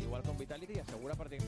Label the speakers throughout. Speaker 1: igual con Vitality y asegura partido.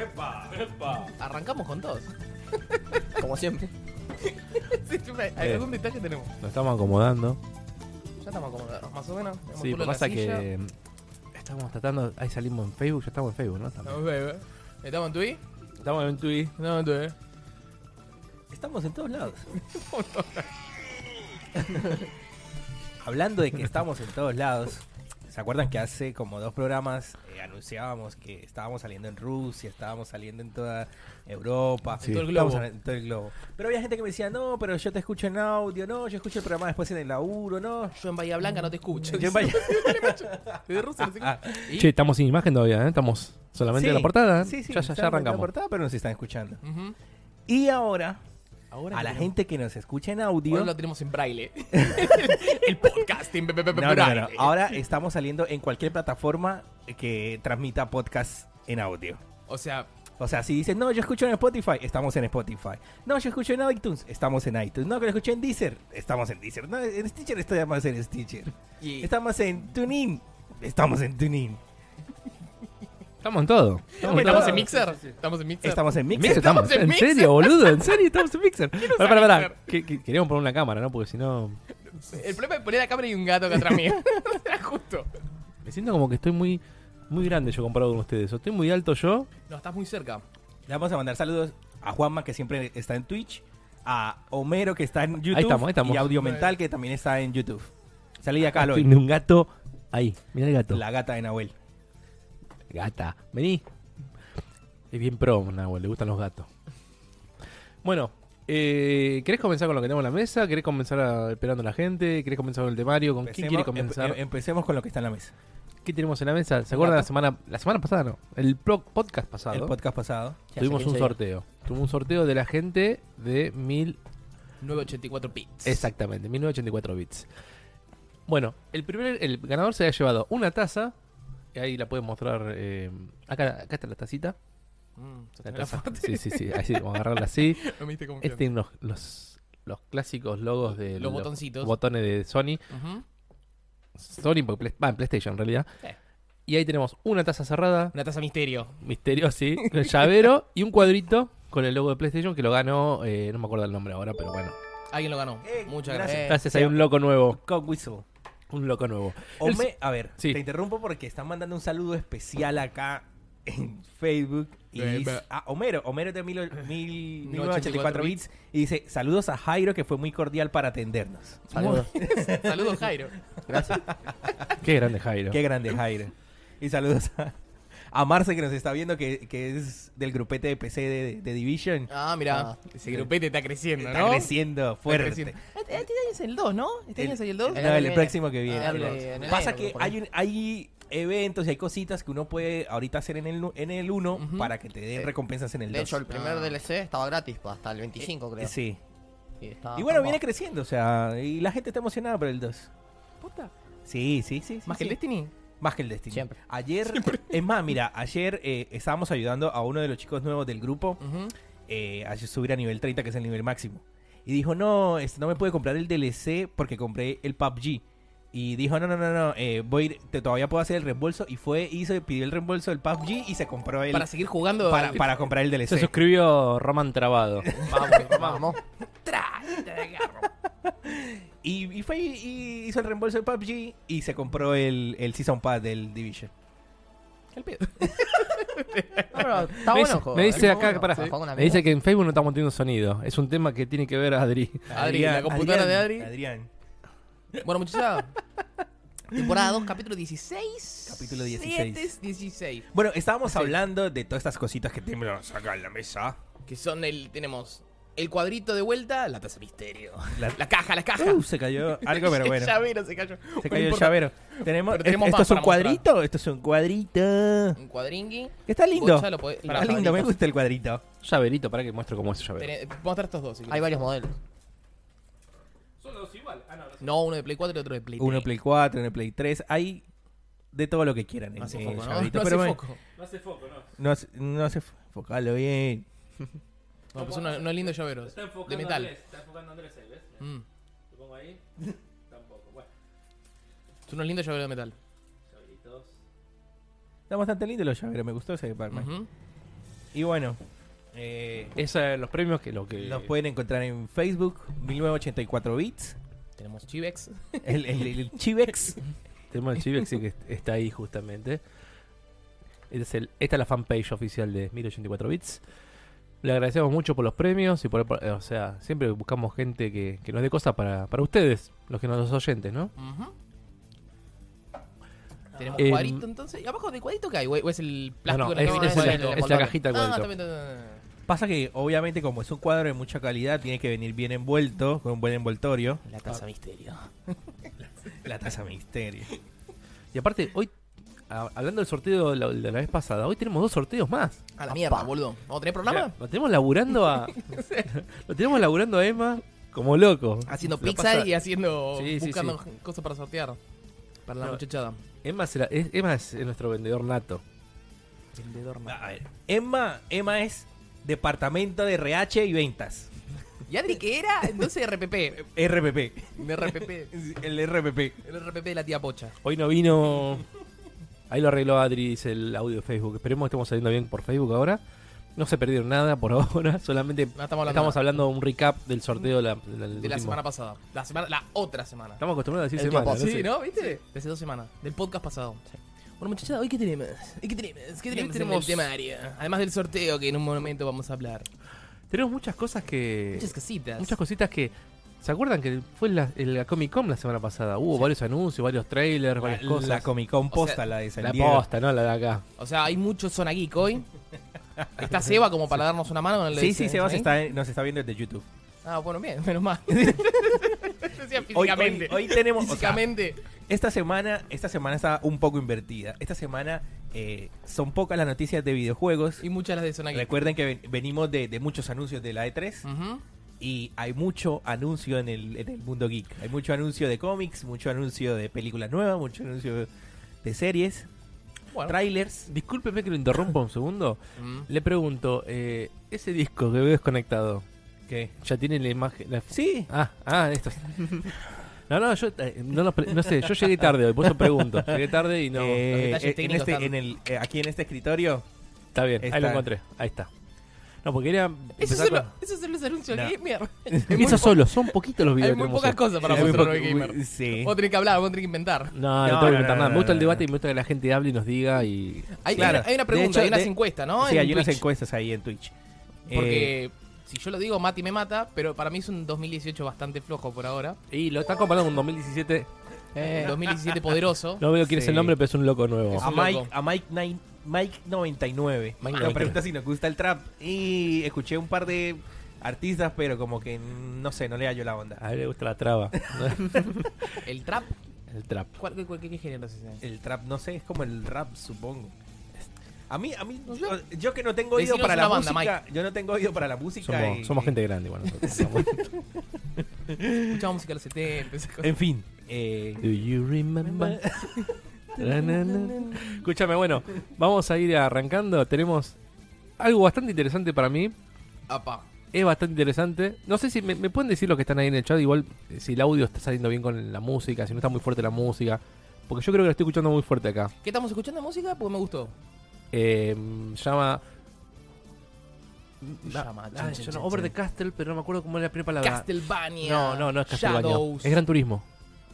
Speaker 2: ¡Epa! ¡Epa!
Speaker 3: Arrancamos con todos.
Speaker 4: como siempre.
Speaker 3: Sí, siempre hay
Speaker 5: Bien.
Speaker 3: algún detalle tenemos.
Speaker 5: Nos estamos acomodando.
Speaker 3: Ya estamos acomodados, más o menos. Hemos
Speaker 5: Sí,
Speaker 3: puesto la
Speaker 5: pasa
Speaker 3: silla.
Speaker 5: que mm, estamos tratando. Ahí salimos en Facebook, ya estamos en Facebook, ¿no? También.
Speaker 3: Estamos, bebé. ¿Estamos en Tui?
Speaker 5: Estamos en Twitch.
Speaker 3: Estamos en Tui. ¿eh?
Speaker 4: Estamos en todos lados. Hablando de que estamos en todos lados, ¿se acuerdan que hace como dos programas eh, anunciábamos que estábamos saliendo en Rusia, estábamos saliendo en toda Europa,
Speaker 5: Sí. En todo
Speaker 3: el
Speaker 4: estábamos
Speaker 3: globo.
Speaker 4: en todo el globo? Pero había gente que me decía, no, pero yo te escucho en audio, no, yo escucho el programa después en el laburo, no.
Speaker 3: Yo en Bahía Blanca no te escucho.
Speaker 4: Yo en Bahía-
Speaker 3: De Rusia, no sé
Speaker 4: Ah,
Speaker 3: qué. Y-
Speaker 5: Che, estamos sin imagen todavía, ¿eh? Estamos solamente
Speaker 4: Sí.
Speaker 5: en la portada. ¿eh?
Speaker 4: Sí, sí,
Speaker 5: ya, ya, ya
Speaker 4: estamos en la
Speaker 5: arrancamos.
Speaker 4: portada, pero nos están escuchando.
Speaker 3: Ujú.
Speaker 4: Y ahora,
Speaker 3: Ahora
Speaker 4: a la
Speaker 3: tenemos-
Speaker 4: gente que nos escucha en
Speaker 3: Ahora
Speaker 4: audio,
Speaker 3: lo tenemos en braille. el podcasting. be- be- be-
Speaker 4: No, no, no, no.
Speaker 3: braille.
Speaker 4: Ahora estamos saliendo en cualquier plataforma que transmita podcast en audio.
Speaker 3: O sea,
Speaker 4: O sea, si dices, no, yo escucho en Spotify, estamos en Spotify. No, yo escucho en iTunes, estamos en iTunes. No, que lo escuché en Deezer, estamos en Deezer. No, en Stitcher está más en Stitcher.
Speaker 3: y-
Speaker 4: Estamos en TuneIn, estamos en TuneIn.
Speaker 5: Estamos en todo.
Speaker 3: estamos,
Speaker 4: Estamos en
Speaker 3: en Mixer. Estamos en Mixer.
Speaker 4: Estamos en
Speaker 5: ¿En
Speaker 4: Mixer.
Speaker 5: Mixer
Speaker 3: Estamos
Speaker 5: estamos?
Speaker 3: en
Speaker 5: ¿En
Speaker 3: Mixer.
Speaker 5: serio, boludo? ¿En serio estamos en Mixer? Pará, pará, pará.
Speaker 3: saber.
Speaker 5: Que- que- Queríamos poner una cámara, ¿no? Porque si no...
Speaker 3: El problema es poner la cámara y un gato acá atrás mío. Era justo.
Speaker 5: Me siento como que estoy muy muy grande yo comparado con ustedes. O estoy muy alto yo.
Speaker 3: No, estás muy cerca.
Speaker 4: Le vamos a mandar saludos a Juanma, que siempre está en Twitch. A Homero, que está en YouTube.
Speaker 5: estamos, ahí estamos.
Speaker 4: Y Audio Mental, que también está en YouTube. Salí de acá,
Speaker 5: Estoy
Speaker 4: Aloy.
Speaker 5: de un gato. Ahí, mira el gato.
Speaker 4: La gata de Nahuel.
Speaker 5: Gata, vení. Es bien pro, Nahuel, le gustan los gatos. Bueno, eh, ¿querés comenzar con lo que tenemos en la mesa? ¿Querés comenzar a- esperando a la gente? ¿Querés comenzar con el temario? ¿Con quién quiere
Speaker 4: Empecemos- eh,
Speaker 5: comenzar?
Speaker 4: em- em- Empecemos con lo que está en la mesa.
Speaker 5: ¿Qué tenemos en la mesa? ¿Se acuerdan la
Speaker 3: gato?
Speaker 5: semana, la semana pasada? No, el pro- podcast pasado.
Speaker 4: El podcast pasado.
Speaker 5: Tuvimos un
Speaker 3: sorteo.
Speaker 5: sorteo. Tuvimos un sorteo de la gente de mil
Speaker 3: 984 bits.
Speaker 5: Exactamente, 1984 bits. Bueno, el primer, el ganador se ha llevado una taza Ahí la pueden mostrar. eh, acá, acá está la tacita. La taza. Sí, sí, sí. Ahí sí, vamos a agarrarla así.
Speaker 3: Mm. Lo viste como
Speaker 5: Este
Speaker 3: que-
Speaker 5: tiene los, los, los clásicos logos de
Speaker 3: Los botoncitos.
Speaker 5: botones de Sony.
Speaker 3: Ujú.
Speaker 5: Sony, porque Play- va en PlayStation en realidad.
Speaker 3: Sí.
Speaker 5: Y ahí tenemos una taza cerrada,
Speaker 3: Una taza misterio.
Speaker 5: misterio así, con llavero y un cuadrito con el logo de PlayStation que lo ganó, eh, no me acuerdo el nombre ahora, pero bueno.
Speaker 3: Alguien lo ganó.
Speaker 4: Eh,
Speaker 3: Muchas
Speaker 4: gracias.
Speaker 3: gracias.
Speaker 5: Gracias, hay un loco nuevo.
Speaker 4: Cock Whistle.
Speaker 5: Un loco nuevo. El-
Speaker 4: Ome, a ver,
Speaker 5: Sí.
Speaker 4: te interrumpo porque están mandando un saludo especial acá en Facebook. Y
Speaker 3: Eh,
Speaker 4: dice-
Speaker 3: va.
Speaker 4: a Homero, Homero de mil, mil, 1984
Speaker 3: bits.
Speaker 4: bits. Y dice, saludos a Jairo que fue muy cordial para atendernos.
Speaker 5: Saludos.
Speaker 3: Saludos, Jairo.
Speaker 5: Qué grande Jairo.
Speaker 4: Qué grande Jairo. Y saludos a, a Marce que nos está viendo, que, que es del grupete de PC de, de Division.
Speaker 3: Ah, mira. Ese grupete está creciendo,
Speaker 4: está
Speaker 3: ¿no?
Speaker 4: creciendo fuerte.
Speaker 3: creciendo. Este este año es el 2, ¿no? Este año es el 2.
Speaker 4: No, el, próximo que viene.
Speaker 3: Ah,
Speaker 4: el
Speaker 3: en
Speaker 4: próximo.
Speaker 3: enero,
Speaker 4: Pasa que
Speaker 3: por ahí.
Speaker 4: hay, un- hay eventos y hay cositas que uno puede ahorita hacer en el, nu- en el 1
Speaker 3: Ujú.
Speaker 4: para que te den
Speaker 1: Eh,
Speaker 4: recompensas en el
Speaker 1: De
Speaker 4: 2.
Speaker 1: hecho, el primer
Speaker 3: Ah.
Speaker 1: DLC estaba gratis pa, hasta el 25, creo.
Speaker 4: Eh, Sí.
Speaker 1: Y, está-
Speaker 4: y bueno, viene
Speaker 1: Ah, está bueno.
Speaker 4: creciendo, o sea, y la gente está emocionada por el 2.
Speaker 3: Puta.
Speaker 4: Sí, sí, sí. sí,
Speaker 3: ¿Más que el
Speaker 4: sí.
Speaker 3: Destiny?
Speaker 4: Más que el Destiny.
Speaker 1: Siempre.
Speaker 4: Ayer, es más, mira, ayer eh, estábamos ayudando a uno de los chicos nuevos del grupo
Speaker 3: Ujú.
Speaker 4: eh, a subir a nivel 30, que es el nivel máximo. Y dijo, no, este, no me puede comprar el DLC porque compré el PUBG. Y dijo, no, no, no, no, eh, voy, a ir- te, todavía puedo hacer el reembolso. Y fue, hizo, pidió el reembolso del PUBG y se compró el...
Speaker 3: Para seguir jugando.
Speaker 4: para,
Speaker 3: al-
Speaker 4: para comprar el
Speaker 5: Se
Speaker 4: DLC.
Speaker 5: suscribió Roman Trabado.
Speaker 1: Vamos, vamos.
Speaker 4: Y, y fue y hizo el reembolso del PUBG y se compró el, el Season Pass del Division.
Speaker 3: al pedo.
Speaker 1: No, pero está
Speaker 5: me
Speaker 1: bueno
Speaker 5: dice,
Speaker 1: el juego,
Speaker 5: me dice
Speaker 1: está
Speaker 5: acá que
Speaker 1: bueno.
Speaker 5: pará,
Speaker 1: Se juega una
Speaker 5: me dice
Speaker 1: mierda.
Speaker 5: que en Facebook no estamos teniendo sonido. Es un tema que tiene que ver Adri.
Speaker 3: Adri, la computadora de Adri.
Speaker 4: Adrián.
Speaker 3: Bueno, muchachos. Temporada 2, capítulo 16.
Speaker 4: Capítulo 16.
Speaker 3: 7, 16.
Speaker 4: Bueno, estábamos
Speaker 3: Sí.
Speaker 4: hablando de todas estas cositas que tenemos acá en la mesa.
Speaker 3: Que son el. Tenemos el cuadrito de vuelta, la taza misterio.
Speaker 4: La-
Speaker 3: La caja, la caja.
Speaker 4: Uh, se cayó algo, pero bueno.
Speaker 3: El llavero se cayó.
Speaker 4: Se
Speaker 3: Bueno,
Speaker 4: cayó el
Speaker 3: importa.
Speaker 4: llavero. Tenemos,
Speaker 3: Pero tenemos
Speaker 4: ¿Esto
Speaker 3: más
Speaker 4: es un
Speaker 3: para mostrar.
Speaker 4: cuadrito? Esto es un cuadrito.
Speaker 3: Un cuadringui.
Speaker 4: Está lindo.
Speaker 3: Gonzalo, podés-
Speaker 4: Está
Speaker 3: pará,
Speaker 4: lindo, me
Speaker 3: favoritos.
Speaker 4: gusta el cuadrito.
Speaker 5: Llaverito, para que muestre cómo es el llavero.
Speaker 3: Tené- Vamos a mostrar estos dos. si
Speaker 1: Hay
Speaker 3: querés.
Speaker 1: varios modelos.
Speaker 5: Son dos igual. Ah, no,
Speaker 3: No, uno de Play 4 y otro de Play 3.
Speaker 4: Uno de Play 4, uno de Play 3. Hay de todo lo que quieran.
Speaker 3: No hace
Speaker 4: en- en
Speaker 3: foco, ¿no?
Speaker 4: llaverito,
Speaker 3: No hace
Speaker 4: pero bueno,
Speaker 3: foco.
Speaker 5: hace foco, no.
Speaker 4: no hace- no hace fo- Focalo bien.
Speaker 3: No, pues uno, uno lindo llavero. De metal.
Speaker 5: Está enfocando Andrés ahí, ¿ves?
Speaker 3: Mm.
Speaker 5: Lo pongo ahí. Tampoco. Bueno,
Speaker 3: Son unos lindos llaveros de metal.
Speaker 5: llaveritos.
Speaker 4: Está bastante lindo los llaveros. Me gustó ese Batman.
Speaker 3: Ujú.
Speaker 4: Y bueno, eh,
Speaker 5: Esos son los premios que lo que.
Speaker 4: nos pueden encontrar en Facebook, 1984 bits.
Speaker 3: Tenemos Chivex.
Speaker 4: El, el, el Chivex.
Speaker 5: Tenemos el Chivex sí, que est- está ahí justamente. Este es el- esta es la fanpage oficial de 1084 bits. Le agradecemos mucho por los premios y por, por- eh, o sea, siempre buscamos gente que, que nos dé cosas para, para ustedes, los que nos los oyentes, ¿no?
Speaker 3: Ujú. Tenemos
Speaker 5: Em,
Speaker 3: cuadrito entonces. ¿Y abajo de cuadrito qué hay? ¿O es el
Speaker 5: no,
Speaker 3: plástico?
Speaker 5: no, es,
Speaker 1: no,
Speaker 5: es
Speaker 1: es
Speaker 5: la,
Speaker 1: el-
Speaker 5: es la
Speaker 1: envoltorio.
Speaker 5: cajita de
Speaker 3: Ah,
Speaker 5: cuento.
Speaker 3: también, también, también.
Speaker 4: Pasa que, obviamente, como es un cuadro de mucha calidad, tiene que venir bien envuelto, con un buen envoltorio.
Speaker 3: La taza misterio.
Speaker 4: La taza misterio.
Speaker 5: Y aparte, hoy, a- hablando del sorteo de la, de la vez pasada, hoy tenemos dos sorteos más.
Speaker 3: A la mierda, boludo. ¿Vamos a tener programa?
Speaker 5: Lo tenemos laburando a. lo tenemos laburando a Emma como loco.
Speaker 3: Haciendo
Speaker 5: Lo
Speaker 3: pizza
Speaker 5: pasa-
Speaker 3: y haciendo.
Speaker 5: Sí, sí,
Speaker 3: buscando cosas para sortear. Para la
Speaker 5: No.
Speaker 3: muchachada.
Speaker 5: Emma, se la- es, Emma es nuestro vendedor nato.
Speaker 3: Vendedor
Speaker 4: A ver, Emma, Emma es departamento de RH y ventas.
Speaker 3: ¿Y Adri qué era? Entonces RPP.
Speaker 4: RPP.
Speaker 3: De RPP.
Speaker 4: El RPP.
Speaker 3: El RPP de la tía Pocha.
Speaker 5: Hoy no vino. Ahí lo arregló Adri, dice el audio de Facebook. Esperemos que estemos saliendo bien por Facebook ahora. No se perdieron nada por ahora. Solamente
Speaker 3: No estamos hablando
Speaker 5: estamos
Speaker 3: nada.
Speaker 5: hablando un recap del sorteo de la, del
Speaker 3: De la
Speaker 5: último.
Speaker 3: semana pasada. La semana, la otra semana.
Speaker 5: Estamos acostumbrados a decir
Speaker 1: El
Speaker 5: semana.
Speaker 1: tiempo.
Speaker 5: no
Speaker 3: Sí,
Speaker 5: sé.
Speaker 3: ¿no? ¿Viste? De hace dos semanas. Del podcast pasado. Bueno, muchachada, ¿hoy qué tenemos? ¿Hoy qué tenemos? ¿Qué tenemos,
Speaker 5: tenemos-
Speaker 3: en el temario? Además del sorteo que en un momento vamos a hablar.
Speaker 5: Tenemos muchas cosas que.
Speaker 3: Muchas casitas.
Speaker 5: muchas cositas que. ¿Se acuerdan que fue la, el- la Comic Con la semana pasada? Hubo varios anuncios, varios trailers, varias
Speaker 4: La,
Speaker 5: cosas.
Speaker 4: la Comic Con posta,
Speaker 3: O sea,
Speaker 4: la de San
Speaker 5: La
Speaker 4: Diego.
Speaker 5: posta, ¿no? La de acá.
Speaker 3: O sea, hay mucho zona geek hoy. Está Seba como para darnos una mano con el
Speaker 4: Sí, sí, Sebas
Speaker 3: ahí?
Speaker 4: está, nos está viendo desde YouTube.
Speaker 3: ¿Eh? Ah, bueno, bien, menos mal. Decía
Speaker 4: Hoy,
Speaker 3: físicamente.
Speaker 4: hoy- hoy tenemos. o sea,
Speaker 3: físicamente.
Speaker 4: esta semana, esta semana está un poco invertida. Esta semana eh, son pocas las noticias de videojuegos.
Speaker 3: y muchas las de zona geek.
Speaker 4: Recuerden que ven- venimos de, de muchos anuncios de la E3
Speaker 3: Ujú.
Speaker 4: y hay mucho anuncio en el, en el mundo geek. Hay mucho anuncio de cómics, mucho anuncio de películas nuevas, mucho anuncio de series.
Speaker 3: Bueno.
Speaker 4: trailers.
Speaker 5: Discúlpeme que lo interrumpa un segundo.
Speaker 1: Mm.
Speaker 5: Le pregunto, eh, ese disco que veo desconectado,
Speaker 4: ¿Qué?
Speaker 5: ¿ya tiene la imagen? la-
Speaker 4: Sí.
Speaker 5: Ah, ah, esto. No, no, yo eh, no, lo pre- no sé, yo llegué tarde hoy, por eso pregunto. Llegué tarde y no.
Speaker 4: Eh,
Speaker 3: los detalles
Speaker 4: en
Speaker 3: técnicos
Speaker 4: este-
Speaker 3: están-
Speaker 4: en el- eh, aquí en este escritorio.
Speaker 5: está bien, ahí lo
Speaker 4: está.
Speaker 5: encontré, ahí está. No, porque era.
Speaker 3: Eso
Speaker 5: empezar
Speaker 3: solo,
Speaker 5: con-
Speaker 3: eso solo es anuncio
Speaker 4: No.
Speaker 3: gamer.
Speaker 5: Eso solo, son poquitos los videos
Speaker 3: Hay
Speaker 5: que
Speaker 3: muy
Speaker 5: tenemos
Speaker 3: pocas
Speaker 5: hoy.
Speaker 3: cosas para
Speaker 4: Eh, muy
Speaker 3: mostrar hoy
Speaker 4: poco-
Speaker 3: gamer.
Speaker 4: muy- Sí.
Speaker 3: Vos tenés que hablar, vos tenés que inventar.
Speaker 5: No, no,
Speaker 4: No,
Speaker 5: tengo que
Speaker 4: no,
Speaker 5: inventar
Speaker 4: no,
Speaker 5: nada. Me
Speaker 4: no,
Speaker 5: gusta el
Speaker 4: no,
Speaker 5: debate
Speaker 4: no.
Speaker 5: y me gusta que la gente hable y nos diga y.
Speaker 3: Hay,
Speaker 4: Claro.
Speaker 3: hay una- hay una
Speaker 4: De
Speaker 3: pregunta,
Speaker 4: hecho,
Speaker 3: hay unas
Speaker 4: de-
Speaker 3: encuestas, ¿no?
Speaker 4: Sí,
Speaker 3: En
Speaker 4: hay unas
Speaker 3: Twitch.
Speaker 4: encuestas ahí en Twitch. Eh,
Speaker 3: Porque si yo lo digo, Mati me mata, pero para mí es un 2018 bastante flojo por ahora.
Speaker 5: Y lo están comparando con 2017.
Speaker 3: Un 2017 poderoso.
Speaker 5: Eh. No veo quién es
Speaker 4: Sí.
Speaker 5: el nombre, pero es un loco nuevo.
Speaker 4: a
Speaker 3: un loco.
Speaker 4: Mike, a Mike, nine- Mike 99.
Speaker 5: Mike
Speaker 4: Nos
Speaker 5: 99.
Speaker 4: Ah, pregunta si nos gusta el trap. Y escuché un par de artistas, pero como que no sé, no le hallo la onda.
Speaker 5: A él le gusta la traba.
Speaker 3: El trap,
Speaker 5: el trap.
Speaker 3: ¿cuál, cuál- qué, qué género es ese?
Speaker 4: El trap, no sé, es como el rap, supongo. A mí, a mí,
Speaker 3: No sé.
Speaker 4: yo, que no tengo oído
Speaker 3: Decinos
Speaker 4: para la
Speaker 3: una banda,
Speaker 4: música, yo no tengo oído para la música.
Speaker 5: Somos,
Speaker 4: y-
Speaker 5: somos gente grande igual nosotros. Somos-
Speaker 3: Escuchaba música de los 70, esas cosas.
Speaker 4: En fin, eh,
Speaker 5: Do you remember? Na, na, na. Escúchame, bueno, vamos a ir arrancando. Tenemos algo bastante interesante para mí.
Speaker 3: Apa.
Speaker 5: Es bastante interesante. No sé si me, me pueden decir los que están ahí en el chat. Igual eh, si el audio está saliendo bien con la música, si no está muy fuerte la música. Porque yo creo que lo estoy escuchando muy fuerte acá.
Speaker 3: ¿Qué estamos escuchando de música? Porque me gustó.
Speaker 5: Eh, llama.
Speaker 3: Llama,
Speaker 5: Ah,
Speaker 3: chin,
Speaker 5: yo
Speaker 3: chin,
Speaker 5: no, Over
Speaker 3: chin.
Speaker 5: the Castle, pero no me acuerdo cómo era la primera palabra.
Speaker 3: Castlevania.
Speaker 5: No, no, no es Castlevania.
Speaker 3: Shadows.
Speaker 5: Es Gran Turismo.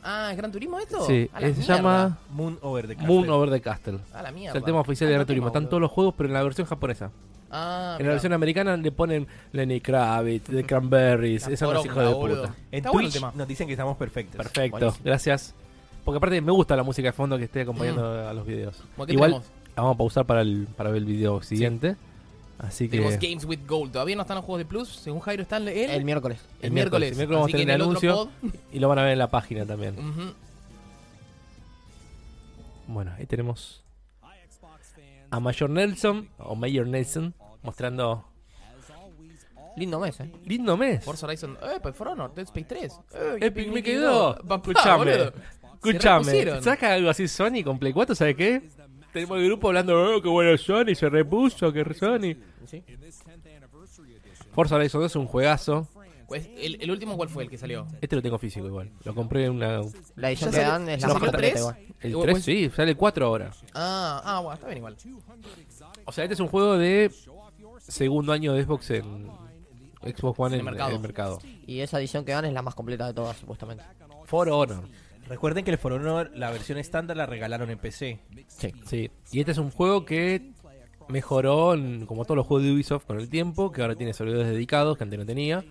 Speaker 3: Ah, ¿es Gran Turismo esto?
Speaker 5: Sí,
Speaker 3: A la
Speaker 5: eh, se
Speaker 3: mierda.
Speaker 5: llama
Speaker 4: Moon Over the Castle.
Speaker 5: Moon Over the Castle.
Speaker 3: A la
Speaker 5: Es
Speaker 3: mierda.
Speaker 5: el tema oficial de
Speaker 3: Ah,
Speaker 5: Gran
Speaker 3: no
Speaker 5: Turismo.
Speaker 3: tema,
Speaker 5: Están todos los juegos, pero en la versión japonesa.
Speaker 3: boludo. Ah,
Speaker 5: en la versión americana le ponen Lenny Kravitz, The Cranberries. Esa no es hijo de puta.
Speaker 4: En
Speaker 3: Está
Speaker 4: Twitch
Speaker 3: bueno el tema.
Speaker 4: nos dicen que estamos perfectos.
Speaker 5: Perfecto,
Speaker 1: Buenísimo.
Speaker 5: gracias. Porque aparte me gusta la música de fondo que esté acompañando a los videos.
Speaker 3: Bueno, ¿qué
Speaker 5: Igual
Speaker 3: Mm. tenemos?
Speaker 5: la vamos a pausar para, el, para ver el video siguiente. Así que.
Speaker 3: Tenemos Games with Gold. Todavía no están los juegos de Plus. Según Jairo, están el,
Speaker 1: Eh, El miércoles.
Speaker 3: el miércoles.
Speaker 5: El miércoles vamos
Speaker 3: Así
Speaker 5: a
Speaker 3: que
Speaker 5: tener
Speaker 3: en
Speaker 5: el
Speaker 3: el otro
Speaker 5: anuncio y lo van a ver en la página también.
Speaker 3: pod- Ujú.
Speaker 5: Bueno, ahí tenemos a Mayor Nelson o Mayor Nelson mostrando
Speaker 1: Lindo mes, eh.
Speaker 5: lindo mes.
Speaker 3: Forza Horizon. Eh, pues For Honor, Dead Space 3. Eh,
Speaker 5: Epic Mickey 2.
Speaker 3: Papá,
Speaker 5: Escuchame.
Speaker 3: Ah, boludo. Se
Speaker 5: Escuchame,
Speaker 3: repusieron.
Speaker 5: saca algo así Sony con Play 4, ¿sabes qué? Tenemos el grupo hablando, oh, qué bueno es Sony, se repuso, que re- Sony.
Speaker 3: Sí.
Speaker 5: Forza Horizon 2 es un juegazo.
Speaker 3: Pues, el, el último, ¿cuál fue el que salió?
Speaker 5: Este lo tengo físico igual. Lo compré en una.
Speaker 1: La edición
Speaker 3: ¿Ya
Speaker 1: que
Speaker 3: salió-
Speaker 1: dan es
Speaker 3: ya
Speaker 1: la
Speaker 3: salió
Speaker 1: más completa
Speaker 3: tres?
Speaker 1: igual.
Speaker 5: El
Speaker 3: Vos-
Speaker 5: 3,
Speaker 3: vos-
Speaker 5: sí, sale 4 ahora.
Speaker 3: Ah, ah, bueno, está bien igual.
Speaker 5: O sea, este es un juego de segundo año de Xbox en Xbox One
Speaker 3: En
Speaker 5: en,
Speaker 3: el mercado.
Speaker 5: en el mercado.
Speaker 1: Y esa edición que dan es la más completa de todas, supuestamente.
Speaker 5: For Honor.
Speaker 4: Recuerden que el For Honor, la versión estándar, la regalaron en PC.
Speaker 1: Sí.
Speaker 5: Sí. Y este es un juego que mejoró, en- como todos los juegos de Ubisoft, con el tiempo, que ahora tiene servidores dedicados, que antes no tenía.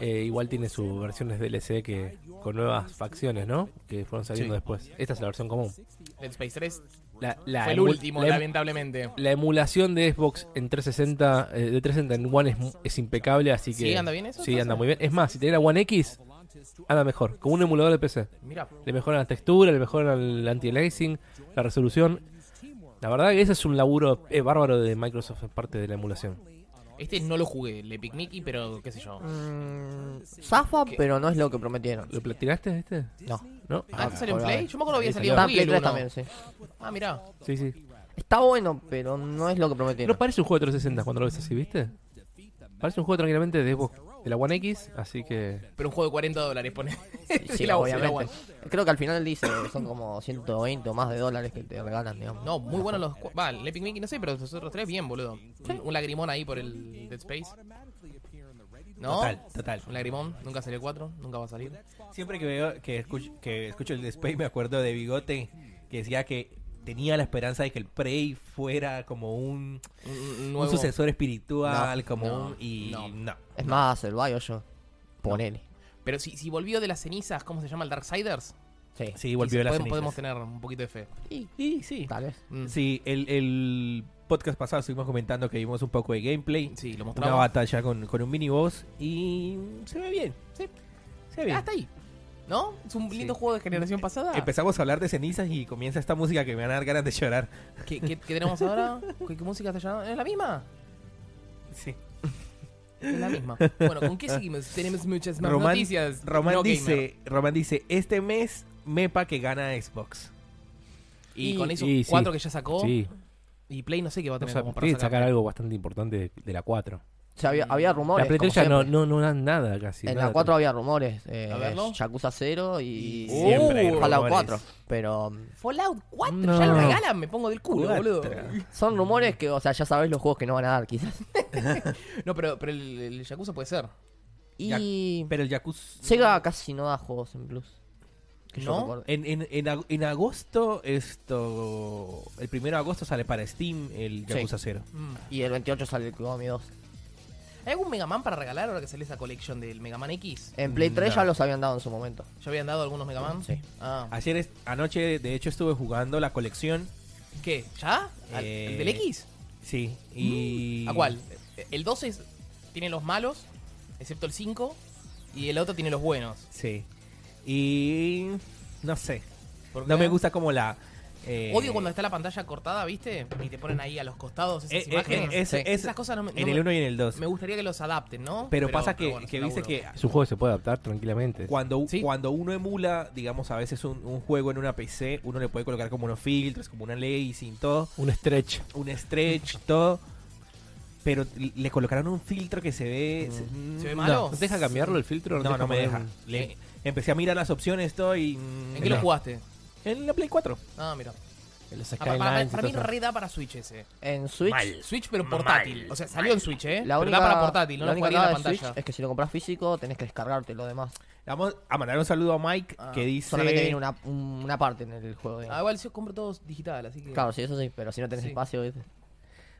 Speaker 5: Eh, igual tiene sus versiones DLC que con nuevas facciones, ¿no? Que fueron saliendo
Speaker 4: Sí.
Speaker 5: después. Esta es la versión común.
Speaker 3: Dead Space 3
Speaker 5: La, la
Speaker 1: Ah,
Speaker 3: fue el
Speaker 5: emu-
Speaker 3: último,
Speaker 5: la em-
Speaker 3: lamentablemente.
Speaker 5: la emulación de Xbox en 360, eh, de 360 en One es, mu- es impecable, así que...
Speaker 3: ¿Sí anda bien eso,
Speaker 5: Sí,
Speaker 3: entonces?
Speaker 5: anda muy bien. Es más, si tenés la One X, anda mejor, como un emulador de PC.
Speaker 3: Mira,
Speaker 5: Le mejoran la textura, le mejoran el anti-aliasing, la resolución. La verdad que ese es un laburo eh, bárbaro de Microsoft en parte de la emulación.
Speaker 3: este no lo jugué, el Epic Mickey, pero qué sé yo.
Speaker 1: Mm, zafa, pero no es lo que prometieron.
Speaker 5: ¿Lo platinaste este?
Speaker 1: No.
Speaker 5: ¿No.
Speaker 3: Ah, ¿este salió en
Speaker 1: colgado.
Speaker 3: Play? Yo me acuerdo que había
Speaker 5: Sí,
Speaker 3: salido
Speaker 1: Está
Speaker 3: en
Speaker 1: en
Speaker 3: Wii
Speaker 1: Play
Speaker 3: el
Speaker 1: 3
Speaker 3: uno.
Speaker 1: también, sí.
Speaker 3: Ah, mirá.
Speaker 5: Sí, sí.
Speaker 1: Está bueno, pero no es lo que
Speaker 5: No
Speaker 1: prometieron.
Speaker 5: parece un juego de 360 cuando lo ves así, ¿viste? Parece un juego tranquilamente de Xbox, de la One X, así que...
Speaker 3: Pero un juego de 40 dólares, pone.
Speaker 1: Sí,
Speaker 3: la- la
Speaker 1: obviamente.
Speaker 3: One.
Speaker 1: Creo que al final dice que son como 120 o más de dólares que te regalan, digamos.
Speaker 3: No, muy buenos los. cu- Va, el Epic Mickey, no sé, pero los otros tres, bien, boludo. Un, un lagrimón ahí por el Dead Space. ¿No?
Speaker 4: Total, total.
Speaker 3: Un lagrimón, nunca salió el 4, nunca va a salir.
Speaker 4: Siempre que veo que escucho, que escucho el Despace me acuerdo de Bigote que decía que tenía la esperanza de que el Prey fuera como un,
Speaker 3: Un, un
Speaker 4: un
Speaker 3: nuevo.
Speaker 4: sucesor espiritual,
Speaker 1: No,
Speaker 4: como
Speaker 3: no,
Speaker 4: un y
Speaker 3: no.
Speaker 4: no.
Speaker 1: Es más, el Bioshock. Ponele.
Speaker 3: Pero si, si volvió de las cenizas, ¿cómo se llama el Darksiders?
Speaker 1: Sí.
Speaker 4: Sí, volvió a
Speaker 3: Quizás
Speaker 4: las
Speaker 3: podemos, podemos
Speaker 4: cenizas.
Speaker 3: tener un poquito de fe.
Speaker 1: Y
Speaker 4: Sí, sí.
Speaker 1: tal vez.
Speaker 3: Mm. Sí.
Speaker 4: Sí, el, el podcast pasado estuvimos comentando que vimos un poco de gameplay,
Speaker 3: lo
Speaker 4: una
Speaker 3: mostramos.
Speaker 4: batalla con, con un miniboss y se ve bien.
Speaker 3: Sí.
Speaker 4: Se ve
Speaker 3: Ah,
Speaker 4: bien.
Speaker 3: está ahí. ¿No? Es un lindo
Speaker 4: Sí. Eh,
Speaker 3: juego de generación pasada.
Speaker 4: Empezamos a hablar de cenizas y comienza esta música que me van a dar ganas de llorar.
Speaker 3: ¿Qué, qué, qué tenemos ahora? ¿Qué, qué música está llamando? ¿Es la misma?
Speaker 4: Sí.
Speaker 3: Es la misma. Bueno, ¿con qué seguimos? Tenemos muchas más
Speaker 4: Román-
Speaker 3: noticias.
Speaker 4: Román
Speaker 3: no gamer.
Speaker 4: dice, Román dice, este mes Mepa que gana Xbox.
Speaker 3: Y,
Speaker 5: Y-
Speaker 3: con esos
Speaker 5: y sí.
Speaker 3: cuatro que ya sacó,
Speaker 5: sí.
Speaker 3: y Play no sé qué va a
Speaker 5: O
Speaker 3: tener
Speaker 5: sea,
Speaker 3: como para
Speaker 5: tiene que
Speaker 3: sacar.
Speaker 5: sacar algo bastante importante de, de la 4.
Speaker 1: O sea, había, había rumores.
Speaker 5: la Play
Speaker 1: como
Speaker 5: 3 ya no,
Speaker 1: siempre.
Speaker 5: no, no dan nada casi.
Speaker 1: en
Speaker 5: nada.
Speaker 1: la 4 había rumores. Eh,
Speaker 3: A verlo.
Speaker 1: Yakuza 0 y.
Speaker 3: Y siempre hay
Speaker 1: Fallout
Speaker 4: rumores.
Speaker 1: 4. Pero. mm,
Speaker 3: Fallout 4,
Speaker 5: No.
Speaker 3: ya lo regalan, me pongo del culo,
Speaker 4: Cuatro.
Speaker 3: boludo.
Speaker 1: Son rumores que, o sea, ya sabés los juegos que no van a dar, quizás.
Speaker 3: No, pero, pero el, el Yakuza puede ser.
Speaker 1: Y.
Speaker 4: Pero el Yakuza.
Speaker 1: Sega casi no da juegos en Plus. Que yo
Speaker 3: ¿No?
Speaker 1: recuerde.
Speaker 4: En, en, en, ag- en agosto, esto. El primero de agosto sale para Steam el
Speaker 1: Sí.
Speaker 4: Yakuza 0.
Speaker 3: Mm.
Speaker 1: Y el 28 sale el Konami 2.
Speaker 3: ¿Hay algún Mega Man para regalar ahora que sale esa colección del Mega Man X?
Speaker 1: En Play 3
Speaker 4: No.
Speaker 1: ya los habían dado en su momento.
Speaker 3: ¿Ya habían dado algunos Mega Man?
Speaker 1: Eh. Sí.
Speaker 3: Ah.
Speaker 4: Ayer, es- anoche, de hecho, estuve jugando la colección.
Speaker 3: ¿Qué? ¿Ya? ¿Al-
Speaker 4: Eh,
Speaker 3: ¿El del X?
Speaker 4: Sí. Y...
Speaker 3: ¿A cuál? El 12 es- tiene los malos, excepto el 5, y el otro tiene los buenos.
Speaker 4: Sí. Y. No sé.
Speaker 3: ¿Por
Speaker 4: No
Speaker 3: qué?
Speaker 4: me gusta como la. eh,
Speaker 3: Odio cuando está la pantalla cortada, ¿viste? Y te ponen ahí a los costados
Speaker 4: eh,
Speaker 3: esas
Speaker 4: eh,
Speaker 3: imágenes.
Speaker 4: eh, es-
Speaker 1: Sí.
Speaker 4: es-
Speaker 3: Esas cosas no me... no
Speaker 4: en el
Speaker 3: me-
Speaker 4: 1 y en el 2.
Speaker 3: Me gustaría que los adapten, ¿no?
Speaker 4: Pero pasa que,
Speaker 3: bueno, es
Speaker 4: que
Speaker 3: un
Speaker 4: viste
Speaker 3: laburo.
Speaker 4: que
Speaker 5: Es un juego que se puede adaptar tranquilamente.
Speaker 4: cuando,
Speaker 3: Sí.
Speaker 4: cuando uno emula, digamos, a veces un, un juego en una PC, uno le puede colocar como unos filtros, como una sin todo,
Speaker 5: Un stretch.
Speaker 4: un stretch, todo. Pero le colocaron un filtro que se ve. se-
Speaker 3: Mm. ¿Se ve
Speaker 4: no,
Speaker 3: malo?
Speaker 5: ¿No te deja cambiarlo el filtro?
Speaker 4: No,
Speaker 5: te
Speaker 4: no me
Speaker 5: poner
Speaker 4: deja.
Speaker 5: un-
Speaker 4: Le- empecé a mirar las opciones, todo y.
Speaker 3: ¿En qué lo
Speaker 4: no.
Speaker 3: jugaste?
Speaker 4: En la Play 4.
Speaker 3: Ah, mira.
Speaker 5: en los
Speaker 3: Ah, para, para-
Speaker 5: Skylines y
Speaker 3: para
Speaker 5: todo
Speaker 3: mí
Speaker 5: eso.
Speaker 3: re da para Switch ese.
Speaker 1: En Switch.
Speaker 3: Switch pero portátil. o sea, salió en Switch, ¿eh?
Speaker 1: La
Speaker 3: pero
Speaker 1: única,
Speaker 3: da para portátil, no
Speaker 1: la
Speaker 3: lo
Speaker 1: única
Speaker 3: jugaría en la
Speaker 1: cagada de
Speaker 3: pantalla.
Speaker 1: Switch es que si lo compras físico tenés que descargarte lo demás.
Speaker 4: Le Vamos a mandar un saludo a Mike
Speaker 3: Ah,
Speaker 4: que dice.
Speaker 1: Solamente viene una, un- una parte en el juego. digamos.
Speaker 3: Ah, igual yo compro todos digital, así que...
Speaker 1: Claro, sí, eso sí, pero si no tenés
Speaker 3: Sí.
Speaker 1: espacio, ¿viste?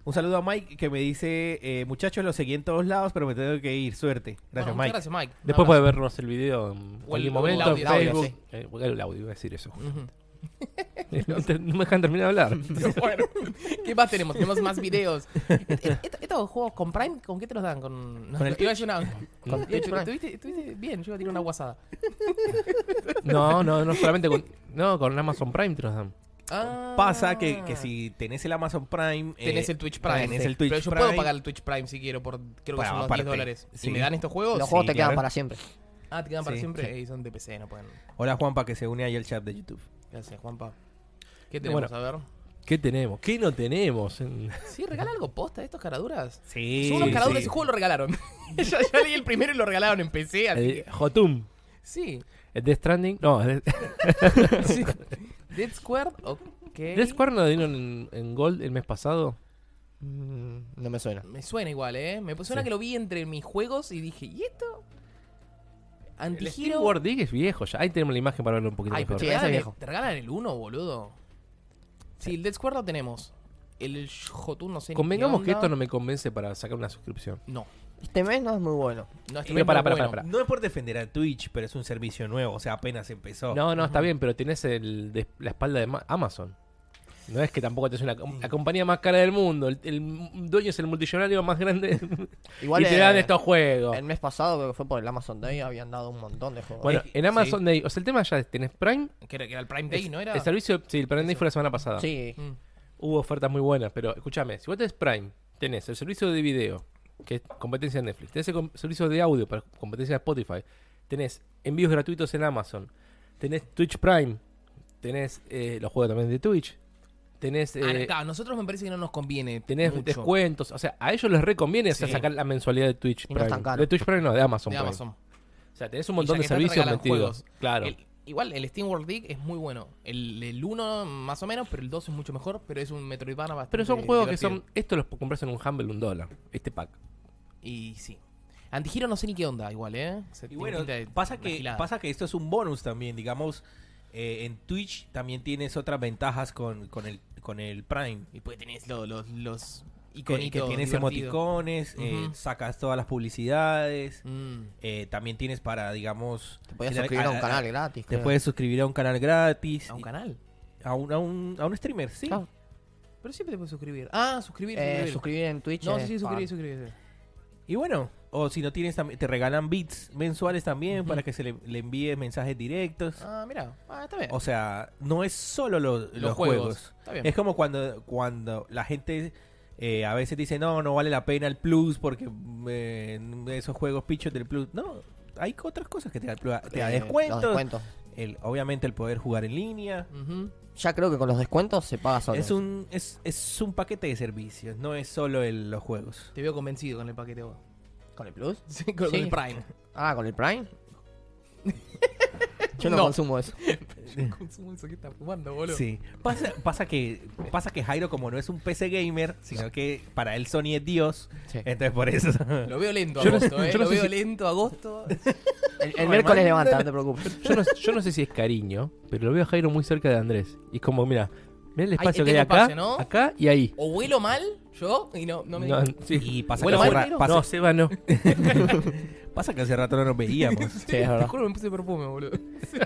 Speaker 4: Un saludo a Mike que me dice: eh, Muchachos, lo seguí en todos lados, pero me tengo que ir. Suerte.
Speaker 3: Bueno,
Speaker 4: Gracias,
Speaker 3: muchas
Speaker 4: Mike.
Speaker 3: gracias, Mike. Un
Speaker 5: Después puede
Speaker 3: abrazo.
Speaker 5: vernos el video en
Speaker 3: O el-
Speaker 5: cualquier
Speaker 3: o
Speaker 5: momento,
Speaker 3: el audio,
Speaker 5: en
Speaker 1: el audio,
Speaker 5: Facebook. Eh, bueno, el audio, iba a decir eso.
Speaker 3: Ujú.
Speaker 5: no te- no me dejan terminar de hablar.
Speaker 3: bueno, ¿qué más tenemos? Tenemos más videos. Et- et- et- ¿Estos juegos con Prime, con qué te los dan? Con,
Speaker 4: Con el
Speaker 3: iba a decir una-
Speaker 1: Con
Speaker 3: Eh, pero
Speaker 1: Twitch Prime.
Speaker 3: Estuviste, estuviste bien, yo iba a tirar una guasada.
Speaker 5: No, no, no solamente con... No, con Amazon Prime te los dan.
Speaker 3: Ah.
Speaker 4: Pasa que, que si tenés el Amazon Prime. eh,
Speaker 3: Tenés el Twitch Prime.
Speaker 4: tenés
Speaker 3: sí.
Speaker 4: el Twitch
Speaker 3: pero yo
Speaker 4: Prime.
Speaker 3: puedo pagar el Twitch Prime si quiero por creo que
Speaker 4: Bueno,
Speaker 3: son unos 10
Speaker 4: aparte,
Speaker 3: dólares.
Speaker 4: sí.
Speaker 3: ¿Y me dan estos juegos?
Speaker 1: Los
Speaker 4: sí,
Speaker 1: juegos te quedan
Speaker 4: claro.
Speaker 1: para siempre.
Speaker 3: Ah, te quedan para
Speaker 4: Sí,
Speaker 3: siempre.
Speaker 4: sí.
Speaker 3: Ey, son de PC, no pueden.
Speaker 4: Hola, Juanpa, que se une ahí al chat de YouTube.
Speaker 3: Gracias, Juanpa. ¿Qué tenemos a ver?
Speaker 5: ¿Qué tenemos? ¿Qué no tenemos? En-
Speaker 3: Sí, regala algo posta estos caraduras.
Speaker 4: Sí.
Speaker 3: Son unos caraduras,
Speaker 4: sí.
Speaker 3: ese juego lo regalaron. ya, ya leí el primero y lo regalaron en PC. así
Speaker 5: El
Speaker 3: que-
Speaker 5: Jotum.
Speaker 3: Sí.
Speaker 5: El Death Stranding. No, el
Speaker 3: sí. Dead Square, ok.
Speaker 5: Death Square no dieron en, en Gold el mes pasado.
Speaker 1: No me suena.
Speaker 3: Mm, Me suena igual, ¿eh? Me suena
Speaker 5: Sí.
Speaker 3: que lo vi entre mis juegos y dije, ¿y esto?
Speaker 5: El
Speaker 3: Antigiro.
Speaker 5: Steam World Dig es viejo ya. Ahí tenemos la imagen para verlo un poquito
Speaker 3: Ay, pero te,
Speaker 5: mejor.
Speaker 1: Sí, ese
Speaker 3: regalan el,
Speaker 1: viejo.
Speaker 3: te regalan el 1, boludo. Sí, el Dead Square lo tenemos. El Jotun no sé ni
Speaker 5: Convengamos
Speaker 3: qué
Speaker 5: que esto
Speaker 3: onda.
Speaker 5: no me convence para sacar una suscripción.
Speaker 3: No,
Speaker 1: Este mes no es muy bueno.
Speaker 3: no este
Speaker 5: Pero
Speaker 3: mismo
Speaker 5: Eh, pará,
Speaker 3: es
Speaker 5: pará,
Speaker 3: bueno.
Speaker 5: pará, pará.
Speaker 4: No es por defender a Twitch, pero es un servicio nuevo. O sea, apenas empezó.
Speaker 5: No, no, está bien, pero tenés el de- la espalda de Ma- Amazon. No es que tampoco tenés una, la compañía más cara del mundo. El, el dueño es el multillonario más grande.
Speaker 1: Igual
Speaker 5: y te
Speaker 1: eh,
Speaker 5: dan estos juegos.
Speaker 1: el mes pasado, creo que fue por el Amazon Day, habían dado un montón de juegos.
Speaker 5: Bueno,
Speaker 4: es que-
Speaker 5: en Amazon Day, o sea, el tema ya es, tenés Prime.
Speaker 3: Que era, que era el Prime Day, ¿no era?
Speaker 5: El servicio, sí, el Prime Day fue la semana pasada.
Speaker 1: sí,
Speaker 3: Mm.
Speaker 5: Hubo ofertas muy buenas, pero escúchame, si vos tenés Prime, tenés el servicio de video, que es competencia de Netflix, tenés el com- servicio de audio para competencia de Spotify, tenés envíos gratuitos en Amazon, tenés Twitch Prime, tenés eh, los juegos también de Twitch, tenés,
Speaker 3: Ah,
Speaker 5: eh,
Speaker 3: claro, a nosotros me parece que no nos conviene.
Speaker 5: tenés
Speaker 3: mucho.
Speaker 5: descuentos, o sea, a ellos les reconviene o sea,
Speaker 3: Sí.
Speaker 5: sacar la mensualidad de Twitch
Speaker 1: Y no es
Speaker 5: Prime.
Speaker 1: tan caro.
Speaker 5: de Twitch Prime no, de Amazon
Speaker 3: de
Speaker 5: Prime.
Speaker 3: Amazon.
Speaker 5: O sea, tenés un montón
Speaker 3: Y ya
Speaker 5: de
Speaker 3: que estás,
Speaker 5: servicios
Speaker 3: regalan
Speaker 5: metidos.
Speaker 3: juegos.
Speaker 5: Claro.
Speaker 3: El- igual, el Steam World Dig es muy bueno. El, el 1 más o menos, pero el 2 es mucho mejor, pero es un Metroidvania bastante
Speaker 5: Pero son juegos que
Speaker 3: divertido.
Speaker 5: son. Estos los compras en un Humble un dólar. Este pack.
Speaker 3: Y sí. Antigiro no sé ni qué onda, igual, ¿eh? Se
Speaker 4: Y
Speaker 3: tiene
Speaker 4: bueno,
Speaker 3: pinta de
Speaker 4: pasa
Speaker 3: una
Speaker 4: que,
Speaker 3: gilada.
Speaker 4: pasa que esto es un bonus también, digamos. eh, en Twitch también tienes otras ventajas con, con, el, con el Prime.
Speaker 3: Y pues tenés lo- los, los
Speaker 4: Que, que
Speaker 3: iconitos.
Speaker 4: tienes
Speaker 3: divertidos.
Speaker 4: emoticones, eh,
Speaker 3: Ujú.
Speaker 4: sacas todas las publicidades.
Speaker 3: Mm.
Speaker 4: eh, también tienes para, digamos...
Speaker 1: te podías
Speaker 4: tener-
Speaker 1: suscribir a un canal
Speaker 4: Te
Speaker 1: gratis. creo.
Speaker 4: puedes suscribir a un canal gratis.
Speaker 3: A un canal.
Speaker 4: A un, a un, a un streamer, sí.
Speaker 1: Claro.
Speaker 3: Pero siempre te puedes suscribir. Ah, suscribir,
Speaker 1: Eh,
Speaker 3: suscribir.
Speaker 1: suscribir en Twitch.
Speaker 3: No,
Speaker 1: eh,
Speaker 3: sí, sí, suscribir,
Speaker 1: pagan.
Speaker 3: suscribir. sí.
Speaker 4: Y bueno, o si no tienes, también te regalan bits mensuales también para que se le, le envíe mensajes directos.
Speaker 3: Ah, mira. Ah, está bien.
Speaker 4: O sea, no es solo lo- los,
Speaker 3: Los
Speaker 4: juegos.
Speaker 3: juegos. Está bien.
Speaker 4: Es como cuando, cuando la gente eh, a veces dice, no, no vale la pena el plus porque eh, esos juegos pichos del plus. No, hay otras cosas que te, da- te da
Speaker 1: Eh, los
Speaker 4: descuentos.
Speaker 1: descuentos.
Speaker 4: El, obviamente el poder jugar en línea.
Speaker 3: Ujú.
Speaker 1: ya creo que con los descuentos se paga solo.
Speaker 4: Es un, es, es un paquete de servicios, no es solo el- los juegos.
Speaker 3: Te veo convencido con el paquete vos.
Speaker 1: ¿Con el Plus?
Speaker 3: Sí, con, con
Speaker 1: Sí.
Speaker 3: el Prime.
Speaker 1: Ah, ¿con el Prime? Yo no,
Speaker 3: No.
Speaker 1: consumo eso.
Speaker 3: Consumo eso que está fumando, boludo.
Speaker 4: Sí. Pasa, pasa, que, pasa que Jairo, como no es un PC gamer, sino que para él Sony es Dios,
Speaker 1: Sí.
Speaker 4: entonces por eso.
Speaker 3: Lo veo lento
Speaker 5: Yo no-
Speaker 3: agosto, eh.
Speaker 5: yo no
Speaker 3: Lo
Speaker 5: sé
Speaker 3: veo
Speaker 5: si-
Speaker 3: lento agosto.
Speaker 1: El, el miércoles levanta, no te preocupes.
Speaker 5: Yo no, yo no sé si es cariño, pero lo veo a Jairo muy cerca de Andrés. Y es como, mira, mira el espacio que hay
Speaker 3: tiene
Speaker 5: acá,
Speaker 3: espacio, ¿no?
Speaker 5: acá y ahí.
Speaker 3: O huelo mal, yo, y no, no me
Speaker 5: No, sí.
Speaker 4: Y pasa
Speaker 5: Bueno,
Speaker 4: que, hace,
Speaker 3: mal,
Speaker 4: ra-
Speaker 3: Jairo?
Speaker 4: pasa-
Speaker 5: No, Seba no.
Speaker 4: pasa que hace rato no nos veíamos.
Speaker 1: Sí, es
Speaker 3: Te
Speaker 1: verdad.
Speaker 3: juro, me puse perfume, boludo.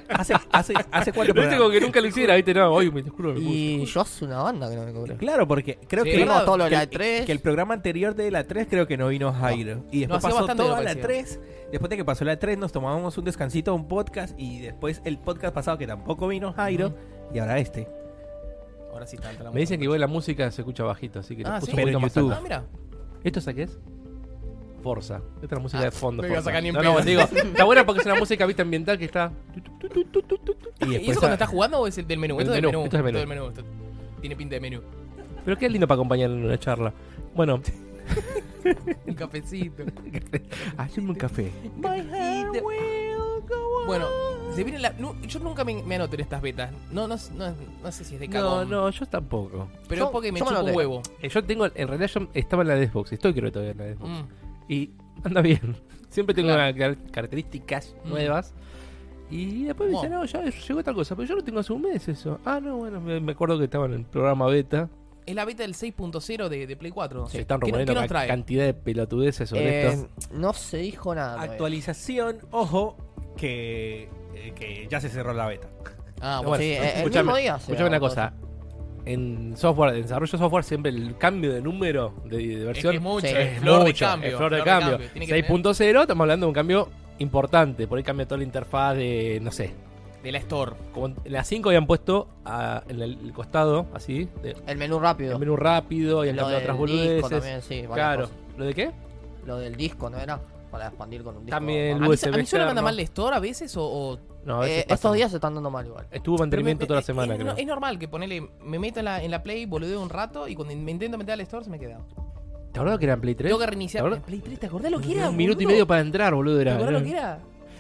Speaker 4: Hace, hace, hace cuatro
Speaker 5: Lo hice
Speaker 4: programas.
Speaker 5: como que nunca lo hiciera, ¿viste? No, hoy me te juro que me puse.
Speaker 1: Y yo es una banda que no me cobré.
Speaker 4: Claro, porque creo
Speaker 3: Sí,
Speaker 4: que,
Speaker 3: ¿verdad?
Speaker 1: todo lo de la
Speaker 4: que-
Speaker 1: E3.
Speaker 4: que el programa anterior de la 3 creo que no vino Jairo. Y después
Speaker 3: hacía
Speaker 4: pasó
Speaker 3: bastante
Speaker 4: toda
Speaker 3: que no
Speaker 4: la
Speaker 3: aparecía.
Speaker 4: 3. Después de que pasó la 3 nos tomábamos un descansito, un podcast y después el podcast pasado que tampoco vino Jairo y ahora este.
Speaker 3: Ahora sí está.
Speaker 5: Me dicen que igual la música se escucha bajito, así que la
Speaker 3: Ah, ¿sí?
Speaker 5: puse un
Speaker 4: Pero
Speaker 5: poquito
Speaker 4: en
Speaker 5: más
Speaker 4: YouTube.
Speaker 5: alta.
Speaker 3: Ah, mira.
Speaker 5: ¿Esto saqué es? Forza. Esta es la música
Speaker 3: Ah,
Speaker 5: de fondo.
Speaker 3: no iba a
Speaker 5: Forza.
Speaker 3: sacar ni en
Speaker 5: no, no,
Speaker 3: pedo.
Speaker 5: digo, está buena porque es una música vista ambiental que está.
Speaker 4: Y
Speaker 3: ¿Y
Speaker 4: después
Speaker 3: eso
Speaker 4: a-
Speaker 3: cuando estás jugando o es el del menú?
Speaker 5: Del
Speaker 3: Esto es del
Speaker 5: menú,
Speaker 3: menú.
Speaker 5: esto es del
Speaker 3: Esto es del menú, esto- Tiene pinta de menú.
Speaker 5: Pero qué lindo para acompañar en una charla. Bueno,
Speaker 3: Un cafecito.
Speaker 5: hazme un café.
Speaker 1: eh,
Speaker 3: Bueno, se viene la. nu- yo nunca me, me anoto en estas betas. No, no, no, no sé si es de
Speaker 5: No,
Speaker 3: cagón.
Speaker 5: no, yo tampoco.
Speaker 3: Pero
Speaker 1: Yo-
Speaker 3: es porque me
Speaker 1: yo me
Speaker 3: chupa un
Speaker 1: anoté.
Speaker 3: huevo.
Speaker 5: Eh, Yo tengo, en realidad yo estaba en la Xbox, estoy creo todavía en la Xbox.
Speaker 3: Mm.
Speaker 5: Y anda bien. Siempre tengo
Speaker 3: Claro.
Speaker 5: una car- características
Speaker 3: Mm.
Speaker 5: nuevas. Y después me dice,
Speaker 3: Bueno.
Speaker 5: no, ya llegó tal cosa, pero yo lo tengo hace un mes eso. Ah, no, bueno, me, me acuerdo que estaba en el programa beta.
Speaker 3: Es la beta del 6.0 de, de Play 4.
Speaker 5: Se están
Speaker 3: ¿Qué no-
Speaker 5: rumoreando
Speaker 3: ¿Qué, nos
Speaker 5: ca-
Speaker 3: trae?
Speaker 5: cantidad de pelotudeces sobre
Speaker 1: Eh,
Speaker 5: esto.
Speaker 1: no se dijo nada. todavía.
Speaker 4: Actualización, ojo, que, eh, que ya se cerró la beta.
Speaker 3: Ah,
Speaker 5: Bueno,
Speaker 3: bueno.
Speaker 1: sí, eh, el
Speaker 5: escuchame,
Speaker 1: mismo día se
Speaker 5: escuchame una
Speaker 1: grabó
Speaker 5: cosa. En software, en desarrollo de software, siempre el cambio de número de, de
Speaker 3: Es que
Speaker 5: versión
Speaker 3: es mucho,
Speaker 1: Sí.
Speaker 3: es
Speaker 5: es
Speaker 3: flor de
Speaker 5: mucho,
Speaker 3: cambio.
Speaker 5: es flor de cambio.
Speaker 3: Tiene que tener
Speaker 5: 6.0, estamos hablando de un cambio importante. Por ahí cambia toda la interfaz de, no sé.
Speaker 3: de la Store.
Speaker 5: Como en la 5 habían puesto a- en el, el costado, así, de,
Speaker 1: El menú rápido.
Speaker 5: el menú rápido y han
Speaker 1: Lo
Speaker 5: cambiado otras
Speaker 1: del disco
Speaker 5: boludeces.
Speaker 1: también, sí, varias
Speaker 5: Claro.
Speaker 1: cosas.
Speaker 5: ¿Lo de qué?
Speaker 1: Lo del disco, ¿no era? Para expandir con un disco.
Speaker 5: También
Speaker 1: Ah,
Speaker 5: El
Speaker 3: A mí,
Speaker 5: USB
Speaker 3: a mí solo me anda
Speaker 5: externo.
Speaker 3: mal la Store a veces o. o-
Speaker 5: No, a
Speaker 1: eh,
Speaker 5: veces
Speaker 1: estos
Speaker 5: pasa.
Speaker 1: días se están dando mal igual.
Speaker 5: Estuvo
Speaker 3: pero
Speaker 5: mantenimiento
Speaker 3: me- eh,
Speaker 5: toda la
Speaker 3: es-
Speaker 5: semana,
Speaker 3: es,
Speaker 5: creo.
Speaker 3: es normal que ponele. Me meto en la, en la Play, boludeo un rato y cuando me intento meter a la Store se me queda.
Speaker 5: ¿Te acordás que era en Play 3?
Speaker 3: Tengo que reiniciar.
Speaker 5: ¿Te acordás?
Speaker 3: Play 3, ¿te acordás lo que era?
Speaker 5: Un minuto y
Speaker 3: boludo?
Speaker 5: medio para entrar, boludo.
Speaker 3: ¿Te
Speaker 5: Era,
Speaker 3: acordás lo
Speaker 5: era-
Speaker 3: que era?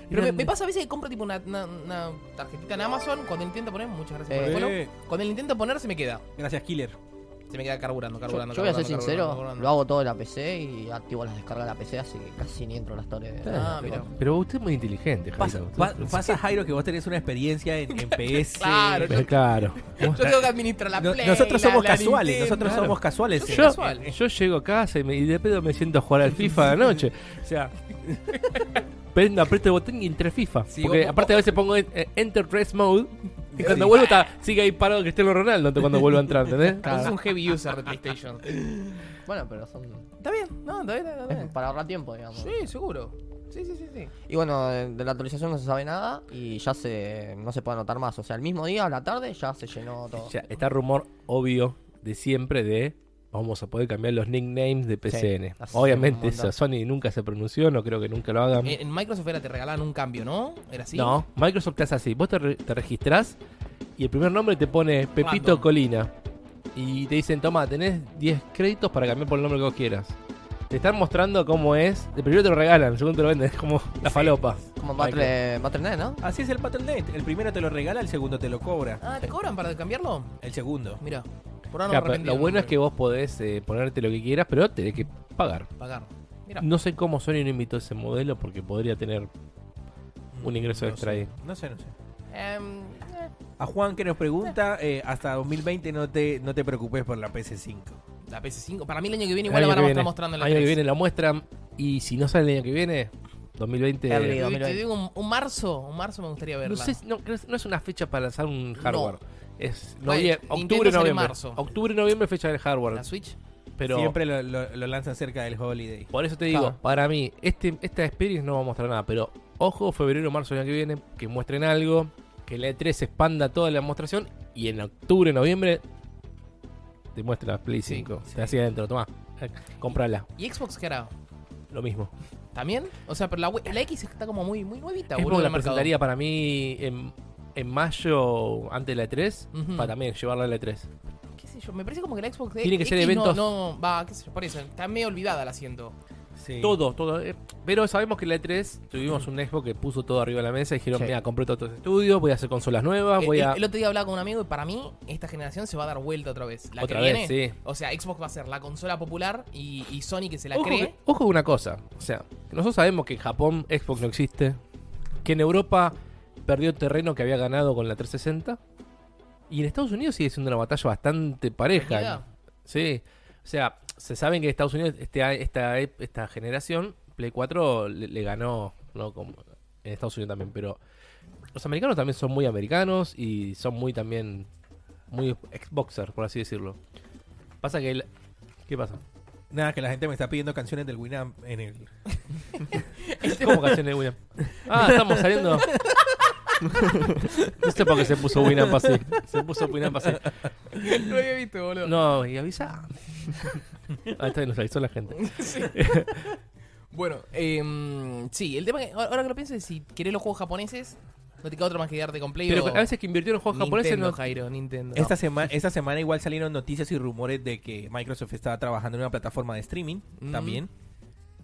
Speaker 3: Pero me,
Speaker 5: Eran-
Speaker 3: me pasa a veces que compro tipo una, una- una tarjetita en Amazon, cuando intento poner, muchas gracias por el
Speaker 1: Eh.
Speaker 3: follow, cuando intento poner se me queda,
Speaker 4: Gracias, Killer.
Speaker 3: se me queda carburando,
Speaker 1: Yo,
Speaker 3: carburando.
Speaker 1: yo voy a ser
Speaker 3: carburando,
Speaker 1: sincero,
Speaker 3: carburando,
Speaker 1: lo hago todo en la PC y activo las descargas de la PC, así que casi ni entro en las torres. de-
Speaker 3: Ah,
Speaker 5: Ah,
Speaker 3: mira.
Speaker 5: Pero usted es muy inteligente,
Speaker 4: Pasa,
Speaker 5: Jairo.
Speaker 4: pa- pasa, Jairo, que vos tenés una experiencia en, en PS.
Speaker 3: Claro,
Speaker 5: Eh, Claro.
Speaker 3: carburando. Yo tengo que administrar la
Speaker 4: No-
Speaker 3: Play,
Speaker 4: nosotros
Speaker 3: la-
Speaker 4: somos
Speaker 3: la
Speaker 4: casuales,
Speaker 3: Nintendo.
Speaker 4: nosotros
Speaker 5: claro.
Speaker 4: somos casuales.
Speaker 3: Yo-
Speaker 4: eh.
Speaker 5: Yo,
Speaker 3: casual.
Speaker 5: yo llego a casa y, me- y de pedo me siento a jugar al FIFA de la noche. O sea, prendo, aprieto el botón y entre FIFA.
Speaker 3: Sí,
Speaker 5: porque
Speaker 3: vos-
Speaker 5: aparte a veces pongo en- eh, Enter Race Mode y cuando vuelvo está, sigue ahí parado Cristiano Ronaldo cuando vuelvo a entrar, ¿entendés?
Speaker 3: Vos sos un heavy user de PlayStation.
Speaker 1: Bueno, pero son
Speaker 3: Está bien, no, está bien, está
Speaker 1: es
Speaker 3: bien.
Speaker 1: para ahorrar tiempo, digamos.
Speaker 3: Sí, seguro. Sí, sí, sí, sí.
Speaker 1: Y bueno, de de la actualización no se sabe nada y ya se no se puede anotar más. O sea, el mismo día a la tarde ya se llenó todo.
Speaker 5: O sea, está rumor obvio de siempre de vamos a poder cambiar los nicknames de PCN.
Speaker 1: hace
Speaker 5: Obviamente
Speaker 1: un montón. Eh,
Speaker 5: eso Sony nunca se pronunció, no creo que nunca lo hagan.
Speaker 3: En, en Microsoft era te regalaban un cambio, ¿no? Era así.
Speaker 5: No, Microsoft te hace así. Vos te, re- te registrás y el primer nombre te pone Pepito
Speaker 3: Random.
Speaker 5: Colina. Y te dicen, toma, tenés 10 créditos para cambiar por el nombre que vos quieras. Te están mostrando cómo es. El primero te lo regalan, el segundo te lo venden. Es como la falopa.
Speaker 1: Como en Battle, Battle.net, ¿no?
Speaker 4: Así es el Battle.net. El primero te lo regala, el segundo te lo cobra.
Speaker 3: Ah, ¿te cobran para cambiarlo?
Speaker 4: El segundo.
Speaker 3: Mira, por ahora no me
Speaker 5: Claro, pero
Speaker 3: arrepentí
Speaker 5: lo
Speaker 3: de
Speaker 5: bueno es que
Speaker 3: comprar.
Speaker 5: vos podés eh, ponerte lo que quieras, pero tenés que pagar.
Speaker 3: Pagar. Mira.
Speaker 5: No sé cómo Sony no invitó ese modelo porque podría tener un ingreso
Speaker 4: No
Speaker 5: extra
Speaker 4: sé,
Speaker 5: ahí.
Speaker 4: No sé, no sé.
Speaker 3: Em, eh,
Speaker 4: A Juan que nos pregunta, eh, hasta 2020 no te, no te preocupes por la PS5.
Speaker 3: la PS5. Para mí el año que viene igual
Speaker 5: El
Speaker 3: la
Speaker 5: año
Speaker 3: van a
Speaker 5: que
Speaker 3: estar
Speaker 5: viene-
Speaker 3: mostrando en la
Speaker 5: año que
Speaker 3: 3.
Speaker 5: viene la muestran. Y si no sale el año que viene, 2020.
Speaker 1: Early
Speaker 3: Te- Te
Speaker 1: 2020.
Speaker 3: digo un, un marzo, un marzo me gustaría verla.
Speaker 5: No, sé, si- no, creo- no es una fecha para lanzar un hardware. Es
Speaker 3: No,
Speaker 5: novie-
Speaker 3: Nintendo
Speaker 5: octubre,
Speaker 3: sale en
Speaker 5: noviembre.
Speaker 3: marzo.
Speaker 5: Octubre, noviembre, fecha del hardware.
Speaker 3: la Switch.
Speaker 5: Pero
Speaker 4: Siempre lo, lo- lo lanzan cerca del Holiday.
Speaker 5: por eso te digo,
Speaker 1: Claro.
Speaker 5: para mí, este, esta experience no va a mostrar nada. Pero ojo, febrero, marzo del año que viene, que muestren algo, que la E3 expanda toda la demostración y en octubre, noviembre, te muestra la Play
Speaker 3: Sí,
Speaker 5: 5.
Speaker 3: sí.
Speaker 5: Te hacía adentro, tomá, eh, comprala.
Speaker 3: ¿Y Xbox qué hará?
Speaker 5: Lo mismo.
Speaker 3: ¿También? O sea, pero la, we- la X está como muy, muy nuevita,
Speaker 5: Es
Speaker 3: boludo,
Speaker 5: como
Speaker 3: en
Speaker 5: la
Speaker 3: el mercado.
Speaker 5: presentaría para mí en, en mayo antes de la E3
Speaker 3: Ujú.
Speaker 5: para también llevarla a la E E3.
Speaker 3: ¿Qué sé yo? Me parece como que la Xbox
Speaker 5: Tiene que ser
Speaker 3: X no-
Speaker 5: eventos.
Speaker 3: No, va, qué sé yo, por eso. Está medio olvidada la siento.
Speaker 5: Todo, todo. eh. Pero sabemos que en la E3 tuvimos un Xbox que puso todo arriba de la mesa y dijeron,
Speaker 1: Sí.
Speaker 5: mira, compré todos estos estudios, voy a hacer consolas nuevas,
Speaker 3: Eh,
Speaker 5: Ah, voy
Speaker 3: el,
Speaker 5: a...
Speaker 3: el otro día hablaba con un amigo y para mí esta generación se va a dar vuelta otra vez. La
Speaker 5: Otra
Speaker 3: que
Speaker 5: vez,
Speaker 3: viene,
Speaker 5: sí.
Speaker 3: O sea, Xbox va a ser la consola popular y, y Sony que se la
Speaker 5: Ojo,
Speaker 3: cree.
Speaker 5: que- ojo con una cosa. O sea, que nosotros sabemos que en Japón Xbox no existe. Que en Europa perdió terreno que había ganado con la 360. Y en Estados Unidos sigue siendo una batalla bastante pareja.
Speaker 3: ¿Reñida?
Speaker 5: Sí. O sea, se saben que Estados Unidos, este, a- esta, e- esta generación, Play 4 le, le ganó, ¿no? Como en Estados Unidos también, pero los americanos también son muy americanos y son muy también, muy Xboxer, por así decirlo. Pasa que... el- ¿Qué pasa?
Speaker 4: Nada, que la gente me está pidiendo canciones del Winamp en el.
Speaker 5: ¿Cómo canciones de Winamp? Ah, estamos saliendo. No sé por qué se puso Winamp así. Se puso Winamp así.
Speaker 3: no había visto, boludo.
Speaker 5: No, y avisa. Ah, está bien, nos avisó la gente.
Speaker 3: Sí. bueno, em, sí, el tema que, ahora que lo pienso es si querés los juegos japoneses, no te queda otra más que quedarte con Play
Speaker 5: Pero
Speaker 3: o
Speaker 5: a veces que invirtieron en juegos japoneses
Speaker 3: Nintendo,
Speaker 5: no...
Speaker 3: Jairo, Nintendo.
Speaker 4: Esta, sema- esta semana igual salieron noticias y rumores de que Microsoft estaba trabajando en una plataforma de streaming
Speaker 3: Mm.
Speaker 4: también.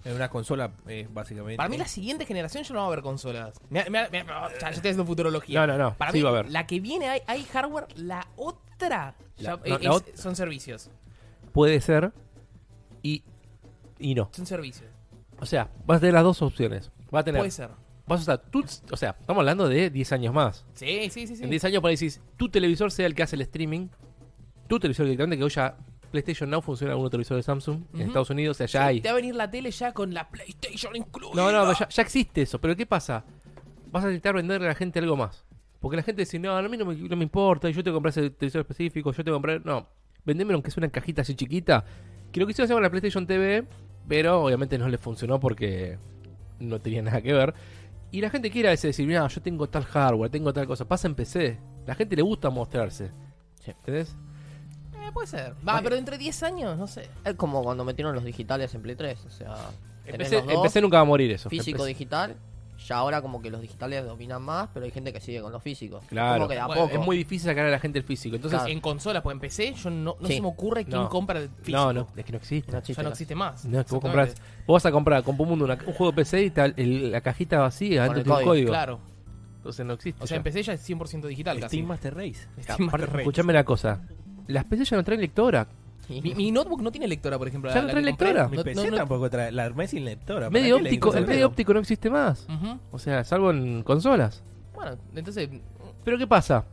Speaker 4: En una consola, eh, básicamente.
Speaker 3: Para mí la siguiente generación ya no va a haber consolas. Mirá, mirá, mirá, ya, ya estoy haciendo futurología.
Speaker 5: No, no, no,
Speaker 3: Para
Speaker 5: sí
Speaker 3: mí,
Speaker 5: va a haber.
Speaker 3: la que viene hay, hay hardware, la otra ya-
Speaker 5: no,
Speaker 3: eh,
Speaker 5: la
Speaker 3: es-
Speaker 5: ot-
Speaker 3: son servicios.
Speaker 5: Puede ser y, y no.
Speaker 3: Son servicios.
Speaker 5: O sea, vas a tener las dos opciones. Vas a tener...
Speaker 3: Puede ser.
Speaker 5: Vas a usar tu... O sea, estamos hablando de 10 años más.
Speaker 3: Sí, sí, sí, sí.
Speaker 5: En 10 años por ahí decís, tu televisor sea el que hace el streaming. Tu televisor directamente, que hoy ya PlayStation Now funciona en algunos televisores de Samsung. En
Speaker 3: Ujú.
Speaker 5: Estados Unidos, o sea,
Speaker 3: Sí,
Speaker 5: ya hay.
Speaker 3: Te va a venir la tele ya con la PlayStation incluida.
Speaker 5: No, no, ya, ya existe eso. Pero ¿qué pasa? Vas a intentar venderle a la gente algo más. Porque la gente dice, no, a mí no me, no me importa, yo te compré ese televisor específico, yo te compré... No, vendémelo aunque sea una cajita así chiquita. Que lo quisieron hacer con la PlayStation TV, pero obviamente no le funcionó porque no tenía nada que ver. Y la gente quiere a veces decir, mira, yo tengo tal hardware, tengo tal cosa. Pasa en PC. La gente le gusta mostrarse.
Speaker 1: Sí.
Speaker 5: ¿Entendés?
Speaker 3: Eh, puede ser. Va, pero entre 10 años, no sé.
Speaker 1: Es como cuando metieron los digitales en Play 3. O sea,
Speaker 5: En
Speaker 1: tenés
Speaker 5: PC,
Speaker 1: los dos,
Speaker 5: en PC nunca va a morir eso.
Speaker 1: físico
Speaker 5: En PC.
Speaker 1: digital. Ya ahora como que los digitales dominan más, pero hay gente que sigue con los físicos.
Speaker 5: Claro.
Speaker 1: Como que de a
Speaker 3: Bueno,
Speaker 1: poco.
Speaker 5: Es muy difícil sacar a la gente el físico. Entonces,
Speaker 1: Claro.
Speaker 3: En consolas, pues en PC, yo no, no
Speaker 1: Sí.
Speaker 3: se me ocurre quién
Speaker 5: No.
Speaker 3: compra el físico.
Speaker 5: no, no, es que no existe.
Speaker 1: No existe
Speaker 3: Ya no
Speaker 1: la-
Speaker 3: existe más.
Speaker 5: No, que vos
Speaker 3: Exactamente.
Speaker 5: comprás. Vos vas a comprar con Pumundo una- un juego de PC y tal, el- la cajita vacía,
Speaker 1: Con
Speaker 5: antes
Speaker 1: el
Speaker 5: tiene un
Speaker 1: código,
Speaker 5: código.
Speaker 3: Claro.
Speaker 5: Entonces no existe.
Speaker 3: O sea, en PC ya es 100% digital casi.
Speaker 4: Steam Master Race.
Speaker 3: Steam
Speaker 5: Aparte,
Speaker 3: Master Race.
Speaker 5: escuchame una cosa. Las PC ya no traen lectora.
Speaker 1: Sí.
Speaker 3: Mi, mi notebook no tiene lectora, por ejemplo.
Speaker 5: Ya
Speaker 3: la-
Speaker 5: no
Speaker 3: la
Speaker 5: trae
Speaker 3: que compré.
Speaker 5: lectora.
Speaker 4: Mi
Speaker 3: No-
Speaker 4: PC
Speaker 3: no- no-
Speaker 4: tampoco trae. La armé sin lectora. ¿para
Speaker 5: Medio
Speaker 4: qué le
Speaker 5: óptico,
Speaker 4: gusta
Speaker 5: el
Speaker 4: el
Speaker 5: medio
Speaker 4: dedo?
Speaker 5: óptico no existe más.
Speaker 3: Ujú.
Speaker 5: O sea, salvo en consolas.
Speaker 3: Bueno, entonces,
Speaker 5: Pero ¿qué pasa?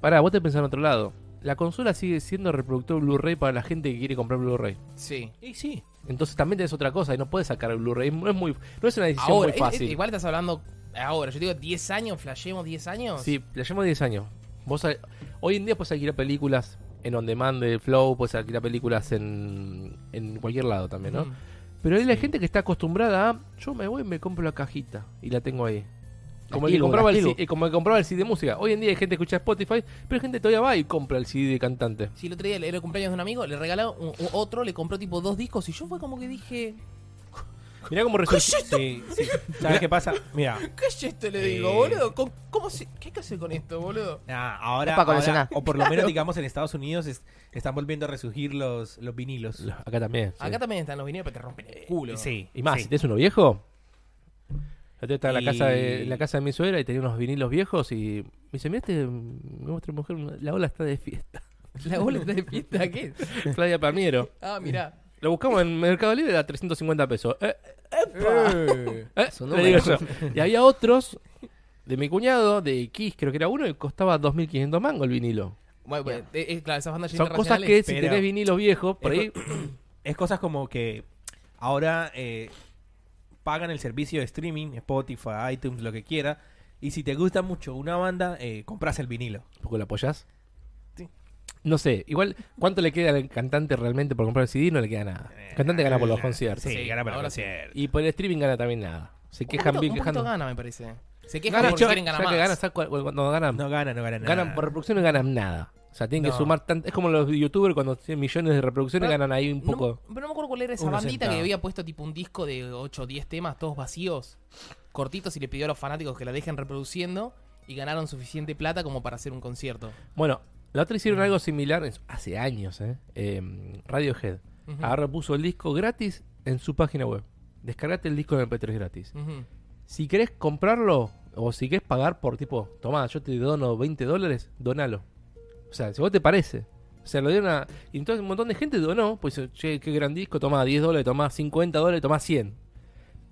Speaker 5: Pará, vos te pensás en otro lado. La consola sigue siendo reproductor Blu-ray para la gente que quiere comprar Blu-ray.
Speaker 3: sí.
Speaker 4: Y sí.
Speaker 5: Entonces también tenés otra cosa y no puedes sacar el Blu-ray. No es, muy, no es una decisión
Speaker 3: Ahora,
Speaker 5: muy
Speaker 3: es- es-
Speaker 5: fácil.
Speaker 3: igual estás hablando ahora. Yo digo 10 años, flashemos 10 años.
Speaker 5: Sí, le llamo 10 años. Vos al- hoy en día puedes alquilar películas en on demand de Flow, puedes alquilar películas en, en cualquier lado también, ¿no?
Speaker 3: Ujú.
Speaker 5: Pero hay la gente que está acostumbrada a yo me voy y me compro la cajita y la tengo ahí. Como el, que
Speaker 1: Estilu,
Speaker 5: compraba el,
Speaker 1: estilu.
Speaker 5: C- eh, como el que compraba el CD de música. Hoy en día hay gente que escucha Spotify, pero hay gente que todavía va y compra el CD de cantante.
Speaker 3: Sí, el otro día le- era el cumpleaños de un amigo, le regalaba un- un- otro, le compró tipo dos discos y yo fue como que dije,
Speaker 5: Mirá cómo resurgió.
Speaker 4: Sí, sí. ¿Sabes qué pasa? Mira.
Speaker 3: ¿qué es esto? Le
Speaker 4: Eh.
Speaker 3: digo, boludo, ¿con- ¿cómo se, ¿qué hay que hacer con esto, boludo?
Speaker 4: ah, ahora,
Speaker 1: Es para
Speaker 4: ahora-
Speaker 1: coleccionar.
Speaker 4: o por lo menos digamos en Estados Unidos es- están volviendo a resurgir los, los vinilos.
Speaker 5: Acá también. sí.
Speaker 3: Acá también están los vinilos, pero te rompen el culo.
Speaker 4: Sí.
Speaker 5: Y más,
Speaker 4: sí.
Speaker 5: si tenés uno viejo. Yo te estaba en la, casa de,
Speaker 4: Y-
Speaker 5: en la casa de mi suegra y tenía unos vinilos viejos y me dice, mira, este, me muestra mujer, una- la ola está de fiesta.
Speaker 3: La boleta de fiesta, ¿qué? es?
Speaker 5: Flavia Palmiero.
Speaker 3: Ah, mirá.
Speaker 5: Lo buscamos en Mercado Libre a 350 pesos. Eh,
Speaker 4: Eh.
Speaker 5: eh,
Speaker 1: Su
Speaker 5: le
Speaker 1: número.
Speaker 5: digo yo. Y había otros de mi cuñado, de Kiss, creo que era uno, y costaba 2.500 mangos el vinilo.
Speaker 3: Bueno, pues, eh, eh, claro, esas bandas ya
Speaker 5: Son cosas que
Speaker 3: internacionales.
Speaker 5: si
Speaker 4: pero-
Speaker 5: tenés vinilos viejos, por ahí...
Speaker 4: Es Es cosas como que ahora eh, pagan el servicio de streaming, Spotify, iTunes, lo que quiera. Y si te gusta mucho una banda, eh, compras el vinilo.
Speaker 5: ¿Porque lo apoyás?
Speaker 4: Sí.
Speaker 5: No sé, igual, ¿cuánto le queda al cantante realmente por comprar el CD? No le queda nada. El cantante gana por los conciertos.
Speaker 4: Eh, Sí,
Speaker 3: Sí,
Speaker 4: gana por los
Speaker 3: ahora sí.
Speaker 4: conciertos.
Speaker 5: Y por el streaming gana también nada. Se
Speaker 3: Un
Speaker 5: quejan
Speaker 3: poquito,
Speaker 5: bien
Speaker 3: un poquito
Speaker 5: quejando.
Speaker 3: gana, me parece. Se quejan
Speaker 5: Gana,
Speaker 3: porque
Speaker 5: yo-
Speaker 3: quieren ganar
Speaker 5: ya
Speaker 3: más.
Speaker 5: que ganan, ¿sabes cuál- cuando ganan?
Speaker 4: No gana, no gana nada.
Speaker 5: ganan por reproducciones ganan nada. O sea, tienen que
Speaker 4: No.
Speaker 5: sumar tanto. Es como los youtubers cuando tienen millones de reproducciones
Speaker 3: Pero-
Speaker 5: ganan ahí un
Speaker 3: No,
Speaker 5: poco.
Speaker 3: pero no me acuerdo cuál era esa
Speaker 4: Uno
Speaker 3: bandita
Speaker 4: centavo.
Speaker 3: que había puesto tipo un disco de 8 o 10 temas, todos vacíos, cortitos, y le pidió a los fanáticos que la dejen reproduciendo. y ganaron suficiente plata como para hacer un concierto.
Speaker 5: Bueno, la otra
Speaker 4: Mm.
Speaker 5: hicieron algo similar en- hace años, ¿eh? Em, Radiohead.
Speaker 3: Ujú.
Speaker 5: Ahora puso el disco gratis en su página web. Descargate el disco de MP3 gratis.
Speaker 3: Ujú.
Speaker 5: Si querés comprarlo o si querés pagar por tipo, tomá, yo te dono 20 dólares, donalo. O sea, si vos te parece. O sea, lo dieron a... Y entonces un montón de gente donó, pues, che, qué gran disco, tomá 10 dólares, tomá 50 dólares, tomá 100.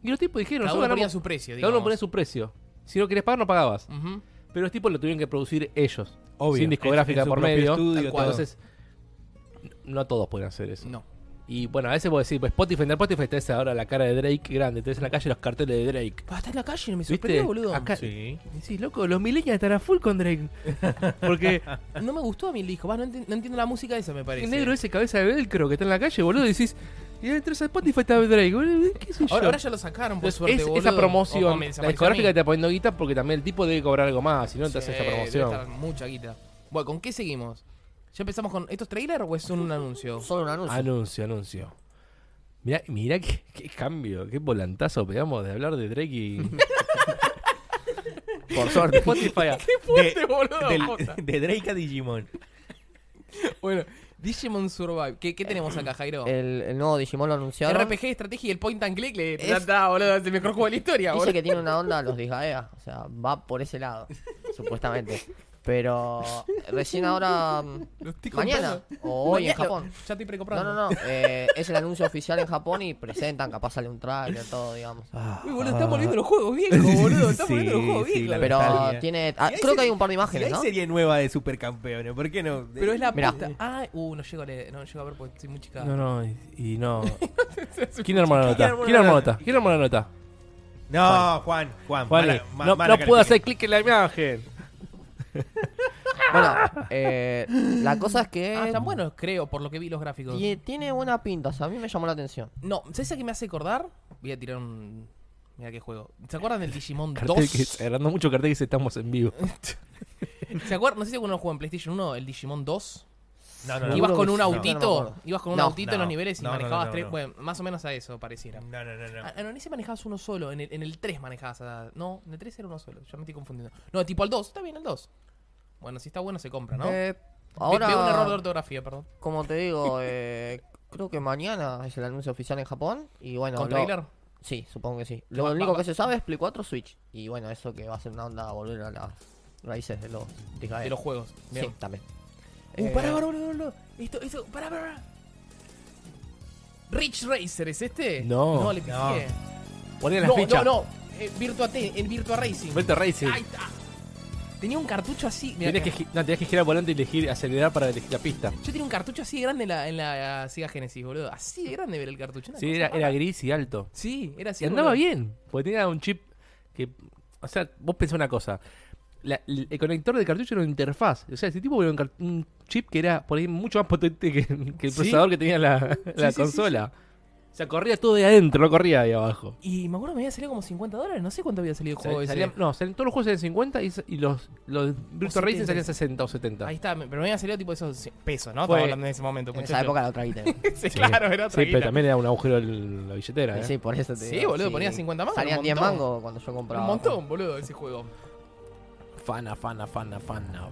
Speaker 5: Y los tipos dijeron,
Speaker 3: Cada
Speaker 5: nosotros
Speaker 3: uno ponía
Speaker 5: ganamos-
Speaker 3: su precio,
Speaker 5: cada uno
Speaker 3: digamos.
Speaker 5: ponía su precio. Si no querías pagar, no pagabas.
Speaker 3: Ujú.
Speaker 5: Pero los tipos lo tuvieron que producir ellos.
Speaker 4: Obvio.
Speaker 5: Sin discográfica
Speaker 4: En su
Speaker 5: por
Speaker 4: propio
Speaker 5: medio.
Speaker 4: estudio,
Speaker 5: Tal cual.
Speaker 4: todo.
Speaker 5: Entonces, no todos pueden hacer eso.
Speaker 3: No.
Speaker 5: Y bueno, a veces vos decís, pues Spotify, en Spotify tenés ahora la cara de Drake grande, tenés en la calle los carteles de Drake.
Speaker 3: Ah, está en la calle, me
Speaker 5: ¿Viste?
Speaker 3: sorprendió, boludo.
Speaker 5: Acá-
Speaker 4: Sí.
Speaker 5: Sí, loco, los milenios están a full con Drake. Porque
Speaker 3: No me gustó a mí el disco. Va, no, enti- no entiendo la música esa, me parece.
Speaker 5: el negro ese cabeza de velcro que está en la calle, boludo, y decís, y entras a Spotify está Drake, boludo, ¿qué soy yo?
Speaker 3: ahora, ahora ya lo sacaron, por
Speaker 5: Entonces,
Speaker 3: suerte,
Speaker 5: es-
Speaker 3: boludo.
Speaker 5: esa promoción,
Speaker 3: O- o me
Speaker 5: la
Speaker 3: desapareció
Speaker 5: discográfica
Speaker 3: a mí.
Speaker 5: te está poniendo guita porque también el tipo debe cobrar algo más, si no te
Speaker 3: Sí,
Speaker 5: hace esta
Speaker 3: debe
Speaker 5: promoción.
Speaker 3: estar mucha guita. Bueno, ¿con qué seguimos? ¿Ya empezamos con estos trailers o es un anuncio?
Speaker 1: Solo un anuncio.
Speaker 5: Anuncio, anuncio. Mirá, mirá qué, qué cambio, qué volantazo pegamos de hablar de Drake y
Speaker 1: Por suerte.
Speaker 5: Spotify. a-
Speaker 3: fuerte, Este boludo,
Speaker 4: del-
Speaker 3: posta.
Speaker 4: de Drake a Digimon.
Speaker 3: Bueno, Digimon Survive. ¿Qué, qué tenemos acá, Jairo?
Speaker 1: El, el nuevo Digimon lo anunciaron.
Speaker 3: RPG, estrategia y el point and click. Le
Speaker 1: Es-
Speaker 3: Ya está, boludo. Es el mejor juego de la historia,
Speaker 1: Dice
Speaker 3: boludo.
Speaker 1: que tiene una onda a los Disgaea. O sea, va por ese lado, supuestamente. Pero recién ahora. mm,
Speaker 3: Lo estoy
Speaker 1: Mañana
Speaker 3: comprando.
Speaker 1: o hoy en
Speaker 3: Mañana.
Speaker 1: Japón.
Speaker 3: Ya estoy
Speaker 1: No,
Speaker 3: precomprando.
Speaker 1: no, no. eh, es el anuncio oficial en Japón y presentan, capaz sale un trailer, todo, digamos.
Speaker 5: Ah.
Speaker 3: Uy, boludo, están volviendo los juegos viejos, boludo. Están
Speaker 4: Sí,
Speaker 3: volviendo los juegos
Speaker 4: sí,
Speaker 3: viejos.
Speaker 4: la
Speaker 1: Pero
Speaker 4: Nostalgia.
Speaker 1: tiene. ah,
Speaker 4: Y ahí
Speaker 1: creo que
Speaker 4: se-
Speaker 1: hay un par de
Speaker 4: Si
Speaker 1: imágenes,
Speaker 4: hay
Speaker 1: ¿no?
Speaker 4: serie nueva de supercampeones, ¿por qué no?
Speaker 3: Pero es la
Speaker 1: Mirá.
Speaker 3: puta. Ah, uh, no llego a leer, no llego a ver porque estoy muy chica.
Speaker 5: No, no, y, y no. ¿Quién armó la nota?
Speaker 4: armó
Speaker 5: ¿Quién
Speaker 4: la
Speaker 5: armó la
Speaker 4: nota?
Speaker 5: nota? ¿Quién armó la nota?
Speaker 4: No, Juan, Juan.
Speaker 5: Vale,
Speaker 4: mala- ma-
Speaker 5: eh, no, no
Speaker 4: mala
Speaker 5: puedo
Speaker 4: característica.
Speaker 5: hacer clic en la imagen.
Speaker 1: Bueno, eh, la cosa es que.
Speaker 3: Ah, están buenos, creo, por lo que vi los gráficos.
Speaker 1: tie- Tiene buena pinta, o sea, a mí me llamó la atención.
Speaker 3: No, ¿sabes a qué me hace acordar? Voy a tirar un. Mira qué juego. ¿Se acuerdan del Digimon
Speaker 5: Cartel que,
Speaker 3: 2?
Speaker 5: agarrando mucho cartel que dice estamos en vivo.
Speaker 3: ¿Se acuerdan? No sé si alguno jugó en PlayStation 1, el Digimon 2.
Speaker 4: No, no,
Speaker 3: que ibas
Speaker 4: no.
Speaker 1: Seguro
Speaker 3: con
Speaker 1: que
Speaker 3: un
Speaker 1: sí. No, no me
Speaker 3: autito.
Speaker 1: acuerdo.
Speaker 3: ibas con un
Speaker 1: No.
Speaker 3: autito en los
Speaker 4: No.
Speaker 3: niveles y
Speaker 4: No, no, no,
Speaker 3: manejabas
Speaker 4: no,
Speaker 3: tres.
Speaker 4: no.
Speaker 3: Bueno, más o menos a eso pareciera.
Speaker 4: No, no, no, no.
Speaker 3: Ah, no, en ese manejabas uno solo. En el, en el 3 manejabas a. No, en el 3 era uno solo. Ya me estoy confundiendo. No, tipo al 2. Está bien, el 2. Bueno, si está bueno, se compra, ¿no?
Speaker 1: Eh,
Speaker 3: Ve- Veo un error de
Speaker 1: ahora,
Speaker 3: ortografía, perdón.
Speaker 1: como te digo, eh, creo que mañana es el anuncio oficial en Japón. Y bueno,
Speaker 3: ¿Con
Speaker 1: lo-
Speaker 3: trailer?
Speaker 1: Sí, supongo que sí. Lo
Speaker 3: Va-
Speaker 1: único
Speaker 3: va-
Speaker 1: que se sabe es Play 4 Switch. Y bueno, eso que va a ser una onda a volver a las raíces de los Disgaea.
Speaker 3: De los juegos. Bien.
Speaker 1: Sí, también.
Speaker 3: eh, Uh,
Speaker 1: Eh,
Speaker 3: pará, pará, pará, pará. Esto, esto, pará, pará. Rich Racer, ¿es este?
Speaker 5: No.
Speaker 3: No, le piqué.
Speaker 4: No.
Speaker 5: Poné la
Speaker 3: No,
Speaker 5: ficha.
Speaker 3: no, no. Eh, Virtua T, en Virtua Racing.
Speaker 5: Vuelta Racing.
Speaker 3: Ahí está. Tenía un cartucho así. mirá
Speaker 5: Tenés que,
Speaker 3: acá.
Speaker 5: gi- no, tenés que girar el volante y elegir acelerar para elegir la pista.
Speaker 3: Yo tenía un cartucho así de grande en la, en la eh, Sega Genesis, boludo. Así de grande ver el cartucho. una
Speaker 5: Sí,
Speaker 3: cosa
Speaker 5: era,
Speaker 3: rara.
Speaker 5: era gris y alto.
Speaker 3: Sí, era así.
Speaker 5: y andaba
Speaker 3: boludo.
Speaker 5: bien. Porque tenía un chip que. O sea, vos pensás una cosa. la- el, el conector de cartucho era una interfaz. O sea, ese tipo era un, car- un chip que era por ahí mucho más potente que, que el
Speaker 3: Sí.
Speaker 5: procesador que tenía la, la
Speaker 3: sí, sí,
Speaker 5: consola. O sea, corría todo de adentro, no corría de abajo.
Speaker 3: Y me acuerdo que me había salido como 50 dólares. No sé cuánto había salido el
Speaker 5: Sal-
Speaker 3: juego ese.
Speaker 5: salían- no, salían- todos los juegos eran 50 y, s- y los, los Virtua Racing
Speaker 3: 70.
Speaker 5: salían 60 o 70.
Speaker 3: Ahí está, me- pero me había salido tipo esos cien pesos, ¿no?
Speaker 5: Fue-
Speaker 3: Estaba hablando en ese momento.
Speaker 1: En esa
Speaker 3: muchacho.
Speaker 1: época la otra guita.
Speaker 3: sí, claro, era otra
Speaker 5: Sí, pero
Speaker 3: guita.
Speaker 5: también era un agujero en la billetera. ¿eh?
Speaker 1: Sí, por eso te
Speaker 3: Sí,
Speaker 1: digo,
Speaker 3: boludo, ponía 50 mangos,
Speaker 1: Salían
Speaker 3: un
Speaker 1: 10
Speaker 3: montón.
Speaker 1: mangos cuando yo compraba.
Speaker 3: Un montón, boludo, ese juego.
Speaker 5: Fana, fana, fana, fana.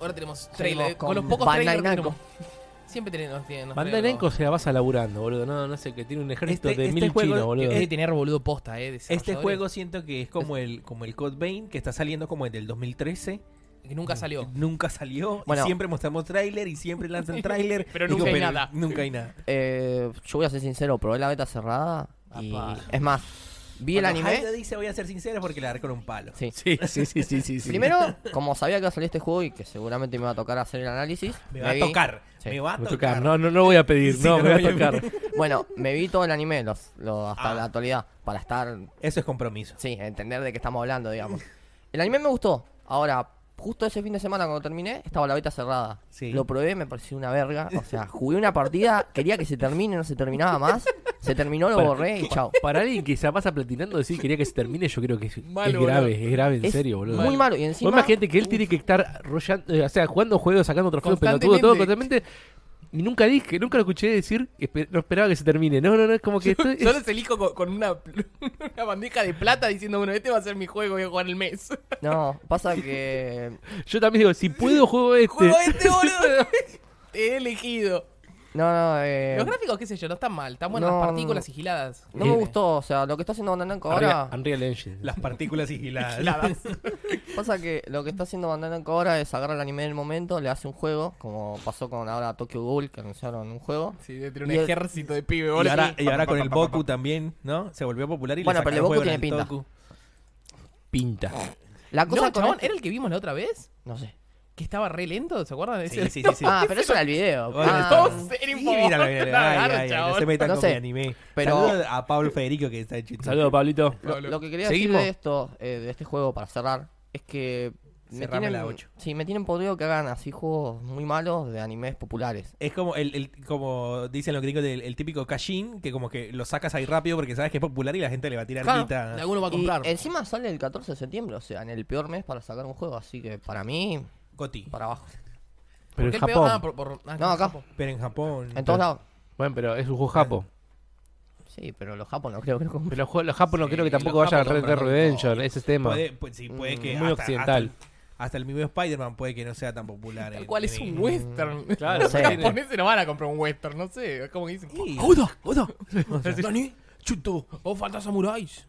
Speaker 3: Ahora tenemos trailer. eh,
Speaker 1: Seguimos
Speaker 3: Con,
Speaker 1: con
Speaker 3: los pocos
Speaker 1: Bandai
Speaker 3: trailers que
Speaker 1: Namco.
Speaker 3: tenemos. Siempre tenemos. tenemos
Speaker 5: Bandai
Speaker 3: trailers.
Speaker 5: Namco, o sea, vas a laburando, boludo. No, no sé, que tiene un ejército
Speaker 4: Este-
Speaker 5: de
Speaker 4: este
Speaker 5: mil
Speaker 4: juego
Speaker 5: chinos, boludo.
Speaker 3: Debe tener boludo posta, eh.
Speaker 4: Este
Speaker 3: desarrolladores
Speaker 4: juego siento que es como el, como el Code Vein, que está saliendo como el del 2013.
Speaker 3: Que nunca salió.
Speaker 4: Nunca salió. y
Speaker 1: Bueno.
Speaker 4: siempre mostramos tráiler y siempre lanzan tráiler.
Speaker 3: Pero
Speaker 4: Digo,
Speaker 3: nunca hay nada.
Speaker 4: Nunca hay nada.
Speaker 1: Eh, yo voy a ser sincero, probé la beta cerrada. Y
Speaker 3: Apa.
Speaker 1: es más, vi el
Speaker 4: Cuando
Speaker 1: anime.
Speaker 4: Jairo dice, voy a ser sincero, porque le dar con un palo.
Speaker 1: Sí.
Speaker 5: Sí, sí, sí, sí, sí, sí.
Speaker 1: Primero, como sabía que iba a salir este juego y que seguramente me va a tocar hacer el análisis.
Speaker 4: Me va a
Speaker 1: vi-
Speaker 4: tocar.
Speaker 1: Sí.
Speaker 4: Me va a
Speaker 5: Me va a
Speaker 4: tocar.
Speaker 5: tocar. No, no, no voy a pedir,
Speaker 4: Sí,
Speaker 5: no,
Speaker 4: no
Speaker 5: me
Speaker 4: voy
Speaker 5: va a
Speaker 4: a
Speaker 5: tocar.
Speaker 1: Bueno, me vi todo el anime los, lo- hasta
Speaker 4: Ah.
Speaker 1: la actualidad para estar,
Speaker 4: Eso es compromiso.
Speaker 1: sí, entender de qué estamos hablando, digamos. El anime me gustó. Ahora, justo ese fin de semana cuando terminé, estaba la beta cerrada.
Speaker 4: Sí.
Speaker 1: Lo probé, me pareció una verga. O sea, jugué una partida, quería que se termine, no se terminaba más. Se terminó, lo
Speaker 5: Para-
Speaker 1: borré y chao.
Speaker 5: Para alguien que se la pasa platinando, decir quería que se termine, yo creo que es, es
Speaker 3: Malo,
Speaker 5: grave, es grave, en
Speaker 1: Es
Speaker 5: serio, boludo.
Speaker 1: Muy malo. Y
Speaker 5: Vos
Speaker 1: encima,
Speaker 5: imagínate que él tiene que estar rollando, eh, o sea, jugando juegos, sacando trofeos, pelotudo, todo
Speaker 3: Constantemente.
Speaker 5: constantemente. Y nunca dije, nunca lo escuché decir, espe- no esperaba que se termine. No, no, no, es como que estoy.
Speaker 3: Yo los elijo con, con una, una bandeja de plata diciendo, bueno, este va a ser mi juego, voy a jugar el mes.
Speaker 1: No, pasa que.
Speaker 5: Yo también digo, si puedo, juego este.
Speaker 3: ¡Juego este, boludo! Te he elegido.
Speaker 1: No, no, eh.
Speaker 3: Los gráficos, qué sé yo, no están mal. Están buenas
Speaker 1: No,
Speaker 3: las
Speaker 1: no.
Speaker 3: partículas sigiladas.
Speaker 1: No me gustó, o sea, lo que está haciendo Bandananco ahora.
Speaker 5: Unreal, Unreal Engine.
Speaker 4: Las partículas sigiladas.
Speaker 1: Pasa que lo que está haciendo Bandananco ahora es agarrar el anime del momento, le hace un juego, como pasó con ahora Tokyo Ghoul, que anunciaron un juego.
Speaker 3: Sí, debe tener un
Speaker 1: Y el-
Speaker 3: ejército de pibe,
Speaker 4: Y
Speaker 3: boludo.
Speaker 4: ahora, y ahora con el
Speaker 2: Pa, pa, pa, pa,
Speaker 4: Boku también, ¿no? Se volvió popular y
Speaker 1: Bueno,
Speaker 4: le
Speaker 1: pero el
Speaker 4: sacaron
Speaker 1: Boku
Speaker 4: juego en
Speaker 1: tiene pinta.
Speaker 4: Toku.
Speaker 5: Pinta.
Speaker 1: La cosa
Speaker 3: No,
Speaker 1: con
Speaker 3: chabón,
Speaker 1: este-
Speaker 3: ¿era el que vimos la otra vez?
Speaker 1: No sé.
Speaker 3: Que estaba re lento, ¿se acuerdan? de
Speaker 4: Sí,
Speaker 3: ese?
Speaker 4: sí, sí. sí.
Speaker 1: Ah, pero eso era el video.
Speaker 4: Bueno,
Speaker 1: Ah,
Speaker 4: está-
Speaker 3: No sé,
Speaker 4: Sí,
Speaker 3: ni
Speaker 4: míralo,
Speaker 3: importa,
Speaker 4: míralo.
Speaker 3: la
Speaker 4: Ay,
Speaker 3: agarro,
Speaker 4: ay, ay, no
Speaker 3: chabón. Ah,
Speaker 4: se metan
Speaker 1: No
Speaker 4: con
Speaker 1: sé,
Speaker 4: mi anime.
Speaker 1: pero-
Speaker 4: Saludos a Pablo Federico que está en YouTube.
Speaker 5: Saludos, Pablito.
Speaker 1: Lo,
Speaker 3: Pablo.
Speaker 1: lo que quería
Speaker 5: ¿Seguimos?
Speaker 1: decir de esto, eh, de este juego, para cerrar, es que me
Speaker 4: Cerrame
Speaker 1: tienen,
Speaker 4: la ocho.
Speaker 1: sí, me tienen podrido que hagan así juegos muy malos de animes populares.
Speaker 4: Es como el, el- como dicen los gringos del el típico cashin que como que lo sacas ahí rápido porque sabes que es popular y la gente le va a tirar
Speaker 1: Claro,
Speaker 4: guita.
Speaker 3: Alguno va a
Speaker 1: Y
Speaker 3: comprar.
Speaker 1: encima sale el 14 de septiembre, o sea, en el peor mes para sacar un juego, así que para mí,
Speaker 4: Goti.
Speaker 1: para abajo.
Speaker 5: Pero
Speaker 3: ¿Por
Speaker 5: en
Speaker 3: qué el peor?
Speaker 5: Japón.
Speaker 3: Ah, por- por- ah,
Speaker 1: No, acá.
Speaker 4: Pero en Japón.
Speaker 5: Ah,
Speaker 1: En todos lados.
Speaker 5: Bueno, pero es un juego japo.
Speaker 1: Sí, pero los japoneses no creo que lo compren.
Speaker 5: Pero los, juegos- los japos no
Speaker 3: Sí,
Speaker 5: creo que tampoco
Speaker 3: los
Speaker 5: vayan al
Speaker 3: japos
Speaker 5: Red Dead
Speaker 3: compran
Speaker 5: Redemption. Ese es tema.
Speaker 4: Puede, pues, sí, puede que
Speaker 5: mm, muy
Speaker 4: hasta-
Speaker 5: occidental.
Speaker 4: Hasta, hasta el mismo Spider-Man puede que no sea tan popular. eh,
Speaker 3: Tal
Speaker 4: en-
Speaker 3: cual
Speaker 4: en-
Speaker 3: es un western.
Speaker 5: Claro,
Speaker 3: los
Speaker 1: sí.
Speaker 3: japoneses no van a comprar un western, no sé. Es como que dicen.
Speaker 4: Sí.
Speaker 3: ¡Oda! ¡Oda! ¡Dani! ¡Chuto! ¡Oh, falta samuráis!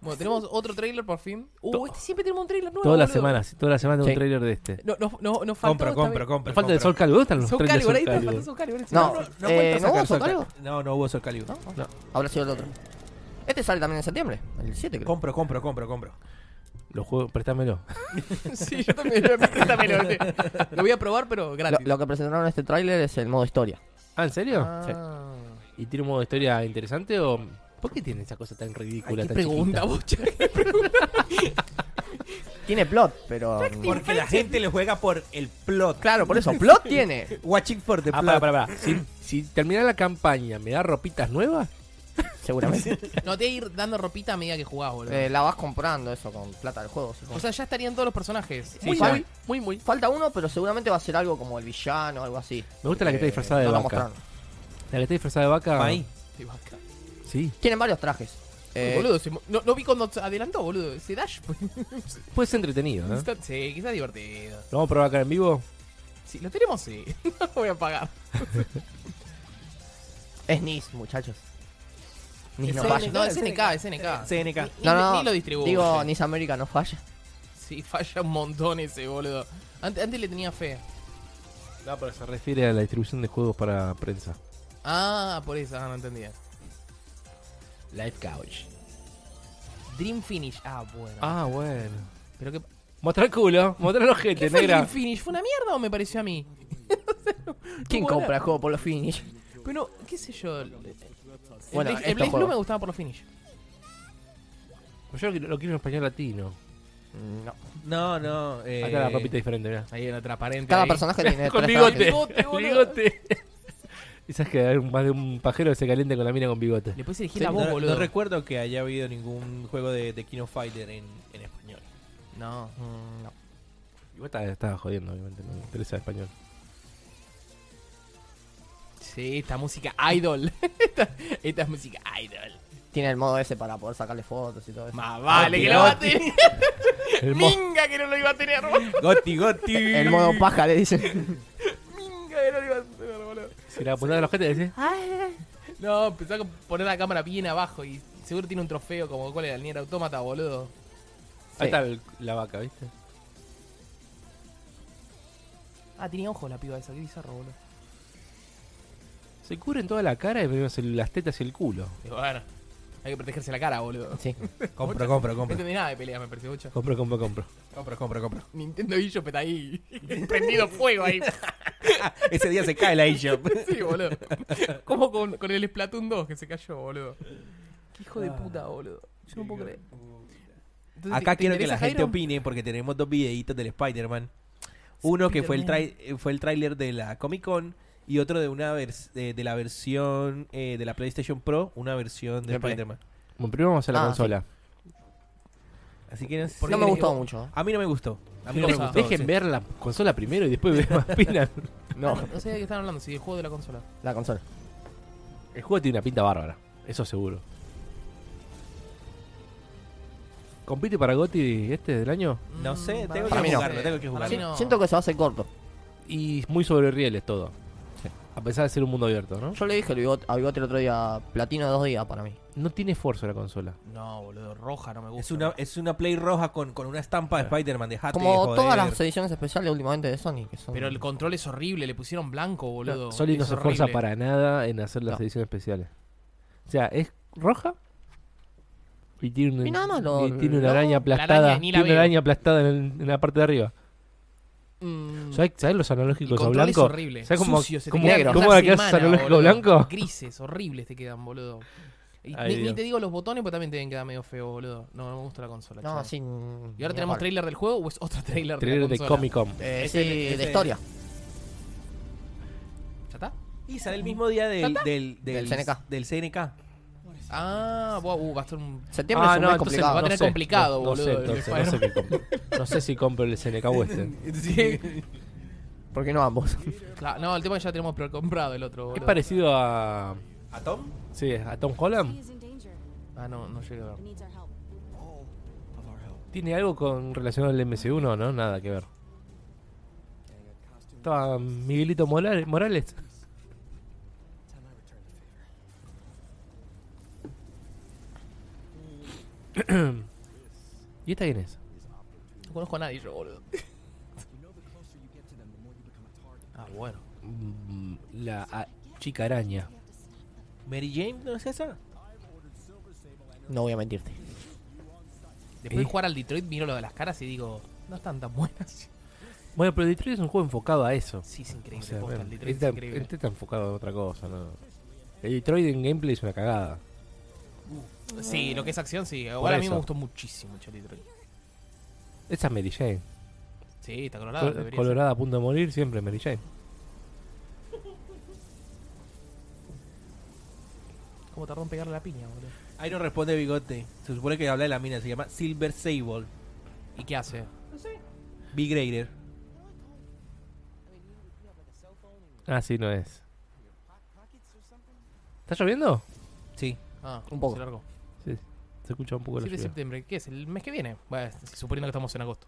Speaker 3: Bueno, tenemos otro trailer por fin. Uh, este siempre tenemos un trailer nuevo.
Speaker 5: Todas las
Speaker 3: boludo.
Speaker 5: semanas, todas las semanas tengo
Speaker 1: Sí.
Speaker 5: un trailer de este.
Speaker 3: No, no, no, no faltó.
Speaker 4: Compro,
Speaker 3: esta
Speaker 4: compro,
Speaker 3: vez.
Speaker 4: compro.
Speaker 5: Falta el
Speaker 4: compro.
Speaker 5: Sol Calibur, están los
Speaker 3: Soul
Speaker 5: trailers de
Speaker 3: Calibur,
Speaker 5: Soul
Speaker 3: ahí está,
Speaker 5: Calibur.
Speaker 3: falta Soul Calibur. ese
Speaker 1: No,
Speaker 3: no, no.
Speaker 4: No,
Speaker 1: Eh,
Speaker 4: vuelta a
Speaker 1: ¿no
Speaker 4: sacar
Speaker 1: hubo Soul Calibur?
Speaker 4: Cal- No, no hubo Sol Calibur.
Speaker 1: No, habrá sido el otro. Este sale también en septiembre, el 7 creo.
Speaker 4: Compro, compro, compro, compro.
Speaker 5: Los juegos, préstamelo.
Speaker 3: Ah. Sí, yo también. también lo, lo voy a probar, pero
Speaker 1: Lo,
Speaker 3: gratis.
Speaker 1: lo que presentaron en este tráiler es el modo historia.
Speaker 5: Ah, ¿en serio?
Speaker 3: Ah.
Speaker 5: ¿Y tiene un modo de historia interesante o.? ¿Por qué tiene esa cosa tan
Speaker 3: Ay,
Speaker 5: ridícula,
Speaker 3: qué
Speaker 5: tan
Speaker 3: pregunta,
Speaker 5: chiquita? Ah,
Speaker 3: bocha.
Speaker 1: Tiene plot, pero...
Speaker 4: Porque la gente le juega por el plot.
Speaker 1: Claro, por eso, plot tiene.
Speaker 4: Watching for the
Speaker 5: Ah, pará,
Speaker 4: plot.
Speaker 5: pará, pará. Si, si termina la campaña, ¿me da ropitas nuevas?
Speaker 1: Seguramente.
Speaker 3: No, te voy a ir dando ropita a medida que jugás, boludo.
Speaker 1: Eh, la vas comprando eso con plata del juego. sí, con-
Speaker 3: o sea, ya estarían todos los personajes. muy,
Speaker 1: ya.
Speaker 3: muy, muy, muy.
Speaker 1: Falta uno, pero seguramente va a ser algo como el villano, algo así.
Speaker 5: Me gusta la que está
Speaker 1: Eh,
Speaker 5: disfrazada de
Speaker 1: no la
Speaker 5: vaca.
Speaker 1: mostraron.
Speaker 5: La que está disfrazada de vaca.
Speaker 4: Ahí.
Speaker 3: Te vas acá.
Speaker 5: Sí.
Speaker 1: Tienen varios trajes. Eh,
Speaker 3: boludo, se mo- no, no vi cuando se adelantó, boludo. Ese dash.
Speaker 5: Puede ser entretenido, ¿no?
Speaker 3: Está- sí, que está divertido.
Speaker 5: ¿Lo vamos a probar acá en vivo?
Speaker 3: Sí, lo tenemos, sí. No voy a pagar.
Speaker 1: Es NIS, muchachos. NIS
Speaker 4: Es
Speaker 1: no
Speaker 4: el-
Speaker 1: falla.
Speaker 3: No, es SNK, es SNK.
Speaker 4: CNK.
Speaker 3: Ni-
Speaker 1: No,
Speaker 3: ni-
Speaker 1: no,
Speaker 3: ni lo distribuye.
Speaker 1: Digo, NIS América no falla.
Speaker 3: Sí, falla un montón ese, boludo. Antes, antes le tenía fe.
Speaker 5: No, pero se refiere a la distribución de juegos para prensa.
Speaker 3: Ah, por eso, ah, no entendía.
Speaker 5: Live Couch.
Speaker 3: Dream Finish, ah, bueno.
Speaker 5: Ah, bueno.
Speaker 3: Pero que,
Speaker 5: Mostrar culo, mostrar los
Speaker 3: ¿Qué
Speaker 5: gente,
Speaker 3: fue el Dream
Speaker 5: negra.
Speaker 3: Finish? ¿Fue una mierda o me pareció a mí?
Speaker 1: ¿Quién
Speaker 3: Bueno.
Speaker 1: compra el juego por los finish?
Speaker 3: Pero, qué sé yo. El,
Speaker 1: Bueno,
Speaker 3: Blaze- el
Speaker 1: estos
Speaker 3: Blaze Blue
Speaker 1: juegos.
Speaker 3: me gustaba por los finish.
Speaker 5: Yo lo quiero- lo quiero en español latino.
Speaker 1: Mm, No.
Speaker 4: No, no. Eh,
Speaker 5: Acá la papita diferente, mirá.
Speaker 3: Ahí en la transparente.
Speaker 1: Cada
Speaker 3: ahí.
Speaker 1: personaje tiene
Speaker 5: Con
Speaker 1: tres
Speaker 5: bigote.
Speaker 1: trajes.
Speaker 3: Bigote, boludo.
Speaker 5: bigote. Y sabes que hay un- más de un pajero que se calienta con la mina con bigote.
Speaker 3: Le puedes elegir
Speaker 4: sí,
Speaker 3: la voz,
Speaker 4: no,
Speaker 3: boludo.
Speaker 4: no recuerdo que haya habido ningún juego de, de Kino Fighter en, en español.
Speaker 3: No.
Speaker 1: Mm, no.
Speaker 5: Igual estaba, estaba jodiendo, obviamente. No me interesa el español.
Speaker 3: Sí, esta música idol. esta, esta es música idol.
Speaker 1: Tiene el modo ese para poder sacarle fotos y todo eso.
Speaker 3: Más vale que lo va a tener.
Speaker 5: Ah, El mo-
Speaker 3: Minga que no lo iba a tener, boludo.
Speaker 4: Goti, Goti.
Speaker 1: El modo paja le dicen.
Speaker 3: Minga que no lo iba a tener, boludo.
Speaker 5: si la apuntás a los gente decís, "Ah,
Speaker 3: No, empezá a poner la cámara bien abajo y seguro tiene un trofeo como cuál era el Nier Automata, boludo.
Speaker 5: ahí está el- la vaca, ¿viste?
Speaker 3: Ah, tenía ojos la piba esa, qué bizarro, boludo.
Speaker 5: Se cubren toda la cara y vemos el- las tetas y el culo.
Speaker 3: Y bueno, hay que protegerse la cara, boludo.
Speaker 1: Sí.
Speaker 4: Compro, compro,
Speaker 3: No
Speaker 4: compro.
Speaker 3: entendí nada de peleas, me pareció mucho.
Speaker 5: Compro, compro, compro.
Speaker 4: Compro, compro, compro.
Speaker 3: Nintendo eShop está ahí. Prendido fuego ahí.
Speaker 4: Ese día se cae la eShop.
Speaker 3: Sí, boludo. Como con, con el Splatoon 2 que se cayó, boludo. Qué hijo de puta, boludo. Yo no puedo creer. Entonces,
Speaker 4: Acá
Speaker 3: ¿te- te
Speaker 4: quiero que
Speaker 3: interesa,
Speaker 4: la gente
Speaker 3: Jairo?
Speaker 4: opine porque tenemos dos videitos del Spider-Man. Uno que fue el, trai- eh, fue el tráiler de la Comic Con y otro de una vers- eh, de la versión eh, de la PlayStation Pro, una versión de
Speaker 1: De Play.
Speaker 4: Spider-Man.
Speaker 5: Bueno, primero vamos a la
Speaker 1: Ah,
Speaker 5: consola.
Speaker 4: Así que no, sé-
Speaker 1: No me gustó mucho.
Speaker 4: A mí no me gustó. A mí no me
Speaker 5: Dejen-
Speaker 4: gustó.
Speaker 5: Dejen
Speaker 4: sí.
Speaker 5: ver la consola primero y después ver más opinan.
Speaker 1: No,
Speaker 3: No sé de qué están hablando, si del juego de la consola.
Speaker 1: la consola.
Speaker 5: El juego tiene una pinta bárbara, eso seguro. ¿Compite para Gotti este del año?
Speaker 4: No sé, tengo
Speaker 1: Para mí
Speaker 4: que
Speaker 1: no.
Speaker 4: jugarlo, tengo que
Speaker 3: Mm, Para mí
Speaker 4: jugarlo.
Speaker 3: no.
Speaker 1: Siento que se va a hacer corto.
Speaker 5: Y muy sobre rieles todo.
Speaker 1: Sí.
Speaker 5: A pesar de ser un mundo abierto, ¿no?
Speaker 1: Yo le dije al bigote- a Bigote el otro día, platino de dos días para mí.
Speaker 5: No tiene esfuerzo la consola.
Speaker 3: No, boludo, roja no me gusta.
Speaker 4: Es una, es una play roja con, con una estampa de Spider-Man, dejate
Speaker 1: Como
Speaker 4: joder.
Speaker 1: todas las ediciones especiales últimamente de Sony, que son...
Speaker 3: Pero el control es horrible, le pusieron blanco, boludo.
Speaker 5: Sony no
Speaker 3: Es
Speaker 5: se esfuerza
Speaker 3: horrible.
Speaker 5: para nada en hacer las
Speaker 1: No.
Speaker 5: ediciones especiales. O sea, es roja. Y tiene, un-
Speaker 1: Y nada más lo-
Speaker 5: y tiene una
Speaker 1: no,
Speaker 3: la
Speaker 5: araña
Speaker 3: araña
Speaker 5: aplastada.
Speaker 3: ni la
Speaker 5: tiene una
Speaker 3: veo.
Speaker 5: araña aplastada en, el- en la parte de arriba.
Speaker 3: Mm.
Speaker 5: ¿Sabes, sabes los analógicos a
Speaker 3: control es
Speaker 5: blanco?
Speaker 3: horrible.
Speaker 5: ¿Sabes cómo,
Speaker 3: Sucio, se te
Speaker 5: cómo,
Speaker 1: queda negro.
Speaker 5: cómo
Speaker 3: Una
Speaker 5: era que haces
Speaker 3: semana,
Speaker 5: analógico
Speaker 3: boludo.
Speaker 5: blanco?
Speaker 3: Grises, horribles te quedan, boludo. Y
Speaker 5: Ay,
Speaker 3: ni, ni
Speaker 5: Dios.
Speaker 3: te digo los botones, porque también te deben quedar medio feo, boludo. No, no me gusta la consola.
Speaker 1: No,
Speaker 3: chabón.
Speaker 1: sí...
Speaker 3: ¿Y ahora tenemos trailer del juego o es otro trailer,
Speaker 5: Trailer
Speaker 3: de
Speaker 5: de
Speaker 3: la consola?
Speaker 5: Comic Con.
Speaker 1: Eh,
Speaker 3: Es
Speaker 1: sí,
Speaker 3: el- es
Speaker 1: de
Speaker 3: el-
Speaker 1: historia.
Speaker 3: ¿Ya está?
Speaker 4: Y sale el mismo día del, del,
Speaker 1: Del CNK.
Speaker 4: del CNK.
Speaker 3: Ah, wow, uh, va a estar un...
Speaker 1: Septiembre
Speaker 5: Ah,
Speaker 1: es un
Speaker 5: no,
Speaker 1: mes
Speaker 5: entonces
Speaker 1: complicado.
Speaker 3: va a tener
Speaker 5: sé,
Speaker 3: complicado,
Speaker 5: no- no sé,
Speaker 3: boludo,
Speaker 5: entonces,
Speaker 3: el
Speaker 5: no, sé qué compro. No sé si compro el SNK o este.
Speaker 3: Sí.
Speaker 1: ¿Por qué no ambos?
Speaker 3: Claro, no, el tema es que ya tenemos comprado el otro,
Speaker 5: Es
Speaker 3: boludo.
Speaker 5: parecido a.
Speaker 4: ¿A Tom?
Speaker 5: Sí, a Tom Holland.
Speaker 6: is in danger
Speaker 3: Ah, no, no llegué a ver.
Speaker 6: and needs our help.
Speaker 5: Tiene algo con relación al MC1, ¿no? Nada que ver. Estaba Miguelito Mola- Morales. ¿Y esta quién es?
Speaker 3: No conozco a nadie yo, boludo. Ah, bueno.
Speaker 5: Mm, La
Speaker 3: ah,
Speaker 5: a- chica araña.
Speaker 4: ¿Mary Jane no es esa?
Speaker 1: No voy a mentirte.
Speaker 3: Después de
Speaker 5: Eh.
Speaker 3: jugar al Detroit, miro lo de las caras y digo, no están tan buenas.
Speaker 5: Bueno, pero Detroit es un juego enfocado a eso.
Speaker 3: Sí, es increíble.
Speaker 5: O sea,
Speaker 3: posta, el
Speaker 5: ven,
Speaker 3: Detroit
Speaker 5: este,
Speaker 3: es increíble.
Speaker 5: este está enfocado en otra cosa, ¿no? El Detroit en gameplay es una cagada.
Speaker 3: Sí, lo que es acción, sí. Ahora a mí
Speaker 5: eso.
Speaker 3: me gustó muchísimo el Detroit.
Speaker 5: Esa es Mary Jane.
Speaker 3: Sí, está colorado.
Speaker 5: Col-
Speaker 3: Ah, debería
Speaker 5: Colorada a punto de morir, siempre Mary Jane.
Speaker 3: ser. ¿Cómo tardó en pegarle la piña, boludo?
Speaker 4: Ahí no responde Bigote. Se supone que habla de la mina, se llama Silver Sable.
Speaker 3: ¿Y qué hace?
Speaker 4: Big Grader.
Speaker 5: Ah, sí, no es. ¿Está lloviendo?
Speaker 4: Sí.
Speaker 3: Ah,
Speaker 1: Un poco.
Speaker 3: Se largó.
Speaker 5: Sí, se escucha un poco la
Speaker 3: Siete de
Speaker 5: lluvia.
Speaker 3: septiembre. ¿Qué es? ¿El mes que viene? Bueno, es- suponiendo que estamos en agosto.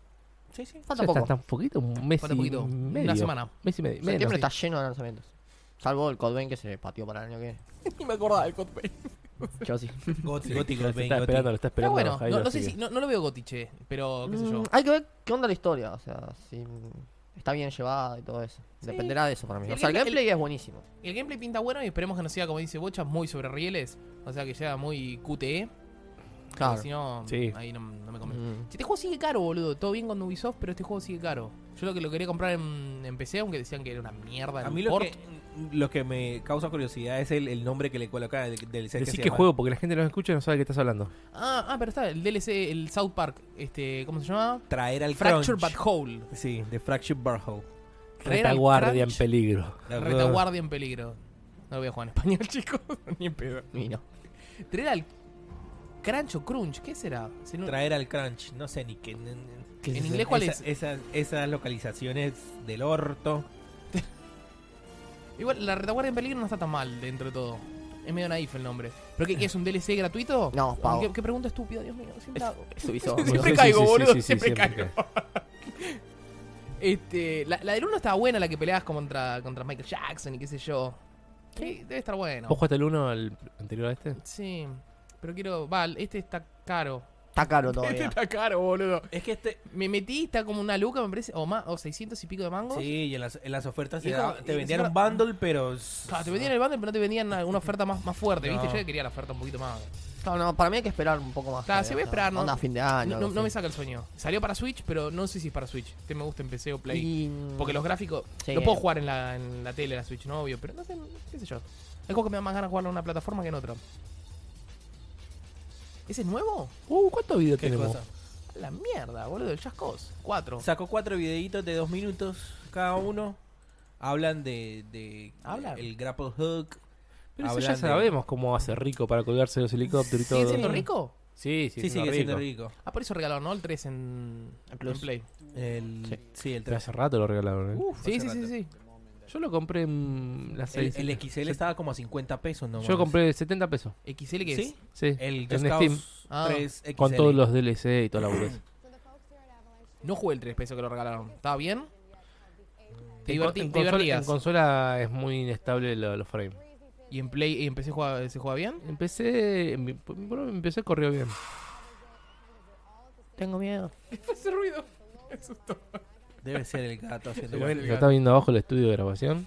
Speaker 4: Sí, sí.
Speaker 1: Falta
Speaker 5: Ya está
Speaker 1: poco.
Speaker 5: tan poquito, un mes
Speaker 3: Falta
Speaker 5: y
Speaker 3: poquito.
Speaker 5: medio.
Speaker 3: Una semana.
Speaker 5: Mes y medio. menos.
Speaker 1: Septiembre está lleno de lanzamientos. Salvo el Codbain que se pateó para el año que viene.
Speaker 3: Ni me acordaba del Cotbay.
Speaker 1: Yo sí.
Speaker 4: Goti,
Speaker 5: Sí,
Speaker 4: Goti,
Speaker 5: lo
Speaker 4: Goti,
Speaker 5: está
Speaker 4: Goti.
Speaker 5: esperando, lo está
Speaker 3: Pero
Speaker 5: esperando.
Speaker 3: bueno,
Speaker 5: Jairo,
Speaker 3: no, no sé
Speaker 5: así
Speaker 3: si.
Speaker 5: que-
Speaker 3: No, no lo veo gotiche, pero qué sé yo.
Speaker 1: Mm, hay que ver qué onda la historia. O sea, si está bien llevada y todo eso. Dependerá de eso para mí.
Speaker 3: Sí,
Speaker 1: O sea, el
Speaker 3: el-
Speaker 1: gameplay es buenísimo.
Speaker 3: El gameplay pinta bueno y esperemos que no sea, como dice Bocha, muy sobre rieles. O sea, que sea muy QTE. Porque
Speaker 1: Claro.
Speaker 3: Si no,
Speaker 5: Sí.
Speaker 3: ahí no, no me convence.
Speaker 1: Mm.
Speaker 3: Si este juego sigue caro, boludo. Todo bien con Ubisoft, pero este juego sigue caro. Yo lo que lo quería comprar en, en PC, aunque decían que era una mierda. el
Speaker 4: A mí lo
Speaker 3: port.
Speaker 4: que, lo que me causa curiosidad es el, el nombre que le coloca del, del set
Speaker 5: Decí
Speaker 4: se
Speaker 5: que
Speaker 4: llama.
Speaker 5: juego porque la gente no escucha y no sabe de qué estás hablando.
Speaker 3: Ah, ah, pero está, el DLC, el South Park, este, ¿cómo se llama?
Speaker 4: Traer al
Speaker 3: Fracture But
Speaker 4: crunch.
Speaker 3: Whole.
Speaker 4: Sí, de Fracture Butthole.
Speaker 3: Real
Speaker 5: Retaguardia en
Speaker 3: crunch,
Speaker 5: peligro.
Speaker 3: Retaguardia en peligro. No lo voy a jugar en español, chicos. Ni en pedo.
Speaker 1: Y no.
Speaker 3: Traer al Crunch o Crunch, ¿qué será? Si no-
Speaker 4: Traer al crunch. No sé ni qué. n- n-
Speaker 1: ¿Qué
Speaker 3: en
Speaker 1: es
Speaker 3: inglés, ¿cuál es?
Speaker 4: esa- esas, esas localizaciones del orto.
Speaker 3: Igual, la Retaguardia en peligro no está tan mal dentro de todo. Es medio naif el nombre. ¿Pero qué, qué es un DLC gratuito?
Speaker 1: No, pago.
Speaker 3: ¿Qué, qué pregunta estúpida, Dios mío. Siempre la hago.
Speaker 1: Es Ubisoft.
Speaker 5: Bueno,
Speaker 3: Siempre
Speaker 5: sí,
Speaker 3: caigo,
Speaker 5: sí, sí,
Speaker 3: boludo,
Speaker 5: sí, sí,
Speaker 3: siempre caigo.
Speaker 5: cae.
Speaker 3: Este, la, la del 1 estaba buena, la que peleabas contra, contra Michael Jackson y qué sé yo. Sí, debe estar bueno.
Speaker 5: ¿Vos jugaste el 1 al anterior a este?
Speaker 3: Sí, pero quiero. Va, este está caro.
Speaker 1: Está caro
Speaker 3: Este
Speaker 1: todavía.
Speaker 3: está caro, boludo.
Speaker 4: Es que este.
Speaker 3: Me metí, está como una luca, me parece, o más, o 600 y pico de mangos.
Speaker 4: Sí, y en las, en las ofertas te,
Speaker 3: Hijo,
Speaker 4: da- te
Speaker 3: y
Speaker 4: vendían un
Speaker 3: encima-
Speaker 4: bundle, pero.
Speaker 3: Claro, Ah, te vendían el bundle, pero no te vendían una una oferta más, más fuerte, ¿viste?
Speaker 4: No.
Speaker 3: Yo quería la oferta un poquito más.
Speaker 1: No, no, para mí hay que esperar un poco más.
Speaker 3: Claro,
Speaker 1: todavía,
Speaker 3: sí voy a
Speaker 1: o sea,
Speaker 3: esperar, ¿no?
Speaker 1: Onda a fin de año.
Speaker 3: no, no-
Speaker 1: algo
Speaker 3: no me
Speaker 1: así.
Speaker 3: saca el sueño. Salió para Switch, pero no sé si es para Switch. Este me gusta en PC o Play.
Speaker 1: Y-
Speaker 3: Porque los gráficos.
Speaker 1: Sí.
Speaker 3: Lo puedo jugar en la, en la tele, la Switch, no, obvio, pero no sé, qué sé yo. Es como que me da más ganas jugarlo en una plataforma que en otra. ¿Ese es nuevo?
Speaker 5: Uh, ¿cuántos videos
Speaker 4: ¿Qué
Speaker 5: tenemos?
Speaker 4: cosa?
Speaker 3: La mierda, boludo, el Just Cause 4.
Speaker 4: Sacó cuatro videitos de dos minutos cada uno. Hablan de. de
Speaker 3: Hablan.
Speaker 4: El grapple hook.
Speaker 5: Pero eso ya
Speaker 4: Hablan de-
Speaker 5: sabemos cómo hace rico para colgarse los helicópteros y todo.
Speaker 3: ¿Sigue siendo rico?
Speaker 5: Sí,
Speaker 4: Sí,
Speaker 5: sí,
Speaker 4: sigue siendo rico.
Speaker 3: Ah, por eso regalaron, ¿no? El 3 en, en Play.
Speaker 4: El, sí.
Speaker 1: Sí.
Speaker 4: el
Speaker 5: Pero
Speaker 4: 3.
Speaker 5: hace rato lo regalaron. ¿eh?
Speaker 4: Uf,
Speaker 3: Sí,
Speaker 4: hace
Speaker 3: sí, sí,
Speaker 4: rato.
Speaker 3: sí.
Speaker 5: Yo lo compré en la
Speaker 4: El,
Speaker 5: 6.
Speaker 4: el XL estaba como a 50 pesos, ¿no?
Speaker 5: Yo compré 70 pesos.
Speaker 3: XL que
Speaker 4: ¿Sí?
Speaker 5: Sí,
Speaker 4: El
Speaker 5: en
Speaker 3: Eh,
Speaker 4: Just Cause
Speaker 5: Steam.
Speaker 4: 2,
Speaker 3: Ah.
Speaker 4: 3, XL.
Speaker 5: Con todos los DLC y toda la
Speaker 3: Mm.
Speaker 5: boludez.
Speaker 3: No jugué el 3 pesos que lo regalaron. ¿Estaba bien? Te,
Speaker 5: En
Speaker 3: divertí,
Speaker 5: con- en
Speaker 3: te
Speaker 5: consola-
Speaker 3: divertías.
Speaker 5: En consola es muy inestable lo- los frames.
Speaker 3: ¿Y en Play y en PC juega- se juega bien?
Speaker 5: Empecé, mi- bueno, empecé corrió bien.
Speaker 1: Tengo miedo.
Speaker 3: Ese ruido.
Speaker 4: Debe ser el gato haciendo.
Speaker 5: Lo
Speaker 4: guay.
Speaker 5: está viendo abajo el estudio de grabación.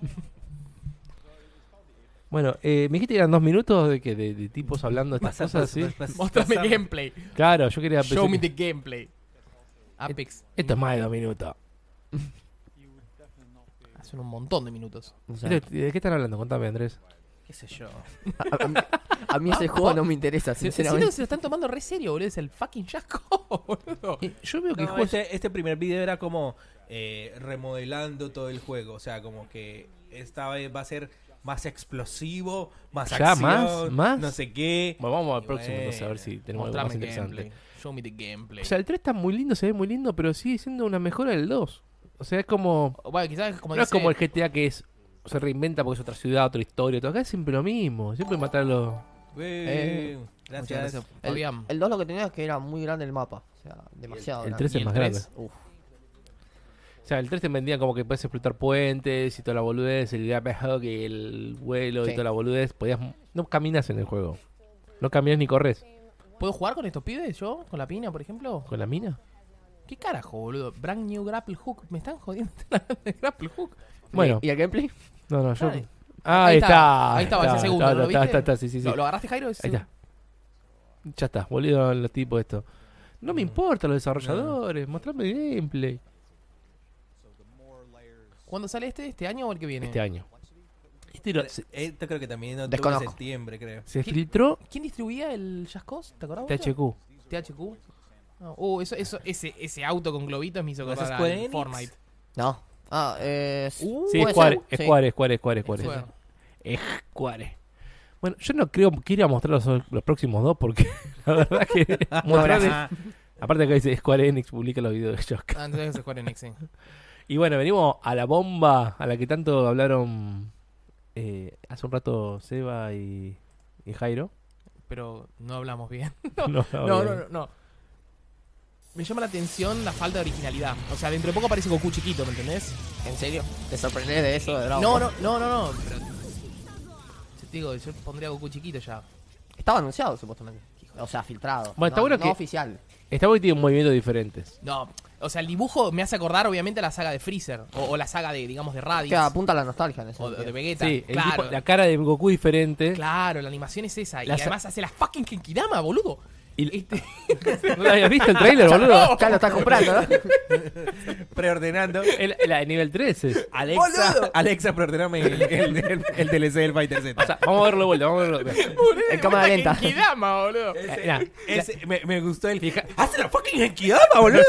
Speaker 5: Bueno, eh, me dijiste que eran dos minutos de que de, de tipos hablando de estas
Speaker 4: Pasa,
Speaker 5: cosas
Speaker 4: pasa,
Speaker 5: así.
Speaker 4: pasa, pasa.
Speaker 3: Mostrame
Speaker 4: Pasa.
Speaker 3: gameplay.
Speaker 5: Claro, yo quería
Speaker 3: Show
Speaker 5: pensé
Speaker 3: me
Speaker 5: que-
Speaker 3: the gameplay. Apex.
Speaker 5: Esto es más de dos minutos.
Speaker 3: Hacen un montón de minutos.
Speaker 5: Pero, ¿De qué están hablando? Contame, Andrés.
Speaker 4: ¿Qué sé yo?
Speaker 1: a, a mí, a mí ese juego no me interesa,
Speaker 3: Se, siento que
Speaker 1: sinceramente.
Speaker 3: se lo están tomando re serio, boludo. Es el fucking Jaco, boludo.
Speaker 5: Eh, yo veo que
Speaker 4: No,
Speaker 5: juegos...
Speaker 4: este, este primer video era como eh, remodelando todo el juego. O sea, como que esta vez va a ser más explosivo, más
Speaker 5: Ya,
Speaker 4: acción,
Speaker 5: más, más.
Speaker 4: no sé qué.
Speaker 5: Bueno, vamos al
Speaker 4: Y
Speaker 5: próximo entonces a ver
Speaker 4: bueno,
Speaker 5: si tenemos algo
Speaker 3: Mostrame
Speaker 5: más
Speaker 3: el
Speaker 5: interesante.
Speaker 3: gameplay. Show me the gameplay.
Speaker 5: O sea, el 3 está muy lindo, se ve muy lindo, pero sigue siendo una mejora del 2. O sea, es como...
Speaker 3: O, bueno, quizás como
Speaker 5: No es
Speaker 3: dice-
Speaker 5: como el GTA que es... Se reinventa porque es otra ciudad, otra historia. Todo acá es siempre lo mismo. Siempre matar a los...
Speaker 4: Eh,
Speaker 3: Muchas
Speaker 4: gracias.
Speaker 3: gracias,
Speaker 1: El-
Speaker 3: Fabián.
Speaker 1: El 2 lo que tenía es que era muy grande el mapa. O sea, demasiado.
Speaker 5: El
Speaker 1: grande.
Speaker 5: 3
Speaker 3: ¿Y
Speaker 5: es
Speaker 3: el
Speaker 5: más grande.
Speaker 3: tres?
Speaker 1: Uf.
Speaker 5: O sea, el 3 te vendían como que puedes explotar puentes y toda la boludez, el grab y el vuelo y
Speaker 1: Sí.
Speaker 5: toda la boludez. Podías, no caminas en el juego. No caminas ni corres.
Speaker 3: uh, ¿Puedo jugar con estos pibes yo? ¿Con la pina, por ejemplo?
Speaker 5: ¿Con la mina?
Speaker 3: ¿Qué carajo, boludo? Brand new grapple hook. Me están jodiendo el grapple hook.
Speaker 5: Bueno,
Speaker 1: ¿Y el gameplay?
Speaker 5: no, no, yo.
Speaker 3: Dale.
Speaker 5: Ah,
Speaker 3: Ahí
Speaker 5: ahí
Speaker 3: está.
Speaker 5: está.
Speaker 3: Ahí estaba, ese segundo,
Speaker 5: Está,
Speaker 3: ¿no lo
Speaker 5: está,
Speaker 3: viste?
Speaker 5: está, está, sí, sí, sí.
Speaker 3: ¿Lo, lo agarraste, Jairo? Ese-
Speaker 5: Ahí está. Ya está, boludo, los tipos esto. No me importa los desarrolladores, mostrame gameplay.
Speaker 3: ¿Cuándo sale este? ¿Este año o el que viene?
Speaker 5: Este año. Este lo- se,
Speaker 4: eh, Esto creo que también en octubre,
Speaker 1: Desconozco.
Speaker 4: septiembre, creo.
Speaker 5: se
Speaker 3: ¿Qué-
Speaker 5: filtró
Speaker 3: ¿Quién distribuía el Jazzcos? ¿Te acordás? boludo?
Speaker 5: THQ.
Speaker 3: THQ. No. Uh, eso, eso, ese, ese auto con globitos me hizo
Speaker 4: ¿No es
Speaker 3: acordar
Speaker 4: Square
Speaker 3: al
Speaker 4: Enix?
Speaker 3: Fortnite.
Speaker 1: No. Ah, eh.
Speaker 3: Uh,
Speaker 5: Sí,
Speaker 1: ¿puede
Speaker 5: Square,
Speaker 1: ser? Sí.
Speaker 5: Square, Square, Square, Square.
Speaker 3: Square.
Speaker 5: Escuare. Bueno, yo no creo que iría a mostrar los, los próximos dos porque la verdad que mostrarle-
Speaker 4: Ajá.
Speaker 5: aparte acá dice Square Enix publica los videos de Shock.
Speaker 3: Ah, entonces es Square Enix, sí.
Speaker 5: Y bueno, venimos a la bomba a la que tanto hablaron eh, hace un rato Seba y, y Jairo.
Speaker 3: Pero no hablamos bien.
Speaker 5: No,
Speaker 3: No, no, no, no. Me llama la atención la falta de originalidad. O sea, dentro de poco aparece Goku chiquito, ¿me entendés?
Speaker 1: ¿En serio? ¿Te sorprendés de eso de Dragon
Speaker 3: No,
Speaker 1: Ball?
Speaker 3: no, no, no, no. Pero... Yo te digo, yo pondría Goku chiquito ya.
Speaker 1: Estaba anunciado, supuestamente. O sea, filtrado.
Speaker 5: Bueno, está
Speaker 1: no,
Speaker 5: bueno
Speaker 1: no
Speaker 5: que-
Speaker 1: oficial.
Speaker 5: Está bueno que tiene movimientos diferentes.
Speaker 3: No, o sea, el dibujo me hace acordar obviamente a la saga de Freezer. O, o la saga de, digamos, de Raditz.
Speaker 1: Que apunta a la nostalgia en ese
Speaker 3: o de, o de
Speaker 1: sentido.
Speaker 3: Vegeta.
Speaker 5: Sí, el
Speaker 3: claro.
Speaker 5: tipo- la cara de Goku diferente.
Speaker 3: Claro, la animación es esa. Y
Speaker 5: La sa-
Speaker 3: además hace la fucking Kenkidama, boludo.
Speaker 5: Y-
Speaker 3: Este-
Speaker 5: ¿No lo habías visto el trailer, boludo?
Speaker 1: Ya lo estás comprando, ¿no?
Speaker 4: Preordenando.
Speaker 5: El, la de nivel 3 es.
Speaker 4: Alexa, Alexa preordename el, el- el- el DLC del Fighter Z.
Speaker 5: O sea, vamos a verlo de vuelta, vamos a verlo. de vuelta.
Speaker 1: En cámara lenta.
Speaker 3: Kenkidama, boludo.
Speaker 4: Ese-
Speaker 5: Eh, Mirá,
Speaker 4: ese- me, me gustó el. ¡Hace la fucking Enkidama, boludo!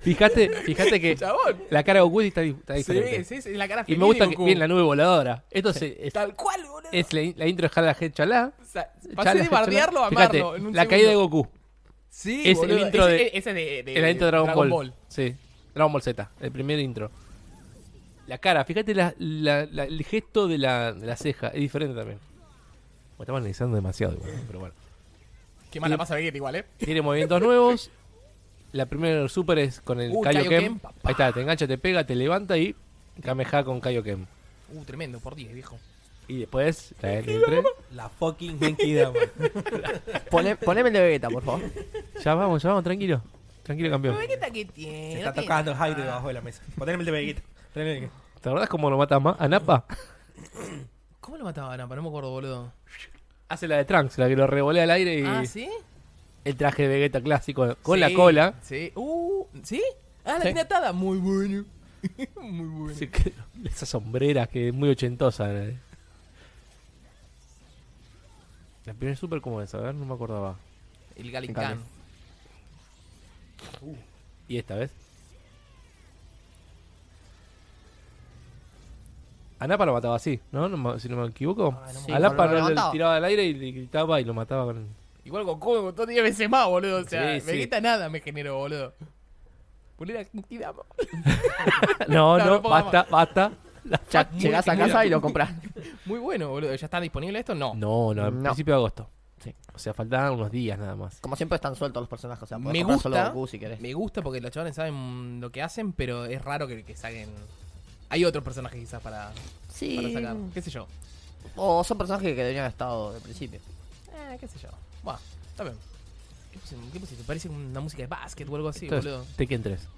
Speaker 5: Fijate, fijate que
Speaker 3: Chabón.
Speaker 5: la cara de Goku está, di- está diferente.
Speaker 3: Sí, sí, sí, la cara
Speaker 5: Y me
Speaker 3: feliz
Speaker 5: gusta
Speaker 3: de
Speaker 5: que
Speaker 3: Goku.
Speaker 5: viene la nube voladora. Esto se- es,
Speaker 3: Tal cual, boludo.
Speaker 5: es la, in- la intro de Jala Head Chalá.
Speaker 3: O sea,
Speaker 5: Chala,
Speaker 3: pasé de
Speaker 5: Head
Speaker 3: bardearlo
Speaker 5: Chalá.
Speaker 3: a
Speaker 5: Fíjate,
Speaker 3: amarlo. en un
Speaker 5: La caída de
Speaker 3: segundo.
Speaker 5: Goku.
Speaker 3: Sí,
Speaker 5: es el
Speaker 3: boludo.
Speaker 5: intro
Speaker 3: Ese- e,
Speaker 5: de-
Speaker 3: Ese es de, de-
Speaker 5: el intro de Dragon, Ball.
Speaker 3: Ball.
Speaker 5: Sí, Dragon Ball Z, el primer intro. La cara, fíjate la- la- la- el gesto de la, de la ceja, es diferente también. Bueno, estamos analizando demasiado, igual, pero bueno.
Speaker 3: Qué mala pasa Vegeta igual, ¿eh?
Speaker 5: Tiene movimientos nuevos. La primera super es con el
Speaker 3: Uh,
Speaker 5: Kaioken.
Speaker 3: Kaioken, papá.
Speaker 5: Ahí está, te engancha, te pega, te levanta y Kameha con Kaioken.
Speaker 3: Uh, tremendo, por 10, viejo.
Speaker 5: Y después, la del entre.
Speaker 4: La fucking Enkidama.
Speaker 1: Poné- poneme el de Vegeta, por favor.
Speaker 5: Ya vamos, ya vamos, tranquilo. Tranquilo, campeón.
Speaker 3: Vegeta qué Ah, tiene?
Speaker 4: Se está tocando Jairo debajo de la mesa. Poneme el de Vegeta. Poneme el de Vegeta.
Speaker 5: ¿Te acordás cómo lo mata ma- a Napa?
Speaker 3: ¿Cómo lo mataban? No me acuerdo, boludo.
Speaker 5: Hace la de Trunks, la que lo revolea al aire y
Speaker 3: ¿Ah, sí?
Speaker 5: el traje de Vegeta clásico con la
Speaker 3: Sí,
Speaker 5: cola.
Speaker 3: Sí. Uh, ¿sí? Ah, la
Speaker 5: Sí.
Speaker 3: tiene atada. Muy bueno. Muy bueno.
Speaker 5: Sí, que- Esas sombreras que es muy ochentosa. eh. La primera super como esa, a ver, no me acordaba.
Speaker 3: El Galicán.
Speaker 5: Y esta, ¿ves? A Napa lo mataba así, ¿no? No me- si no me equivoco.
Speaker 3: Ah, no me
Speaker 5: a
Speaker 1: acuerdo.
Speaker 5: Napa
Speaker 1: Lo
Speaker 5: lo,
Speaker 1: levantaba.
Speaker 5: tiraba al aire y le gritaba y lo mataba con...
Speaker 3: Igual Goku me gustó 10 veces más, boludo. O sea,
Speaker 5: Sí, sí.
Speaker 3: Vegeta nada me generó, boludo. Ponera Kidama. No,
Speaker 5: No, no,
Speaker 3: no puedo
Speaker 5: basta, basta.
Speaker 1: Ya llegás a casa y lo compras.
Speaker 3: Muy bueno, boludo. ¿Ya está disponible esto? No.
Speaker 5: No, no, en
Speaker 1: No.
Speaker 5: principio de agosto.
Speaker 1: Sí.
Speaker 5: O sea, faltaban unos días nada más.
Speaker 1: Como siempre están sueltos los personajes, o sea, podés
Speaker 3: Me
Speaker 1: comprar solo
Speaker 3: gusta.
Speaker 1: Goku si querés.
Speaker 3: Me gusta porque los chavales saben lo que hacen, pero es raro que, que saquen. Hay otros personajes quizás para, para
Speaker 1: Sí.
Speaker 3: sacar. ¿Qué sé yo?
Speaker 1: O son personajes que deberían haber estado de principio.
Speaker 3: Eh, qué sé yo. Buah, está bien. ¿Qué puse- ¿Qué pusiste? Parece una música de básquet o algo así,
Speaker 5: Esto es
Speaker 3: boludo.
Speaker 5: Tekken 3.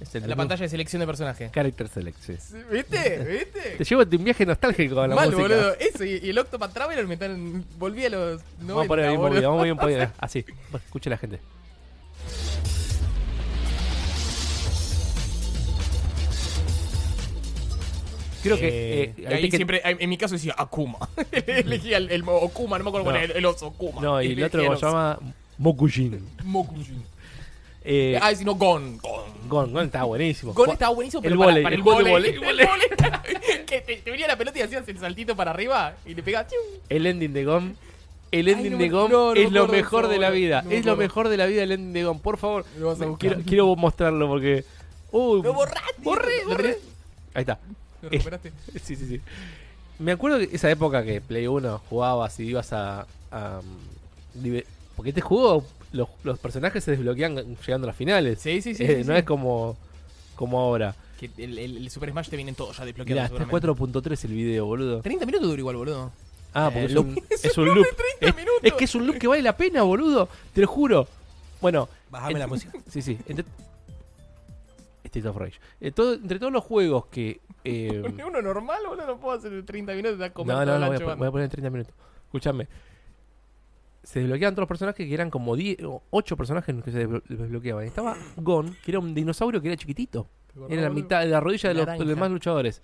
Speaker 5: Es el
Speaker 3: La
Speaker 5: menú.
Speaker 3: pantalla de selección de personaje.
Speaker 5: Character Select, sí.
Speaker 3: ¿Viste? ¿Viste?
Speaker 5: Te llevo de un viaje nostálgico a la
Speaker 3: Mal,
Speaker 5: música.
Speaker 3: boludo. Eso, y, y el Octopath Traveler me están... Volví a los 90,
Speaker 5: Vamos a poner bien
Speaker 3: boludo.
Speaker 5: movido, vamos bien movido. Así, Bueno, escuche la gente. Creo que... eh,
Speaker 3: Y
Speaker 5: hay
Speaker 3: ahí
Speaker 5: Tekken-
Speaker 3: siempre, en mi caso decía Akuma. Elegía el, el modo Akuma, no me acuerdo cuál
Speaker 5: No.
Speaker 3: era el, el oso Akuma.
Speaker 5: No, y el
Speaker 3: Elegía
Speaker 5: otro se
Speaker 3: oso.
Speaker 5: llama Mokujin.
Speaker 3: Mokujin.
Speaker 5: Eh,
Speaker 3: ah, sino Gon. Gon.
Speaker 5: Gon, Gon estaba buenísimo.
Speaker 3: Gon estaba buenísimo, pero
Speaker 5: el
Speaker 3: para,
Speaker 5: vóley,
Speaker 3: para el
Speaker 5: el juego de
Speaker 3: vóley.
Speaker 5: vóley.
Speaker 3: El vóley. que te, te venía la pelota y hacías el saltito para arriba y le pegabas. ¡tiu!
Speaker 5: El ending de GOM. El
Speaker 3: Ay,
Speaker 5: ending
Speaker 3: no me-
Speaker 5: de GOM
Speaker 3: no, no me
Speaker 5: es lo
Speaker 3: acuerdo de
Speaker 5: mejor
Speaker 3: eso,
Speaker 5: de la
Speaker 3: boludo.
Speaker 5: vida.
Speaker 3: No me
Speaker 5: es lo
Speaker 3: acuerdo.
Speaker 5: mejor de la vida el ending de GOM. Por favor,
Speaker 3: Lo vas a
Speaker 5: me-
Speaker 3: buscar.
Speaker 5: quiero, quiero mostrarlo porque. Uy,
Speaker 3: ¡Lo borraste!
Speaker 5: borré,
Speaker 3: ¿Lo
Speaker 5: borré.
Speaker 3: tenés?
Speaker 5: Ahí está.
Speaker 3: ¿Lo recuperaste?
Speaker 5: Sí, sí, sí. Me acuerdo que esa época que Play 1 jugabas y ibas a. a, um, libe- porque este juego, los, los personajes se desbloquean llegando a las finales.
Speaker 3: Sí, sí, sí.
Speaker 5: Eh,
Speaker 3: sí,
Speaker 5: no
Speaker 3: sí.
Speaker 5: es como, como ahora.
Speaker 3: Que el, el- el Super Smash te vienen todos ya
Speaker 5: Mirá,
Speaker 3: desbloqueados.
Speaker 5: está
Speaker 3: seguramente.
Speaker 5: 4.3 el video, boludo.
Speaker 3: 30 minutos dura igual, boludo.
Speaker 5: Ah, porque
Speaker 1: Eh,
Speaker 5: es,
Speaker 1: loop.
Speaker 5: un, es un loop. Es,
Speaker 3: 30 minutos.
Speaker 5: es que es un loop que vale la pena, boludo. Te lo juro. Bueno,
Speaker 4: Bájame la
Speaker 5: Ent-
Speaker 4: música.
Speaker 5: Sí, sí. Entre... State of Rage. Eh, todo- entre todos los juegos que. eh,
Speaker 3: Poné uno normal, boludo, no puedo hacer 30 minutos de comer
Speaker 5: no,
Speaker 3: toda
Speaker 5: no,
Speaker 3: la
Speaker 5: no, voy a,
Speaker 3: chobana.
Speaker 5: pon- voy a poner en 30 minutos. Escúchame. Se desbloqueaban todos los personajes que eran como 10 o 8 personajes que se desblo- desbloqueaban. Estaba Gon, que era un dinosaurio que era chiquitito. Era la mitad de la rodilla de los, de los
Speaker 3: Naranja.
Speaker 5: demás luchadores.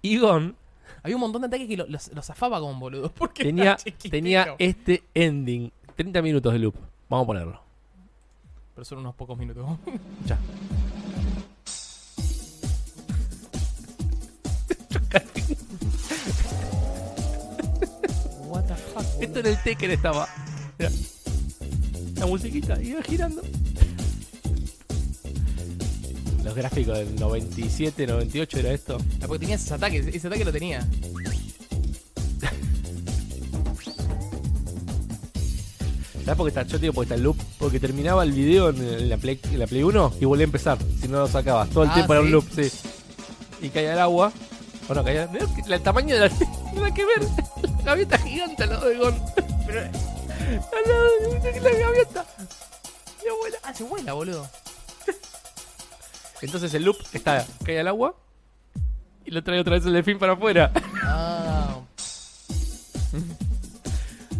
Speaker 5: Y Gon
Speaker 3: Había un montón de ataques que lo- los, los zafaba con boludo. Porque
Speaker 5: tenía,
Speaker 3: era chiquitito.
Speaker 5: tenía este ending. 30 minutos de loop. Vamos a ponerlo.
Speaker 3: Pero son unos pocos minutos. Ah,
Speaker 5: Ya.
Speaker 3: What the fuck,
Speaker 5: Esto en el Tekken estaba. Mirá. La musiquita iba girando. Los gráficos del 97, 98 era esto.
Speaker 3: Porque tenía esos ataques, ese ataque lo tenía.
Speaker 5: ¿Sabes por qué está? Yo te digo porque está el loop. Porque terminaba el video en, en la, Play, en la Play 1 y volvía a empezar. Si no lo sacabas. Todo el
Speaker 3: Ah,
Speaker 5: tiempo era un
Speaker 3: ¿sí?
Speaker 5: loop, sí. Y caía el agua. Bueno, caía. mirá que- El tamaño de la. Nada que ver. La gaviota gigante al lado de Gon. Pero. Al lado de la gaviota. Mi abuela.
Speaker 3: Ah, se vuela, boludo.
Speaker 5: Entonces el loop está, cae al agua y lo trae otra vez el delfín para afuera.
Speaker 3: Ah,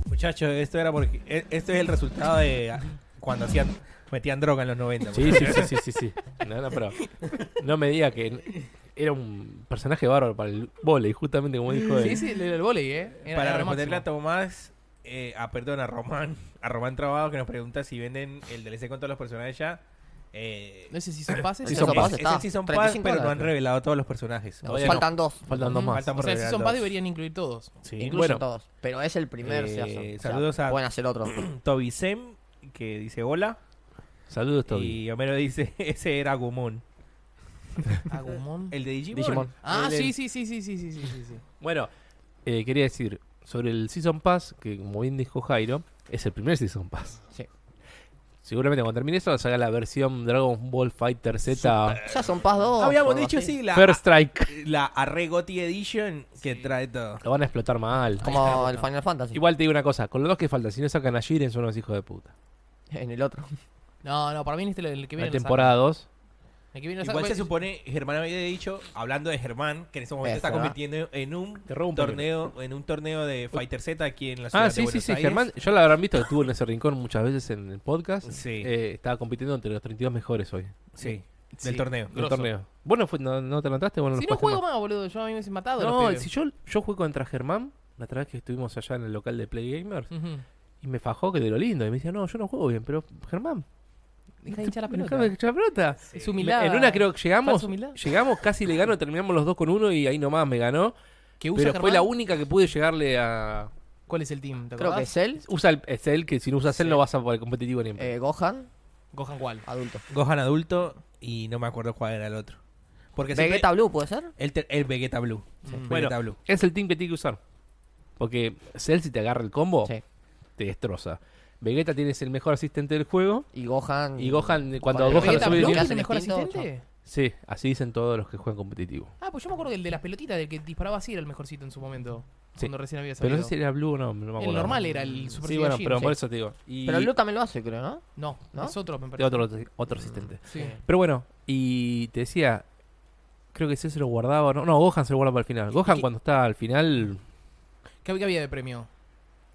Speaker 4: Muchachos, esto era porque. e- Esto es el resultado de ah, cuando hacían. Metían droga en los pues. 90.
Speaker 5: Sí, sí, sí, sí, sí, sí. No, no, pero no me diga que era un personaje bárbaro para el volei, justamente como dijo él.
Speaker 3: sí, sí, el, el volei, eh. Era- era
Speaker 4: Para
Speaker 3: lo
Speaker 4: responderle a
Speaker 3: máximo.
Speaker 4: Tomás, eh, a, perdón, a Román, a Román Trabajo que nos pregunta si venden el DLC con todos los personajes ya. Eh,
Speaker 3: No sé si son pases.
Speaker 1: Sí,
Speaker 4: es-
Speaker 1: son
Speaker 4: es-
Speaker 1: Pass
Speaker 4: es
Speaker 1: está,
Speaker 4: el Season Pass,
Speaker 1: 35
Speaker 4: pero no han
Speaker 1: dólares.
Speaker 4: revelado todos los personajes.
Speaker 5: No, Todavía
Speaker 1: Faltan dos.
Speaker 5: Faltan dos
Speaker 3: Mm,
Speaker 5: más.
Speaker 4: Faltan
Speaker 3: O
Speaker 4: por
Speaker 3: sea, el
Speaker 4: revelar
Speaker 3: Season Pass
Speaker 4: dos.
Speaker 3: deberían incluir todos.
Speaker 4: Sí.
Speaker 1: Incluyen
Speaker 5: bueno.
Speaker 1: todos. Pero es el primer
Speaker 4: Eh,
Speaker 1: Season. O sea,
Speaker 4: saludos a-
Speaker 1: Pueden hacer otro.
Speaker 4: Toby Sem, que dice hola.
Speaker 5: Saludos, Toby.
Speaker 4: Y Homero dice, ese era Agumon.
Speaker 3: Agumon.
Speaker 4: El de Digimon.
Speaker 1: Digimon.
Speaker 3: Ah,
Speaker 4: El de-
Speaker 3: sí, sí, sí, sí, sí, sí, sí, sí, sí.
Speaker 5: Bueno, eh, quería decir sobre el Season Pass, que como bien dijo Jairo, es el primer Season Pass.
Speaker 1: Sí.
Speaker 5: Seguramente cuando termine eso salga la versión Dragon Ball Fighter Z
Speaker 1: Ya son Paz 2.
Speaker 4: Habíamos
Speaker 1: o algo
Speaker 4: dicho,
Speaker 1: así.
Speaker 4: sí, la,
Speaker 5: First Strike.
Speaker 4: la Arregoti Edition que trae todo.
Speaker 5: Lo van a explotar mal.
Speaker 1: Como el Final Fantasy.
Speaker 5: Igual te digo una cosa, con los dos que faltan, si no sacan a Jiren son unos hijos de puta.
Speaker 1: En el otro.
Speaker 3: No, no, para mí este es el que viene.
Speaker 5: La
Speaker 3: lo saca.
Speaker 5: temporada 2.
Speaker 3: El que viene lo saca,
Speaker 4: Igual se
Speaker 3: pues,
Speaker 4: supone, Germán había dicho, hablando de Germán, que en ese momento
Speaker 1: Eso,
Speaker 4: está
Speaker 1: ¿no?
Speaker 4: compitiendo en un
Speaker 5: Te robo un
Speaker 4: torneo, en un torneo de Fighter Z aquí en la
Speaker 5: Ah,
Speaker 4: ciudad de
Speaker 5: sí, sí,
Speaker 4: Buenos
Speaker 5: sí,
Speaker 4: Aires.
Speaker 5: Germán. Ya lo habrán visto, estuvo en ese rincón muchas veces en el podcast.
Speaker 4: Sí.
Speaker 5: Eh, estaba compitiendo entre los 32 mejores hoy.
Speaker 4: Sí, del
Speaker 3: pues, Sí.
Speaker 4: torneo.
Speaker 5: El
Speaker 3: Grosso.
Speaker 5: torneo. ¿Vos no, fue- no, no te levantaste? Vos
Speaker 3: Si
Speaker 5: lo
Speaker 3: no
Speaker 5: jugaste
Speaker 3: juego más, boludo, yo a mí me hubiesen matado.
Speaker 5: más.
Speaker 3: los
Speaker 5: No,
Speaker 3: pibes.
Speaker 5: si yo, yo jugué contra Germán, la otra vez que estuvimos allá en el local de Play Gamers,
Speaker 3: Ujú.
Speaker 5: y me fajó que de lo lindo. Y me decía, no, yo no juego bien, pero Germán.
Speaker 3: Deja de hinchar la pelota.
Speaker 5: dejá de hinchar la pelota.
Speaker 3: Es humildad.
Speaker 5: En una creo que llegamos,
Speaker 3: Falsa humildad.
Speaker 5: llegamos, casi le gano, terminamos los dos con uno y ahí nomás me ganó.
Speaker 3: que usa
Speaker 5: Pero fue
Speaker 3: Germán.
Speaker 5: la única que pude llegarle a.
Speaker 3: ¿Cuál es el team? ¿Te
Speaker 1: Creo que
Speaker 3: acordás?
Speaker 1: Cell,
Speaker 5: Usa el es él, que si no usas él
Speaker 3: Sí.
Speaker 5: no vas a por el competitivo ni en pedo.
Speaker 1: eh, Gohan,
Speaker 3: Gohan cuál.
Speaker 1: adulto.
Speaker 4: Gohan adulto y no me acuerdo cuál era el otro. Porque siempre-
Speaker 1: Vegeta Blue, ¿puede ser?
Speaker 4: el, ter- el Vegeta Blue.
Speaker 3: Mm.
Speaker 4: Vegeta
Speaker 5: Bueno.
Speaker 4: Blue.
Speaker 5: Es el team que tiene que usar. Porque Cell, si te agarra el combo,
Speaker 1: Sí.
Speaker 5: te destroza. Vegeta tienes el mejor asistente del juego.
Speaker 1: Y Gohan.
Speaker 5: Y Gohan, cuando
Speaker 1: Pero
Speaker 5: Gohan lo
Speaker 1: Vegeta
Speaker 5: sube
Speaker 1: bloquea
Speaker 5: directo-
Speaker 1: hace
Speaker 3: el
Speaker 1: el
Speaker 3: mejor
Speaker 1: distinto,
Speaker 3: asistente?
Speaker 5: Sí, así dicen todos los que juegan competitivo.
Speaker 3: Ah, pues yo me acuerdo que el de las pelotitas, del que disparaba así, era el mejorcito en su momento.
Speaker 5: Sí.
Speaker 3: Cuando recién había salido.
Speaker 5: Pero no sé si era Blue o no, no me acuerdo.
Speaker 3: normal era el Super
Speaker 5: Sí, bueno,
Speaker 3: Saiyajin,
Speaker 5: pero
Speaker 3: sí.
Speaker 5: por eso te digo. Y
Speaker 1: Pero Blue también lo hace, creo, ¿no?
Speaker 3: No,
Speaker 1: ¿No?
Speaker 3: es otro, me parece.
Speaker 5: otro, otro,
Speaker 3: Mm.
Speaker 5: otro asistente.
Speaker 3: Sí.
Speaker 5: Pero bueno, y te decía, creo que Cell se lo guardaba. No, no, Gohan se lo guarda para el final. Gohan
Speaker 3: que-
Speaker 5: cuando está al final,
Speaker 3: ¿Qué, qué había de premio?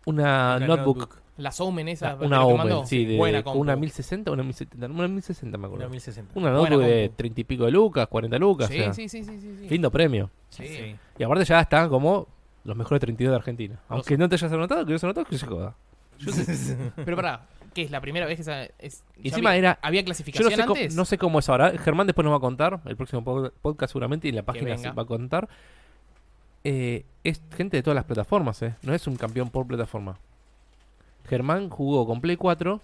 Speaker 5: una,
Speaker 4: Una
Speaker 5: notebook.
Speaker 4: notebook.
Speaker 3: La Omen esa.
Speaker 5: la- una
Speaker 3: que te
Speaker 5: Omen,
Speaker 3: mandó.
Speaker 5: sí, de,
Speaker 3: Buena compu.
Speaker 5: una 1060 una 1070, una 1060 me acuerdo.
Speaker 4: Una
Speaker 5: Una,
Speaker 4: 1060.
Speaker 3: Buena
Speaker 5: notebook de
Speaker 3: compu.
Speaker 5: 30 y pico de lucas, 40 lucas. o
Speaker 3: Sí,
Speaker 5: sea,
Speaker 3: sí, sí, sí, sí, sí.
Speaker 5: Lindo premio.
Speaker 3: Sí.
Speaker 4: Sí.
Speaker 5: Y aparte ya están como los mejores 32 de Argentina. Aunque no te hayas anotado, que yo se anotado, que se joda.
Speaker 3: Pero pará, ¿qué es la primera vez que esa es, ya
Speaker 5: Y encima
Speaker 3: había,
Speaker 5: era-
Speaker 3: había
Speaker 5: Yo no
Speaker 3: clasificación
Speaker 5: sé, cómo,
Speaker 3: antes?
Speaker 5: no sé cómo es ahora. Germán después nos va a contar, el próximo pod- podcast seguramente, y en la página
Speaker 3: venga.
Speaker 5: se va a contar. Eh, es gente de todas las plataformas, ¿eh? No es un campeón por plataforma. Germán jugó con Play 4.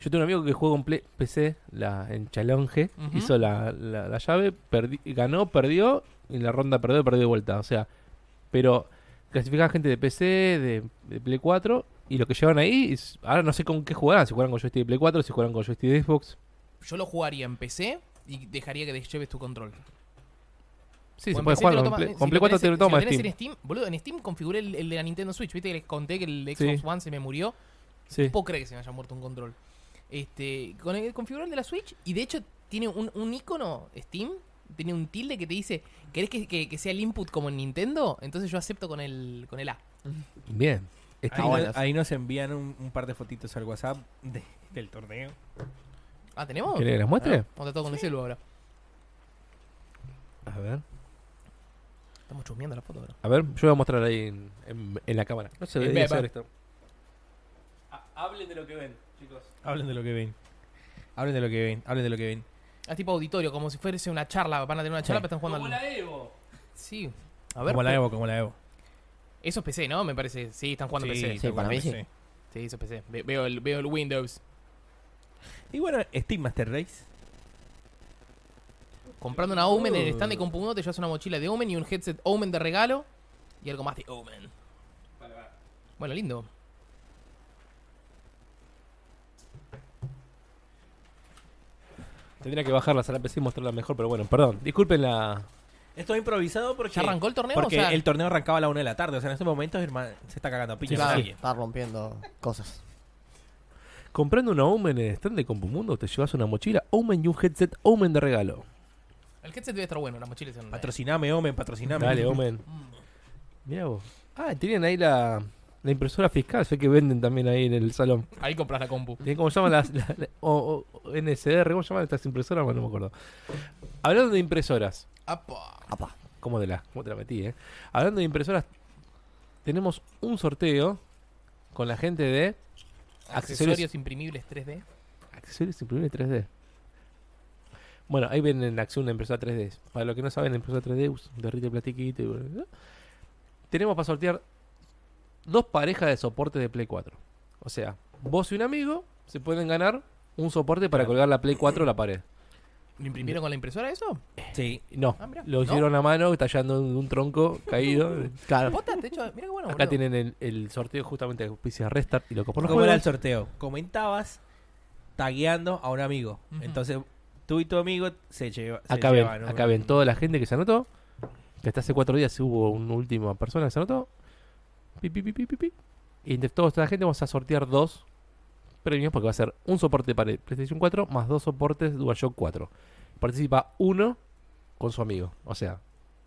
Speaker 5: Yo tengo un amigo que jugó con Play PC la, en Challenge,
Speaker 3: Ujú.
Speaker 5: hizo la, la- la llave, perdi- ganó, perdió, y en la ronda perdió, perdió de vuelta. O sea, pero clasificaba gente de PC, de, de Play 4, y lo que llevan ahí, es- ahora no sé con qué jugarán, si jugarán con joystick de Play 4, si jugarán con joystick de Xbox.
Speaker 3: Yo lo jugaría en PC y dejaría que lleves tu control.
Speaker 5: Sí,
Speaker 3: O
Speaker 5: se
Speaker 3: en
Speaker 5: puede
Speaker 3: PC
Speaker 5: jugar.
Speaker 3: te lo
Speaker 5: Con
Speaker 3: toma-
Speaker 5: Play,
Speaker 3: si
Speaker 5: con
Speaker 3: lo
Speaker 5: Play 4
Speaker 3: tenés-
Speaker 5: te lo
Speaker 3: si lo
Speaker 5: toma
Speaker 3: tenés
Speaker 5: Steam.
Speaker 3: en Steam, boludo, en Steam configuré el, el de la Nintendo Switch. Viste que les conté que el de
Speaker 5: Sí.
Speaker 3: Xbox One se me murió.
Speaker 5: Sí.
Speaker 3: No puedo creer que se me haya muerto un control. Este, con el configurador de la Switch, y de hecho tiene un, un icono Steam, tiene un tilde que te dice, ¿querés que, que- que sea el input como en Nintendo? Entonces yo acepto con el, con el A.
Speaker 5: Bien.
Speaker 4: Ahí,
Speaker 5: Steam-
Speaker 1: Ah,
Speaker 4: no-
Speaker 1: bueno.
Speaker 4: ahí nos envían un, un par de fotitos al WhatsApp de- del torneo.
Speaker 3: Ah, ¿tenemos?
Speaker 5: ¿Querés que las muestre?
Speaker 3: Vamos a todo con el celu ahora.
Speaker 5: A ver.
Speaker 3: Estamos chusmeando la foto ahora.
Speaker 5: A ver, yo voy a mostrar ahí en, en- en la cámara. No se
Speaker 3: En
Speaker 5: debería
Speaker 3: Pepa.
Speaker 5: hacer esto. Hablen de lo que ven, chicos.
Speaker 4: Hablen de lo que ven. Hablen de lo que ven. Hablen de lo que ven.
Speaker 3: Es tipo auditorio, como si fuese una charla. Van a tener una charla, pero están jugando al...
Speaker 5: Evo.
Speaker 3: Sí. A ver,
Speaker 4: como la
Speaker 3: pero-
Speaker 4: Evo, como la Evo.
Speaker 3: eso es PC, ¿no? Me parece. Sí, están jugando
Speaker 4: Sí,
Speaker 3: PC.
Speaker 1: sí, para mí sí.
Speaker 4: sí.
Speaker 3: Sí, eso es PC. Ve- veo, el, veo el Windows.
Speaker 4: Y bueno, Steam Master Race.
Speaker 3: Comprando una Omen en el stand de Compu Uno, te llevas una mochila de Omen y un headset Omen de regalo y algo más de Omen. Bueno, lindo.
Speaker 5: Tendría que bajarlas a la PC y mostrarla mejor, pero bueno, perdón. Disculpen la.
Speaker 4: Esto es improvisado porque,
Speaker 3: ¿Ya arrancó el torneo?
Speaker 4: porque
Speaker 3: o sea,
Speaker 4: el torneo arrancaba a la 1 de la tarde. O sea, en estos momentos hermano, se está cagando a piña.
Speaker 1: Claro,
Speaker 4: alguien.
Speaker 1: está rompiendo cosas.
Speaker 5: Comprando una Omen en el stand de Compumundo, te llevas una mochila Omen y un headset Omen de regalo.
Speaker 3: el headset debe estar bueno, las mochilas son...
Speaker 4: Patrociname, Omen, patrociname.
Speaker 5: Dale, Omen. Mira vos. Ah, tienen ahí la, la impresora fiscal. Sé que venden también ahí en el salón.
Speaker 3: Ahí compras la compu.
Speaker 5: Tiene- ¿Cómo se llaman las, la- la- o, o- NSR? ¿Cómo se llaman estas impresoras? Bueno, no me acuerdo. Hablando de impresoras,
Speaker 3: Apa.
Speaker 1: Apa.
Speaker 5: ¿cómo te la, cómo te la metí, eh? Hablando de impresoras, tenemos un sorteo con la gente de
Speaker 3: Accesorios,
Speaker 5: Accesorios,
Speaker 3: imprimibles 3D.
Speaker 5: accesorios imprimibles 3D. Bueno, ahí ven en acción una impresora 3D. Para los que no saben, la impresora 3D us, derrite el platiquito. y bueno, ¿no? Tenemos para sortear dos parejas de soporte de Play 4. O sea, vos y un amigo se pueden ganar un soporte para colgar la Play 4 a la pared.
Speaker 3: ¿Lo imprimieron con la impresora eso?
Speaker 4: Sí.
Speaker 5: No,
Speaker 3: Ah, mirá.
Speaker 5: lo hicieron a mano tallando un, un tronco caído.
Speaker 1: Claro.
Speaker 3: Posta, de hecho, mira qué
Speaker 4: Ah,
Speaker 3: bueno,
Speaker 5: Acá
Speaker 3: boludo.
Speaker 5: tienen el, el sorteo justamente de justicia Restart y lo
Speaker 4: Por
Speaker 5: compró.
Speaker 4: lo que era el sorteo. Comentabas tagueando a un amigo.
Speaker 3: Ujú.
Speaker 4: Entonces, tú y tu amigo se, lleva, se
Speaker 5: Acá ven,
Speaker 4: llevan un-
Speaker 5: acá ven toda la gente que se anotó. Que hasta hace cuatro días hubo una última persona que se anotó. Pi, pi, pi, pi, pi, pi. Y entre toda esta gente vamos a sortear dos premios porque va a ser un soporte para el PlayStation 4 más dos soportes DualShock 4. Participa uno con su amigo. O sea,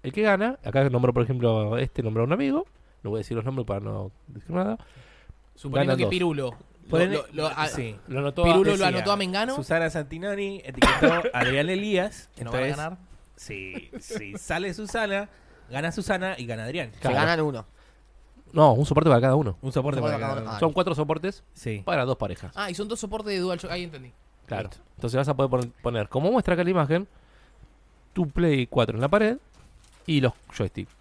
Speaker 5: el que gana, acá nombró por ejemplo este, nombró a un amigo. No voy a decir los nombres para no decir nada.
Speaker 3: Suponiendo
Speaker 5: ganan
Speaker 3: que
Speaker 5: dos.
Speaker 3: Pirulo... lo-
Speaker 4: Por el-
Speaker 3: lo- ah, lo- a-
Speaker 4: sí.
Speaker 5: Lo anotó a-
Speaker 3: Pirulo lo
Speaker 4: decía,
Speaker 3: anotó a Mengano,
Speaker 4: Susana Santinoni etiquetó a Adrián Elías.
Speaker 3: que no va a
Speaker 4: Entonces,
Speaker 3: ganar.
Speaker 4: Sí, sí. Sale Susana, gana Susana y gana Adrián.
Speaker 1: Se
Speaker 5: Claro.
Speaker 1: ganan uno.
Speaker 5: No, un soporte para cada uno.
Speaker 4: Un soporte
Speaker 1: Un
Speaker 4: para
Speaker 1: soporte
Speaker 4: cada
Speaker 1: para
Speaker 4: uno.
Speaker 1: cada Ah.
Speaker 5: Son cuatro soportes
Speaker 4: Sí.
Speaker 5: para dos parejas.
Speaker 3: Ah, y son dos soportes de DualShock. Ahí entendí.
Speaker 5: Claro. Entonces vas a poder pon- poner, como muestra acá la imagen, tu Play 4 en la pared y los joysticks.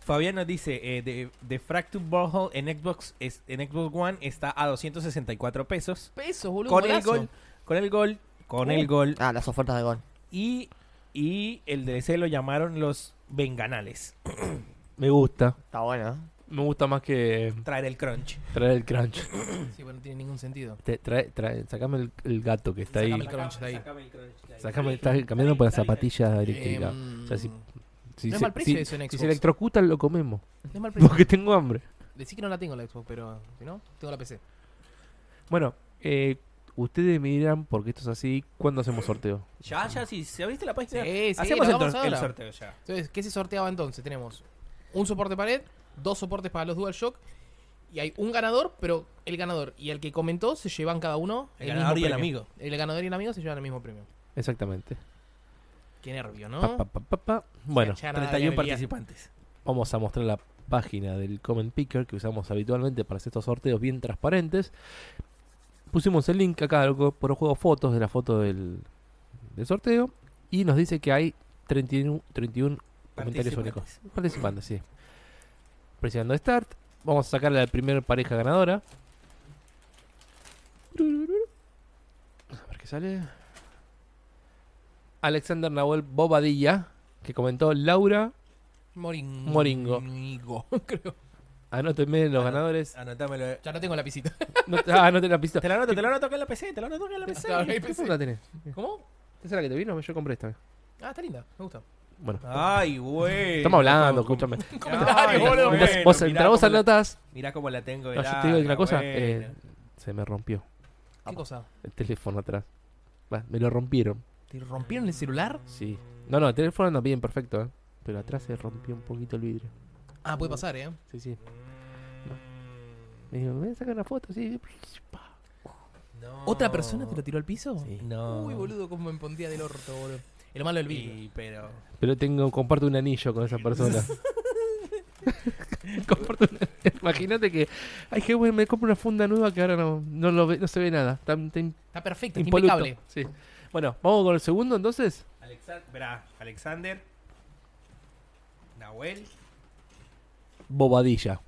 Speaker 4: Fabián nos dice, eh, de, de Fractured Butthole en Xbox, es, en Xbox One está a 264 pesos.
Speaker 3: Pesos, boludo.
Speaker 4: Con el
Speaker 3: golazo.
Speaker 4: gol, con el gol, con
Speaker 1: Uh.
Speaker 4: el gol.
Speaker 1: Ah, las ofertas de gol.
Speaker 4: Y, y el DLC lo llamaron los Venganales.
Speaker 5: Me gusta.
Speaker 1: Está bueno, ¿eh?
Speaker 5: me gusta más que
Speaker 4: Traer el crunch.
Speaker 5: traer el crunch.
Speaker 3: Sí, bueno, no tiene ningún sentido.
Speaker 5: Te- trae, trae- sacame el, el gato que está
Speaker 3: Sacame
Speaker 5: ahí.
Speaker 3: el crunch de ahí.
Speaker 5: Sacame, está cambiando por la zapatilla eléctrica.
Speaker 3: Em,
Speaker 5: O sea, si- si
Speaker 3: no es
Speaker 5: se-
Speaker 3: mal precio
Speaker 5: si-
Speaker 3: eso en
Speaker 5: Si
Speaker 3: Xbox.
Speaker 5: se electrocuta, lo comemos.
Speaker 3: No es mal precio.
Speaker 5: Porque tengo hambre.
Speaker 3: Decí que no la tengo la Xbox, pero si no, tengo la PC.
Speaker 5: Bueno, eh, ustedes me dirán, porque esto es así, ¿cuándo hacemos sorteo?
Speaker 4: Ya, ya, si se abriste la página.
Speaker 3: Sí, sí,
Speaker 4: Hacemos
Speaker 3: lo
Speaker 4: el,
Speaker 3: hagamos
Speaker 4: tor- el
Speaker 3: ahora.
Speaker 4: sorteo ya.
Speaker 3: Entonces, ¿qué se sorteaba entonces? Tenemos un soporte pared, dos soportes para los DualShock y hay un ganador, pero el ganador y el que comentó se llevan cada uno
Speaker 4: El ganador y el
Speaker 3: premio.
Speaker 4: amigo.
Speaker 3: El ganador y el amigo se llevan el mismo premio.
Speaker 5: Exactamente.
Speaker 3: Qué nervio, ¿no?
Speaker 5: Pa, pa, pa, pa, pa. Bueno,
Speaker 3: Ya nada de
Speaker 4: 31
Speaker 3: alegría.
Speaker 4: participantes.
Speaker 5: vamos a mostrar la página del Comment Picker que usamos habitualmente para hacer estos sorteos bien transparentes. Pusimos el link acá loco, por el juego fotos de la foto del, del sorteo y nos dice que hay 31, 31 comentarios únicos.
Speaker 4: Participantes.
Speaker 5: Participantes, sí. Presionando Start, vamos a sacar a la primera pareja ganadora. A ver qué sale. Alexander Nahuel Bobadilla, que comentó Laura
Speaker 3: Moringo.
Speaker 5: Moringo.
Speaker 3: creo.
Speaker 5: Anótenme Ah, los
Speaker 4: Anot-
Speaker 5: ganadores.
Speaker 4: Anotámelo. eh.
Speaker 3: Ya no tengo la pisita.
Speaker 5: No, ah, no te la pistola.
Speaker 4: Te lo anoto, te lo anoto acá en la PC, te lo anoto acá en la PC.
Speaker 3: Claro, ahí
Speaker 5: ¿Qué
Speaker 3: pensé.
Speaker 5: puta tenés?
Speaker 3: ¿Cómo?
Speaker 5: ¿Esa es la que te vino? Yo compré esta.
Speaker 3: Ah, está linda, me gusta.
Speaker 5: Bueno,
Speaker 4: Ay, güey.
Speaker 5: estamos hablando, escúchame.
Speaker 3: Comentario, boludo.
Speaker 5: Mientras vos,
Speaker 4: mirá
Speaker 5: mientras vos
Speaker 4: cómo la-
Speaker 5: anotás.
Speaker 4: Mirá cómo la tengo.
Speaker 5: No,
Speaker 4: de
Speaker 5: yo te digo una
Speaker 4: larga,
Speaker 5: cosa.
Speaker 4: bueno.
Speaker 5: eh, se me rompió
Speaker 3: ¿Qué cosa?
Speaker 5: el teléfono atrás. Va, me lo rompieron.
Speaker 3: ¿Te rompieron el celular?
Speaker 5: Sí. No, no, el teléfono anda bien perfecto, ¿eh? Pero atrás se rompió un poquito el vidrio.
Speaker 3: Ah, puede pasar, ¿eh?
Speaker 5: Sí, sí. No. Me dijo, ven a sacar una foto, sí. Pa.
Speaker 4: No.
Speaker 3: ¿Otra persona te lo tiró al piso?
Speaker 4: No.
Speaker 3: Oh. Uy, boludo, cómo me pondría del orto, boludo. El malo del vidrio.
Speaker 4: Sí, pero.
Speaker 5: Pero tengo, comparto un anillo con esa persona. Comparto un- Imagínate que, ay, que bueno, me compro una funda nueva que ahora no, no, lo ve- no se ve nada. Está, está im-
Speaker 3: Está perfecto, está
Speaker 5: impoluto.
Speaker 3: impecable.
Speaker 5: Sí. Bueno, vamos con el segundo entonces.
Speaker 4: Alexander. Verá, Alexander. Nahuel.
Speaker 5: Bobadilla.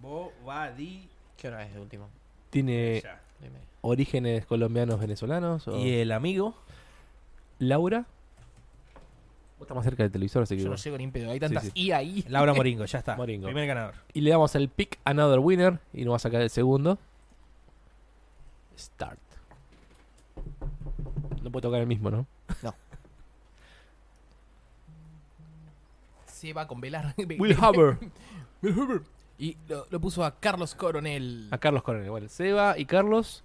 Speaker 4: Bobadi.
Speaker 1: ¿Qué hora es el último?
Speaker 5: Tiene
Speaker 4: ya.
Speaker 1: Dime.
Speaker 5: orígenes colombianos, venezolanos. o-
Speaker 4: Y el amigo.
Speaker 5: Laura. Vos estás más cerca del televisor, así que.
Speaker 3: Yo no
Speaker 5: bueno.
Speaker 3: llego ni en pedo. Hay tantas
Speaker 5: sí.
Speaker 3: I ahí.
Speaker 4: Laura Moringo, ya está.
Speaker 5: Moringo.
Speaker 4: Primer ganador.
Speaker 5: Y le damos el pick another winner. Y nos va a sacar el segundo. Start. No puedo tocar el mismo, ¿no?
Speaker 3: Se va con velar.
Speaker 5: Will Haber.
Speaker 3: Will Huber. Y lo, lo puso a Carlos Coronel.
Speaker 5: A Carlos Coronel. Bueno, Seba y Carlos.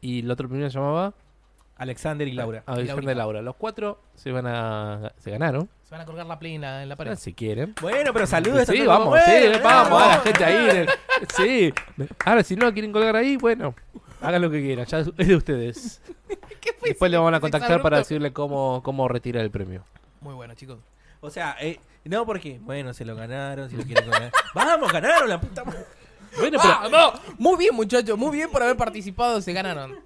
Speaker 5: Y el otro primero se llamaba
Speaker 4: Alexander y Laura.
Speaker 5: Alexander
Speaker 3: Laurita.
Speaker 5: y Laura. Los cuatro se van a. se ganaron.
Speaker 3: Se van a colgar la play en la, en la pared.
Speaker 5: Si quieren.
Speaker 4: Bueno, pero saludos. a
Speaker 5: sí,
Speaker 4: todo-
Speaker 5: vamos,
Speaker 4: Bueno,
Speaker 5: sí, vamos, a la gente ahí. en el- sí. Ahora, si no la quieren colgar ahí, bueno, hagan lo que quieran, ya es de ustedes. Después le van a
Speaker 3: ese
Speaker 5: contactar
Speaker 3: exabrupto?
Speaker 5: para decirle cómo, cómo retirar el premio.
Speaker 3: Muy bueno, chicos.
Speaker 4: O sea, eh, no porque, bueno, se lo ganaron, si lo quieren ganar. Vamos, ganaron la puta madre.
Speaker 5: Bueno, pero.
Speaker 3: ¡Vamos! Ah, Muy bien, muchachos. Muy bien por haber participado. Se ganaron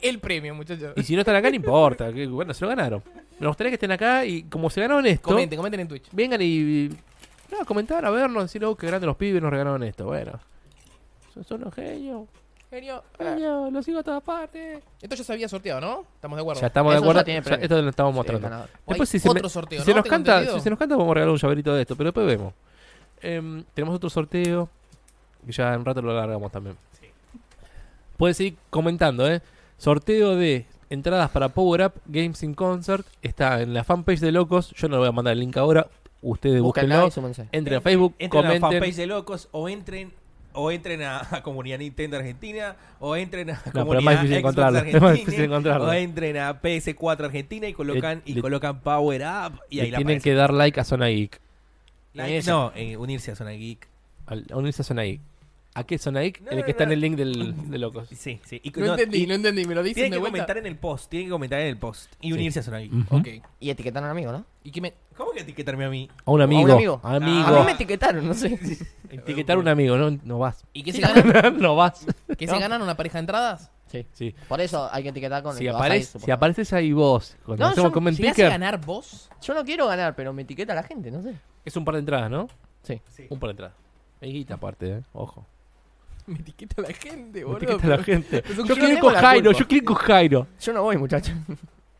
Speaker 3: el premio, muchachos.
Speaker 5: Y si no están acá, no importa. que, bueno, se lo ganaron. Me gustaría que estén acá y como se ganaron esto,
Speaker 3: Comenten, comenten en Twitch.
Speaker 5: vengan y. No, a comentar, a vernos, decir, oh, qué grandes los pibes nos regalaron esto. Bueno, son, son unos genios.
Speaker 3: Genio. Eh,
Speaker 5: Genios, los sigo a todas partes.
Speaker 3: Esto ya se había sorteado, ¿no? Estamos de acuerdo.
Speaker 5: Ya estamos de
Speaker 1: Eso ya
Speaker 5: acuerdo.
Speaker 1: tiene
Speaker 5: ya-
Speaker 1: premio.
Speaker 5: esto lo estamos
Speaker 1: Sí, el
Speaker 5: mostrando.
Speaker 1: ganador.
Speaker 3: O hay
Speaker 5: Después, si se me-
Speaker 3: otro sorteo,
Speaker 5: si
Speaker 3: ¿no?
Speaker 5: se nos
Speaker 3: Tengo
Speaker 5: canta,
Speaker 3: entendido.
Speaker 5: si se nos canta, vamos a regalar un llaverito de esto, pero después vemos. Em, tenemos otro sorteo que ya en un rato lo largamos también. Puedes seguir comentando, ¿eh? Sorteo de entradas para Power Up Games in Concert está en la fanpage de Locos. Yo no le voy a mandar el link ahora. Ustedes
Speaker 1: Búsquenla
Speaker 5: búsquenlo.
Speaker 1: y súmense.
Speaker 5: Entren a Facebook,
Speaker 4: Entren a la fanpage
Speaker 5: comenten.
Speaker 4: de locos o entren o entren a, a comunidad Nintendo Argentina o entren a
Speaker 5: pero es
Speaker 4: comunidad
Speaker 5: más difícil
Speaker 4: Xbox
Speaker 5: encontrarlo, es más
Speaker 4: Argentina,
Speaker 5: difícil encontrarlo. Eh,
Speaker 4: o entren a PS4 Argentina y colocan y
Speaker 5: Le-
Speaker 4: colocan Power Up y ahí
Speaker 5: le
Speaker 4: la
Speaker 5: tienen
Speaker 4: aparece.
Speaker 5: que dar like a Zona Geek.
Speaker 4: Like-
Speaker 1: Eso.
Speaker 4: no, eh, unirse a Zona Geek.
Speaker 5: Al- a unirse a Zona Geek. ¿A qué Zona Geek?
Speaker 4: No,
Speaker 5: el
Speaker 4: no,
Speaker 5: que está
Speaker 4: no.
Speaker 5: en el link del, de Locos.
Speaker 4: Sí, sí. Y,
Speaker 3: No,
Speaker 4: no,
Speaker 3: entendí,
Speaker 4: y
Speaker 3: no entendí. Me lo dicen
Speaker 4: tienen
Speaker 3: de
Speaker 4: que
Speaker 3: vuelta.
Speaker 4: comentar en el post, tienen que comentar en el post y unirse a Zona Geek.
Speaker 5: Ujú.
Speaker 3: Ok.
Speaker 1: Y etiquetaron a un amigo, ¿no?
Speaker 3: ¿Y qué me...?
Speaker 4: ¿Cómo que etiquetarme a mí?
Speaker 5: A un amigo.
Speaker 1: amigo.
Speaker 5: Amigo.
Speaker 1: A mí me etiquetaron, no sé.
Speaker 5: Etiquetar a un amigo, no, no vas.
Speaker 3: ¿Y qué se
Speaker 1: Sí,
Speaker 3: ganan?
Speaker 5: no vas.
Speaker 3: ¿Qué se ganan una pareja de entradas?
Speaker 1: Sí.
Speaker 5: Sí.
Speaker 1: Por eso hay que etiquetar con
Speaker 5: Si,
Speaker 1: el que vas a ir,
Speaker 5: aparece, si
Speaker 1: supongo.
Speaker 5: apareces ahí vos, cuando
Speaker 1: No,
Speaker 5: hacemos
Speaker 1: yo-
Speaker 5: comment
Speaker 3: ¿Llegás a
Speaker 5: picker,
Speaker 3: ganar vos?
Speaker 1: Yo no quiero ganar, pero me etiqueta la gente, no sé.
Speaker 5: es un par de entradas, ¿no?
Speaker 1: Sí.
Speaker 5: Un par de entradas. Amiguita aparte, ¿eh? Ojo.
Speaker 3: Me etiqueta la gente,
Speaker 5: Me
Speaker 3: boludo.
Speaker 5: etiqueta la gente.
Speaker 3: Es
Speaker 5: Yo
Speaker 3: un-
Speaker 5: quiero ir
Speaker 1: no
Speaker 5: con
Speaker 1: tengo la
Speaker 5: Jairo,
Speaker 1: culpa.
Speaker 5: yo quiero ir con Jairo.
Speaker 1: Yo no voy, muchachos.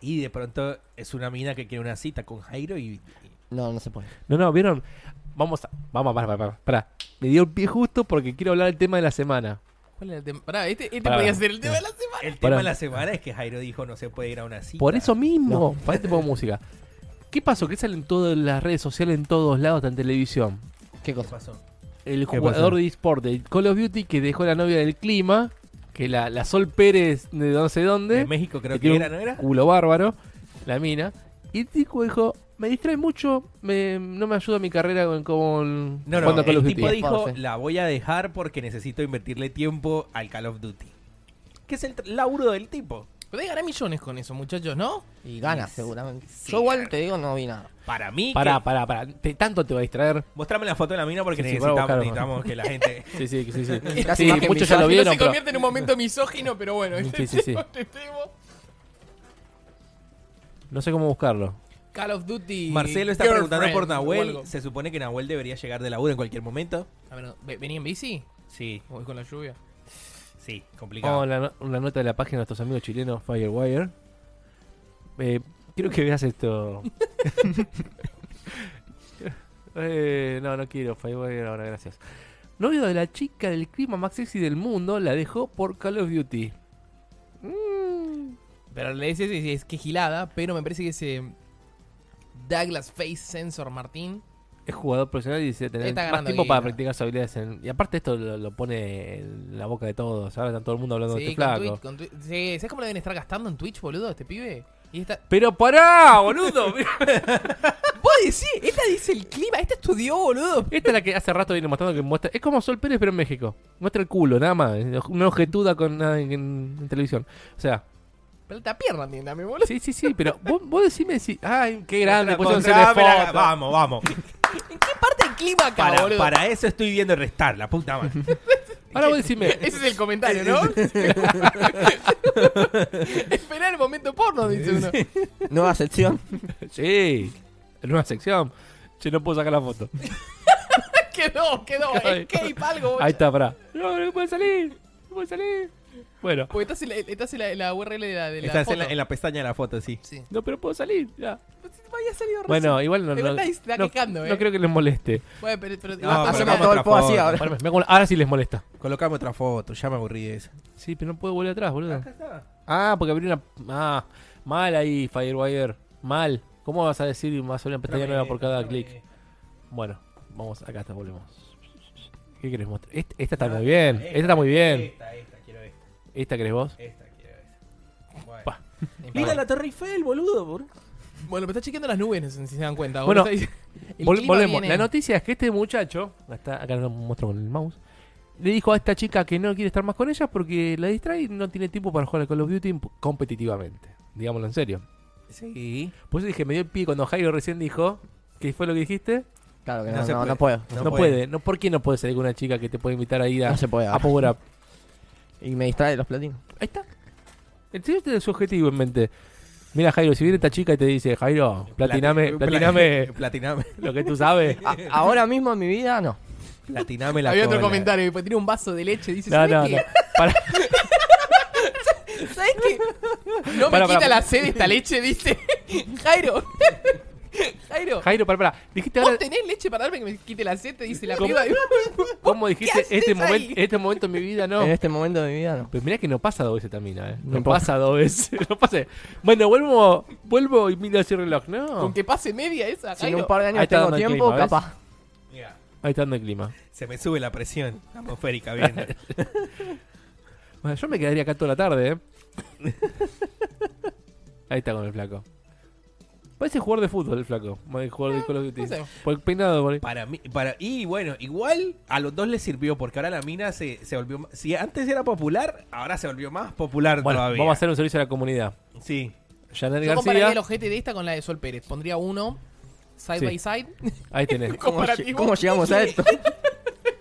Speaker 4: Y de pronto es una mina que quiere una cita con Jairo y, y-
Speaker 1: No, no se puede.
Speaker 5: No, no, ¿vieron? Vamos a. Vamos, para, para, para. para. Me dio el pie justo porque quiero hablar del tema de la semana.
Speaker 3: ¿Cuál era el tema? Pará, este, este
Speaker 5: Pará.
Speaker 3: podía ser el tema de la semana.
Speaker 4: El tema
Speaker 5: Para.
Speaker 4: de la semana es que Jairo dijo no se puede ir a una cita.
Speaker 5: Por eso mismo. Para este poco música. ¿Qué pasó? ¿Qué sale en todas las redes sociales, en todos lados, hasta en televisión?
Speaker 1: ¿Qué
Speaker 4: ¿Qué
Speaker 1: cosa?
Speaker 4: pasó?
Speaker 5: El
Speaker 4: ¿Qué
Speaker 5: jugador
Speaker 4: pasó?
Speaker 5: de eSport de Call of Duty que dejó la novia del clima, que la, la Sol Pérez de no sé dónde.
Speaker 4: De México creo
Speaker 5: que
Speaker 4: que
Speaker 5: tiene un
Speaker 4: era, ¿no era?
Speaker 5: Culo bárbaro, la mina. Y el tipo dijo, me distrae mucho, me, no me ayuda mi carrera con, con
Speaker 4: No, no,
Speaker 5: jugando a Call of Duty".
Speaker 4: el tipo dijo,
Speaker 1: Esforce.
Speaker 4: la voy a dejar porque necesito invertirle tiempo al Call of Duty. Que es el tr- laburo del tipo.
Speaker 3: Podés ganar millones con eso, muchachos, ¿no?
Speaker 1: Y gana, seguramente.
Speaker 4: sí,
Speaker 1: Yo igual
Speaker 4: gana.
Speaker 1: te digo, no vi nada.
Speaker 4: Para mí,
Speaker 5: Pará, pará, pará, te- tanto te va a distraer.
Speaker 4: que- mostrame la foto de la mina porque
Speaker 5: Sí, sí, voy a
Speaker 4: necesitamos,
Speaker 5: buscar,
Speaker 4: necesitamos que la gente...
Speaker 5: Sí, sí, sí, sí.
Speaker 1: Casi
Speaker 5: Sí,
Speaker 1: más que
Speaker 5: muchos ya lo
Speaker 1: Miyazaki.
Speaker 5: vieron,
Speaker 3: se
Speaker 5: pero...
Speaker 3: convierte en un momento misógino, pero bueno.
Speaker 5: Sí, sí, sí.
Speaker 3: este tema.
Speaker 5: No sé cómo buscarlo.
Speaker 3: Call of Duty.
Speaker 4: Marcelo está
Speaker 3: Girlfriend
Speaker 4: preguntando por
Speaker 3: o algo.
Speaker 4: Nahuel. Se supone que Nahuel debería llegar de laburo en cualquier momento.
Speaker 3: A ver, ¿ve- ¿venía en bici?
Speaker 4: Sí,
Speaker 3: ¿O voy con la lluvia?
Speaker 4: sí, complicado.
Speaker 5: Vamos a la, no- una nota de la página de nuestros amigos chilenos Firewire. Eh, quiero que veas esto. Eh, no, no quiero Firewire ahora, gracias. Novio de la chica del clima más sexy del mundo la dejó por Call of Duty.
Speaker 3: Pero le dices es, es que gilada, pero me parece que ese Douglas Face Sensor Martín.
Speaker 5: Es jugador profesional y dice tener
Speaker 3: Está
Speaker 5: más
Speaker 3: ganando
Speaker 5: tiempo
Speaker 3: guita.
Speaker 5: para practicar sus habilidades. en- Y aparte esto lo, lo pone en la boca de todos. Ahora está todo el mundo hablando de
Speaker 3: sí,
Speaker 5: este
Speaker 3: con
Speaker 5: flaco.
Speaker 3: Twitch, con Twitch. Sí, ¿sabes cómo lo deben estar gastando en Twitch, boludo, este pibe? Y esta...
Speaker 5: Pero pará, boludo. Mirá,
Speaker 3: Vos decís, esta dice el clima, esta estudió, boludo.
Speaker 5: Esta es la que hace rato viene mostrando que muestra. Es como Sol Pérez, pero en México. Muestra el culo, nada más. Una ojetuda con nada en, en- en televisión. O sea,
Speaker 3: Plata pierna tiene también, boludo.
Speaker 5: sí, sí, sí, pero vos, vos decime si. ¡Ay, qué grande!
Speaker 4: Otra
Speaker 5: Pusieron
Speaker 4: cosa, Ah,
Speaker 5: cine
Speaker 4: mira,
Speaker 5: foto.
Speaker 4: Vamos, vamos.
Speaker 3: ¿En qué parte del clima acá,
Speaker 4: Para,
Speaker 3: boludo?
Speaker 4: para eso estoy viendo restar, la puta madre.
Speaker 5: Ahora vos decime.
Speaker 3: Ese es el comentario, ¿no? Esperar el momento porno, dice uno.
Speaker 1: Nueva sección.
Speaker 5: Sí, en una sección. Che, no puedo sacar la foto.
Speaker 3: quedó, quedó.
Speaker 5: Ay.
Speaker 3: Escape algo, boludo.
Speaker 5: Ahí está, pará. No, no puede salir. No puede salir. Bueno,
Speaker 3: Porque estás en la, estás en la, la URL de la, de la
Speaker 4: Estás en
Speaker 3: foto.
Speaker 4: la, en la pestaña de la foto, sí.
Speaker 3: Sí.
Speaker 5: no, pero puedo salir. ya.
Speaker 3: Pues te había salido recién.
Speaker 5: Bueno, igual no.
Speaker 3: Pero
Speaker 5: No,
Speaker 3: está- está
Speaker 5: no-
Speaker 3: quejando, eh.
Speaker 5: no creo que les moleste.
Speaker 3: Bueno, pero, pero-
Speaker 4: No,
Speaker 3: ah,
Speaker 4: pero
Speaker 1: Hacemos
Speaker 4: hagamos
Speaker 1: todo el
Speaker 4: otra
Speaker 1: po así
Speaker 4: foto.
Speaker 1: ahora.
Speaker 5: Bueno, me- me- ahora sí les molesta.
Speaker 4: Colocame otra foto, ya me aburrí de eso.
Speaker 5: Sí, pero no puedo volver atrás, boludo.
Speaker 4: está.
Speaker 5: Ah, porque abrí una. Ah, mal ahí, Firewire. Mal. ¿Cómo vas a decir más una pestaña nueva por cada clic? Bueno, vamos, acá está, volvemos. ¿Qué querés mostrar? Este- esta
Speaker 3: Ah,
Speaker 5: está muy bien. Esta está muy bien.
Speaker 4: Esta, esta, quiero esta,
Speaker 5: ¿Esta querés vos?
Speaker 4: esta, quiero esta. Bueno.
Speaker 5: Pa.
Speaker 4: Mira la Torre Eiffel, boludo. por-
Speaker 3: Bueno, pero está chequeando las nubes, no sé si se dan cuenta.
Speaker 5: Bueno,
Speaker 3: boludo. Está ahí- el
Speaker 5: Vol-
Speaker 3: clima
Speaker 5: volvemos.
Speaker 3: viene-
Speaker 5: La noticia es que este muchacho, está, acá lo muestro con el mouse, le dijo a esta chica que no quiere estar más con ella porque la distrae y no tiene tiempo para jugar al Call of Duty competitivamente. Digámoslo en serio.
Speaker 4: Sí.
Speaker 5: Por eso dije, me dio el pie cuando Jairo recién dijo, ¿qué fue lo que dijiste?
Speaker 1: Claro que
Speaker 4: No
Speaker 1: no,
Speaker 4: se
Speaker 1: no,
Speaker 4: puede.
Speaker 1: no puedo.
Speaker 5: No, puede. No, ¿Por qué no puede salir con una chica que te puede invitar a ir a,
Speaker 1: No se puede. ah.
Speaker 5: a Power Up?
Speaker 1: Y me distrae los platinos.
Speaker 5: Ahí está. El señor tiene su objetivo en mente. Mira, Jairo, si viene esta chica y te dice, Jairo, platiname,
Speaker 4: Plati-
Speaker 5: platiname
Speaker 4: pla- Platiname.
Speaker 5: lo que tú sabes.
Speaker 1: A- ahora mismo en mi vida, no.
Speaker 4: Platiname la
Speaker 3: Había otro
Speaker 4: cola.
Speaker 3: comentario, porque tiene un vaso de leche, dice,
Speaker 5: No,
Speaker 3: ¿sabes
Speaker 5: no,
Speaker 3: qué?
Speaker 5: no. Pará.
Speaker 3: ¿Sabes qué? No me
Speaker 5: Pará,
Speaker 3: quita
Speaker 5: pará.
Speaker 3: la sed esta leche, dice Jairo. Jairo,
Speaker 5: Jairo, pará, pará. Dijiste ahora,
Speaker 3: ¿vos tenés leche para darme que me quite la sed? Te dice la
Speaker 5: ¿Cómo?
Speaker 3: piba.
Speaker 5: ¿cómo dijiste
Speaker 3: haces
Speaker 5: este,
Speaker 3: ahí?
Speaker 5: momento, este momento en mi vida? No.
Speaker 1: En este momento de mi vida, no.
Speaker 5: Pero mirá que no pasa dos veces también, ¿eh? No,
Speaker 1: No pasa.
Speaker 5: pasa dos veces. No pasa. Bueno, vuelvo, vuelvo y miro así el reloj.
Speaker 3: Con
Speaker 5: No.
Speaker 3: que pase media esa,
Speaker 1: Si en un
Speaker 3: Jairo.
Speaker 1: par de
Speaker 5: Ahí
Speaker 1: años
Speaker 5: está
Speaker 1: tengo
Speaker 5: dando el
Speaker 1: tiempo,
Speaker 5: clima, ¿ves?
Speaker 1: capaz.
Speaker 4: Mira,
Speaker 5: Ahí está dando el clima.
Speaker 4: se me sube la presión atmosférica viendo.
Speaker 5: Bueno, yo me quedaría acá toda la tarde, ¿eh? Ahí está con el flaco. Parece jugador de fútbol el flaco. más que Jugador de Call of Duty.
Speaker 3: Eh, no sé.
Speaker 5: Por el peinado, por el-
Speaker 4: Para mí, para, y bueno, igual a los dos les sirvió porque ahora la mina se, se volvió. Si antes era popular, ahora se volvió más popular
Speaker 5: Bueno,
Speaker 4: todavía.
Speaker 5: vamos a hacer un servicio a la comunidad.
Speaker 4: Sí.
Speaker 5: Janet
Speaker 3: Yo compararía el
Speaker 5: García.
Speaker 3: ojete de esta con la de Sol Pérez. Pondría uno side
Speaker 5: Sí.
Speaker 3: by side.
Speaker 5: Ahí tenés.
Speaker 1: ¿Cómo,
Speaker 3: Comparativo.
Speaker 1: lleg- cómo llegamos a esto?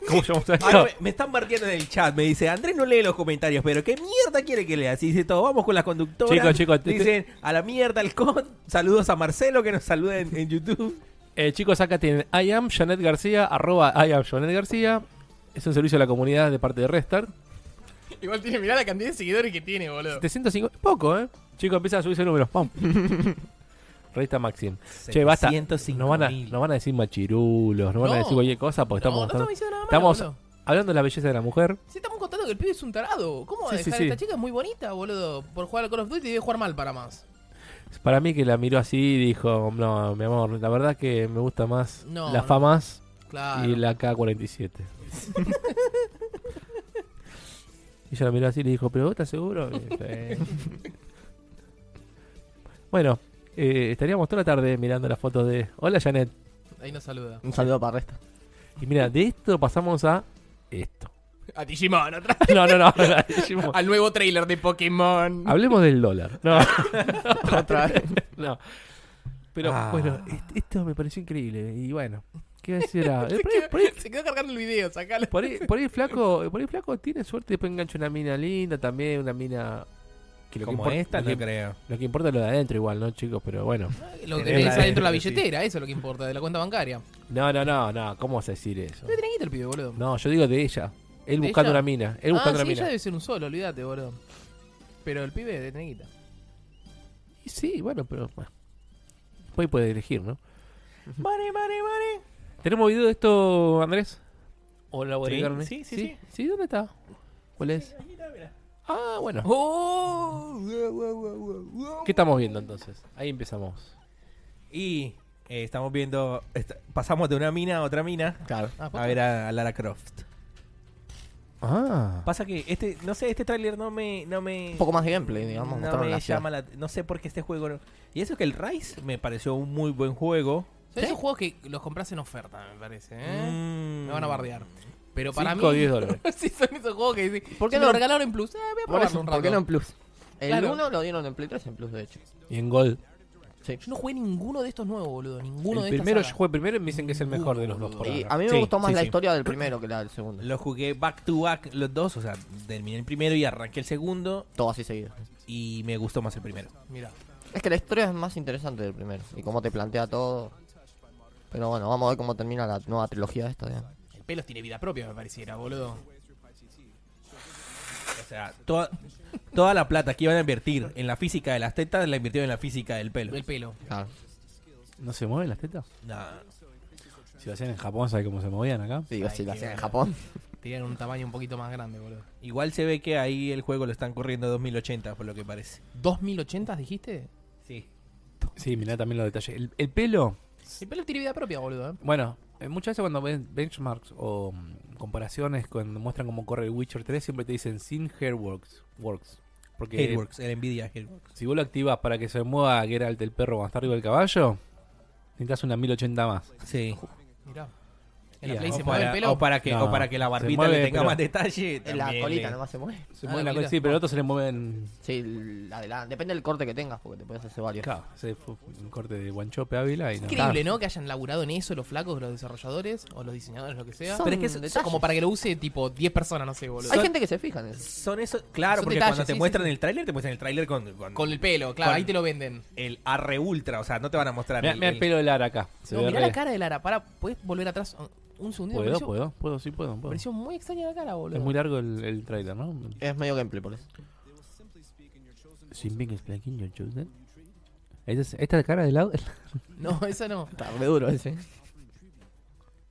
Speaker 5: ¿Cómo llamamos a
Speaker 4: Ahora
Speaker 5: esto?
Speaker 4: me, me están marcando en el chat. Me dice, Andrés no lee los comentarios, pero ¿qué mierda quiere que lea? Si dice todo, vamos con las conductoras.
Speaker 5: Chicos, chicos, te-
Speaker 4: Dicen, a la mierda el con. Saludos a Marcelo que nos saluda en, en YouTube.
Speaker 5: Eh, chicos, acá tienen I am Janet García, arroba I am Janet García. Es un servicio a la comunidad de parte de Restart.
Speaker 3: Igual tiene, mirá la cantidad de seguidores que tiene, boludo.
Speaker 5: 750. Poco, ¿eh? Chicos, empieza a subirse números. Pam. Revista Maxim. Che, basta.
Speaker 4: 705.000.
Speaker 5: Nos van, a, nos van a decir machirulos, nos van a
Speaker 3: No.
Speaker 5: decir cualquier cosa porque
Speaker 3: no,
Speaker 5: estamos,
Speaker 3: no estamos diciendo nada malo,
Speaker 5: estamos-
Speaker 3: boludo.
Speaker 5: hablando de la belleza de la mujer.
Speaker 3: Sí, estamos contando que el pibe es un tarado. ¿Cómo va a
Speaker 5: Sí, sí,
Speaker 3: dejar
Speaker 5: sí.
Speaker 3: a esta chica? Es muy bonita, boludo. Por jugar al Call of Duty debe jugar mal para más.
Speaker 5: Para mí que la miró así y dijo, no, mi amor, la verdad que me gusta más
Speaker 3: No,
Speaker 5: la
Speaker 3: no.
Speaker 5: FAMAS
Speaker 3: Claro.
Speaker 5: y la K-47. y ella lo miró así y le dijo, ¿pero vos estás seguro? Y dijo, "Eh". bueno, eh, estaríamos toda la tarde mirando las fotos de... Hola Janet.
Speaker 3: Ahí nos saluda.
Speaker 1: Un saludo para Resta.
Speaker 5: Y mira, de esto pasamos a esto.
Speaker 3: A Digimon otra.
Speaker 5: No, no, no. la dijimos.
Speaker 3: Al nuevo trailer de Pokémon.
Speaker 5: Hablemos del dólar. No,
Speaker 1: Otra vez.
Speaker 5: no. Pero
Speaker 4: Ah.
Speaker 5: bueno, est- esto me pareció increíble. Y bueno, ¿qué será?
Speaker 3: se,
Speaker 5: Eh, por, ahí,
Speaker 3: quedó,
Speaker 5: por ahí-
Speaker 3: se quedó cargando el video, sacalo.
Speaker 5: por ahí- por ahí flaco, por ahí flaco tiene suerte, después engancha una mina linda también, una mina que lo que,
Speaker 4: Como
Speaker 5: importa,
Speaker 4: esta,
Speaker 5: lo,
Speaker 4: no
Speaker 5: que,
Speaker 4: creo.
Speaker 5: lo que importa es lo de adentro igual, ¿no, chicos? Pero bueno.
Speaker 3: Lo que
Speaker 4: Tenés
Speaker 3: tenés
Speaker 4: la de-
Speaker 3: adentro de la
Speaker 4: sí.
Speaker 3: billetera, eso es lo que importa, de la cuenta bancaria.
Speaker 5: No, no, no, no, ¿cómo vas a decir eso?
Speaker 3: Debe tener guita el pibe, boludo.
Speaker 5: No, yo digo de ella. Él
Speaker 3: ¿De
Speaker 5: buscando
Speaker 3: ella?
Speaker 5: una mina, él buscando
Speaker 3: ah,
Speaker 5: una
Speaker 3: sí, ella
Speaker 5: mina.
Speaker 3: debe ser un solo, olvídate, boludo. Pero el pibe debe tener guita.
Speaker 5: Y sí, bueno, pero bueno. Después puede elegir, ¿no?
Speaker 4: Money, money, money.
Speaker 5: ¿Tenemos video de esto, Andrés? ¿O la
Speaker 4: Sí,
Speaker 5: agregarme?
Speaker 4: sí, sí, sí.
Speaker 5: ¿Sí? ¿Dónde está? ¿Cuál es? Ah, bueno.
Speaker 3: ¡Oh!
Speaker 5: ¿Qué estamos viendo entonces? Ahí empezamos.
Speaker 4: Y eh, estamos viendo. est- pasamos de una mina a otra mina.
Speaker 1: Claro.
Speaker 3: Ah,
Speaker 4: A
Speaker 3: posta.
Speaker 4: ver a, a Lara Croft.
Speaker 5: Ah.
Speaker 4: Pasa que este, no sé, este tráiler no me, no me,
Speaker 1: Un poco más de gameplay, digamos.
Speaker 4: no
Speaker 1: mostraron
Speaker 4: me
Speaker 1: la ciudad.
Speaker 4: llama la, no sé por qué este juego. no- Y eso que el Rise me pareció un muy buen juego.
Speaker 3: Son esos juegos que los compras en oferta, me parece, ¿eh?
Speaker 4: Mm.
Speaker 3: Me van a bardear. Pero para
Speaker 5: 5 o
Speaker 3: mí.
Speaker 5: 10 dólares.
Speaker 3: sí, son esos juegos que dicen.
Speaker 1: ¿Por qué
Speaker 3: "Me lo
Speaker 1: no?
Speaker 3: regalaron en Plus? Eh, voy a
Speaker 1: Por
Speaker 3: probarlo
Speaker 1: eso,
Speaker 3: un
Speaker 1: ¿por qué
Speaker 3: rato".
Speaker 1: no en Plus? El
Speaker 3: Claro.
Speaker 1: 1 lo dieron en Play 3 en Plus, de hecho.
Speaker 5: Y en Gold.
Speaker 1: Sí.
Speaker 3: Yo no jugué ninguno de estos nuevos, boludo. Ninguno
Speaker 5: El
Speaker 3: de
Speaker 5: primero, yo
Speaker 3: estos.
Speaker 5: jugué primero y me dicen que es el mejor de los dos por
Speaker 1: Y
Speaker 5: ahora.
Speaker 1: a mí me
Speaker 4: Sí,
Speaker 1: gustó más
Speaker 4: sí,
Speaker 1: la
Speaker 4: sí.
Speaker 1: historia del primero que la del segundo.
Speaker 4: Lo jugué back to back los dos, o sea, terminé el primero y arranqué el segundo
Speaker 1: Todo así seguido.
Speaker 4: y me gustó más el primero.
Speaker 3: Mira.
Speaker 1: Es que la historia es más interesante del primero y cómo te plantea todo. Pero bueno, vamos a ver cómo termina la nueva trilogía esta. ya.
Speaker 3: El pelos tiene vida propia, me pareciera, boludo.
Speaker 4: O sea, toda, toda la plata que iban a invertir en la física de las tetas la invirtieron en la física del pelo.
Speaker 3: El pelo.
Speaker 1: Claro.
Speaker 5: ¿No se mueven las tetas?
Speaker 4: Nah.
Speaker 5: Si lo hacían en Japón, ¿sabes cómo se movían acá?
Speaker 1: Digo,
Speaker 3: Ay,
Speaker 1: si la
Speaker 3: qué
Speaker 1: hacían en
Speaker 3: bueno.
Speaker 1: Japón.
Speaker 3: Tenían un tamaño un poquito más grande, boludo.
Speaker 4: Igual se ve que ahí el juego lo están corriendo a 2080, por lo que parece.
Speaker 3: ¿2080 dijiste?
Speaker 4: Sí.
Speaker 5: Sí, mirá también los detalles. El, el pelo,
Speaker 3: El pelo tiene vida propia, boludo. ¿eh?
Speaker 5: bueno, eh, muchas veces cuando ven benchmarks o mm, comparaciones, cuando muestran cómo corre el Witcher 3, siempre te dicen sin Hairworks. Works. Porque
Speaker 4: Hairworks, el Nvidia Hairworks.
Speaker 5: si vos lo activas para que se mueva Geralt el perro cuando está arriba del caballo, necesitas una 1080 más.
Speaker 4: Sí.
Speaker 3: Mirá. En la
Speaker 5: Ya,
Speaker 3: Play
Speaker 4: o,
Speaker 3: se mueve
Speaker 4: para,
Speaker 3: el pelo.
Speaker 4: o para que,
Speaker 5: No,
Speaker 4: o para que la
Speaker 5: se
Speaker 4: barbita
Speaker 5: mueve,
Speaker 4: le tenga
Speaker 5: pero-
Speaker 4: más detalle.
Speaker 1: la
Speaker 4: también
Speaker 1: colita
Speaker 4: le-
Speaker 1: nomás se mueve.
Speaker 5: Se
Speaker 3: Ah,
Speaker 5: mueve la
Speaker 3: mira.
Speaker 5: cosa, sí, pero el otro se le mueven.
Speaker 1: Sí, la de la... depende del corte que tengas, porque te puedes hacer varios.
Speaker 5: Claro, se fue un corte de Guanchope Ávila y no.
Speaker 3: Increíble, ¿no? Que hayan laburado en eso los flacos, los desarrolladores o los diseñadores, lo que sea.
Speaker 1: Son
Speaker 3: Pero es que es- es
Speaker 1: detalles.
Speaker 3: como para que lo use tipo 10 personas, no sé, boludo.
Speaker 1: Hay gente que se fija en eso.
Speaker 4: Son esos. Claro,
Speaker 3: Son
Speaker 4: porque
Speaker 3: detalles,
Speaker 4: cuando te
Speaker 3: sí,
Speaker 4: muestran
Speaker 3: sí, sí.
Speaker 4: el tráiler, te muestran el tráiler con, con,
Speaker 3: Con el pelo, claro,
Speaker 4: Con-
Speaker 3: ahí te lo venden.
Speaker 4: el arre ultra. O sea, no te van a mostrar
Speaker 5: Mirá,
Speaker 4: el,
Speaker 5: mirá el
Speaker 4: el-
Speaker 5: pelo de Lara acá. Se
Speaker 3: No,
Speaker 5: ve
Speaker 3: mirá
Speaker 5: re-
Speaker 3: la cara de Lara. Para, ¿puedes volver atrás un segundito? Me
Speaker 5: ¿Puedo,
Speaker 3: pareció,
Speaker 5: puedo, puedo, sí puedo.
Speaker 3: me
Speaker 5: puedo.
Speaker 3: pareció muy extraña la cara, boludo.
Speaker 5: Es muy largo el, el trailer, ¿no?
Speaker 1: Es medio gameplay por eso.
Speaker 5: Sin being explained, your children. Esta, es- esta cara de lado.
Speaker 3: No, esa no.
Speaker 1: Está re duro ese.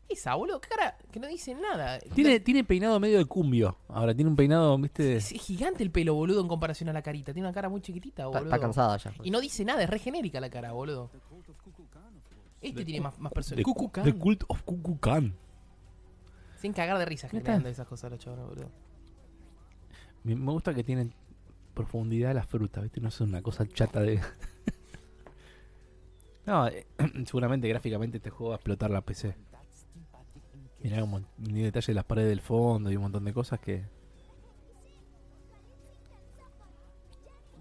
Speaker 3: Esa, boludo, qué cara que no dice nada.
Speaker 5: tiene, tiene peinado medio de cumbio. Ahora tiene un peinado, ¿viste?
Speaker 3: Es, es gigante el pelo, boludo, en comparación a la carita. Tiene una cara muy chiquitita,
Speaker 1: Está,
Speaker 3: boludo.
Speaker 1: está cansada ya.
Speaker 3: Y no dice nada, es re genérica la cara, boludo. Este tiene más, más personas. Cucucán.
Speaker 5: The Cult of Kukukan.
Speaker 3: Sin cagar de risa
Speaker 5: ¿Qué
Speaker 3: generando
Speaker 5: tal?
Speaker 3: esas cosas los chavales, boludo.
Speaker 5: Me, me gusta que tienen profundidad las frutas, ¿viste? No es una cosa chata de. no, eh, seguramente gráficamente este juego va a explotar la PC. Mirá un mon- un detalle de las paredes del fondo y un montón de cosas que.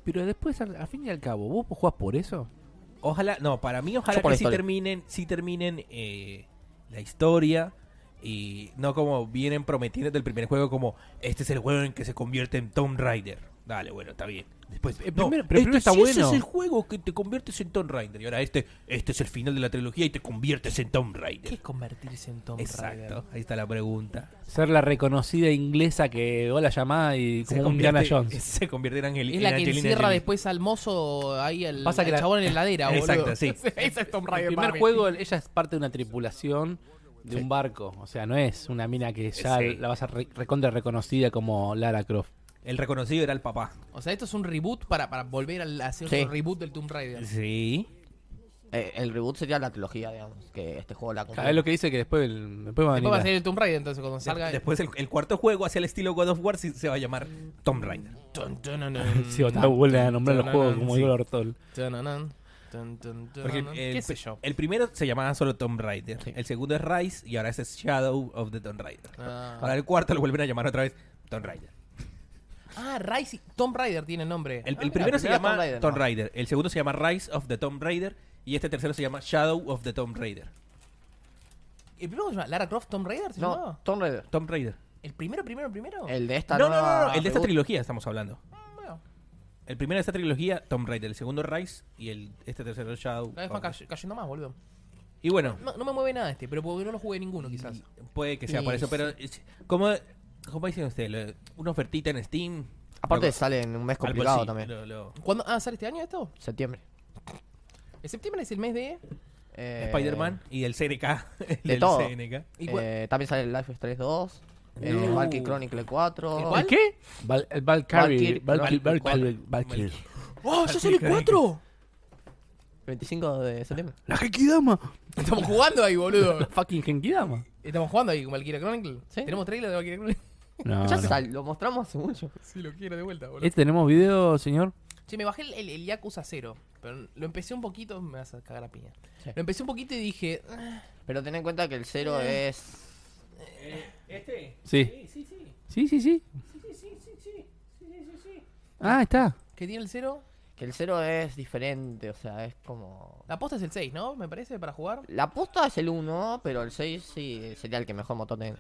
Speaker 5: Pero después, al, al fin y al cabo, ¿vos jugás por eso?
Speaker 4: Ojalá, no, para mí,
Speaker 1: Yo
Speaker 4: ojalá
Speaker 1: por la
Speaker 4: que sí
Speaker 1: historia.
Speaker 4: terminen, sí terminen eh, la historia. Y no como vienen prometiendo del primer juego, como este es el juego en que se convierte en Tomb Raider. Dale, bueno, está bien. Después,
Speaker 5: Eh,
Speaker 4: no, este
Speaker 5: primero- pero primero está
Speaker 4: sí, ese
Speaker 5: bueno.
Speaker 4: es el juego que te conviertes en Tomb Raider. Y ahora este, este es el final de la trilogía y te conviertes en Tomb
Speaker 3: ¿Qué
Speaker 4: Raider.
Speaker 3: es convertirse en Tomb Raider?
Speaker 4: Exacto, ahí está la pregunta.
Speaker 5: Ser la reconocida inglesa que vos la llamás y como un Indiana Jones.
Speaker 4: Se convierte en Angel.
Speaker 3: Es
Speaker 4: en
Speaker 3: la que
Speaker 4: Angelina
Speaker 3: encierra
Speaker 4: Jolie.
Speaker 3: después al mozo ahí al,
Speaker 5: Pasa que
Speaker 3: al
Speaker 5: la-
Speaker 3: chabón en la heladera, boludo.
Speaker 4: Exacto, sí.
Speaker 3: Ese es Tomb
Speaker 5: El
Speaker 3: Raider para
Speaker 5: primer
Speaker 3: mí.
Speaker 5: juego, el- ella es parte de una tripulación de
Speaker 4: Sí.
Speaker 5: un barco. O sea, no es una mina que ya
Speaker 4: Sí.
Speaker 5: la vas a re- recontra reconocida como Lara Croft.
Speaker 4: El reconocido era el papá.
Speaker 3: O sea, esto es un reboot para, para volver a hacer
Speaker 1: Sí.
Speaker 3: un reboot del Tomb Raider.
Speaker 4: Sí.
Speaker 1: Eh, el reboot sería la trilogía, digamos, que este juego la
Speaker 5: Es lo que dice que después, el- después va a venir.
Speaker 3: Después va a
Speaker 5: la-
Speaker 3: ser el Tomb Raider, entonces cuando salga. el-
Speaker 4: Después el, el cuarto juego hacia el estilo God of War sí, se va a llamar Tomb Raider.
Speaker 3: Tun, tun, tun, tun,
Speaker 5: Sí, onda, vuelven a nombrar los
Speaker 3: tun,
Speaker 5: juegos
Speaker 3: tun,
Speaker 5: como
Speaker 3: sí.
Speaker 5: digo el Ortol.
Speaker 3: tun, tun, tun, tun, tun,
Speaker 4: Porque el,
Speaker 3: tun,
Speaker 4: el-
Speaker 3: ¿Qué sé yo?
Speaker 4: el primero se llamaba solo Tomb Raider.
Speaker 1: Sí.
Speaker 4: El segundo es Rise y ahora ese es Shadow of the Tomb Raider. Ahora
Speaker 3: Ah,
Speaker 4: el cuarto lo vuelven a llamar otra vez Tomb Raider.
Speaker 3: Ah, Rise y- Tomb Raider tiene nombre.
Speaker 4: El,
Speaker 1: Ah,
Speaker 4: el
Speaker 1: mira,
Speaker 4: primero se
Speaker 1: primero
Speaker 4: llama
Speaker 1: Tomb Raider,
Speaker 4: Tomb
Speaker 1: ¿no?
Speaker 4: Raider, el segundo se llama Rise of the Tomb Raider y este tercero se llama Shadow of the Tomb Raider.
Speaker 3: ¿El primero se llama Lara Croft Tomb Raider? ¿se
Speaker 1: No,
Speaker 3: llamaba?
Speaker 1: Tomb Raider.
Speaker 4: Tomb Raider.
Speaker 3: ¿El primero, primero, primero?
Speaker 1: El de esta
Speaker 4: No, no, no,
Speaker 1: nueva
Speaker 4: no, el de esta
Speaker 1: reboot.
Speaker 4: trilogía estamos hablando.
Speaker 3: Bueno,
Speaker 4: El primero de esta trilogía, Tomb Raider, el segundo Rise y el este tercero Shadow.
Speaker 3: cada vez
Speaker 4: of
Speaker 3: van
Speaker 4: the-
Speaker 3: cay- cayendo más, boludo.
Speaker 4: Y bueno,
Speaker 3: No, no me mueve nada este, pero porque no lo jugué ninguno, quizás.
Speaker 4: puede que sea
Speaker 1: Y
Speaker 4: por eso, pero es- como cómo dicen ustedes, Lo- una ofertita en Steam.
Speaker 1: Aparte
Speaker 4: Luego-
Speaker 1: sale en un mes
Speaker 4: al
Speaker 1: complicado
Speaker 4: bolsillo,
Speaker 1: también.
Speaker 4: lo- lo-
Speaker 3: ¿Cuándo? Ah, ¿sale este año esto?
Speaker 1: Septiembre.
Speaker 3: El septiembre es el mes de.
Speaker 1: Eh,
Speaker 4: Spider-Man y el CNK, el
Speaker 1: de
Speaker 4: del
Speaker 1: todo.
Speaker 4: CNK.
Speaker 3: ¿Y cua-
Speaker 1: eh, también sale el Life is Strange 2.
Speaker 4: No.
Speaker 1: El Valkyrie Chronicle 4.
Speaker 3: ¿El cuál?
Speaker 5: qué? Val, el Valkyrie.
Speaker 1: Valkyrie,
Speaker 5: Valkyrie.
Speaker 1: Valkyrie,
Speaker 5: Valkyrie, Valkyrie.
Speaker 3: ¡Oh, ya sale el 4!
Speaker 1: 25 de septiembre.
Speaker 5: La Genkidama.
Speaker 3: Estamos jugando ahí, boludo.
Speaker 5: La fucking Genkidama.
Speaker 3: Estamos jugando ahí con Valkyria Chronicle.
Speaker 1: Sí.
Speaker 3: ¿Tenemos trailer de Valkyria Chronicle?
Speaker 5: No,
Speaker 1: ya
Speaker 5: no.
Speaker 1: sal- lo mostramos hace mucho.
Speaker 3: Si lo quiero de vuelta, boludo.
Speaker 5: ¿Eh, ¿Tenemos video, señor?
Speaker 3: Che, me bajé el, el, el Yakuza 0. Pero lo empecé un poquito. Me vas a cagar la piña.
Speaker 1: Sí.
Speaker 3: Lo empecé un poquito y dije. "Ah,
Speaker 1: Pero ten en cuenta que el 0
Speaker 3: Eh.
Speaker 1: es.
Speaker 2: ¿Este?
Speaker 5: Sí.
Speaker 2: Sí, sí,
Speaker 5: Sí, sí, sí.
Speaker 2: sí, sí, sí, sí, sí, sí, sí.
Speaker 5: Ah, está.
Speaker 3: ¿Qué tiene el 0?
Speaker 1: Que el 0 es diferente, o sea, es como.
Speaker 3: La posta es el 6, ¿no? Me parece, para jugar.
Speaker 1: La aposta es el 1, pero el 6 sí sería el que mejor motor tiene.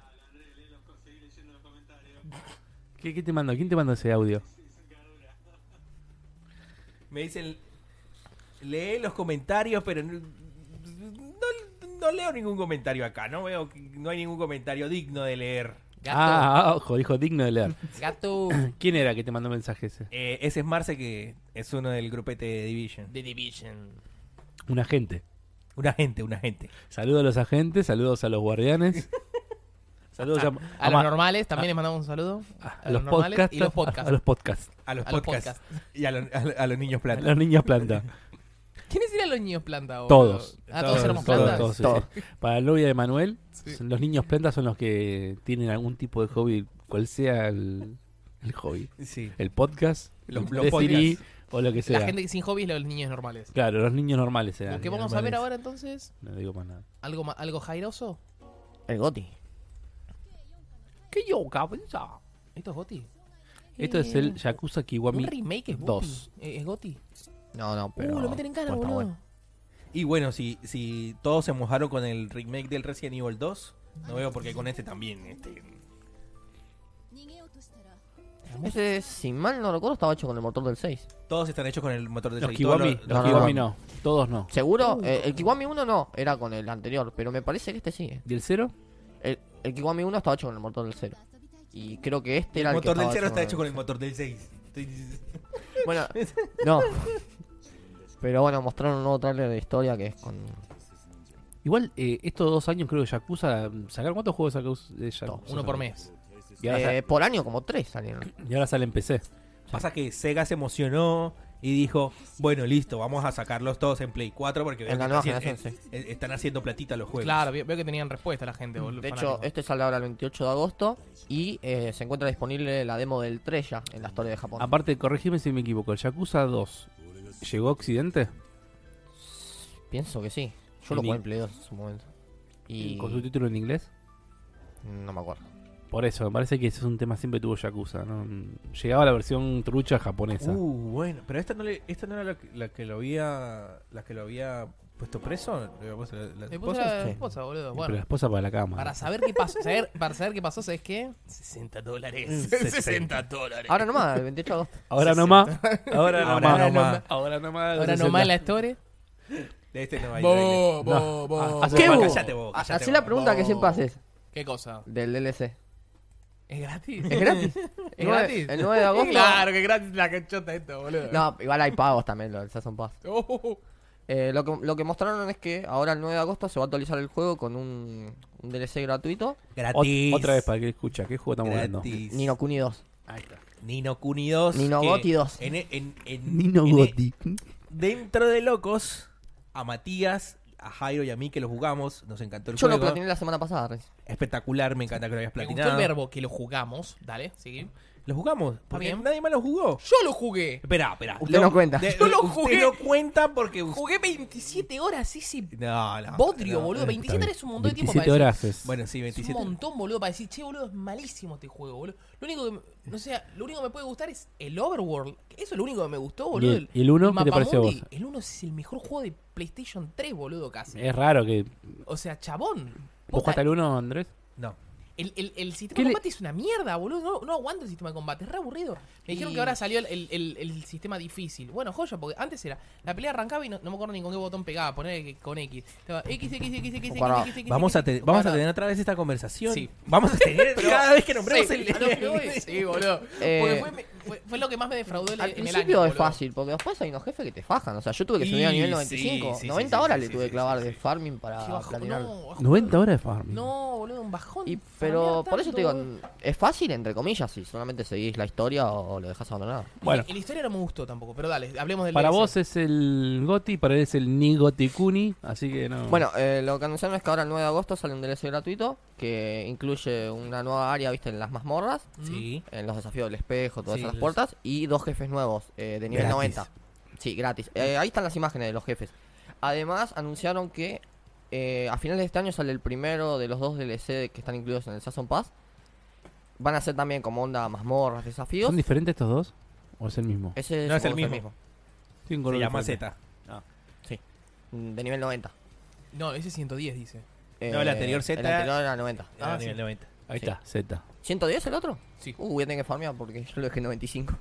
Speaker 5: ¿Qué, qué te mandó? ¿Quién te mandó ese audio?
Speaker 4: Me dicen, lee los comentarios, pero no, no- no leo ningún comentario acá. No veo, que- no hay ningún comentario digno de leer.
Speaker 3: Gato.
Speaker 5: Ah, ojo, dijo digno de leer.
Speaker 3: Gato
Speaker 5: ¿Quién era que te mandó mensaje ese?
Speaker 4: Eh, ese es Marce que es uno del grupete de Division.
Speaker 3: de Division.
Speaker 5: Un agente.
Speaker 4: Un agente, un agente.
Speaker 5: Saludos a los agentes, saludos a los guardianes. Saludos a,
Speaker 3: A,
Speaker 5: a
Speaker 3: los
Speaker 5: ma-
Speaker 3: normales también les mandamos un saludo.
Speaker 5: a- a
Speaker 3: Ah, los
Speaker 5: los
Speaker 3: normales
Speaker 5: podcasts.
Speaker 3: y los podcasts.
Speaker 5: podcasts. A los podcasts.
Speaker 4: A los
Speaker 3: A los
Speaker 4: podcasts. Y a, lo- a lo- a los niños
Speaker 5: A
Speaker 4: plata.
Speaker 5: los niños planta.
Speaker 3: ¿Quiénes eran los niños planta? boludo?
Speaker 5: Todos.
Speaker 3: Ah, todos,
Speaker 4: Todos,
Speaker 3: éramos
Speaker 4: todos,
Speaker 3: plantas.
Speaker 5: todos, sí,
Speaker 1: Todos.
Speaker 5: sí. Para el novia de Manuel,
Speaker 3: Sí.
Speaker 5: son- los niños plantas son los que tienen algún tipo de hobby, cual sea el, el hobby.
Speaker 4: Sí.
Speaker 5: El podcast,
Speaker 4: Los-
Speaker 5: el
Speaker 4: los
Speaker 5: Destiny, o lo que sea.
Speaker 3: La gente que sin hobbies, los niños normales.
Speaker 5: Claro, los niños normales serán.
Speaker 3: Lo que vamos a ver ahora entonces,
Speaker 5: No digo más nada.
Speaker 3: algo ma- algo jairoso.
Speaker 1: El Goti.
Speaker 5: ¿Qué yo, cabeza?
Speaker 3: ¿Esto es Goti?
Speaker 5: Esto es el Yakuza Kiwami
Speaker 3: Un remake es Goti.
Speaker 5: dos.
Speaker 3: Eh, Es Goti.
Speaker 1: No, no, pero.
Speaker 3: uh, lo meten en cara,
Speaker 1: pues está
Speaker 3: boludo.
Speaker 1: bueno.
Speaker 4: Y bueno, si, si todos se mojaron con el remake del Resident Evil 2, no veo por qué con este también. Este,
Speaker 6: 逃げようとしたら
Speaker 1: Ese, si mal no recuerdo, estaba hecho con el motor del 6.
Speaker 4: todos están hechos con el motor de
Speaker 5: Los
Speaker 4: seis, todos
Speaker 5: Kiwami,
Speaker 4: los-
Speaker 5: los
Speaker 1: no, no,
Speaker 5: Kiwami no. Todos no.
Speaker 1: Seguro, Eh, el Kiwami 1 no, era con el anterior, pero me parece que este sí. eh.
Speaker 5: ¿Y el cero?
Speaker 1: El, el Kiwami 1 estaba hecho con el motor del 0.
Speaker 6: 遊びたい気
Speaker 1: Y creo que
Speaker 4: El
Speaker 1: este era el,
Speaker 4: motor
Speaker 1: que
Speaker 4: del
Speaker 1: estaba
Speaker 4: 0 está hecho
Speaker 1: con
Speaker 4: con el motor del 6. Estoy-
Speaker 1: Bueno, no. Pero bueno, mostraron un nuevo trailer de historia que es con
Speaker 5: Igual, eh, estos dos años creo que Yakuza. ¿Sacaron cuántos juegos de Yakuza? de Yakuza?
Speaker 1: Dos.
Speaker 3: Uno por mes.
Speaker 5: Y ahora,
Speaker 1: Eh, por año como tres salieron.
Speaker 5: sa- y ahora sale en PC.
Speaker 4: Pasa que Sega se emocionó y dijo, bueno, listo, vamos a sacarlos todos en Play 4 porque veo
Speaker 1: En la
Speaker 4: que
Speaker 1: nueva
Speaker 4: están
Speaker 1: generación,
Speaker 4: haciendo- eh, están haciendo platita los juegos.
Speaker 3: Claro, veo, veo que tenían respuesta la gente, boludo.
Speaker 1: De
Speaker 3: fanático.
Speaker 1: hecho, este sale ahora el 28 de agosto y eh, se encuentra disponible la demo del Trella en la historia de Japón.
Speaker 5: Aparte, corregime si me equivoco. ¿El Yakuza 2 llegó a Occidente?
Speaker 1: Pienso que sí. Yo lo
Speaker 5: Y-
Speaker 1: jugué en Play 2 en su momento. Y
Speaker 5: ¿Con su título en inglés?
Speaker 1: no me acuerdo.
Speaker 5: Por eso, me parece que ese es un tema que siempre tuvo Yakuza. ¿no? Llegaba la versión trucha japonesa.
Speaker 4: Uh, bueno, pero esta no, le- esta no era la que, la que lo había la que lo había puesto preso? Le puse la- la
Speaker 3: Le puse
Speaker 4: esposa.
Speaker 3: la
Speaker 1: Sí.
Speaker 3: esposa, boludo.
Speaker 5: Pero la
Speaker 3: Bueno,
Speaker 5: esposa para la cama.
Speaker 3: para saber qué pasó, saber- para saber qué pasó, ¿sabes qué? 60
Speaker 1: Mm,
Speaker 3: dólares. 60 dólares.
Speaker 1: Ahora nomás, el 28 de agosto.
Speaker 5: Ahora nomás.
Speaker 4: Ahora
Speaker 5: Ahora
Speaker 4: nomás.
Speaker 5: nomás. Ahora
Speaker 1: Ah,
Speaker 5: nomás.
Speaker 3: Ahora
Speaker 5: sesenta.
Speaker 3: nomás la historia.
Speaker 4: De este no hay. baile.
Speaker 3: Bo,
Speaker 5: No.
Speaker 3: bo, bo,
Speaker 5: Ah,
Speaker 3: bo.
Speaker 5: ¿qué
Speaker 1: hubo?
Speaker 4: Cállate vos. cállate
Speaker 1: Así
Speaker 4: vos.
Speaker 1: la pregunta que siempre haces
Speaker 3: ¿Qué cosa?
Speaker 1: del DLC.
Speaker 3: ¿Es gratis?
Speaker 1: ¿Es gratis?
Speaker 3: ¿Es
Speaker 1: Nueve-
Speaker 3: gratis?
Speaker 1: El 9 de agosto.
Speaker 3: Claro, que es gratis la canchota esto, boludo.
Speaker 1: No, igual hay pagos también, los del Season Pass.
Speaker 3: Oh.
Speaker 1: Eh, lo, que, lo que mostraron es que ahora el 9 de agosto se va a actualizar el juego con un, un DLC gratuito,
Speaker 5: Ot-
Speaker 4: Gratis.
Speaker 5: Otra vez para que escucha. ¿Qué juego estamos hablando?
Speaker 4: Gratis.
Speaker 1: Nino Kuni 2.
Speaker 5: Ahí está.
Speaker 4: Nino Kuni 2.
Speaker 1: Nino
Speaker 4: que
Speaker 1: Gotti 2.
Speaker 4: en- en- en-
Speaker 5: Nino
Speaker 4: en-
Speaker 5: Gotti.
Speaker 4: Dentro de locos, a Matías, a Jairo y a mí que lo jugamos, nos encantó el
Speaker 1: Yo lo
Speaker 4: juego.
Speaker 1: platiné la semana pasada, Renzo.
Speaker 4: Espectacular, me encanta que lo hayas
Speaker 3: Me gustó el
Speaker 4: platinado.
Speaker 3: verbo que lo jugamos. Dale, sigue.
Speaker 4: Lo jugamos, porque
Speaker 3: bien.
Speaker 4: nadie más lo jugó.
Speaker 3: Yo lo jugué.
Speaker 4: Espera, espera.
Speaker 1: Usted no cuenta.
Speaker 3: Yo lo
Speaker 4: usted
Speaker 3: jugué.
Speaker 4: no cuenta porque usted-
Speaker 3: Jugué 27 horas ese
Speaker 4: No,
Speaker 5: Ah,
Speaker 4: no.
Speaker 3: bodrio,
Speaker 4: no.
Speaker 3: boludo. 27 horas es un montón de tiempo
Speaker 5: 27
Speaker 3: para
Speaker 5: horas
Speaker 3: decir.
Speaker 5: es.
Speaker 4: Bueno, sí,
Speaker 3: Es
Speaker 4: 27.
Speaker 3: un montón, boludo, para decir, che, boludo, es malísimo este juego, boludo. Lo único que, me- no sé, lo único que me puede gustar es el Overworld. Eso es lo único que me gustó, boludo.
Speaker 5: ¿Y el- y el uno? ¿Qué
Speaker 3: Mapamundi.
Speaker 5: te pareció a vos?
Speaker 3: El 1 es el mejor juego de PlayStation 3, boludo, casi.
Speaker 5: es raro que.
Speaker 3: O sea, chabón.
Speaker 5: Mm.
Speaker 3: posta,
Speaker 5: ¿Vos jugaste al 1, Andrés?
Speaker 4: No.
Speaker 3: El, el- el sistema
Speaker 5: ¿Qué
Speaker 3: de
Speaker 5: le-
Speaker 3: combate es una mierda, boludo. No, no aguanto el sistema de combate, es re aburrido. Me dijeron
Speaker 1: Y-
Speaker 3: que ahora salió el, el- el- el sistema difícil. Bueno, joya, porque antes era. La pelea arrancaba y no, no me acuerdo ni con qué botón pegaba. Poner con X. Estaba X, X, X, X, X, X,
Speaker 1: Pará,
Speaker 3: X, X,
Speaker 4: Vamos a, te- vamos a
Speaker 3: Pará.
Speaker 4: tener otra vez esta conversación.
Speaker 3: Sí.
Speaker 4: Vamos a tener cada vez que nombremos
Speaker 3: Sí,
Speaker 4: el.
Speaker 3: a lo que voy, sí, boludo. Porque
Speaker 1: Eh,
Speaker 3: fue, me- fue- fue lo que más me defraudó el-
Speaker 1: Al
Speaker 3: en el
Speaker 1: principio
Speaker 3: año.
Speaker 1: es
Speaker 3: boludo.
Speaker 1: fácil, porque después hay unos jefes que te fajan. O sea, yo tuve que
Speaker 4: Y
Speaker 1: subir a nivel
Speaker 4: sí,
Speaker 1: 95.
Speaker 4: sí, sí,
Speaker 1: 90
Speaker 4: sí,
Speaker 1: horas
Speaker 4: sí,
Speaker 1: le
Speaker 4: sí,
Speaker 1: tuve que
Speaker 4: sí,
Speaker 1: clavar
Speaker 4: sí,
Speaker 1: de
Speaker 4: sí.
Speaker 1: farming para
Speaker 3: Qué bajo-
Speaker 1: platinar.
Speaker 3: no, bajo-
Speaker 5: 90 horas de farming.
Speaker 3: Ah, No, boludo, un bajón.
Speaker 1: Y-
Speaker 3: farmear
Speaker 1: pero por eso te digo,
Speaker 3: tanto, boludo.
Speaker 1: es fácil entre comillas si solamente seguís la historia o lo dejas abandonado.
Speaker 5: Bueno,
Speaker 3: Y la historia no me gustó tampoco, pero dale, hablemos del
Speaker 5: para
Speaker 3: DLC.
Speaker 5: vos es el Goti, para él es el Ni Gotti Kuni. Así que
Speaker 4: Mm.
Speaker 5: no.
Speaker 1: Bueno, eh, lo que anunciaron es que ahora el 9 de agosto sale un DLC gratuito que incluye una nueva área, viste, en las mazmorras,
Speaker 3: Mm.
Speaker 4: Sí.
Speaker 1: en los desafíos del espejo, todas
Speaker 3: Sí,
Speaker 1: esas
Speaker 3: los-
Speaker 1: puertas, y dos jefes nuevos eh, de nivel
Speaker 4: Gratis.
Speaker 1: 90. Sí, gratis. Eh, ahí están las imágenes de los jefes. Además, anunciaron que eh, a finales de este año sale el primero de los dos DLC que están incluidos en el Season Pass. Van a ser también como onda mazmorras, desafíos.
Speaker 5: ¿Son diferentes estos dos? ¿O es el mismo?
Speaker 3: Mm.
Speaker 1: Ese
Speaker 4: No es el
Speaker 1: supongo que
Speaker 4: mismo.
Speaker 5: Tiene un
Speaker 4: Se
Speaker 5: color
Speaker 4: llama
Speaker 5: diferente.
Speaker 4: Z.
Speaker 1: Mm, De nivel 90.
Speaker 3: No, ese 110 dice.
Speaker 4: No, el anterior
Speaker 1: El
Speaker 4: Z. Eh.
Speaker 1: anterior era 90.
Speaker 4: Era
Speaker 3: Ah,
Speaker 4: nivel 90.
Speaker 5: Ahí
Speaker 1: Sí. Eh,
Speaker 5: está, Z.
Speaker 1: ¿110 el otro?
Speaker 3: Sí.
Speaker 1: Uh, voy a tener que farmear porque yo lo dejé en 95.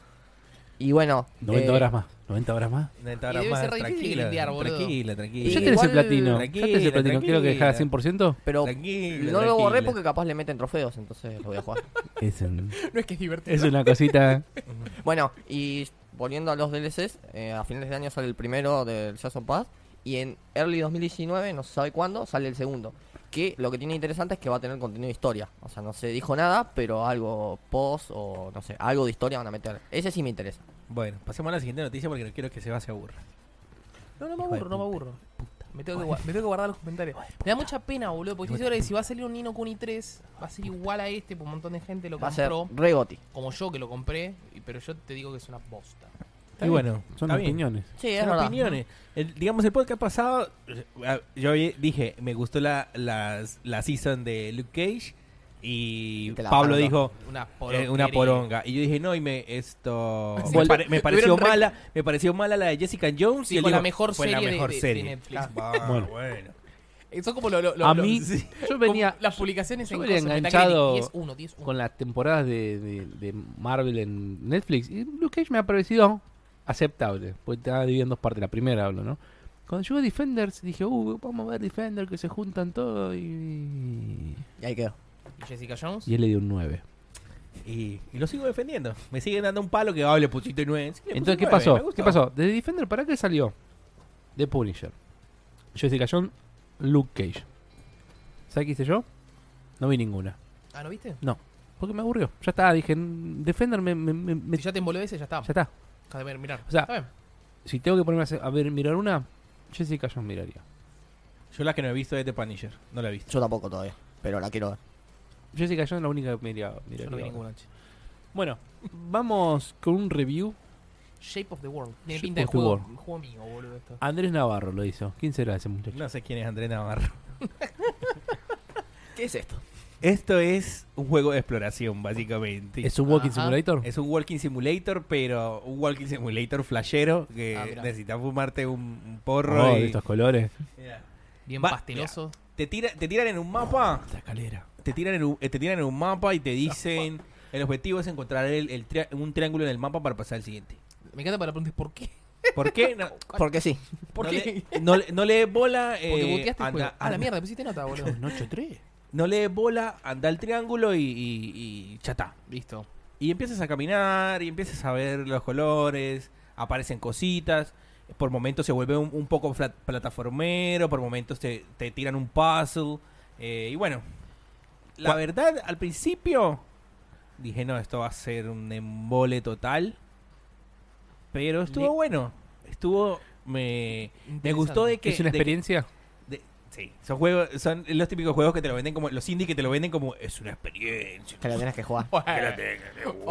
Speaker 1: y bueno.
Speaker 5: 90
Speaker 1: eh,
Speaker 5: horas más. 90 horas más.
Speaker 4: Una entrada
Speaker 3: debe
Speaker 4: más
Speaker 3: ser re difícil
Speaker 4: tranquila,
Speaker 3: grindear, boludo.
Speaker 4: Tranquila,
Speaker 1: Y
Speaker 5: ya
Speaker 4: tranquila.
Speaker 5: tenés el
Speaker 1: igual-
Speaker 5: platino. ya tenés el
Speaker 4: Tranquila,
Speaker 5: platino. Quiero que
Speaker 4: tranquila.
Speaker 5: dejara 100%.
Speaker 1: Pero
Speaker 4: Tranquila,
Speaker 1: no lo borré
Speaker 4: tranquila.
Speaker 1: porque capaz le meten trofeos, entonces lo voy a jugar.
Speaker 5: Es, un-
Speaker 3: No es que es divertido.
Speaker 5: es una cosita.
Speaker 1: bueno, y volviendo a los DLCs, eh, a finales de año sale el primero del Season Pass. Y en early 2019, no se sabe cuándo, sale el segundo. Que lo que tiene interesante es que va a tener contenido de historia. O sea, no se dijo nada, pero algo post o no sé, algo de historia van a meter. Ese sí me interesa.
Speaker 4: Bueno, pasemos a la siguiente noticia porque no quiero que Seba se aburra.
Speaker 3: No, no me
Speaker 4: Hijo de
Speaker 3: aburro, no me aburro. Me tengo, que, gua- me tengo que guardar los comentarios. Me da mucha pena, boludo, porque estoy seguro que si va a salir un Nino Kuni 3, va a ser igual a este, porque un montón de gente lo
Speaker 1: Va a ser
Speaker 3: compró,
Speaker 1: Regoti.
Speaker 3: como yo que lo compré, y- pero yo te digo que es una bosta.
Speaker 4: y bueno,
Speaker 5: Son
Speaker 4: está bien.
Speaker 5: opiniones.
Speaker 1: Sí, es
Speaker 4: Son
Speaker 1: verdad.
Speaker 4: opiniones. El- digamos, el podcast pasado, eh, ah, yo vi- dije, me gustó la, la, la season de Luke Cage y,
Speaker 1: Y te la
Speaker 4: Pablo
Speaker 1: mandó.
Speaker 4: dijo
Speaker 3: Una
Speaker 4: eh, una
Speaker 3: poronquería.
Speaker 4: poronga. Y yo dije, no, y me esto
Speaker 5: Sí.
Speaker 4: me,
Speaker 5: Vol-
Speaker 4: pare- me pareció
Speaker 3: Tuvieron re-
Speaker 4: mala, me pareció mala la de Jessica Jones
Speaker 3: Sí,
Speaker 4: y él
Speaker 3: con la
Speaker 4: dijo,
Speaker 3: mejor
Speaker 4: fue
Speaker 3: serie
Speaker 4: la
Speaker 3: de-
Speaker 4: mejor
Speaker 3: de- de
Speaker 4: serie.
Speaker 3: Netflix.
Speaker 4: Ah, va,
Speaker 5: Bueno.
Speaker 4: bueno.
Speaker 3: Eso es Eh, como lo, lo- lo-
Speaker 5: A
Speaker 3: lo-
Speaker 5: mí,
Speaker 3: sí.
Speaker 5: yo venía
Speaker 3: Como las publicaciones
Speaker 5: yo
Speaker 3: en
Speaker 5: venía
Speaker 3: coso,
Speaker 5: enganchado
Speaker 3: Metacritic, 10-1, 10-1.
Speaker 5: con las temporadas de, de- de Marvel en Netflix y Luke Cage me ha parecido aceptable. pues Porque estaba dividido en dos partes. La primera hablo, ¿no? Cuando llegó Defenders dije, uh, vamos a ver Defenders que se juntan todos y...
Speaker 1: Y ahí quedó.
Speaker 3: ¿Y Jessica Jones.
Speaker 5: Y él le dio un 9.
Speaker 4: Y, y lo sigo defendiendo. Me siguen dando un palo que, ah, le pusiste nueve. Sí, le
Speaker 5: Entonces,
Speaker 4: puse
Speaker 5: ¿qué
Speaker 4: nueve, me
Speaker 5: pasó?
Speaker 4: gustó.
Speaker 5: ¿Qué pasó? De Defender, ¿para qué salió? The Punisher. Jessica Jones, Luke Cage. ¿Sabes qué hice yo? No vi ninguna.
Speaker 3: Ah, ¿no viste?
Speaker 5: Porque me aburrió. Ya está, dije, "Mm, Defender me... me- me- me-
Speaker 3: Si
Speaker 5: ya
Speaker 3: ya te envolvés, ya está.
Speaker 5: está.
Speaker 3: Acá de ver- mirar.
Speaker 5: O sea,
Speaker 3: Está bien.
Speaker 5: Si tengo que ponerme a, hacer- a ver, mirar una, Jessica Jones miraría.
Speaker 4: Yo la que no he visto es The Punisher. No la he visto.
Speaker 1: Yo tampoco todavía, pero la quiero ver.
Speaker 5: Jessica Jones es la única que miraría.
Speaker 3: Yo no vi
Speaker 5: miraría.
Speaker 3: ninguna, che.
Speaker 5: bueno, vamos con un review.
Speaker 3: Shape of the World. Tiene
Speaker 5: Shape
Speaker 3: pinta de
Speaker 5: of the
Speaker 3: juego,
Speaker 5: World.
Speaker 3: juego mío, boludo. Esto.
Speaker 5: Andrés Navarro lo hizo. ¿Quién será ese muchacho?
Speaker 4: No sé quién es Andrés Navarro.
Speaker 1: ¿Qué es esto?
Speaker 4: Esto es un juego de exploración, básicamente.
Speaker 5: ¿Es un walking
Speaker 3: Ajá.
Speaker 5: simulator?
Speaker 4: Es un walking simulator, pero un walking simulator flashero que
Speaker 3: Ah, mirá.
Speaker 4: necesitas fumarte un, un
Speaker 5: Oh,
Speaker 4: porro.
Speaker 5: de
Speaker 4: y-
Speaker 5: estos colores.
Speaker 4: Yeah.
Speaker 3: Bien
Speaker 4: Va-
Speaker 3: pasteloso.
Speaker 4: Te, tira- te tiran en un
Speaker 3: Oh,
Speaker 4: mapa,
Speaker 5: La escalera.
Speaker 4: te tiran en un, eh, te tiran en un mapa y te dicen el objetivo es encontrar el, el tria- un triángulo en el mapa para pasar al siguiente.
Speaker 3: Me encanta para preguntar por qué.
Speaker 4: ¿Por qué? No,
Speaker 1: Porque sí.
Speaker 3: ¿Por
Speaker 4: no
Speaker 3: qué?
Speaker 4: le- no, le- no le des bola.
Speaker 3: Porque
Speaker 4: eh,
Speaker 3: boteaste el
Speaker 4: anda-
Speaker 3: juego. ah, la
Speaker 4: anda-
Speaker 3: mierda, pusiste nota, boludo.
Speaker 5: No, 8-3.
Speaker 4: No le des bola, anda al triángulo y, y, y ya está.
Speaker 3: Listo.
Speaker 4: Y empiezas a caminar y empiezas a ver los colores, aparecen cositas. Por momentos se vuelve un, un poco flat- plataformero, por momentos te, te tiran un puzzle. eh, y bueno, la
Speaker 5: Cua-
Speaker 4: verdad, al principio dije, no, esto va a ser un embole total. Pero estuvo
Speaker 3: Li-
Speaker 4: bueno. Estuvo. Me, me gustó de que.
Speaker 5: ¿Es una
Speaker 4: de que-
Speaker 5: experiencia?
Speaker 4: de- sí, son, juegos, son los típicos juegos que te lo venden como. Los indies que te lo venden como. Es una experiencia.
Speaker 1: Que lo tienes que jugar.
Speaker 4: que la tengas que jugar".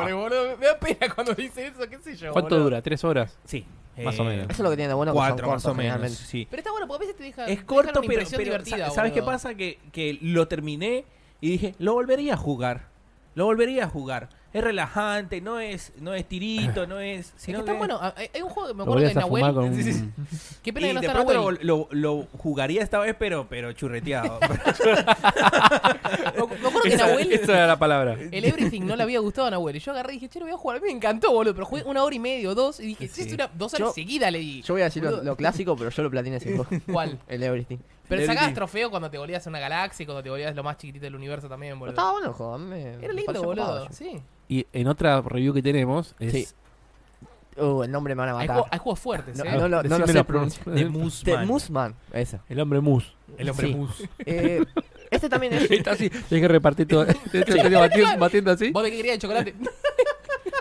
Speaker 3: Pobre, boludo. Me da pena cuando dice eso, qué sé yo.
Speaker 5: ¿Cuánto
Speaker 3: boludo.
Speaker 5: dura? ¿Tres horas?
Speaker 4: Sí. eh,
Speaker 5: Más o menos.
Speaker 1: Eso es lo que tiene de bueno que son
Speaker 4: Cuatro, más
Speaker 1: cortos,
Speaker 4: o menos.
Speaker 1: generalmente.
Speaker 4: Sí.
Speaker 3: Pero está bueno, porque a veces te deja.
Speaker 4: Es
Speaker 3: te deja
Speaker 4: corto,
Speaker 3: una
Speaker 4: pero,
Speaker 3: impresión
Speaker 4: pero
Speaker 3: divertida,
Speaker 4: sa- ¿sabes qué
Speaker 3: boludo.
Speaker 4: pasa? Que, que lo terminé y dije, lo volvería a jugar. Lo volvería a jugar. Es relajante, no es, no es tirito, no eh. es.
Speaker 3: Es que
Speaker 4: Sino
Speaker 3: está
Speaker 4: que-
Speaker 3: bueno. Ah, Hay hay un juego que me
Speaker 5: ¿Lo
Speaker 3: acuerdo que
Speaker 5: volvías a fumar
Speaker 3: Nahuel.
Speaker 5: con un...
Speaker 4: Sí, sí.
Speaker 3: Qué pena
Speaker 4: Y
Speaker 3: que no
Speaker 4: de
Speaker 3: está
Speaker 4: pronto lo,
Speaker 3: Nahuel.
Speaker 4: lo- lo jugaría esta vez, pero, pero churreteado.
Speaker 3: Me me acuerdo que
Speaker 5: esa,
Speaker 3: Nahuel.
Speaker 5: esa era la palabra.
Speaker 3: El Everything no le había gustado a Nahuel. Y yo agarré y dije, che, lo voy a jugar. A mí me encantó, boludo. Pero jugué una hora y media o dos. Y dije, che, es
Speaker 4: Sí.
Speaker 3: una, dos horas
Speaker 1: Yo-
Speaker 3: seguidas le di.
Speaker 1: Yo voy a decir lo,
Speaker 3: Boludo.
Speaker 1: lo clásico, pero yo lo platiné sin juego.
Speaker 3: ¿Cuál?
Speaker 1: El Everything.
Speaker 3: Pero
Speaker 4: El
Speaker 3: sacabas
Speaker 4: Everything.
Speaker 3: trofeo cuando te volvías a una galaxia y cuando te volvías lo más chiquitito del universo también,
Speaker 1: Pero
Speaker 3: boludo.
Speaker 1: estaba bueno el juego. a mí me- me
Speaker 3: Era lindo,
Speaker 1: pareció
Speaker 3: boludo.
Speaker 1: copado.
Speaker 3: Sí.
Speaker 5: Y en otra review que tenemos es...
Speaker 1: Sí. Uh, el nombre me van a
Speaker 3: Hay,
Speaker 1: matar.
Speaker 3: juego- hay juegos fuertes,
Speaker 1: No,
Speaker 3: ¿eh?
Speaker 1: no, lo- no lo
Speaker 5: Ah, Decime
Speaker 1: sé
Speaker 5: la
Speaker 1: pronunciar.
Speaker 4: de
Speaker 5: pronunciación.
Speaker 4: Musman.
Speaker 1: Te- Musman, esa.
Speaker 5: El hombre mus.
Speaker 4: El hombre
Speaker 1: Sí.
Speaker 4: mus.
Speaker 1: Eh, este también es.
Speaker 5: Está así, tienes que repartir todo. Te te- te- batiendo, batiendo así.
Speaker 3: ¿Vos de qué querías de chocolate?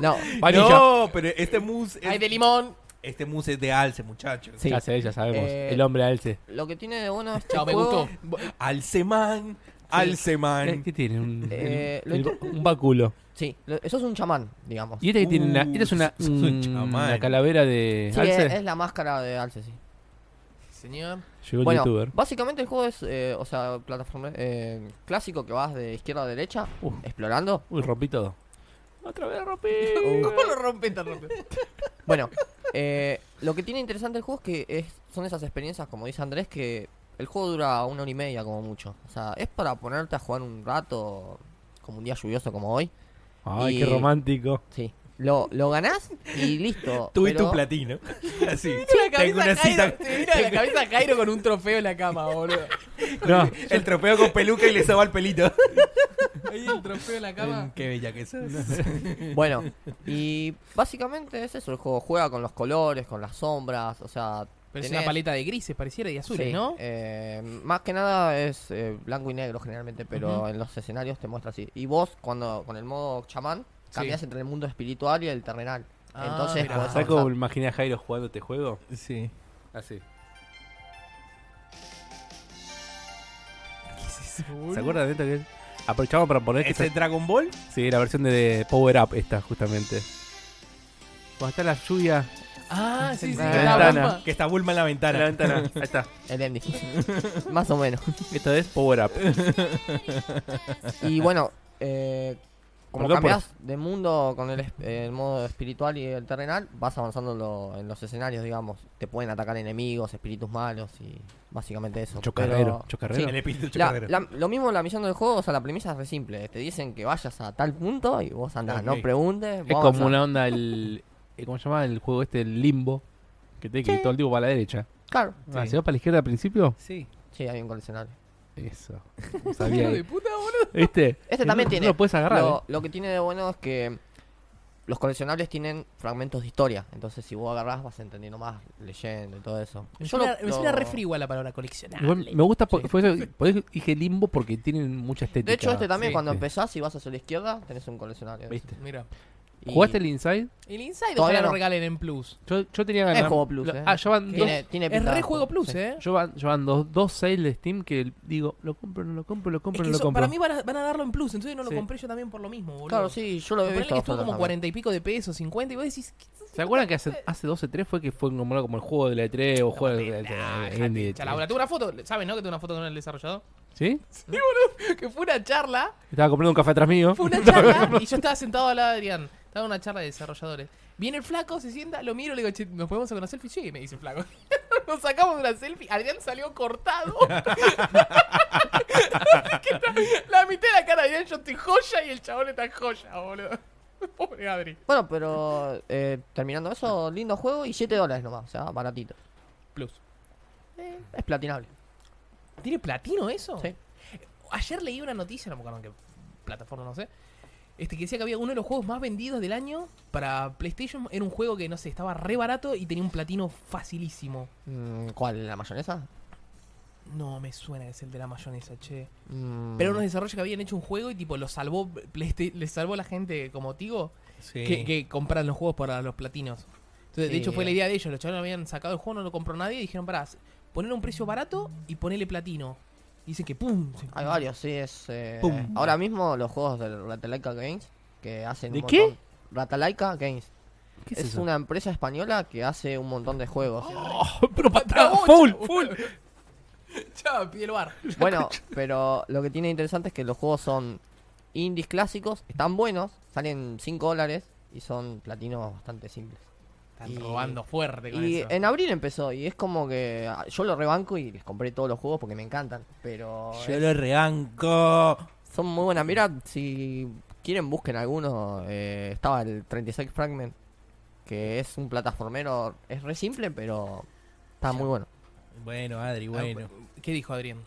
Speaker 1: No,
Speaker 4: Ah,
Speaker 5: Vanilla.
Speaker 4: No, pero este mus
Speaker 3: Hay de
Speaker 4: es,
Speaker 3: limón.
Speaker 4: este mus es de alce, muchachos.
Speaker 1: sí.
Speaker 5: Ya sé, ya sabemos.
Speaker 1: Eh,
Speaker 5: El hombre alce.
Speaker 1: Lo que tiene de bueno este
Speaker 3: Chao, me
Speaker 1: juego-
Speaker 3: gustó.
Speaker 4: Alceman, alceman.
Speaker 5: ¿Qué tiene? Un,
Speaker 1: Eh,
Speaker 5: el-
Speaker 1: lo
Speaker 5: el-
Speaker 1: intento-
Speaker 5: un báculo.
Speaker 1: Sí, lo- eso es un chamán, digamos.
Speaker 5: Y este que tiene una,
Speaker 4: Uh,
Speaker 5: esta es una,
Speaker 4: es un
Speaker 5: mm,
Speaker 4: chamán.
Speaker 5: una calavera de
Speaker 1: Sí,
Speaker 5: eh,
Speaker 1: eh,
Speaker 5: alce.
Speaker 1: es, es la máscara de Alce, sí.
Speaker 3: Señor.
Speaker 5: Llegó el
Speaker 1: bueno,
Speaker 5: youtuber.
Speaker 1: básicamente el juego es, eh, o sea, plataforma eh, clásico que vas de izquierda a derecha,
Speaker 5: Uf.
Speaker 1: explorando.
Speaker 5: Uy, rompí todo. Uh. Otra vez rompí.
Speaker 3: ¿Cómo lo rompen tan rápido?
Speaker 1: Bueno, eh, lo que tiene interesante el juego es que es, son esas experiencias, como dice Andrés, que el juego dura una hora y media como mucho. O sea, es para ponerte a jugar un rato, como un día lluvioso como hoy.
Speaker 5: Ay,
Speaker 1: Y-
Speaker 5: qué romántico.
Speaker 1: Sí. Lo, lo ganás y listo.
Speaker 4: Tú y
Speaker 1: pero-
Speaker 4: tu platino. Así.
Speaker 3: Mira la
Speaker 4: Tengo
Speaker 3: cabeza
Speaker 4: una cita.
Speaker 3: Jairo, te mira la cabeza a Jairo con un trofeo en la cama, boludo.
Speaker 5: No,
Speaker 4: El trofeo con peluca y le soba el pelito. Mm,
Speaker 3: Ahí el trofeo en la cama.
Speaker 4: Qué bella que sos.
Speaker 1: Bueno, y básicamente es eso, el juego juega con los colores, con las sombras, o sea...
Speaker 3: Pero es
Speaker 1: tenés-
Speaker 3: una paleta de grises, pareciera, y azules,
Speaker 1: sí,
Speaker 3: ¿no?
Speaker 1: eh, más que nada es eh, blanco y negro generalmente, pero
Speaker 3: Ujú.
Speaker 1: en los escenarios te muestra así. Y vos, cuando con el modo chamán,
Speaker 3: Sí.
Speaker 1: cambias entre el mundo espiritual y el terrenal.
Speaker 3: Ah,
Speaker 1: Entonces,
Speaker 3: mirá.
Speaker 1: podés
Speaker 5: ¿sabes cómo me
Speaker 1: avanzar.
Speaker 5: imaginé a Jairo jugando este juego?
Speaker 4: Sí.
Speaker 5: Así.
Speaker 3: ¿Se
Speaker 5: ¿Se acuerdan de esto que Aprovechamos para poner que
Speaker 4: ¿Ese
Speaker 5: esta-
Speaker 4: Dragon Ball?
Speaker 5: Sí, la versión de Power Up esta, justamente. Cuando está la lluvia.
Speaker 3: Ah, sí, sí,
Speaker 5: La
Speaker 3: la
Speaker 5: ventana.
Speaker 3: bomba.
Speaker 4: Que está Bulma en la ventana.
Speaker 5: La ventana. Ahí está.
Speaker 1: el Endy. más o menos.
Speaker 5: Esto es Power Up.
Speaker 1: Y bueno, eh, como
Speaker 5: Perdón pues. por-
Speaker 1: cambias de mundo con el, es- el modo espiritual y el terrenal, vas avanzando en, lo- en los escenarios, digamos. Te pueden atacar enemigos, espíritus malos y básicamente eso.
Speaker 5: Chocarrero.
Speaker 1: Pero-
Speaker 5: Chocarrero.
Speaker 4: El espíritu
Speaker 1: La-
Speaker 4: chocarrero.
Speaker 1: la- lo mismo la misión del juego, o sea, la premisa es re simple. Te dicen que vayas a tal punto y vos andás,
Speaker 4: Ok.
Speaker 1: no preguntes.
Speaker 5: Es
Speaker 1: vos
Speaker 5: como
Speaker 1: avanzás.
Speaker 5: una onda el. eh, ¿Cómo se llama el juego este? El limbo. Que tiene que ir todo el tiempo para la derecha.
Speaker 1: Claro,
Speaker 5: Ah,
Speaker 4: Sí.
Speaker 5: ¿Se va para la izquierda al principio?
Speaker 4: Sí.
Speaker 1: sí, hay un coleccionario.
Speaker 5: Eso.
Speaker 3: Hijo
Speaker 5: Sabía.
Speaker 3: de puta, boludo.
Speaker 5: ¿Viste?
Speaker 1: Este también
Speaker 5: No-
Speaker 1: tiene.
Speaker 5: No lo puedes agarrar. ¿eh?
Speaker 1: Lo, lo que tiene de bueno es que los coleccionables tienen fragmentos de historia. Entonces, si vos agarrás, vas entendiendo más, leyendo y todo eso.
Speaker 3: Me
Speaker 1: Yo
Speaker 3: suena,
Speaker 1: lo-
Speaker 3: me suena
Speaker 1: lo-
Speaker 3: re frigua la palabra
Speaker 5: ¿eh?
Speaker 3: coleccionar.
Speaker 5: Igual me gusta porque
Speaker 1: Sí.
Speaker 5: por eso- por eso dije limbo porque tienen mucha estética.
Speaker 1: De hecho, este también,
Speaker 3: Sí,
Speaker 1: cuando
Speaker 5: sí.
Speaker 1: empezás y vas hacia la izquierda, tenés un coleccionario.
Speaker 5: ¿Viste?
Speaker 3: Mira.
Speaker 1: Y
Speaker 5: ¿Jugaste el Inside?
Speaker 3: El Inside
Speaker 1: Todavía
Speaker 3: ojalá lo
Speaker 1: no.
Speaker 3: regalen en Plus.
Speaker 5: Yo, yo tenía ganas.
Speaker 1: Es juego plus,
Speaker 5: Lo-
Speaker 1: eh.
Speaker 5: Ah, ya van dos.
Speaker 1: Tiene, tiene
Speaker 3: Es
Speaker 1: pinta
Speaker 3: re
Speaker 1: de
Speaker 3: juego Plus,
Speaker 1: sí.
Speaker 3: ¿eh?
Speaker 5: Yo van, yo van dos, dos sales de Steam que digo, lo compro, no lo compro, lo
Speaker 3: Es
Speaker 5: compro,
Speaker 3: que
Speaker 5: no lo
Speaker 3: eso-
Speaker 5: compro.
Speaker 3: para mí van a, van a darlo en Plus, entonces no lo
Speaker 5: Sí.
Speaker 3: compré yo también por lo mismo, boludo.
Speaker 1: Claro, sí, yo lo he
Speaker 3: Ponele
Speaker 1: visto.
Speaker 3: que estuvo como
Speaker 1: bastante también.
Speaker 3: cuarenta y pico de pesos, 50, y vos decís... ¿qué-
Speaker 5: ¿Se acuerdan que hace, hace 2-3 fue que fue nombrado como el juego de la E3 o juego de la
Speaker 3: Ah,
Speaker 5: E3?
Speaker 1: eh.
Speaker 3: chalabra, tuve una foto, ¿sabes no? Que tuve una foto con el desarrollador.
Speaker 5: ¿Sí?
Speaker 3: Que fue una charla.
Speaker 5: Estaba comprando un café atrás mío.
Speaker 3: Fue una charla y yo estaba sentado al lado de Adrián. Estaba en una charla de desarrolladores. Viene el flaco, se sienta, lo miro, le digo, che, ¿nos podemos sacar una selfie? Sí, me dice el flaco. Nos sacamos una selfie. Adrián salió cortado. Que está- la mitad de la cara de Adrián, yo estoy joya y el chabón está joya, boludo. Pobre Adri.
Speaker 1: Bueno, pero eh, terminando eso, lindo juego y 7 dólares nomás, o sea, baratito.
Speaker 3: Plus.
Speaker 1: Eh, es platinable.
Speaker 3: ¿Tiene platino eso?
Speaker 1: Sí.
Speaker 3: Ayer leí una noticia, no me acuerdo en qué plataforma, no sé. Este, que decía que había uno de los juegos más vendidos del año para PlayStation. Era un juego que, no sé, estaba re barato y tenía un platino facilísimo.
Speaker 1: Mm, ¿Cuál? ¿La mayonesa?
Speaker 3: No me suena que es el de la mayonesa, che.
Speaker 1: Mm,
Speaker 3: Pero unos desarrollos que habían hecho un juego y tipo lo salvó, PlayStation- le salvó a la gente como Tigo
Speaker 4: Sí.
Speaker 3: que, que compran los juegos para los platinos. Entonces, de
Speaker 1: Sí.
Speaker 3: hecho, fue la idea de ellos. Los chavales habían sacado el juego, no lo compró nadie y dijeron, pará, ponerle un precio barato y ponerle platino. Y dicen que pum. se-
Speaker 1: Hay varios, sí, es... eh,
Speaker 4: Pum.
Speaker 1: Ahora mismo los juegos del Ratalaika Games, que hacen...
Speaker 5: ¿De
Speaker 1: un
Speaker 5: qué?
Speaker 1: montón- Ratalaika Games.
Speaker 5: ¿Qué
Speaker 1: es una empresa española que hace un montón de juegos.
Speaker 5: Pero patada,
Speaker 3: Chao,
Speaker 5: full,
Speaker 3: chao.
Speaker 5: full.
Speaker 3: Chao, pide el bar.
Speaker 1: Bueno, pero lo que tiene interesante es que los juegos son indies clásicos, están buenos, salen 5 dólares y son platinos bastante simples.
Speaker 3: Están
Speaker 1: Y-
Speaker 3: robando fuerte con
Speaker 1: Y
Speaker 3: eso.
Speaker 1: en abril empezó y es como que ah, yo lo rebanco y les compré todos los juegos porque me encantan. Pero
Speaker 4: Yo
Speaker 1: es-
Speaker 4: lo rebanco.
Speaker 1: son muy buenas. Mira, si quieren busquen alguno. eh, estaba el 36 Fragment, que es un plataformero, es re simple, pero está muy bueno.
Speaker 4: Bueno, Adri,
Speaker 3: Ah,
Speaker 4: bueno.
Speaker 3: ¿Qué dijo Adrián?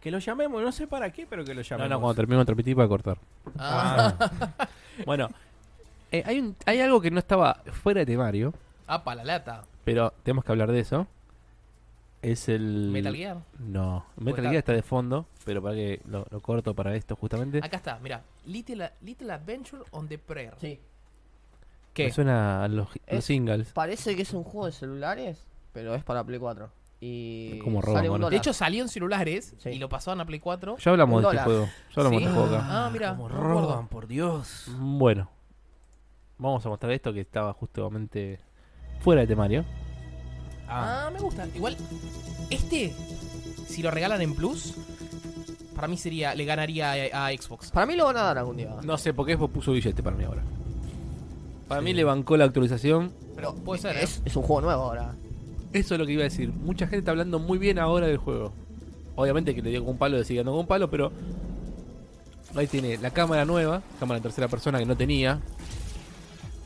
Speaker 4: Que lo llamemos, no sé para qué, pero que lo
Speaker 5: No,
Speaker 4: llamemos.
Speaker 5: no, cuando termino otra pitita para cortar.
Speaker 3: Ah,
Speaker 5: Bueno, eh, hay, un, hay algo que no estaba fuera de temario,
Speaker 3: apa, la lata.
Speaker 5: pero tenemos que hablar de eso. Es el...
Speaker 3: Metal Gear.
Speaker 5: No, Metal
Speaker 3: está-
Speaker 5: Gear está de fondo, pero para que lo, lo corto para esto justamente.
Speaker 3: Acá está, mira. Little, Little Adventure on the Prayer.
Speaker 1: Sí.
Speaker 5: Me
Speaker 3: ¿Qué?
Speaker 5: suena a los, los
Speaker 1: Es-
Speaker 5: singles.
Speaker 1: Parece que es un juego de celulares, pero es para Play 4. Y
Speaker 5: Como roban,
Speaker 1: sale un
Speaker 5: boludo.
Speaker 1: dólar.
Speaker 3: De hecho, salió en celulares
Speaker 1: Sí.
Speaker 3: y lo pasaban a Play 4.
Speaker 5: Ya hablamos
Speaker 1: un
Speaker 5: de este
Speaker 1: dólar.
Speaker 5: juego. Ya hablamos
Speaker 3: Sí.
Speaker 5: de este juego acá.
Speaker 3: Ah, mira,
Speaker 4: Como
Speaker 3: no me acuerdo.
Speaker 4: roban, por Dios.
Speaker 5: Bueno, vamos a mostrar esto que estaba justamente fuera de temario.
Speaker 4: Ah,
Speaker 3: Ah, me gusta. Igual, este, si lo regalan en Plus, para mí sería, le ganaría a, a Xbox.
Speaker 1: Para mí lo van a dar algún día.
Speaker 5: No sé por qué puso billete para mí ahora. Para mí le bancó la actualización.
Speaker 3: Pero puede ser, ¿eh?
Speaker 1: Es, es un juego nuevo ahora.
Speaker 5: Eso es lo que iba a decir. Mucha gente está hablando muy bien ahora del juego. Obviamente que le dio con un palo, le sigue dando con un palo, pero ahí tiene la cámara nueva, cámara en tercera persona que no tenía.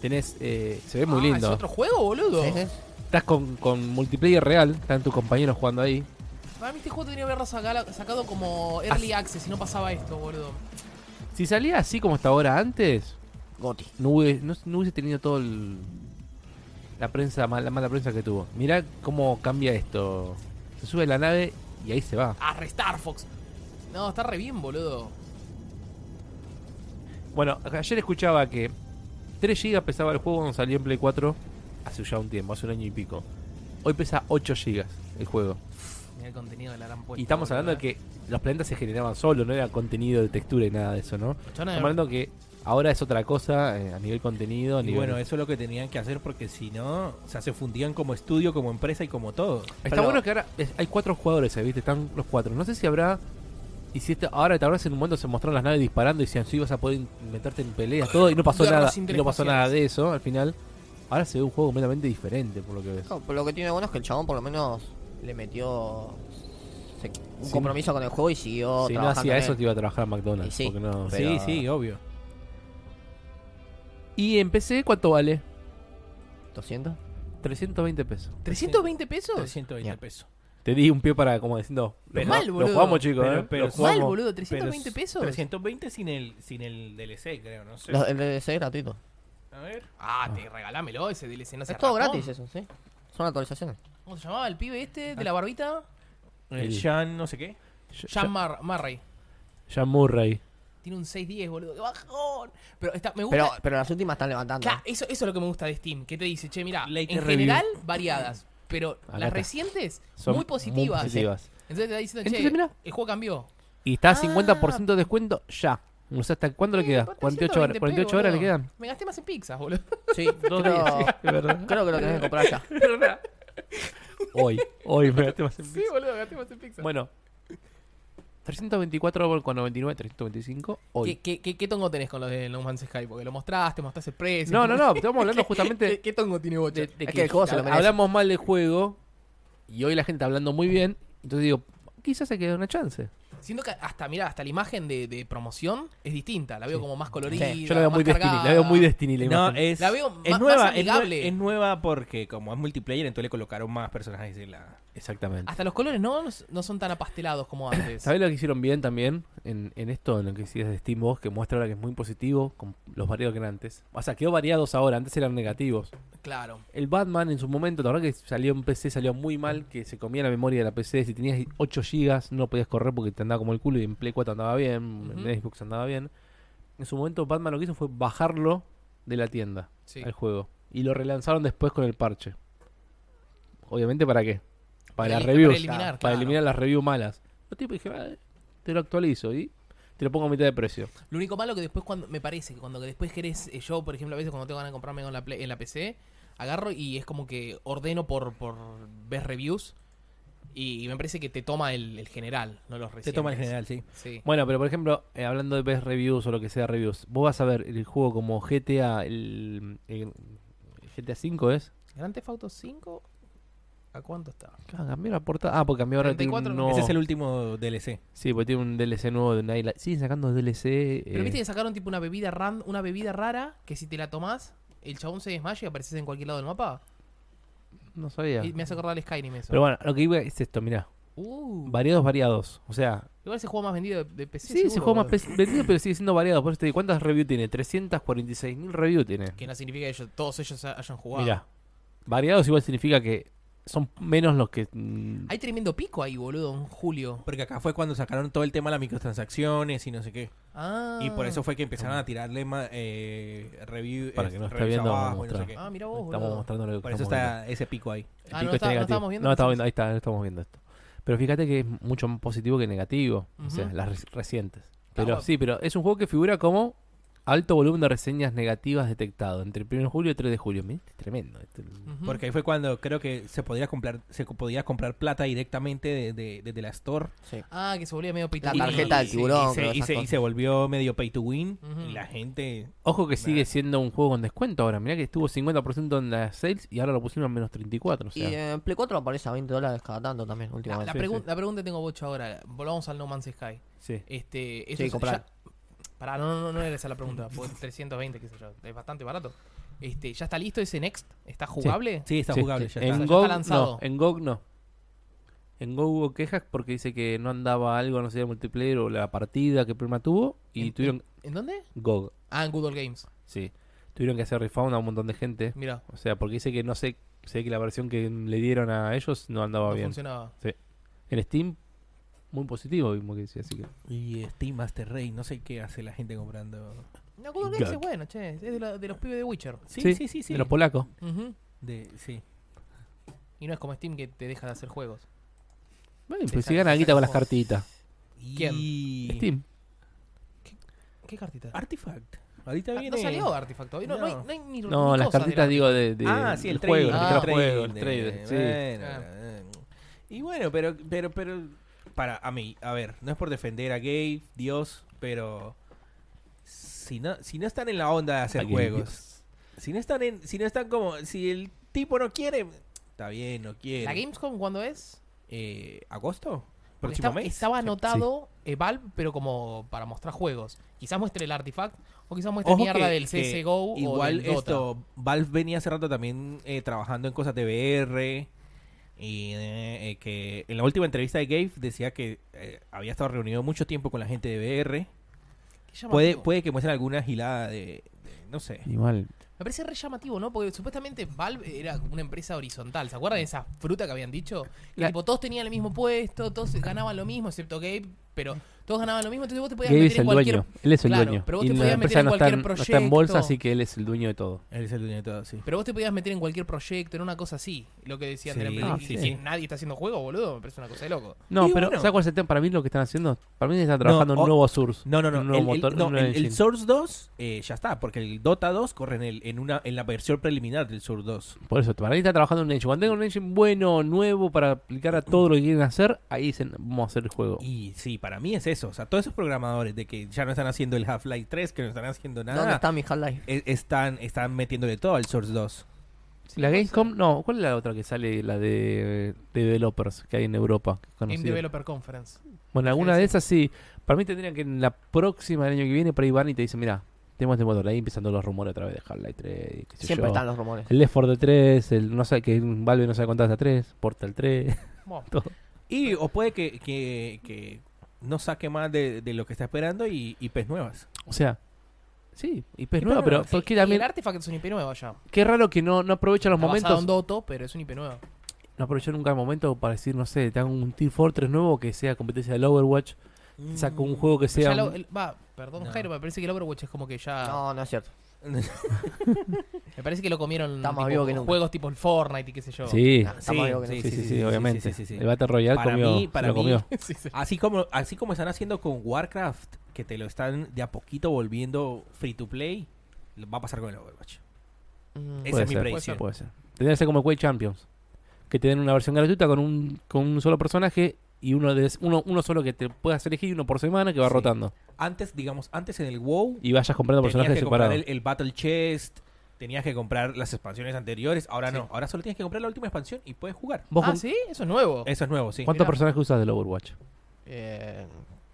Speaker 5: Tenés, eh, se ve muy
Speaker 3: Ah,
Speaker 5: lindo.
Speaker 3: ¿Es otro juego, boludo?
Speaker 1: Sí, sí.
Speaker 5: Estás con, con multiplayer real, están tus compañeros jugando ahí.
Speaker 3: Para mí este juego tenía que haberlo saca- sacado como Early Access y no pasaba esto, boludo.
Speaker 5: Si salía así como hasta ahora antes,
Speaker 1: Goti.
Speaker 5: no hubiese, no, no hubiese tenido todo el- la prensa, mal- la mala prensa que tuvo. Mirá cómo cambia esto. Se sube a la nave y ahí se va.
Speaker 3: Arrestar, Ah, Fox. No, está re bien, boludo.
Speaker 5: Bueno, ayer escuchaba que 3 GB pesaba el juego cuando salió en Play 4 hace ya un tiempo, hace un año y pico. Hoy pesa 8 GB el juego.
Speaker 3: Mira el contenido de la gran puesta,
Speaker 5: Y estamos
Speaker 3: boludo,
Speaker 5: hablando de
Speaker 3: eh.
Speaker 5: que los planetas se generaban solos, no era contenido de textura y nada de eso, ¿no?
Speaker 3: Yo no-
Speaker 5: Estamos hablando que ahora es otra cosa eh, a nivel contenido, a
Speaker 4: Y
Speaker 5: nivel...
Speaker 4: bueno, eso es lo que tenían que hacer porque si no, o sea, se fundían como estudio, como empresa y como todo.
Speaker 5: Está
Speaker 1: Pero-
Speaker 5: bueno que ahora es- hay cuatro jugadores, ahí, ¿viste? Están los cuatro. No sé si habrá. Y si este- ahora, ahora en un momento se mostraron las naves disparando y si así ibas a poder in- meterte en peleas, todo. Y no pasó
Speaker 3: Guerras
Speaker 5: nada. y no pasó
Speaker 3: interespaciales.
Speaker 5: nada de eso al final. Ahora se ve un juego completamente diferente, por lo que ves.
Speaker 1: No, pero lo que tiene bueno es que el chabón por lo menos le metió se- un
Speaker 5: Sí.
Speaker 1: compromiso con el juego y siguió
Speaker 3: Oh,
Speaker 5: si no
Speaker 1: trabajando.
Speaker 5: hacía
Speaker 1: en
Speaker 5: eso,
Speaker 1: él.
Speaker 5: te iba a trabajar a McDonald's.
Speaker 1: Y sí.
Speaker 5: porque no-
Speaker 4: Sí, sí, obvio.
Speaker 5: Y empecé, ¿cuánto vale?
Speaker 1: 200.
Speaker 5: 320 pesos.
Speaker 3: ¿320 pesos?
Speaker 4: 320
Speaker 1: Ya.
Speaker 4: pesos.
Speaker 5: Te di un pie para, como diciendo.
Speaker 4: Pero-
Speaker 5: lo,
Speaker 3: mal,
Speaker 5: lo
Speaker 3: boludo.
Speaker 5: jugamos, chicos.
Speaker 4: Pero-
Speaker 5: ¿eh?
Speaker 4: pero-
Speaker 5: Lo
Speaker 3: Mal,
Speaker 5: jugamos.
Speaker 3: boludo, 320
Speaker 4: Pero-
Speaker 3: pesos.
Speaker 4: 320 sin el, sin el DLC, creo, no sé.
Speaker 1: Los- el DLC es gratuito.
Speaker 4: A ver.
Speaker 3: Ah, te regalámelo ese DLC, no seas
Speaker 1: es todo
Speaker 3: ratón.
Speaker 1: gratis eso, sí. Son actualizaciones.
Speaker 3: ¿Cómo se llamaba el pibe este de la barbita?
Speaker 4: El
Speaker 5: El-
Speaker 4: Sean, no sé qué.
Speaker 5: Ah, Ya-
Speaker 3: Sean Mar- Murray.
Speaker 5: Sean Murray.
Speaker 3: Tiene un 6-10, boludo. ¡Qué bajón! Pero está, me gusta.
Speaker 1: Pero, pero las últimas están levantando. ¿eh?
Speaker 3: Claro, eso, eso es lo que me gusta de Steam. Que te dice, che, mira,
Speaker 4: Late
Speaker 3: en
Speaker 4: review.
Speaker 3: general, variadas. Pero
Speaker 5: Acá
Speaker 3: las
Speaker 5: está.
Speaker 3: recientes,
Speaker 5: Son
Speaker 3: muy positivas. ¿eh?
Speaker 5: positivas.
Speaker 3: Entonces te está diciendo, che,
Speaker 5: Entonces, mirá.
Speaker 3: el juego cambió.
Speaker 5: Y está a
Speaker 3: Ah.
Speaker 5: 50% de descuento ya. O sea, ¿hasta cuándo le
Speaker 3: Eh,
Speaker 5: queda?
Speaker 3: pues,
Speaker 5: 48 horas.
Speaker 3: 320p,
Speaker 5: 48 horas le
Speaker 3: boludo.
Speaker 5: quedan.
Speaker 3: Me gasté más en pizzas, boludo.
Speaker 1: Sí, creo, creo que lo tenés que comprar ya.
Speaker 5: Hoy. Hoy me gasté más en
Speaker 3: sí,
Speaker 5: pizza.
Speaker 3: boludo, me gasté más en pizzas.
Speaker 5: Bueno. 324,99, 325 hoy.
Speaker 3: ¿Qué, qué, qué, qué tongo tenés con los de No Man's Sky? Porque lo mostraste, mostraste el precio.
Speaker 5: No, no, no, estamos hablando
Speaker 3: ¿Qué,
Speaker 5: justamente
Speaker 3: qué tongo tiene bocha?
Speaker 5: de, de
Speaker 1: Es que el juego se lo merece.
Speaker 5: hablamos mal del juego y hoy la gente está hablando muy bien, entonces digo, quizás se quede una chance.
Speaker 3: Siento que hasta, mira, hasta la imagen de, de promoción es distinta. La veo como más colorida.
Speaker 5: Yo la veo
Speaker 3: más
Speaker 5: muy Destiny,
Speaker 3: cargada.
Speaker 5: la veo muy Destiny la
Speaker 4: No,
Speaker 5: imagen.
Speaker 4: es,
Speaker 3: La veo
Speaker 4: es
Speaker 3: ma-
Speaker 4: nueva,
Speaker 3: más
Speaker 4: es, nue-
Speaker 3: amigable.
Speaker 4: es nueva porque como es multiplayer, entonces le colocaron más personajes de la... Ah,
Speaker 5: Exactamente.
Speaker 3: Hasta los colores no, no son tan apastelados como antes.
Speaker 5: ¿Sabés lo que hicieron bien también en, en esto, en lo que decías de Steam Box, que muestra ahora que es muy positivo con los variados que eran antes? O sea, quedó variados ahora, antes eran negativos.
Speaker 3: Claro.
Speaker 5: El Batman en su momento, la verdad que salió en PC, salió muy mal, que se comía la memoria de la PC. Si tenías 8 GB, no podías correr porque te andaba como el culo y en Play 4 andaba bien, en
Speaker 3: Ujú.
Speaker 5: Xbox andaba bien. En su momento Batman lo que hizo fue bajarlo de la tienda
Speaker 3: Sí.
Speaker 5: al juego. Y lo relanzaron después con el parche. Obviamente, ¿para qué? Para,
Speaker 3: Para
Speaker 5: las
Speaker 3: el-
Speaker 5: reviews.
Speaker 3: para eliminar,
Speaker 5: Para
Speaker 3: claro.
Speaker 5: eliminar las reviews malas. Los tipos dije, "Ah, te lo actualizo y te lo pongo a mitad de precio.
Speaker 3: Lo único malo que después cuando me parece que cuando que después querés eh, yo, por ejemplo, a veces cuando tengo ganas de comprarme en la Play- en la PC, agarro y es como que ordeno por por ver reviews y, y me parece que te toma el, el general, no los
Speaker 4: Se
Speaker 3: recientes.
Speaker 4: toma en general, sí.
Speaker 3: Sí.
Speaker 5: Bueno, pero por ejemplo, eh, hablando de best reviews o lo que sea reviews, vos vas a ver el juego como GTA, el, el- el GTA 5 es.
Speaker 3: Grand Theft Auto 5 ¿A cuánto está?
Speaker 5: Claro, cambió la portada. Ah, porque cambió ahora tiene un
Speaker 3: 34,
Speaker 5: nuevo-
Speaker 4: Ese es el último DLC.
Speaker 5: Sí, porque tiene un DLC nuevo de Nightlight. Siguen sacando DLC.
Speaker 3: Pero
Speaker 5: eh,
Speaker 3: viste que sacaron tipo una bebida ran, una bebida rara que si te la tomás el chabón se desmaya y apareces en cualquier lado del mapa.
Speaker 5: No sabía.
Speaker 3: Y me hace acordar el Skyrim eso.
Speaker 5: Pero bueno, lo que iba es esto, mirá.
Speaker 3: Uh,
Speaker 5: Variados, variados. O sea,
Speaker 3: igual ese juego más vendido de, de PC.
Speaker 5: Sí, ese
Speaker 3: seguro,
Speaker 5: juego más
Speaker 3: boludo.
Speaker 5: pe- vendido, pero sigue siendo variado. Por eso te digo, ¿cuántas reviews tiene? 346.000 reviews tiene.
Speaker 3: Que no significa que ellos- todos ellos ha- hayan jugado.
Speaker 5: Mirá. Variados igual significa que son menos los que... mm,
Speaker 3: Hay tremendo pico ahí, boludo, en julio.
Speaker 4: Porque acá fue cuando sacaron todo el tema de las microtransacciones y no sé qué.
Speaker 3: Ah.
Speaker 4: Y por eso fue que empezaron a tirarle más eh, review.
Speaker 5: Para
Speaker 4: eh,
Speaker 5: que no esté
Speaker 4: reviews
Speaker 5: viendo,
Speaker 4: abajo
Speaker 5: vamos
Speaker 4: y
Speaker 5: a
Speaker 4: no sé
Speaker 5: mostrar.
Speaker 4: qué.
Speaker 3: Ah, mira vos,
Speaker 5: estamos
Speaker 3: boludo.
Speaker 5: mostrando lo que
Speaker 4: Por eso
Speaker 5: estamos
Speaker 4: está ese pico ahí.
Speaker 5: viendo. El
Speaker 3: Ah, no,
Speaker 5: pico este
Speaker 3: está- no
Speaker 5: negativo.
Speaker 3: estábamos viendo.
Speaker 5: No, estamos viendo, ahí está, no estamos viendo esto. Pero fíjate que es mucho más positivo que negativo. O sea,
Speaker 3: Ujú.
Speaker 5: las reci- recientes. Pero
Speaker 3: bueno.
Speaker 5: sí, pero es un juego que figura como alto volumen de reseñas negativas detectado entre el 1 de julio y el 3 de julio. Mirá, este es tremendo. este-
Speaker 3: Ujú.
Speaker 4: Porque ahí fue cuando creo que se podía comprar, se co- podía comprar plata directamente de- de- desde la store.
Speaker 1: Sí.
Speaker 3: Ah, que se volvía medio
Speaker 1: La
Speaker 3: pitado.
Speaker 1: tarjeta del
Speaker 4: Y
Speaker 1: tiburón.
Speaker 4: se,
Speaker 1: creo,
Speaker 4: y
Speaker 1: esas
Speaker 4: se- y
Speaker 1: cosas.
Speaker 4: se volvió medio pay to win.
Speaker 3: Ujú.
Speaker 4: Y la gente.
Speaker 5: Ojo que sigue
Speaker 4: Nah.
Speaker 5: siendo un juego con descuento ahora. Mirá que estuvo 50% en las sales y ahora lo pusieron a menos 34. O
Speaker 1: Y
Speaker 3: eh,
Speaker 5: sea,
Speaker 1: en Play 4 aparece a 20 dólares cada tanto también,
Speaker 3: La,
Speaker 1: últimamente.
Speaker 3: la
Speaker 5: Sí,
Speaker 3: pregun-
Speaker 5: sí.
Speaker 3: la pregunta que tengo bocha ahora. Volvamos al No Man's Sky.
Speaker 5: sí.
Speaker 3: Este,
Speaker 1: Sí, comprar.
Speaker 3: Pará, no, no, no, no era esa la pregunta. Fue 320, qué sé yo. Es bastante barato. Este, ¿ya está listo ese Next? ¿Está jugable?
Speaker 4: Sí, está
Speaker 5: Sí,
Speaker 4: jugable.
Speaker 5: sí.
Speaker 4: ya está.
Speaker 5: En
Speaker 3: está
Speaker 5: GOG
Speaker 3: lanzado.
Speaker 5: no. En GOG no. En GOG hubo quejas porque dice que no andaba algo, no sé, el multiplayer o la partida que prima tuvo y
Speaker 3: En-
Speaker 5: tuvieron
Speaker 3: ¿En dónde?
Speaker 5: GOG,
Speaker 3: Ah, en Google Games.
Speaker 5: sí. Tuvieron que hacer refund a un montón de gente.
Speaker 3: Mira,
Speaker 5: O sea, porque dice que no sé, sé que la versión que le dieron a ellos no andaba
Speaker 3: no
Speaker 5: bien.
Speaker 3: funcionaba.
Speaker 5: En Steam muy positivo, vimos que decía, así que
Speaker 4: Y Steam Master Race, no sé qué hace la gente comprando.
Speaker 3: No, Google Games
Speaker 5: Gag.
Speaker 3: es bueno, che. Es de, la- de los pibes de Witcher.
Speaker 4: Sí,
Speaker 5: Sí,
Speaker 4: sí, sí. sí.
Speaker 5: de los polacos.
Speaker 3: Ujú.
Speaker 4: De- sí.
Speaker 3: Y no es como Steam que te deja de hacer juegos.
Speaker 5: Bueno,
Speaker 3: Te
Speaker 5: pues si
Speaker 3: saca-
Speaker 5: ganan
Speaker 3: te
Speaker 5: guita
Speaker 3: saca
Speaker 5: con las
Speaker 3: juegos.
Speaker 5: cartitas.
Speaker 3: ¿Quién?
Speaker 4: Y-
Speaker 5: Steam.
Speaker 3: ¿Qué cartita?
Speaker 4: Artifact. Ahorita
Speaker 3: Ah,
Speaker 4: viene.
Speaker 3: No salió Artifact hoy. No, no hay,
Speaker 4: No.
Speaker 3: no hay ni
Speaker 5: No,
Speaker 3: ni
Speaker 5: las
Speaker 3: cosas de
Speaker 5: cartitas
Speaker 3: la-
Speaker 5: digo de, de-
Speaker 4: ah, sí, el
Speaker 5: del juego,
Speaker 4: trailer.
Speaker 3: Ah,
Speaker 5: este, el
Speaker 4: el
Speaker 5: juego, el
Speaker 4: trailer,
Speaker 5: trailer, sí.
Speaker 4: bueno, eh. Y bueno, pero, pero, pero, para a mí, a ver, no es por defender a Gabe, Dios, pero si no, si no están en la onda de hacer
Speaker 5: A Gabe,
Speaker 4: juegos, si no están en, si no están como, si el tipo no quiere, está bien, no quiere.
Speaker 3: ¿La Gamescom cuándo es?
Speaker 4: Eh, ¿Agosto?
Speaker 3: Porque
Speaker 4: eh, ¿Próximo
Speaker 3: está-
Speaker 4: mes?
Speaker 3: Estaba anotado eh, Valve, pero como para mostrar juegos. Quizás muestre el Artifact o quizás muestre
Speaker 4: Ojo
Speaker 3: mierda
Speaker 4: que-
Speaker 3: del
Speaker 4: que
Speaker 3: CSGO o
Speaker 4: Igual
Speaker 3: del Dota.
Speaker 4: esto, Valve venía hace rato también eh, trabajando en cosas de VR. Y eh, eh, que en la última entrevista de Gabe decía que eh, había estado reunido mucho tiempo con la gente de VR.
Speaker 3: Qué llamativo.
Speaker 4: Puede, puede que muestren alguna gilada de, de- no sé.
Speaker 5: Igual,
Speaker 3: Me parece re llamativo, ¿no? Porque supuestamente Valve era como una empresa horizontal. ¿Se acuerdan de esa fruta que habían dicho? Que
Speaker 5: La-
Speaker 3: tipo, todos tenían el mismo puesto, todos ganaban lo mismo, excepto Gabe, pero todos ganaban lo mismo. Entonces vos te podías
Speaker 5: Gabe
Speaker 3: meter
Speaker 5: es
Speaker 3: en
Speaker 5: el
Speaker 3: cualquier.
Speaker 5: dueño. Él es el
Speaker 3: Claro,
Speaker 5: dueño.
Speaker 3: pero vos
Speaker 5: y
Speaker 3: te
Speaker 5: la
Speaker 3: podías meter
Speaker 5: empresa
Speaker 3: en
Speaker 5: no está,
Speaker 3: cualquier
Speaker 5: no está en bolsa,
Speaker 3: proyecto.
Speaker 5: así que él es el dueño de todo.
Speaker 4: Él es el dueño de todo, sí.
Speaker 3: Pero vos te podías meter en cualquier proyecto, en una cosa así. Lo que decían de la
Speaker 4: Sí,
Speaker 3: empresa.
Speaker 5: ah,
Speaker 3: Y
Speaker 5: sí.
Speaker 3: que nadie está haciendo juego, boludo. Me parece una cosa de loco.
Speaker 5: No,
Speaker 4: Y
Speaker 5: pero
Speaker 4: bueno.
Speaker 5: ¿sabes cuál es el tema? Para mí lo que están haciendo, para mí están trabajando en
Speaker 4: o-
Speaker 5: un nuevo Source.
Speaker 4: No, no, no.
Speaker 5: Un nuevo
Speaker 4: el, el-
Speaker 5: motor,
Speaker 4: no,
Speaker 5: un nuevo
Speaker 4: el- el
Speaker 5: engine.
Speaker 4: Source 2 eh, ya está, porque el Dota 2 corre en el, en, una, en la versión preliminar del Sur 2.
Speaker 5: Por eso, para mí está trabajando en un engine. Cuando tenga un engine bueno, nuevo, para aplicar a todo lo que quieren hacer, ahí dicen, vamos a hacer el juego.
Speaker 4: Y sí, para mí es eso. O sea, todos esos programadores de que ya no están haciendo el Half-Life 3, que no están haciendo nada,
Speaker 1: ¿Dónde está mi Half-Life?
Speaker 4: e- están, están metiéndole todo al Source 2.
Speaker 5: la Gamescom, no, ¿cuál es la otra que sale? La de, de developers que hay en Europa. que es
Speaker 3: En
Speaker 5: conocida?
Speaker 3: Developer Conference.
Speaker 5: Bueno, alguna
Speaker 3: Sí,
Speaker 5: de
Speaker 3: sí.
Speaker 5: esas sí. Para mí tendrían que en la próxima del año que viene, para ahí van y te dicen, mira, tenemos este motor. Ahí empezando los rumores otra vez de Half-Life 3. y qué sé
Speaker 1: Siempre
Speaker 5: yo.
Speaker 1: están los rumores.
Speaker 5: El Left 4 Dead 3, el no sé, que Valve no sabe contar hasta 3, Portal 3.
Speaker 3: Bueno,
Speaker 4: Y
Speaker 5: Pues
Speaker 4: o puede que, que, que no saque más de, de lo que está esperando y y IPs nuevas.
Speaker 5: O sea, sí, IP
Speaker 3: IP
Speaker 5: es nueva, pero
Speaker 3: nueva, sí.
Speaker 5: porque
Speaker 3: Y
Speaker 5: también.
Speaker 3: el Artifact es un IP nuevo ya.
Speaker 5: Qué raro que no, no aprovechan los
Speaker 3: Está basado
Speaker 5: momentos.
Speaker 3: en Doto, pero es un IP nuevo.
Speaker 5: No aprovechó nunca el momento para decir, no sé, te hago un Team Fortress nuevo que sea competencia del Overwatch. te Saco Mm.
Speaker 4: Mm,
Speaker 5: un juego que sea.
Speaker 3: Ya lo-
Speaker 5: un-
Speaker 3: el- va, perdón,
Speaker 4: No.
Speaker 3: Jairo, me parece que el Overwatch es como que ya.
Speaker 1: No, no es cierto.
Speaker 3: Me parece que lo comieron
Speaker 1: Está más
Speaker 3: tipo,
Speaker 1: vivo que nunca.
Speaker 3: juegos tipo el Fortnite y qué sé yo.
Speaker 5: Sí.
Speaker 1: Ah, está más vivo que no.
Speaker 5: Sí, sí, sí, obviamente.
Speaker 4: sí, sí, sí.
Speaker 5: El Battle Royale
Speaker 4: Para
Speaker 5: comió,
Speaker 4: mí- para
Speaker 5: lo
Speaker 4: mí-
Speaker 5: comió.
Speaker 3: Sí, sí.
Speaker 4: Así como, así como están haciendo con Warcraft, que te lo están de a poquito volviendo free to play, lo- va a pasar con el Overwatch.
Speaker 1: Mm,
Speaker 4: Esa
Speaker 5: Puede
Speaker 4: es mi
Speaker 5: ser,
Speaker 4: predicción.
Speaker 5: Puede ser. Tendría que ser como el Quake Champions. Que te den una versión gratuita con un, con un solo personaje y uno, de, uno, uno solo que te puedas elegir y uno por semana que va
Speaker 4: Sí.
Speaker 5: rotando.
Speaker 4: Antes, digamos, antes en el WoW,
Speaker 5: Y vayas comprando
Speaker 4: tenías
Speaker 5: personajes
Speaker 4: que comprar
Speaker 5: separados.
Speaker 4: el, el Battle Chest, tenías que comprar las expansiones anteriores, ahora no. Ahora solo tienes que comprar la última expansión y puedes jugar.
Speaker 5: ¿Vos
Speaker 3: Ah,
Speaker 5: jun-
Speaker 3: sí, eso es
Speaker 5: Oh.
Speaker 3: nuevo.
Speaker 4: Eso es nuevo, sí.
Speaker 5: ¿Cuántos
Speaker 3: Mirá.
Speaker 5: personajes usas del Overwatch?
Speaker 1: Eh,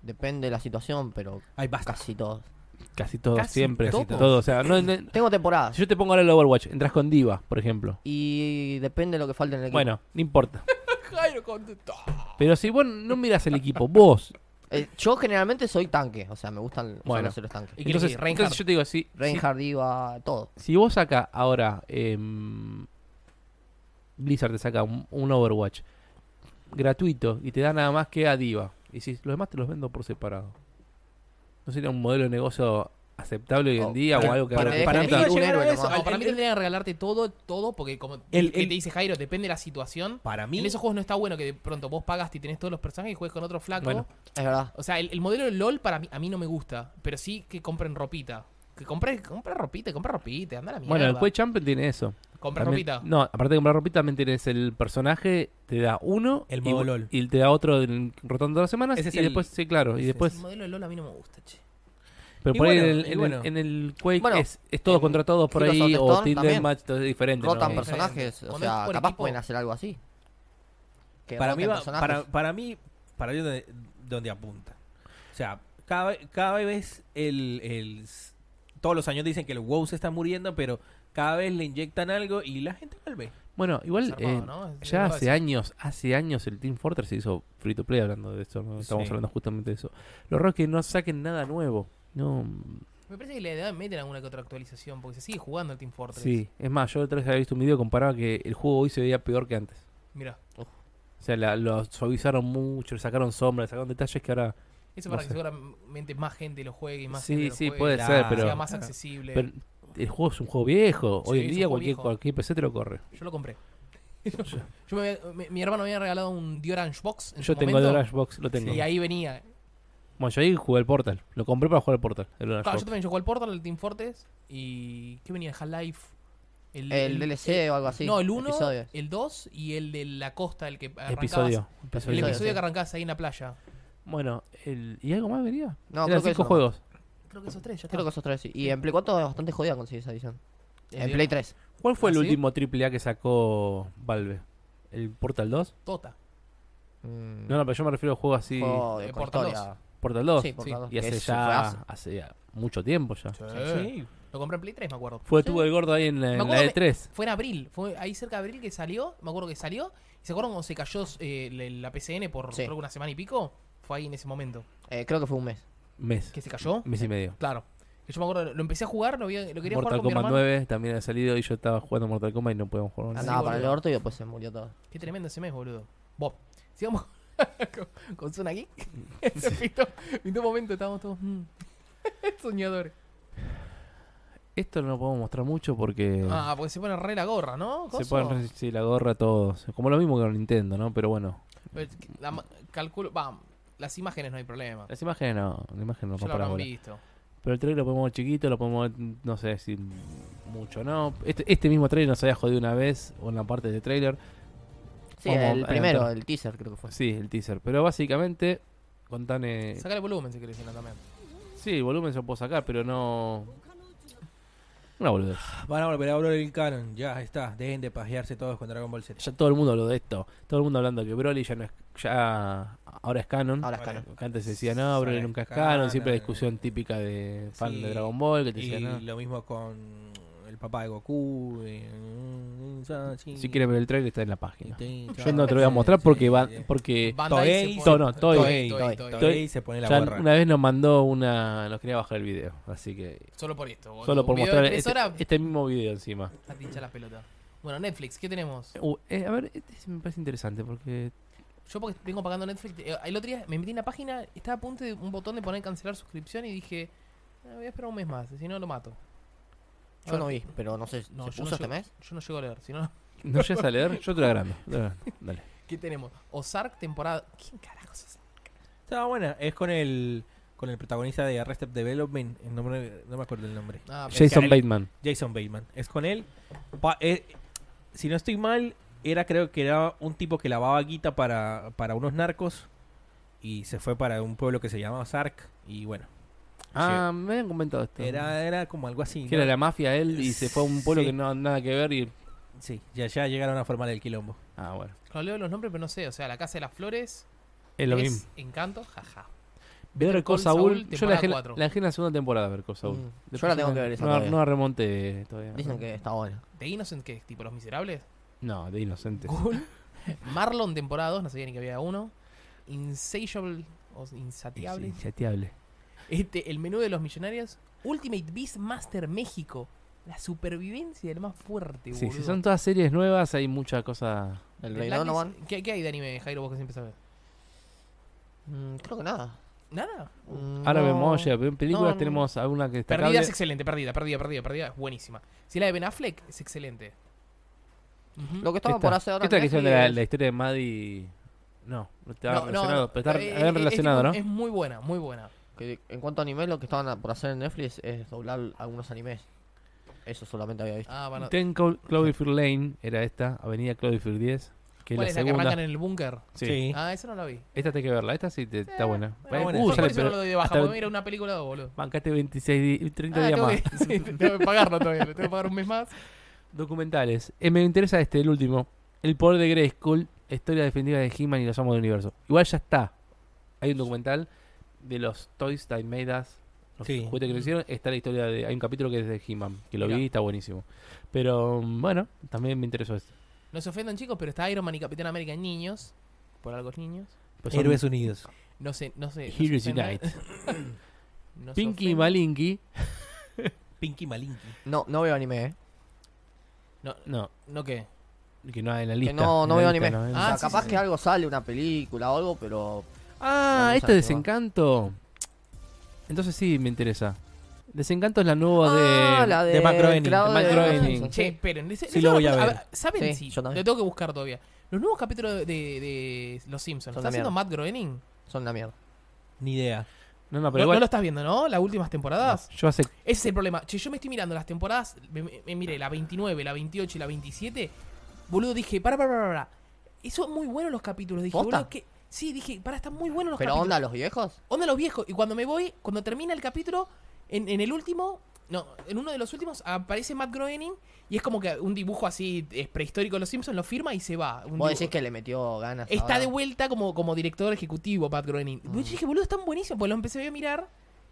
Speaker 1: depende de la situación, pero
Speaker 4: Hay basta.
Speaker 1: casi todos.
Speaker 5: Casi todos,
Speaker 3: Casi
Speaker 5: siempre.
Speaker 4: todos.
Speaker 5: Todo. O sea, no- no-
Speaker 1: Tengo temporadas.
Speaker 5: si yo te pongo ahora el Overwatch, entras con Diva, por ejemplo.
Speaker 1: Y depende de lo que falte en el equipo.
Speaker 5: Bueno, no importa.
Speaker 3: Jairo contestó.
Speaker 5: Pero si vos no mirás el equipo, vos.
Speaker 1: Eh, yo generalmente soy tanque, o sea, me gustan
Speaker 5: Bueno.
Speaker 1: bueno. los tanques.
Speaker 3: ¿Y qué
Speaker 5: Entonces,
Speaker 3: elegís? Reinhardt.
Speaker 5: entonces yo te digo, si,
Speaker 1: Reinhardt, Diva, todo.
Speaker 5: si, si vos saca ahora. em, Blizzard te saca un, un Overwatch gratuito y te da nada más que a Diva. Y si los demás te los vendo por separado. ¿No sería un modelo de negocio aceptable hoy en
Speaker 1: Oh,
Speaker 5: día o
Speaker 4: para-
Speaker 5: algo que
Speaker 1: para-
Speaker 5: haga-
Speaker 1: dejen
Speaker 4: para mí
Speaker 1: elegir
Speaker 4: va a
Speaker 1: un
Speaker 4: llegar a
Speaker 1: héroe
Speaker 4: eso.
Speaker 1: nomás.
Speaker 3: No, para
Speaker 4: el-
Speaker 3: mí
Speaker 4: el-
Speaker 3: tendrían que regalarte todo, todo, porque como
Speaker 4: El-
Speaker 3: que
Speaker 4: el-
Speaker 3: te dice Jairo, depende de la situación.
Speaker 4: Para mí,
Speaker 3: En esos juegos no está bueno que de pronto vos pagaste y tenés todos los personajes y juegues con otro flaco.
Speaker 5: Bueno.
Speaker 1: Es verdad.
Speaker 3: O sea, el, el modelo de LOL para mí, a mí no me gusta, pero sí que compren ropita. Que compres, compra ropita, compra ropita, anda a la mierda.
Speaker 5: Bueno, el Quake Champion tiene eso.
Speaker 3: Compra
Speaker 5: También-
Speaker 3: ropita.
Speaker 5: No, aparte de comprar ropita, también tienes el personaje, te da uno.
Speaker 4: El
Speaker 5: y
Speaker 4: modo
Speaker 5: vo-
Speaker 4: LOL.
Speaker 5: Y te da otro en- rotando todas las semanas.
Speaker 4: Ese es
Speaker 5: y
Speaker 4: el-
Speaker 5: después, sí, claro. Y
Speaker 4: ese
Speaker 5: después.
Speaker 3: El modelo de LOL a mí no me gusta, che.
Speaker 5: Pero
Speaker 4: Y
Speaker 5: por ahí
Speaker 4: bueno,
Speaker 5: en el,
Speaker 4: y
Speaker 5: en el-
Speaker 4: bueno.
Speaker 5: en el Quake
Speaker 1: Bueno,
Speaker 5: es, es todos
Speaker 1: en
Speaker 5: contra todos por
Speaker 1: Heroes of
Speaker 5: ahí.
Speaker 1: the
Speaker 5: O
Speaker 1: Storm
Speaker 5: Tilden
Speaker 1: también.
Speaker 5: Match, todo es diferente.
Speaker 1: Rotan
Speaker 5: ¿no?
Speaker 3: perso-
Speaker 1: personajes, o
Speaker 3: Cuando es
Speaker 1: sea,
Speaker 3: por
Speaker 1: capaz
Speaker 3: equipo.
Speaker 1: pueden hacer algo así. Que
Speaker 4: para
Speaker 1: roten
Speaker 4: mí, va-
Speaker 1: personajes.
Speaker 4: para, para mí, para mí donde, donde apunta. O sea, cada, ve- cada vez el, el s- todos los años dicen que el WoW se está muriendo, pero cada vez le inyectan algo y la gente vuelve.
Speaker 5: Bueno, igual.
Speaker 3: Zarpado,
Speaker 5: eh,
Speaker 3: ¿no? Es-
Speaker 5: Ya
Speaker 3: es
Speaker 5: hace
Speaker 3: eso.
Speaker 5: años, hace años el Team Fortress se hizo free to play hablando de eso. ¿no? Estamos
Speaker 4: Sí.
Speaker 5: hablando justamente de eso. Los rock que no saquen nada nuevo. No.
Speaker 3: Me parece que le edad meten alguna que otra actualización, porque se sigue jugando el Team Fortress.
Speaker 5: Sí, es más, yo otra vez había visto un video que comparaba que el juego hoy se veía peor que antes.
Speaker 3: Mira,
Speaker 5: O sea, la- lo suavizaron mucho, le sacaron sombras, le sacaron detalles que ahora.
Speaker 3: eso
Speaker 5: No
Speaker 3: para
Speaker 5: sé.
Speaker 3: que seguramente más gente lo juegue y más
Speaker 5: Sí,
Speaker 3: gente lo
Speaker 5: sí,
Speaker 3: juegue,
Speaker 5: puede
Speaker 3: sea
Speaker 5: ser,
Speaker 4: Claro.
Speaker 5: pero,
Speaker 4: Sea
Speaker 3: más accesible.
Speaker 5: pero El juego es un juego viejo.
Speaker 3: Sí,
Speaker 5: Hoy
Speaker 3: es
Speaker 5: en
Speaker 3: un
Speaker 5: día
Speaker 3: juego
Speaker 5: cualquier,
Speaker 3: viejo.
Speaker 5: cualquier PC te lo corre.
Speaker 3: Yo lo compré. Yo me- me- mi hermano me había regalado un The Orange Box. En
Speaker 5: Yo
Speaker 3: su
Speaker 5: tengo el
Speaker 3: momento,
Speaker 5: Orange Box, lo tengo.
Speaker 3: Y ahí venía.
Speaker 5: Bueno, yo ahí jugué el Portal. Lo compré para jugar el Portal. El Orange
Speaker 3: Claro, Ah, yo
Speaker 5: Box.
Speaker 3: también yo jugué al Portal, el Team Fortress. ¿Y qué venía? Half-Life.
Speaker 1: El
Speaker 3: eh,
Speaker 1: DLC o algo así.
Speaker 3: No, el 1,
Speaker 1: episodios.
Speaker 3: el 2 y el de la costa, el que arrancabas.
Speaker 5: Episodio.
Speaker 3: El
Speaker 5: Episodio.
Speaker 1: Episodio,
Speaker 3: episodio
Speaker 1: sí.
Speaker 3: que arrancabas ahí en la playa.
Speaker 5: Bueno, el- ¿y algo más venía? Eran
Speaker 1: No, creo que
Speaker 5: cinco
Speaker 1: eso.
Speaker 5: juegos.
Speaker 3: Creo que esos tres, ya está.
Speaker 1: Creo que esos tres sí. Y en Play 4 es bastante jodida conseguir esa edición. En Play 3.
Speaker 5: ¿Cuál fue
Speaker 3: ¿Ah,
Speaker 5: el
Speaker 3: sí?
Speaker 5: último AAA que sacó Valve? ¿El Portal 2?
Speaker 3: Tota.
Speaker 1: Mm,
Speaker 5: No, no, pero yo me refiero a juegos así.
Speaker 1: juego
Speaker 3: Eh,
Speaker 1: de, con
Speaker 3: Portal
Speaker 1: historia.
Speaker 5: Portal 2.
Speaker 1: Sí, Portal 2.
Speaker 5: y hace ya. Hace ya mucho tiempo ya.
Speaker 4: Sí.
Speaker 3: Lo compré en Play 3, me acuerdo.
Speaker 5: Fue tuvo el gordo ahí en la, E en
Speaker 3: acuerdo
Speaker 5: la
Speaker 3: que-
Speaker 5: E3.
Speaker 3: Fue en abril, fue ahí cerca de abril que salió, me acuerdo que salió. ¿Y se acuerdan cuando se cayó eh, la- la PCN por
Speaker 1: Sí.
Speaker 3: creo que una semana y pico? Fue ahí en ese momento.
Speaker 1: Eh, creo que fue un mes.
Speaker 5: Mes.
Speaker 3: ¿Que se cayó?
Speaker 5: Mes y medio.
Speaker 3: Claro. Que yo me acuerdo, lo empecé a jugar, lo, había- lo quería jugar
Speaker 5: Mortal
Speaker 3: con mi
Speaker 5: Kombat
Speaker 3: hermano.
Speaker 5: 9 también ha salido y yo estaba jugando Mortal Kombat y no podíamos jugar con
Speaker 1: Andaba
Speaker 5: nadie.
Speaker 1: para el
Speaker 3: boludo.
Speaker 1: orto y después se murió todo.
Speaker 3: Qué tremendo ese mes, boludo. Vos, sigamos con, con Zona Geek.
Speaker 5: Mm.
Speaker 3: Se pintó- pintó un momento, estábamos todos mm, soñadores.
Speaker 5: Esto no lo podemos mostrar mucho porque
Speaker 3: Ah, porque se pone re la gorra, ¿no?
Speaker 5: Mm. se
Speaker 3: Coso.
Speaker 5: pueden resistir la gorra a todos. Como lo mismo que con Nintendo, ¿no? Pero bueno,
Speaker 3: Pero es Eh, que la ma- calculo, va, las imágenes no hay problema.
Speaker 5: las imágenes no, las imágenes no
Speaker 3: ya lo
Speaker 5: rompan las
Speaker 3: habrán
Speaker 5: bolas.
Speaker 3: visto.
Speaker 5: Pero el trailer lo podemos ver chiquito, lo podemos ver, no sé si un mucho, ¿no? Este, este mismo trailer nos había jodido una vez, o en la parte de trailer.
Speaker 1: Sí,
Speaker 5: Vamos a
Speaker 1: el
Speaker 5: adelantar.
Speaker 1: primero, el teaser creo que fue.
Speaker 5: Sí, el teaser. Pero básicamente, contane.
Speaker 3: Sacale volumen si querés, Ina, también.
Speaker 5: Sí, el volumen se lo puedo sacar, pero no. Una boludez.
Speaker 4: Van a volver a hablar el canon. Ya está. Dejen de pajearse todos con Dragon Ball Z.
Speaker 5: Ya todo el mundo habló de esto. Todo el mundo hablando que Broly ya no es. Ya, ahora es canon.
Speaker 1: Ahora es canon.
Speaker 5: Que Antes se decía no, Broly nunca es canon. Siempre la discusión típica de fan
Speaker 4: Sí.
Speaker 5: de Dragon Ball que te
Speaker 4: Y
Speaker 5: decía no.
Speaker 4: lo mismo con el papá de Goku. eh,
Speaker 5: Si quieres ver el trailer, está en la página.
Speaker 4: Yo
Speaker 5: Yo no te lo voy a mostrar porque va, porque
Speaker 3: Bandai
Speaker 4: Toei,
Speaker 3: se
Speaker 5: to-
Speaker 3: pone-
Speaker 5: no, Toei.
Speaker 3: Toei, Toei,
Speaker 4: Toei,
Speaker 3: Toei.
Speaker 4: Toei se pone la
Speaker 5: ya
Speaker 4: gorra.
Speaker 5: una vez nos mandó una. Nos quería bajar el video, así que.
Speaker 3: Solo por esto. boludo.
Speaker 5: Solo por
Speaker 3: Un video
Speaker 5: mostrar
Speaker 3: de tres
Speaker 5: este,
Speaker 3: horas,
Speaker 5: este mismo video encima.
Speaker 3: a te hinchar las pelotas. Bueno, Netflix, ¿qué tenemos?
Speaker 5: Uh, eh, a ver, este se me parece interesante porque.
Speaker 3: Yo porque tengo pagando Netflix, eh, el otro día me metí en la página, estaba a punto de un botón de poner cancelar suscripción y dije, "Ah, voy a esperar un mes más, si no lo mato. A
Speaker 1: Yo
Speaker 3: ver,
Speaker 1: no vi, pero no sé,
Speaker 3: No,
Speaker 1: ¿se
Speaker 3: yo
Speaker 1: puso
Speaker 3: no
Speaker 1: este
Speaker 3: llego-
Speaker 1: mes?
Speaker 3: Yo no llego a leer, si no...
Speaker 5: No llegas a leer, yo te lo agrando. te lo agrando. Dale.
Speaker 3: ¿Qué tenemos? Ozark temporada... ¿Quién carajo es Ozark?
Speaker 4: Estaba buena. Es con el con el protagonista de Arrested Development. El nombre, no me acuerdo el nombre.
Speaker 3: Ah, pero-
Speaker 5: Jason
Speaker 4: él-
Speaker 5: Bateman.
Speaker 4: Jason Bateman. Es con él. Pa- eh, si no estoy mal, era creo que era un tipo que lavaba guita para, para unos narcos. Y se fue para un pueblo que se llamaba Sark. Y bueno,
Speaker 5: Ah, me habían comentado esto.
Speaker 4: era, era como algo así.
Speaker 5: que
Speaker 4: ¿no?
Speaker 5: era la mafia él y se fue a un pueblo
Speaker 4: Sí.
Speaker 5: que no nada que ver y.
Speaker 4: Sí, ya, ya llegaron a formar el quilombo.
Speaker 5: Ah, bueno.
Speaker 3: no leo los nombres, pero no sé, o sea, La Casa de las Flores...
Speaker 5: Es lo mismo.
Speaker 3: Encanto, jaja.
Speaker 5: Ver
Speaker 3: Call
Speaker 5: Call Saul.
Speaker 3: Saul,
Speaker 5: Yo la dejé, la
Speaker 3: temporada
Speaker 5: dejé en la segunda temporada, Ver Call Saul.
Speaker 1: Mm.
Speaker 5: Después
Speaker 1: Yo la tengo que ver esa
Speaker 5: No,
Speaker 1: todavía.
Speaker 5: no la remonte todavía.
Speaker 1: Dicen que está bueno.
Speaker 3: ¿De Innocent qué? ¿Tipo Los Miserables?
Speaker 5: No, de inocentes.
Speaker 3: Marlon temporada 2, no sabía ni que había uno. Insatiable o Insatiable.
Speaker 5: Insaciable.
Speaker 3: Este, el menú de los millonarios. Ultimate Beastmaster México. La supervivencia del más fuerte,
Speaker 5: Sí,
Speaker 3: boludo.
Speaker 5: si son todas series nuevas, hay mucha cosa.
Speaker 1: El
Speaker 3: ¿De
Speaker 1: Rey
Speaker 3: Blacklist?
Speaker 1: Donovan,
Speaker 3: ¿Qué, qué hay de anime, Jairo, vos que siempre sabes?
Speaker 1: mm, creo que nada.
Speaker 3: Nada.
Speaker 1: Mm,
Speaker 5: Ahora
Speaker 1: no.
Speaker 5: vemos, ya, en películas
Speaker 1: no.
Speaker 5: tenemos alguna que está
Speaker 3: Perdida es excelente, perdida, perdida, perdida, perdida. Es buenísima. Si la de Ben Affleck es excelente. Ujú.
Speaker 1: Lo que estaba
Speaker 5: Esta-
Speaker 1: por hacer ahora
Speaker 5: Esta
Speaker 1: en
Speaker 5: que hicieron de
Speaker 1: Netflix
Speaker 5: la,
Speaker 1: es-
Speaker 5: la historia de Maddie. No, no estaba
Speaker 3: No, no,
Speaker 5: relacionado.
Speaker 3: no,
Speaker 5: pero está
Speaker 3: eh,
Speaker 5: re-
Speaker 3: eh,
Speaker 5: bien
Speaker 3: es
Speaker 5: relacionado,
Speaker 3: tipo-
Speaker 5: ¿no?
Speaker 3: Es muy buena, muy buena.
Speaker 1: que en cuanto a anime, lo que estaban a- por hacer en Netflix es doblar algunos animes. Eso solamente había visto.
Speaker 3: Ah, bueno.
Speaker 5: Ten Clo- Cloverfield Lane era esta, Avenida Cloverfield 10. Que es
Speaker 3: ¿Cuál
Speaker 5: la
Speaker 3: es la que
Speaker 5: segunda.
Speaker 3: arrancan en el búnker?
Speaker 5: sí.
Speaker 3: Ah, esa no la vi.
Speaker 5: Esta tenés que verla, esta sí te- está buena.
Speaker 3: Eh, Bueno,
Speaker 5: Bueno,
Speaker 4: buena.
Speaker 5: uh,
Speaker 3: yo
Speaker 5: sale,
Speaker 3: por eso no
Speaker 5: pero
Speaker 3: lo doy de baja,
Speaker 5: hasta
Speaker 3: porque
Speaker 5: ve-
Speaker 3: era una película de dos, boludo.
Speaker 5: Bancate 26 di- 30
Speaker 3: Ah,
Speaker 5: días
Speaker 3: tengo
Speaker 5: más.
Speaker 3: que, sí, tengo que pagarlo todavía, le tengo que pagar un mes más.
Speaker 5: Documentales. Eh, me interesa este, el último. El poder de Grayskull, historia definitiva de He-Man y los amos del universo. Igual ya está. Hay un documental de los Toys That Made Us, los
Speaker 4: Sí.
Speaker 5: juguetes que lo hicieron. Está la historia de. Hay un capítulo que es de He-Man, que lo
Speaker 3: Mirá.
Speaker 5: vi y está buenísimo. Pero mm, bueno, también me interesó este.
Speaker 3: No se ofendan, chicos, pero está Iron Man y Capitán América en niños. Por algo es niños.
Speaker 5: Pues son
Speaker 4: Héroes Unidos.
Speaker 3: No sé, no sé. no se
Speaker 5: Heroes
Speaker 3: ofendan,
Speaker 5: Unite.
Speaker 3: no se
Speaker 5: Pinky y
Speaker 3: ofendan.
Speaker 5: Malinky.
Speaker 4: Pinky Malinky.
Speaker 1: No, no veo anime, ¿eh?
Speaker 3: No,
Speaker 5: No,
Speaker 3: no qué.
Speaker 5: que no hay en la lista.
Speaker 1: no-
Speaker 5: en
Speaker 1: no
Speaker 5: la
Speaker 1: veo
Speaker 5: lista
Speaker 1: anime.
Speaker 5: no hay.
Speaker 1: O sea,
Speaker 3: Ah, sí,
Speaker 1: capaz
Speaker 3: sí, sí.
Speaker 1: que algo sale, una película o algo, pero
Speaker 5: Ah,
Speaker 1: Vamos
Speaker 5: este
Speaker 1: a
Speaker 5: es Desencanto. Entonces sí, me interesa. Desencanto es la nueva de...
Speaker 1: la
Speaker 4: de Matt Groening,
Speaker 1: Cloud
Speaker 5: de Matt
Speaker 1: Johansson,
Speaker 5: Groening.
Speaker 1: sí.
Speaker 3: Che, esperen. les- les
Speaker 4: Sí, lo
Speaker 3: hago
Speaker 4: voy
Speaker 3: una
Speaker 4: a
Speaker 3: cosa.
Speaker 4: ver.
Speaker 3: ¿Saben
Speaker 1: Sí,
Speaker 3: si?
Speaker 1: yo también.
Speaker 3: Lo tengo que buscar todavía. Los nuevos capítulos de, de Los Simpsons. ¿Lo ¿Está
Speaker 1: Son una
Speaker 3: haciendo
Speaker 1: mierda.
Speaker 3: Matt Groening?
Speaker 1: Son una mierda.
Speaker 4: Ni idea.
Speaker 5: No, no,
Speaker 3: No,
Speaker 5: pero igual...
Speaker 3: no lo estás viendo, ¿no? Las últimas temporadas.
Speaker 5: Yo hace...
Speaker 3: Ese es el problema. Che, yo me estoy mirando las temporadas. Me, me- me miré la 29, la 28 y la 27. Boludo, dije, para, para, para, para. Eso es muy bueno los capítulos. Dije,
Speaker 1: ¿Posta?
Speaker 3: boludo, que. Sí, dije, para, están muy buenos los
Speaker 1: Pero
Speaker 3: capítulos.
Speaker 1: onda, los viejos.
Speaker 3: Onda los viejos. Y cuando me voy, cuando termina el capítulo, en, en el último, no, en uno de los últimos aparece Matt Groening y es como que un dibujo así es prehistórico de los Simpsons, lo firma y se va. Un
Speaker 1: Vos
Speaker 3: dibujo.
Speaker 1: decís que le metió ganas.
Speaker 3: Está
Speaker 1: ahora.
Speaker 3: de vuelta como, como director ejecutivo Matt Groening.
Speaker 1: Mm.
Speaker 3: Y Yo dije, boludo, están buenísimos. Pues lo empecé a mirar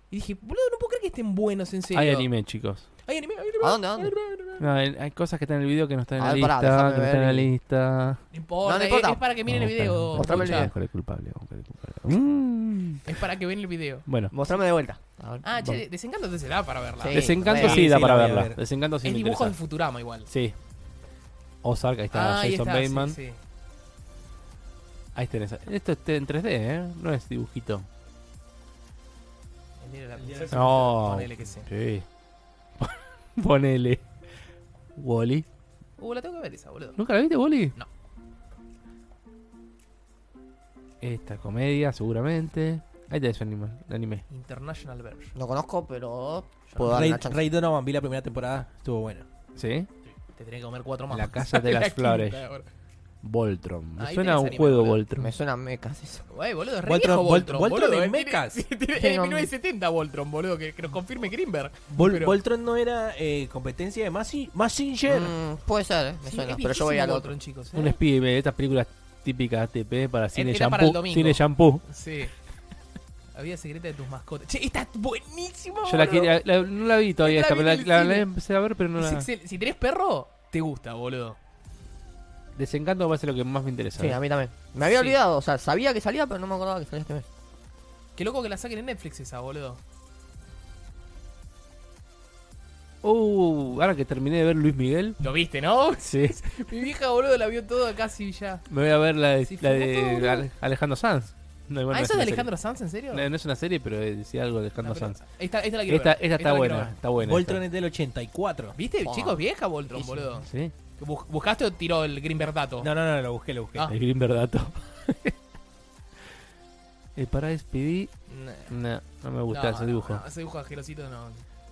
Speaker 3: y dije, boludo, no puedo creer que estén buenos, en serio.
Speaker 5: Hay anime, chicos.
Speaker 3: Hay anime, hay anime.
Speaker 1: ¿A dónde, a dónde?
Speaker 5: No, hay, hay cosas que están en el video que no están en
Speaker 1: A
Speaker 5: la
Speaker 1: ver, pará,
Speaker 5: lista.
Speaker 1: déjame
Speaker 5: que no
Speaker 1: ver
Speaker 5: están en la
Speaker 1: y-
Speaker 5: lista.
Speaker 3: No importa,
Speaker 1: No, no
Speaker 3: es-
Speaker 1: importa.
Speaker 3: Es, para que miren el video.
Speaker 1: Mostrame el
Speaker 3: escucha.
Speaker 5: Buscar el culpable. buscar el culpable. Mm.
Speaker 3: Es para que ven el video.
Speaker 5: Bueno.
Speaker 1: Mostrame de vuelta. A ver.
Speaker 3: Ah, che, desencanto te será para verla.
Speaker 1: Sí,
Speaker 5: Desencanto
Speaker 1: re.
Speaker 5: sí,
Speaker 4: Sí,
Speaker 5: da
Speaker 4: sí,
Speaker 5: para
Speaker 4: la voy a
Speaker 5: verla.
Speaker 4: ver.
Speaker 5: Desencanto sí
Speaker 3: es
Speaker 5: me
Speaker 3: dibujos
Speaker 5: interesa.
Speaker 3: de Futurama igual.
Speaker 5: Sí. Ozark, ahí está
Speaker 3: Ah, ahí
Speaker 5: Jason
Speaker 3: está, sí,
Speaker 5: Bateman.
Speaker 3: sí.
Speaker 5: Ahí tenés. Esto está en 3D, ¿eh? No es dibujito.
Speaker 3: El día de la princesa.
Speaker 5: No.
Speaker 3: Ponele que sí.
Speaker 5: Sí. Ponele. Wally.
Speaker 3: Uh, la tengo que ver esa, boludo.
Speaker 5: ¿Nunca la viste, Wally?
Speaker 3: No.
Speaker 5: Esta comedia, seguramente. Ahí tenés el anime. el anime.
Speaker 3: International Version.
Speaker 1: No conozco, pero
Speaker 3: Yo
Speaker 1: puedo darle
Speaker 4: Rey,
Speaker 1: una chance.
Speaker 4: Rey Donovan vi la primera temporada. Estuvo bueno.
Speaker 5: ¿Sí?
Speaker 3: Te tenés que comer cuatro más.
Speaker 5: La casa de las
Speaker 3: quinta
Speaker 5: flores.
Speaker 3: ahora.
Speaker 5: Voltron. Me
Speaker 3: Ahí
Speaker 5: suena a
Speaker 3: tenés
Speaker 5: un
Speaker 3: anime,
Speaker 5: juego
Speaker 3: boludo.
Speaker 5: Voltron.
Speaker 1: Me suena mecas eso.
Speaker 3: Güey, boludo, es re
Speaker 4: Voltron-
Speaker 3: viejo
Speaker 4: Vol-
Speaker 3: Voltron.
Speaker 4: Voltron
Speaker 3: boludo,
Speaker 4: de
Speaker 3: eh, tiene-
Speaker 4: mecas.
Speaker 3: sí, tiene-
Speaker 1: Sí,
Speaker 3: es
Speaker 1: no-
Speaker 3: 1970 Voltron, boludo, que, que nos confirme Greenberg.
Speaker 4: Vol-
Speaker 3: Pero-
Speaker 4: Voltron no era eh, competencia de Massi- Massinger.
Speaker 1: Mm, puede ser, eh, me
Speaker 3: Sí,
Speaker 1: suena.
Speaker 3: es
Speaker 1: Pero yo voy
Speaker 3: viejísimo
Speaker 1: al otro.
Speaker 3: Voltron, chicos. ¿eh?
Speaker 5: Un espía de estas películas típicas ATP para cine
Speaker 3: Era para el
Speaker 5: shampoo.
Speaker 3: domingo.
Speaker 5: cine shampoo.
Speaker 3: Sí. Había secreta de tus mascotas. Che, está buenísimo.
Speaker 5: Yo la
Speaker 3: boludo.
Speaker 5: quería, la- no la vi todavía
Speaker 3: La
Speaker 5: esta,
Speaker 3: vi
Speaker 5: pero la,
Speaker 3: en el
Speaker 5: la-
Speaker 3: cine.
Speaker 5: la empecé a ver, pero no
Speaker 3: Es
Speaker 5: la.
Speaker 3: excel- Si tenés perro, te gusta, boludo.
Speaker 5: Desencanto va a ser lo que más me interesa.
Speaker 1: Sí, a mí también. Me había
Speaker 3: Sí.
Speaker 1: olvidado, o sea, sabía que salía, pero no me acordaba que salía este mes.
Speaker 3: Qué loco que la saquen en Netflix esa, boludo.
Speaker 5: Uh, ahora que terminé de ver Luis Miguel.
Speaker 3: Lo viste, ¿no?
Speaker 5: Sí.
Speaker 3: Mi vieja, boludo, la vio todo casi ya.
Speaker 5: Me voy a ver la de,
Speaker 3: Sí,
Speaker 5: la
Speaker 3: fumó
Speaker 5: de
Speaker 3: todo, boludo.
Speaker 5: Ale- Alejandro Sanz. No, igual
Speaker 3: ah,
Speaker 5: no
Speaker 3: ¿eso es de
Speaker 5: una serie.
Speaker 3: Alejandro Sanz, en serio?
Speaker 5: No, no es una serie, pero decía algo de
Speaker 3: No,
Speaker 5: Alejandro
Speaker 3: pero-
Speaker 5: Sanz.
Speaker 3: Esta, esta la quiero
Speaker 5: Esta,
Speaker 3: ver. la
Speaker 5: esta está
Speaker 3: quiero
Speaker 5: buena,
Speaker 3: ver.
Speaker 5: está buena.
Speaker 4: Voltron es del 84.
Speaker 3: ¿Viste,
Speaker 1: Buah.
Speaker 3: chicos? Vieja Voltron,
Speaker 4: Sí, sí.
Speaker 3: boludo.
Speaker 5: esta. Sí,
Speaker 3: Bus- ¿Buscaste o tiró el Greenberg dato?
Speaker 4: No, no, no, lo busqué, lo busqué.
Speaker 3: Oh. Ah.
Speaker 5: el Green Verdato. el Paradise PD.
Speaker 3: No.
Speaker 5: No, no me gusta ese dibujo.
Speaker 3: no, ese dibujo asquerosito no.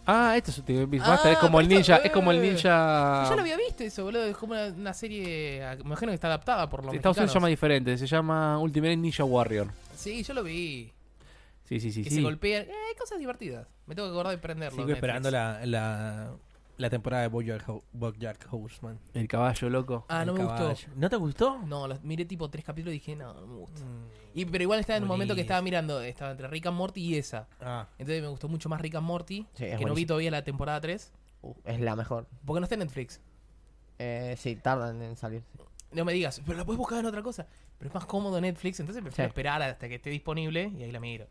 Speaker 5: Ah, este es un tipo de Beast
Speaker 3: Ah,
Speaker 5: Master, es como el
Speaker 3: pero
Speaker 5: ninja,
Speaker 3: esto-
Speaker 5: es como el
Speaker 3: eh.
Speaker 5: ninja.
Speaker 3: Yo ya lo había visto eso, boludo. Es como una, una serie. ah, Me imagino que está adaptada por los
Speaker 5: Estados Unidos se llama
Speaker 3: mexicanos.
Speaker 5: diferente, se llama Ultimate Ninja Warrior.
Speaker 3: Sí, yo lo vi.
Speaker 5: Sí, sí, sí,
Speaker 3: que
Speaker 5: sí.
Speaker 3: se golpean. Eh, hay cosas divertidas. Me tengo que acordar de prenderlo.
Speaker 4: Sigo
Speaker 3: Netflix.
Speaker 4: esperando la, la, la temporada de Bojack, Ho- Bojack Horseman.
Speaker 5: El caballo loco.
Speaker 3: Ah, no
Speaker 4: El
Speaker 3: me gustó.
Speaker 4: caballo. ¿No te gustó? Mm,
Speaker 3: No, los- miré tipo tres capítulos y dije, no, no me gusta. Y, pero igual estaba en un
Speaker 4: Buenísimo.
Speaker 3: momento que estaba mirando, estaba entre Rick and Morty y esa.
Speaker 4: Ah,
Speaker 3: Entonces me gustó mucho más Rick and Morty,
Speaker 1: Sí,
Speaker 3: que
Speaker 1: es
Speaker 3: no vi
Speaker 1: buenísimo.
Speaker 3: todavía la temporada 3,
Speaker 1: Uh, es la mejor.
Speaker 3: porque no está en Netflix.
Speaker 1: Eh, sí, tardan en salir.
Speaker 3: No me digas, pero la puedes buscar en otra cosa. Pero es más cómodo Netflix, entonces prefiero
Speaker 1: Sí.
Speaker 3: esperar hasta que esté disponible y ahí la miro.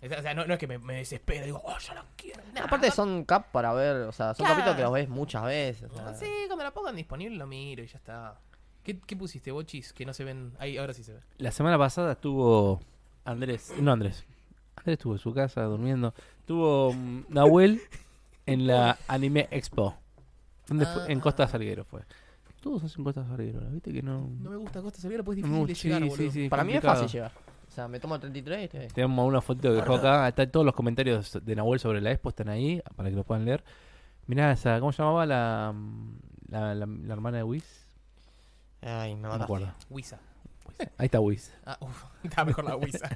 Speaker 3: Es- O sea, no, no es que me, me desespere, digo, oh, yo la quiero. No,
Speaker 1: Aparte son cap para ver, o sea, son
Speaker 3: Claro.
Speaker 1: capítulos que los ves muchas veces. o sea.
Speaker 3: Ah, Sí, cuando la pongan disponible lo miro y ya está. ¿Qué, qué pusiste, bochis? Que no se ven. Ahí, ahora sí se ven.
Speaker 5: La semana pasada estuvo Andrés, no Andrés. Andrés estuvo en su casa durmiendo. Estuvo mm, Nahuel en la Anime Expo. ¿Dónde fue? En Costa Salguero fue. Todos hacen Costa Salguero, ¿la viste que no?
Speaker 3: No me gusta Costa Salguero, pues es
Speaker 5: no
Speaker 3: difícil
Speaker 5: me-
Speaker 3: de llegar, boludo.
Speaker 1: Para mí es
Speaker 5: complicado.
Speaker 1: fácil llegar. O sea, me tomo el 33 y estoy ahí.
Speaker 5: Tenemos una foto que dejó acá. Está todos los comentarios de Nahuel sobre la expo, están ahí, para que lo puedan leer. Mirá, esa, ¿cómo se llamaba la, mm, la, la- la hermana de Wiz?
Speaker 1: Ay, me
Speaker 5: No me
Speaker 1: mataste.
Speaker 5: acuerdo.
Speaker 3: Wisa.
Speaker 5: Ahí está Wiz.
Speaker 3: Ah, uf, está mejor la Wisa.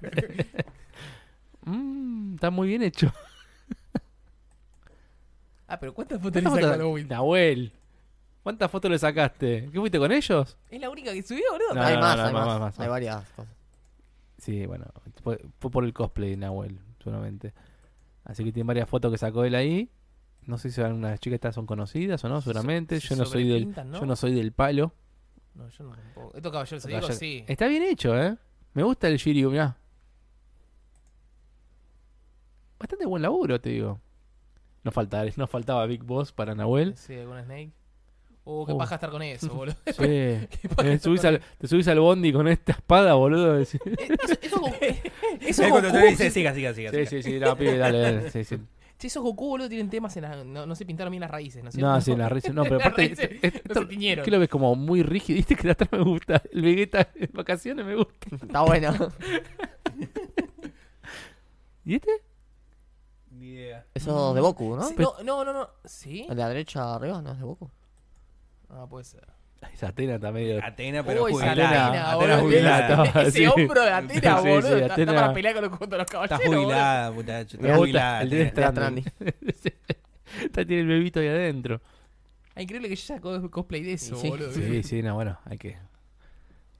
Speaker 5: Mm, está muy bien hecho.
Speaker 3: ah, pero ¿cuántas fotos le
Speaker 5: ¿Cuántas
Speaker 3: saca la
Speaker 5: fotos-
Speaker 3: Wisa?
Speaker 5: Nahuel, ¿cuántas fotos le sacaste? ¿Qué fuiste con ellos?
Speaker 3: Es la única que subió, boludo.
Speaker 5: No,
Speaker 1: hay,
Speaker 5: no,
Speaker 1: más,
Speaker 5: no,
Speaker 1: hay
Speaker 5: no,
Speaker 1: más,
Speaker 5: más, más,
Speaker 1: Hay
Speaker 5: más.
Speaker 1: varias cosas.
Speaker 5: Sí, bueno, fue, fue por el cosplay de Nahuel, solamente. Así que tiene varias fotos que sacó él ahí. No sé si algunas chicas estas son conocidas o no, seguramente.
Speaker 3: se
Speaker 5: este yo no soy del,
Speaker 3: sobrepintan, ¿no?
Speaker 5: yo no soy del palo.
Speaker 3: No, yo no tampoco. Esto caballero se
Speaker 5: Acá
Speaker 3: digo,
Speaker 5: ya-
Speaker 3: sí.
Speaker 5: Está bien hecho, ¿eh? Me gusta el Shiryu, mirá. Bastante buen laburo, te digo. No faltaba, no faltaba Big Boss para Nahuel.
Speaker 3: Sí, alguna Snake. Uh, qué
Speaker 5: Oh.
Speaker 3: paja estar con eso, boludo.
Speaker 5: Sí.
Speaker 3: Qué
Speaker 5: Te
Speaker 3: paja
Speaker 5: subís,
Speaker 3: estar
Speaker 5: al, te subís al bondi con esta espada, boludo. decís.
Speaker 3: con- Eso es
Speaker 4: Ahí Eh, cuando
Speaker 3: Goku.
Speaker 4: te dice, siga, siga, siga.
Speaker 5: Sí, sí,
Speaker 4: siga".
Speaker 5: sí, no, pibe, dale, dale. Sí, sí.
Speaker 3: Che, esos Goku, boludo, tienen temas en la... No, no se pintaron bien las raíces, ¿no es
Speaker 5: No,
Speaker 3: cierto?
Speaker 5: sí, en la red. No, pero
Speaker 3: Las
Speaker 5: aparte.
Speaker 3: raíces
Speaker 5: esto- esto-
Speaker 3: No se tiñeron.
Speaker 5: ¿Qué lo ves como muy rígido? Viste que la otra me gusta. El Vegeta en vacaciones me gusta.
Speaker 1: Está bueno.
Speaker 5: ¿Y este?
Speaker 4: Ni idea.
Speaker 1: Eso es de Boku, ¿no?
Speaker 3: Sí, no, no, no, no. ¿Sí?
Speaker 1: El de la derecha arriba no es de Boku.
Speaker 3: Ah, puede ser.
Speaker 5: Ay, Esa Atena está medio.
Speaker 4: Atena, pero
Speaker 3: Uy,
Speaker 4: jubilada.
Speaker 3: Atena,
Speaker 4: Atena
Speaker 3: boludo.
Speaker 4: jubilada.
Speaker 5: Ah,
Speaker 3: Ese
Speaker 5: sí.
Speaker 3: hombro de Atena,
Speaker 5: Sí, sí,
Speaker 3: boludo. está-
Speaker 5: Atena.
Speaker 3: Está para pelear con los, contra los
Speaker 4: Está
Speaker 3: caballeros.
Speaker 4: jubilada, muchacho.
Speaker 5: Me gusta,
Speaker 4: Está jubilada.
Speaker 5: el de
Speaker 4: Atena.
Speaker 1: Death
Speaker 5: Stranding. Sí. Esta tiene el bebito ahí adentro.
Speaker 3: boludo. Ah, increíble que yo sacó cosplay de eso,
Speaker 1: Sí, sí.
Speaker 3: boludo.
Speaker 5: Sí, sí, no, bueno, hay que.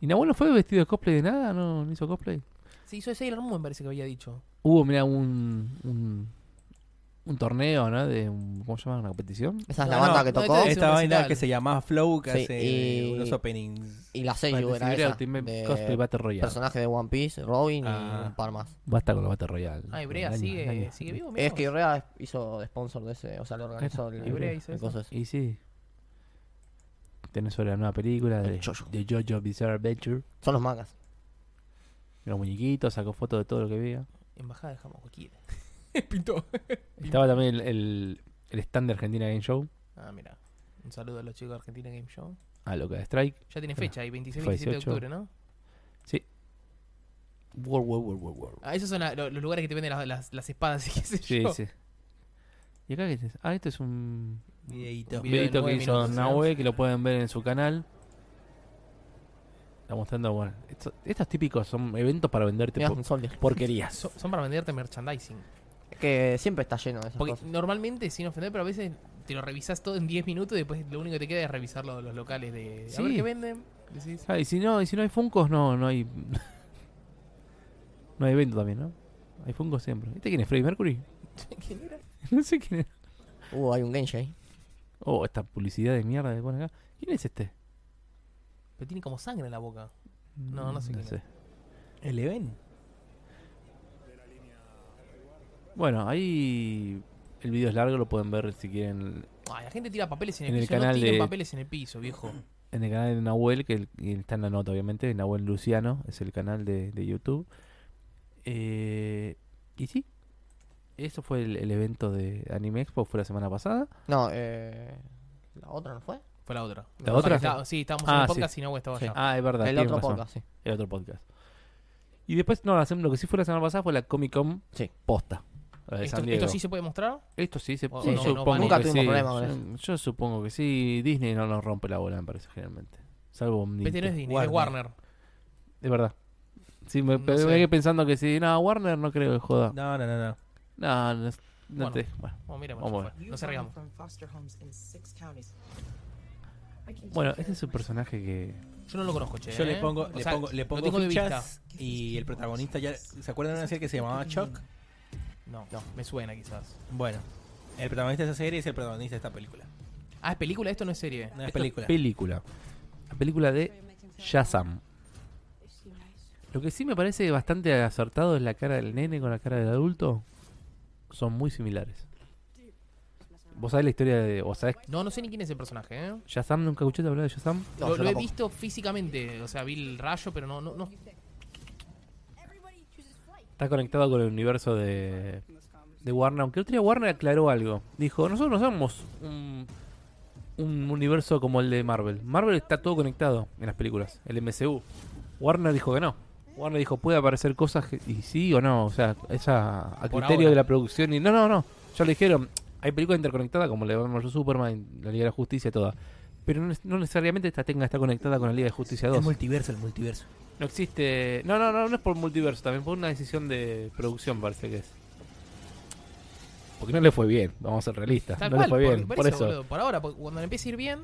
Speaker 5: ¿Y Nahuel no fue vestido de cosplay de nada? ¿No, no hizo cosplay?
Speaker 3: Se hizo de Sailor Moon, me parece que había dicho.
Speaker 5: Hubo, mira, un, un. un torneo, ¿no? De un, ¿Cómo se llama? ¿Una competición?
Speaker 1: Esa es la
Speaker 4: No,
Speaker 1: banda
Speaker 4: no,
Speaker 1: que
Speaker 3: no,
Speaker 1: tocó.
Speaker 3: este-
Speaker 4: Esta
Speaker 3: un
Speaker 4: vaina
Speaker 3: recital.
Speaker 4: que se llama Flow, que
Speaker 1: Sí,
Speaker 4: hace
Speaker 1: y-
Speaker 4: unos openings.
Speaker 1: y la Seiyu era
Speaker 5: Participé
Speaker 1: esa.
Speaker 5: Ultimate
Speaker 1: de
Speaker 5: Cosplay Battle Royale.
Speaker 1: personaje de One Piece, Robin
Speaker 4: Ah.
Speaker 1: y un par más.
Speaker 5: Basta con los Battle Royale.
Speaker 3: Ah, y
Speaker 5: Con
Speaker 3: Brea
Speaker 5: daño, daño.
Speaker 3: sigue, sigue vivo,
Speaker 1: Es
Speaker 3: amigos?
Speaker 1: que Ibrea hizo de sponsor de ese, o sea, lo organizó el,
Speaker 5: Ibrea
Speaker 3: hizo
Speaker 1: el
Speaker 3: eso.
Speaker 1: coso ese.
Speaker 5: Y sí. Tenés sobre la nueva película de
Speaker 1: El Jojo.
Speaker 5: eh, de Jojo Bizarre Adventure.
Speaker 1: Son los mangas.
Speaker 5: Los muñequitos, sacó fotos de todo lo que veía.
Speaker 3: Embajada de Jamaica. Kid. Pintó. Mm.
Speaker 5: Estaba también el, el, el stand de Argentina Game Show.
Speaker 3: Ah, mira. Un saludo a los chicos de Argentina Game Show.
Speaker 5: A lo que de Strike.
Speaker 3: Ya tiene
Speaker 5: Bueno,
Speaker 3: fecha, ahí 26,
Speaker 5: fue
Speaker 3: 27 de
Speaker 5: 18.
Speaker 3: octubre, ¿no?
Speaker 5: World, world, world, world, world.
Speaker 3: Ah, esos son la- lo- los lugares que te venden las, las, las espadas y qué sé
Speaker 5: Sí,
Speaker 3: yo.
Speaker 5: sí. ¿Y acá qué es? Ah, esto es un.
Speaker 3: Video
Speaker 4: Videíto.
Speaker 3: de
Speaker 5: videito que
Speaker 3: nueve
Speaker 5: hizo
Speaker 3: minutos,
Speaker 5: Nahue, que lo pueden ver en su canal. Está mostrando, bueno, esto- estos típicos son eventos para venderte
Speaker 1: Mirá,
Speaker 5: po-
Speaker 1: un soldier.
Speaker 5: porquerías.
Speaker 3: Ah, Son, son para venderte merchandising.
Speaker 1: Que siempre está lleno de esas
Speaker 3: Porque
Speaker 1: cosas.
Speaker 3: normalmente, sin ofender, pero a veces te lo revisas todo en 10 minutos y después lo único que te queda es revisar lo- los locales de. A
Speaker 5: Sí.
Speaker 3: ver qué venden. Decís,
Speaker 5: Ah, y si no, y si no hay Funkos, no, no hay. no hay evento también, ¿no? Hay Funkos siempre. ¿Este quién es? ¿Freddy Mercury?
Speaker 3: ¿quién era?
Speaker 5: no sé quién es.
Speaker 1: Uh, hay un Genji ahí.
Speaker 5: Oh, esta publicidad de mierda que pone acá. ¿Quién es este?
Speaker 3: Pero tiene como sangre en la boca. No, no sé quién es.
Speaker 4: El evento.
Speaker 5: Bueno, ahí. El video es largo, lo pueden ver si quieren
Speaker 3: Ay, la gente tira papeles en el,
Speaker 5: En el
Speaker 3: piso.
Speaker 5: canal
Speaker 3: no tiren
Speaker 5: de-
Speaker 3: papeles en el piso, viejo.
Speaker 5: en el canal de Nahuel, que el- y está en la nota, obviamente, Nahuel Luciano, es el canal de, de YouTube. Eh, y sí, eso fue el, el evento de Anime Expo, fue la semana pasada.
Speaker 1: No, eh. ¿La otra no fue?
Speaker 3: Fue la otra.
Speaker 5: ¿La otra?
Speaker 3: Está- sí, estábamos
Speaker 5: Ah,
Speaker 3: en el
Speaker 5: sí.
Speaker 3: podcast y Nahue estaba
Speaker 1: Sí.
Speaker 3: allá.
Speaker 5: Ah, es verdad.
Speaker 1: el
Speaker 5: tienen
Speaker 1: otro
Speaker 5: razón,
Speaker 1: podcast, sí.
Speaker 5: El otro podcast. Y después, no, la sem- lo que sí fue la semana pasada fue la Comic Con
Speaker 1: Sí.
Speaker 5: posta. la de
Speaker 3: ¿Esto,
Speaker 5: San Diego.
Speaker 3: esto sí se puede mostrar?
Speaker 5: Esto sí se
Speaker 3: Oh,
Speaker 5: yo
Speaker 1: no, no,
Speaker 5: supongo
Speaker 1: nunca
Speaker 5: que
Speaker 1: tuvimos
Speaker 5: sí.
Speaker 1: problema con
Speaker 5: yo, yo supongo que sí. Disney no nos rompe la bola, me parece, generalmente. Salvo Omnite.
Speaker 3: Este no es Disney, es
Speaker 4: Warner.
Speaker 3: Warner.
Speaker 5: Es verdad. Sí, me,
Speaker 3: No
Speaker 5: me
Speaker 3: sé.
Speaker 5: quedé pensando que sí. No, Warner no creo que joda.
Speaker 4: No, no, no, no.
Speaker 5: No, no, es- no
Speaker 3: Bueno.
Speaker 5: te. Bueno.
Speaker 3: Bueno, Oh, mira, bueno,
Speaker 5: Vamos
Speaker 3: ya
Speaker 5: a
Speaker 3: fue. no se arriesgamos.
Speaker 7: From foster homes in six counties. I can
Speaker 5: Bueno,
Speaker 7: take care
Speaker 5: este es
Speaker 7: of
Speaker 5: un personaje que.
Speaker 3: Yo no lo conozco, che.
Speaker 4: Yo le
Speaker 3: ¿eh?
Speaker 4: pongo,
Speaker 3: O
Speaker 4: le
Speaker 3: sea,
Speaker 4: pongo, le
Speaker 3: lo
Speaker 4: pongo
Speaker 3: tengo de
Speaker 4: fichas y el protagonista ya. ¿Se acuerdan de una serie que se llamaba Chuck?
Speaker 3: vista. No, no, me suena quizás.
Speaker 4: Bueno, el protagonista de esa serie es el protagonista de esta película.
Speaker 3: Ah, es película, esto no es serie.
Speaker 4: No
Speaker 5: Esto
Speaker 4: es
Speaker 5: es
Speaker 4: película.
Speaker 5: película. La película de Shazam. Lo que sí me parece bastante acertado es la cara del nene con la cara del adulto. Son muy similares. ¿Vos sabés la historia de. ¿Vos sabés?
Speaker 3: No, no sé ni quién es el personaje, ¿eh?
Speaker 5: ¿Shazam? ¿Nunca escuchaste hablar de Shazam?
Speaker 1: No,
Speaker 3: lo lo
Speaker 1: yo
Speaker 3: he
Speaker 1: tampoco.
Speaker 3: visto físicamente, o sea, vi el rayo, pero no, no, no.
Speaker 6: Everybody chooses flight.
Speaker 5: Está conectado con el universo de, de Warner. Aunque el otro día Warner aclaró algo. Dijo, nosotros no somos un, un universo como el de Marvel. Marvel está todo conectado en las películas, el MCU. Warner dijo que no. Warner dijo, puede aparecer cosas que- y sí o no. O sea, es a, a
Speaker 3: Por
Speaker 5: criterio
Speaker 3: ahora.
Speaker 5: de la producción. Y no, no, no. Ya le dijeron, hay películas interconectadas como la de Batman vs Superman, la Liga de la Justicia, toda. Pero no, ne- no necesariamente esta tenga está conectada con la Liga de Justicia 2.
Speaker 4: El multiverso, el multiverso.
Speaker 5: No existe. No, no, no, no es por multiverso, también por una decisión de producción, parece que es. Porque no le fue bien, vamos a ser realistas.
Speaker 3: Tal
Speaker 5: no
Speaker 3: cual,
Speaker 5: le fue bien, por, eso.
Speaker 3: boludo, por ahora, porque cuando le empiece a ir bien,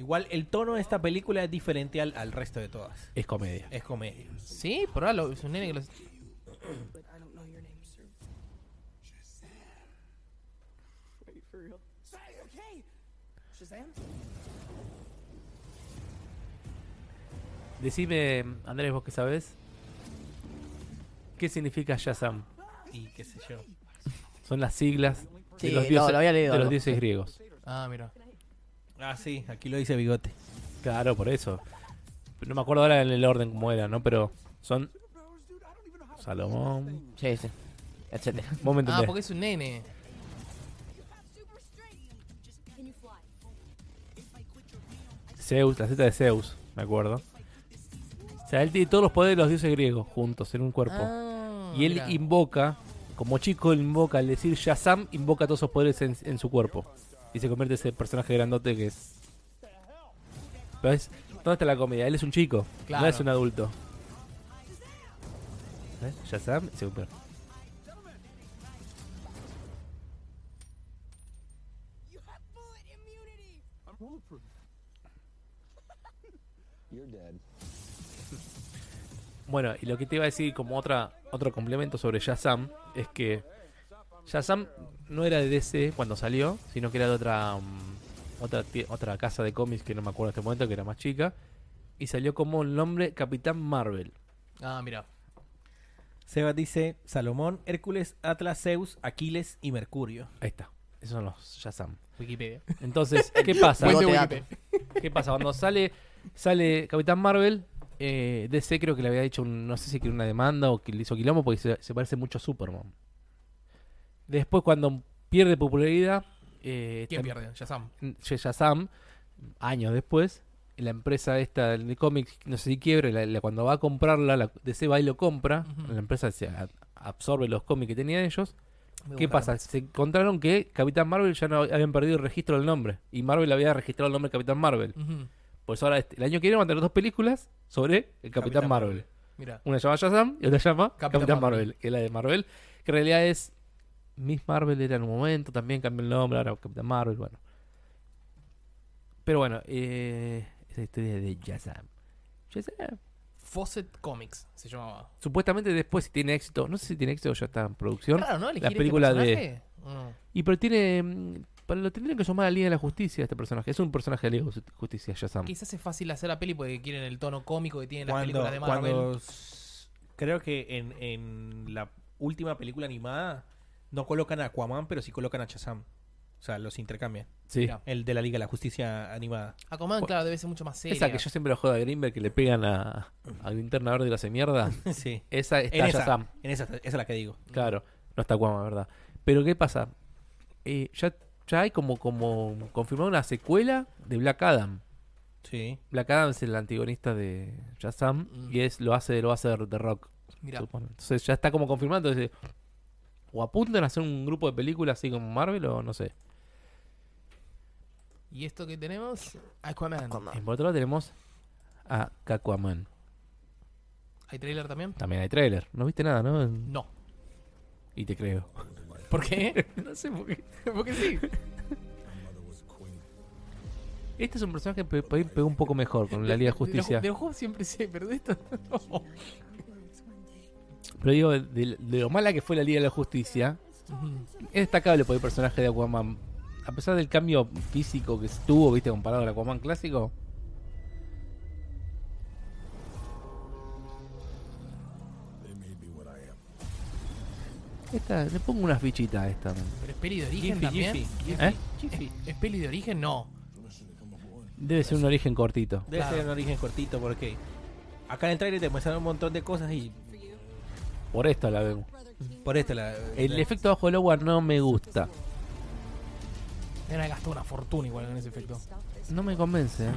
Speaker 4: Igual el tono de esta película es diferente al, al resto de todas.
Speaker 5: Es comedia.
Speaker 4: Es comedia.
Speaker 3: sí, por ahora lo- es un nene que los-
Speaker 7: it, But I don't know your name, sir. Shazam. Wait, for real? Shazam?
Speaker 5: Decime, Andrés, vos que sabés. ¿Qué significa Shazam?
Speaker 4: Y qué sé yo.
Speaker 5: Son las siglas
Speaker 1: Sí,
Speaker 5: de los
Speaker 1: no,
Speaker 5: dioses,
Speaker 1: lo había leído
Speaker 5: de los
Speaker 1: algo.
Speaker 5: dioses griegos.
Speaker 3: Ah, mira.
Speaker 4: Ah, sí, aquí lo dice Bigote.
Speaker 5: Claro, por eso. No me acuerdo ahora en el orden como era, ¿no? Pero son. Salomón.
Speaker 1: Sí, sí. Etcétera.
Speaker 5: Vos
Speaker 3: Ah,
Speaker 5: me entendés.
Speaker 3: porque es un nene.
Speaker 6: Super strength. Just can you fly?
Speaker 5: Zeus, la Z de Zeus, me acuerdo. O sea, él tiene todos los poderes de los dioses griegos juntos en un cuerpo.
Speaker 3: Ah,
Speaker 5: y él
Speaker 3: mira.
Speaker 5: invoca, como chico él invoca, al decir Shazam, invoca todos esos poderes en, en su cuerpo. Y se convierte en ese personaje grandote que es... Pero es... ¿Dónde está la comedia? Él es un chico,
Speaker 3: Claro.
Speaker 5: no es un adulto. ¿Eh? Shazam, se convierte.
Speaker 6: You have bullet immunity.
Speaker 5: Bueno, y lo que te iba a decir como otra, otro complemento sobre Shazam es que Shazam no era de DC cuando salió, sino que era de otra, mm, otra, tie- otra casa de cómics que no me acuerdo en este momento, que era más chica, y salió como el nombre Capitán Marvel.
Speaker 3: Ah, mira.
Speaker 4: Sebas dice Salomón, Hércules, Atlas, Zeus, Aquiles y Mercurio.
Speaker 5: Ahí está, esos son los Shazam.
Speaker 3: Wikipedia.
Speaker 5: Entonces, ¿qué pasa?
Speaker 1: Buen
Speaker 3: Fuente
Speaker 1: Bigote
Speaker 3: Wikipedia.
Speaker 5: ¿Qué pasa? Cuando sale, sale Capitán Marvel, eh, DC creo que le había hecho, un- no sé si que una demanda o que le hizo quilombo porque se, se parece mucho a Superman. Después cuando pierde popularidad, eh,
Speaker 3: ¿Quién
Speaker 5: tam-
Speaker 3: pierde? Shazam.
Speaker 5: Ye- Shazam, años después, la empresa esta del cómic, no sé si quiebre, la- la- cuando va a comprarla, la, DC va y lo compra,
Speaker 3: Ujú.
Speaker 5: la empresa se a- absorbe los cómics que tenían ellos,
Speaker 3: Me
Speaker 5: ¿Qué
Speaker 3: gustaron
Speaker 5: pasa?
Speaker 3: más.
Speaker 5: Se encontraron que Capitán Marvel ya no habían perdido el registro del nombre. Y Marvel había registrado el nombre de Capitán Marvel.
Speaker 3: Ujú,
Speaker 5: Pues ahora, este- el año que viene van a tener dos películas sobre el Capitán,
Speaker 4: Capitán
Speaker 5: Marvel.
Speaker 3: Mira.
Speaker 5: Una llama Shazam y otra llama
Speaker 3: Capitán
Speaker 5: Capitán, Marvel.
Speaker 3: Marvel.
Speaker 5: que es la de Marvel. Que en realidad es Miss Marvel era en un momento, también cambió el nombre, ahora Capitán Marvel, bueno. Pero bueno, eh, esa historia de Shazam. Shazam.
Speaker 3: Fawcett Comics se llamaba.
Speaker 5: Supuestamente después si tiene éxito, no sé si tiene éxito ya está en producción.
Speaker 3: Claro, ¿no? Elegir
Speaker 5: la
Speaker 3: este
Speaker 5: película de-
Speaker 3: personaje. Mm.
Speaker 5: Y pero tiene. mm, Pero lo tendrían que llamar a la Liga de la Justicia este personaje. Es un personaje de la Liga de la Justicia, Shazam.
Speaker 3: Quizás es fácil hacer la peli porque quieren el tono cómico que tienen las
Speaker 4: Cuando,
Speaker 3: películas de Marvel.
Speaker 4: cuando s- creo que en, en la última película animada no colocan a Aquaman, pero sí colocan a Shazam. O sea, los intercambian.
Speaker 5: Sí.
Speaker 3: Mira.
Speaker 4: El de la Liga de la Justicia animada.
Speaker 3: Aquaman, claro, debe ser mucho más seria.
Speaker 5: Esa que yo siempre la jodo a Greenberg que le pegan a, a Linterna Verde y la hace mierda.
Speaker 4: Sí.
Speaker 5: Esa
Speaker 4: En
Speaker 5: está
Speaker 4: esa,
Speaker 5: Shazam.
Speaker 4: en esa, esa es la que digo.
Speaker 5: Claro. No está Cuama, ¿verdad? Pero ¿qué pasa? Eh, ya, ya hay como, como confirmada una secuela de Black Adam.
Speaker 4: Sí.
Speaker 5: Black Adam es el antagonista de Shazam
Speaker 3: Mm.
Speaker 5: y es lo hace, lo hace The Rock.
Speaker 3: Mira,
Speaker 5: supongo. Entonces ya está como confirmado. Entonces, o apuntan a hacer un grupo de películas así como Marvel o no sé.
Speaker 3: y esto que tenemos, Aquaman.
Speaker 5: Y por otro lado tenemos a Aquaman.
Speaker 3: ¿Hay trailer también?
Speaker 5: También hay tráiler. No viste nada, ¿no?
Speaker 3: No.
Speaker 5: Y te creo.
Speaker 3: ¿Por qué?
Speaker 5: no sé por qué.
Speaker 3: porque sí.
Speaker 5: Este es un personaje que pe- pegó un poco mejor con la Liga de Justicia.
Speaker 3: De los juegos siempre sé, pero de esto no.
Speaker 5: Pero digo, de, de lo mala que fue la Liga de la Justicia, es destacable por el personaje de Aquaman. A pesar del cambio físico que tuvo, viste, comparado al Aquaman clásico. Esta, le pongo unas fichitas a esta.
Speaker 3: Pero es peli de origen también.
Speaker 5: ¿Eh?
Speaker 3: ¿Es peli de origen? No.
Speaker 5: Debe ser un origen cortito.
Speaker 4: Debe
Speaker 3: Claro.
Speaker 4: ser un origen cortito porque acá en el trailer te muestran un montón de cosas y
Speaker 5: Por esto la vemos.
Speaker 4: por
Speaker 3: este
Speaker 4: esto la...
Speaker 5: El
Speaker 4: la-
Speaker 5: efecto bajo el agua no me gusta.
Speaker 3: Deben haber gastado una fortuna igual con ese efecto.
Speaker 5: No me convence. ¿eh?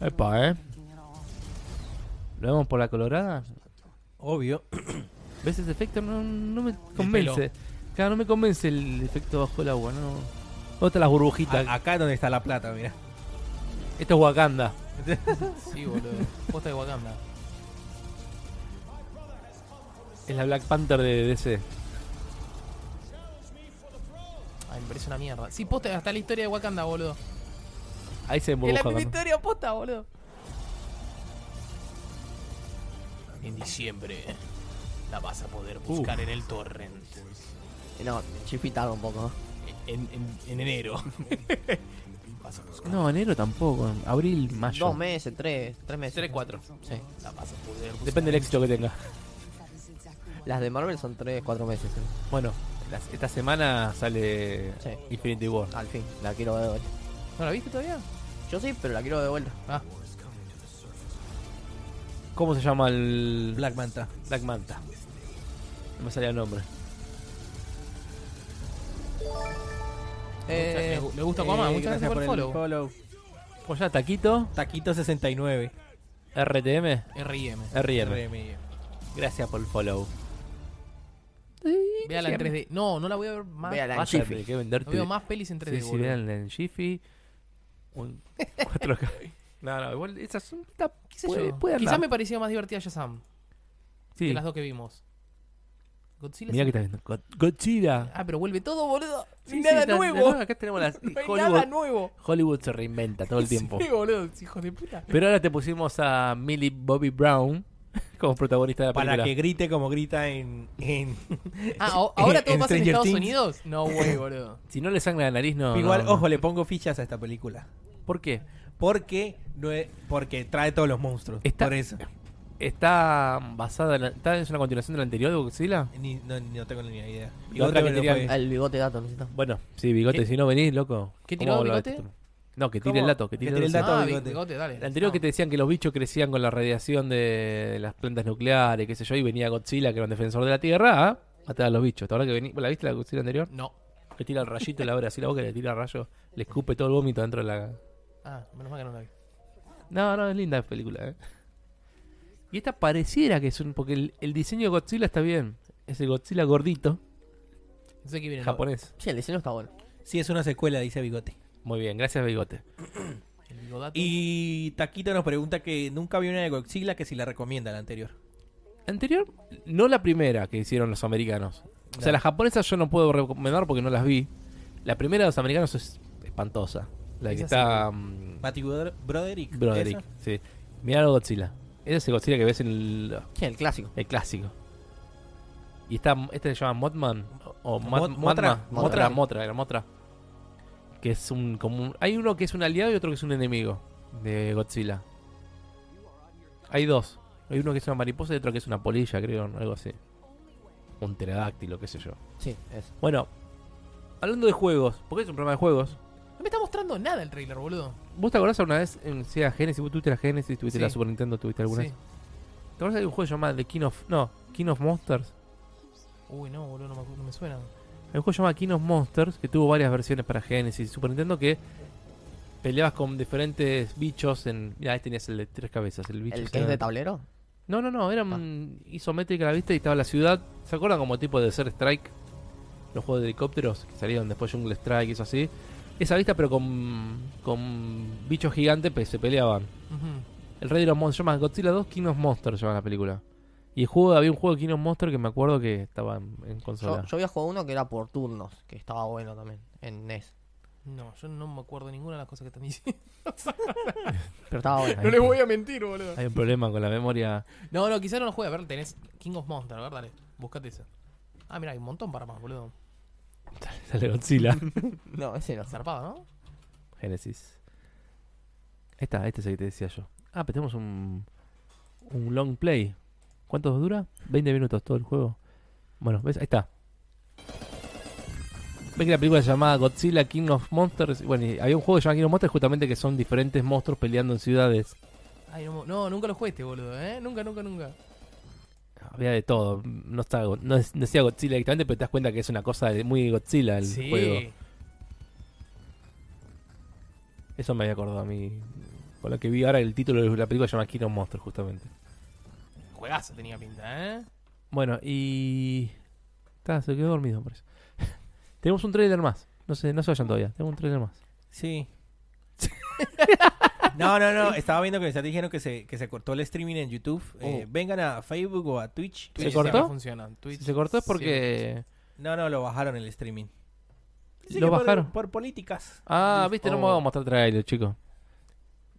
Speaker 5: Epa, ¿eh? ¿Lo vemos por la colorada?
Speaker 4: Obvio.
Speaker 5: ¿Ves ese efecto? No, no me convence. Claro, no me convence el efecto bajo el agua, no. Otra las burbujitas.
Speaker 4: A- acá es donde está la plata, mira.
Speaker 5: Esto es Wakanda.
Speaker 3: Sí, boludo. Posta de Wakanda.
Speaker 5: Es la Black Panther de DC.
Speaker 3: Ay, me parece una mierda. Sí, posta, hasta la historia de Wakanda, boludo.
Speaker 5: Ahí se
Speaker 3: Es la
Speaker 5: burbuja.
Speaker 3: misma
Speaker 5: cuando-
Speaker 3: historia posta, boludo. En diciembre la vas a poder buscar en el torrent.
Speaker 1: No, chifitado un poco.
Speaker 3: En, en- en enero. vas a buscar.
Speaker 5: No, enero tampoco. Abril, mayo.
Speaker 1: Dos meses, tres, tres meses.
Speaker 3: 3, 4.
Speaker 1: Sí.
Speaker 3: La vas a poder buscar.
Speaker 5: Depende del éxito que tenga.
Speaker 1: Las de Marvel son tres, cuatro meses. ¿eh?
Speaker 5: Bueno, las- esta semana sale
Speaker 1: Sí.
Speaker 5: Infinity War.
Speaker 1: Al fin, la quiero ver de vuelta.
Speaker 3: ¿No la viste todavía?
Speaker 1: Yo sí, pero la quiero ver de vuelta.
Speaker 3: Ah,
Speaker 5: ¿Cómo se llama el
Speaker 4: Black Manta.
Speaker 5: Black Manta? No me salía el nombre.
Speaker 3: Eh, me gusta Aquaman, muchas gracias por el follow.
Speaker 5: Pues ya, Taquito,
Speaker 4: Taquito 69.
Speaker 5: RTM,
Speaker 3: R.I.M.
Speaker 5: RM.
Speaker 4: Remedio.
Speaker 5: Gracias por el follow.
Speaker 3: Véala en 3D. No, no la voy a ver más.
Speaker 1: Véala en
Speaker 5: Vaya,
Speaker 1: Jiffy.
Speaker 5: que venderte.
Speaker 3: No veo más pelis en 3D,
Speaker 5: Sí, sí,
Speaker 3: boludo.
Speaker 5: vean en Jiffy. Un 4K. no, no, igual esa es un- está-
Speaker 3: ¿Qué sé
Speaker 5: puede-
Speaker 3: yo?
Speaker 5: puede
Speaker 3: Quizás me
Speaker 5: andar.
Speaker 3: parecía más divertida Shazam
Speaker 5: Sí.
Speaker 3: que las dos que vimos. Godzilla
Speaker 5: Mirá
Speaker 3: sí-
Speaker 5: que está viendo. Go- Godzilla.
Speaker 3: Ah, pero vuelve todo, boludo.
Speaker 5: Sí,
Speaker 3: Sin
Speaker 5: sí,
Speaker 3: nada
Speaker 5: está-
Speaker 3: nuevo.
Speaker 5: no, acá tenemos las
Speaker 3: No hay nada
Speaker 5: Hollywood.
Speaker 3: nuevo.
Speaker 5: Hollywood se reinventa todo el tiempo.
Speaker 3: Sí, boludo, hijo de puta.
Speaker 5: Pero ahora te pusimos a Millie Bobby Brown como protagonista de la película.
Speaker 4: Para que grite como grita en... en-
Speaker 3: Ah, ¿ah- ahora todo
Speaker 4: En
Speaker 3: pasa en
Speaker 4: Stranger
Speaker 3: Estados
Speaker 4: Things.
Speaker 3: Unidos. No, güey, boludo.
Speaker 5: Si no le sangra la nariz, no.
Speaker 4: Igual,
Speaker 5: no, no.
Speaker 4: ojo, le pongo fichas a esta película.
Speaker 5: ¿Por qué?
Speaker 4: Porque no es- porque trae todos los monstruos.
Speaker 5: Está-
Speaker 4: Por eso.
Speaker 5: Está basada en. la- está- ¿Es una continuación de la anterior de Godzilla?
Speaker 4: Ni- no, no tengo ni idea.
Speaker 5: La otra que
Speaker 4: me lo
Speaker 5: tenía-
Speaker 4: fue.
Speaker 1: El bigote gato necesito.
Speaker 5: Bueno, sí, bigote,
Speaker 4: ¿Qué?
Speaker 5: si no venís, loco.
Speaker 3: ¿Qué
Speaker 5: ¿Cómo
Speaker 3: tiró,
Speaker 5: habla de
Speaker 3: bigote?
Speaker 5: esto? No, que tire
Speaker 4: ¿Cómo?
Speaker 5: el dato, que
Speaker 4: Que
Speaker 5: tire
Speaker 4: tire
Speaker 5: el
Speaker 4: el
Speaker 5: dato.
Speaker 4: dato,
Speaker 3: Ah,
Speaker 4: bigote.
Speaker 3: bigote, dale.
Speaker 5: El anterior
Speaker 3: No.
Speaker 5: que te decían que los bichos crecían con la radiación de las plantas nucleares, qué sé yo, y venía Godzilla, que era un defensor de la Tierra, a matar a los bichos. ¿Te acuerdas que vení- ¿La viste la Godzilla anterior?
Speaker 3: No.
Speaker 5: Que tira el rayito, le abre así la boca, le tira el rayo, le escupe todo el vómito dentro de la...
Speaker 3: Ah, menos mal que no la vi.
Speaker 5: No, no, es linda película, ¿eh? Y esta pareciera que es un. Porque el, el diseño de Godzilla está bien. Es el Godzilla gordito,
Speaker 3: No sé qué viene.
Speaker 5: japonés.
Speaker 1: Sí, el diseño está bueno.
Speaker 4: Sí, es una secuela, dice Bigote.
Speaker 5: Muy bien, gracias, Bigote.
Speaker 3: El bigodato.
Speaker 4: Y Taquito nos pregunta que nunca vio una de Godzilla, que si la recomienda la anterior.
Speaker 5: Anterior, no la primera que hicieron los americanos. O sea,
Speaker 4: No.
Speaker 5: las japonesas yo no puedo recomendar porque no las vi. La primera de los americanos es espantosa. La que
Speaker 3: Esa
Speaker 5: está. mm,
Speaker 4: Matty Broder- Broderick.
Speaker 5: Broderick,
Speaker 4: ¿esa?
Speaker 5: sí. Mirá lo Godzilla. Ese es el Godzilla que ves en el,
Speaker 1: Sí, el clásico.
Speaker 5: el clásico. Y está, este se llama Motman. O Mat-
Speaker 4: Mot-
Speaker 5: Matma.
Speaker 4: Motra.
Speaker 5: Motra. Motra,
Speaker 1: Motra.
Speaker 5: era Motra. Que es un, como un- Hay uno que es un aliado y otro que es un enemigo de Godzilla. Hay dos. Hay uno que es una mariposa y otro que es una polilla, creo, algo así. Un pterodáctilo, qué sé yo.
Speaker 1: Sí, es.
Speaker 5: Bueno, hablando de juegos, porque es un programa de juegos.
Speaker 3: No me está mostrando nada el trailer, boludo.
Speaker 5: ¿Vos te acordás alguna vez en Sega Genesis? ¿Vos tuviste la Genesis? ¿Tuviste
Speaker 3: Sí.
Speaker 5: la Super Nintendo? ¿Tuviste alguna?
Speaker 3: Sí.
Speaker 5: ¿Te acordás de un juego llamado The King of... No, King of Monsters?
Speaker 3: Uy, no, boludo, no me, acu- no me suena.
Speaker 5: Hay un juego llamado King of Monsters que tuvo varias versiones para Genesis y Super Nintendo que peleabas con diferentes bichos en... Mira, ahí tenías el de tres cabezas, el bicho.
Speaker 1: ¿El
Speaker 5: ese
Speaker 1: que es
Speaker 5: era-
Speaker 1: de Ah. tablero?
Speaker 5: No, no, no, era mm, isométrica la vista y estaba la ciudad. ¿Se acuerdan como tipo de Ser Strike? Los juegos de helicópteros que salieron después Jungle Strike y eso así. Esa vista pero con, con bichos gigantes pues, se peleaban.
Speaker 3: Ujú.
Speaker 5: El rey de los monstruos se llama Godzilla 2 King of Monsters, se llama la película. Y el juego, había un juego de King of Monsters que me acuerdo que estaba en, en
Speaker 1: Yo,
Speaker 5: consola.
Speaker 1: yo había jugado uno que era por turnos, que estaba bueno también, en E NES.
Speaker 3: No, yo no me acuerdo ninguna de las cosas que están diciendo.
Speaker 1: Pero estaba bueno.
Speaker 5: No le voy
Speaker 3: a mentir, boludo.
Speaker 5: Hay un problema con la memoria.
Speaker 3: No, no, quizás no lo juegue. A ver, tenés King of Monsters, a ver, dale. Buscate ese. Ah, mira, hay un montón para más, boludo.
Speaker 5: Sale Godzilla.
Speaker 1: No, ese no.
Speaker 3: Zarpado, ¿no?
Speaker 5: Génesis. Esta, este es el que te decía yo. Ah, pero tenemos un, un long play. ¿Cuánto dura? 20 minutos todo el juego. Bueno, ¿ves? Ahí está. Ven que la película se llamaba Godzilla King of Monsters. Bueno, y había un juego que se llama King of Monsters justamente que son diferentes monstruos peleando en ciudades.
Speaker 3: Ay, no, no, nunca lo jugué este, boludo, ¿eh? Nunca, nunca, nunca.
Speaker 5: Había de todo. No, estaba, Go- no, es- no decía Godzilla directamente, pero te das cuenta que es una cosa de- muy Godzilla el
Speaker 3: sí.
Speaker 5: juego. Eso me había acordado a mí. Con lo que vi ahora el título de la película se llama King of Monsters justamente.
Speaker 3: Juegazo tenía pinta, ¿eh?
Speaker 5: Bueno, y. Está, se quedó dormido, parece. Tenemos un trailer más. No se, no se vayan todavía. Tenemos un trailer más.
Speaker 4: Sí. no, no, no. Estaba viendo que ya dijeron que se, que se cortó el streaming en YouTube. Eh, vengan a Facebook o a Twitch.
Speaker 5: Oh. ¿Se
Speaker 3: Twitch
Speaker 5: cortó?
Speaker 3: siempre Funciona. Twitch
Speaker 5: Si se cortó es porque.
Speaker 4: No, no, lo bajaron el streaming. Dice
Speaker 5: ¿Lo
Speaker 4: que por-
Speaker 5: bajaron?
Speaker 4: Por, políticas.
Speaker 5: Ah, viste, no me
Speaker 4: Oh.
Speaker 5: vamos a mostrar trailer, chico.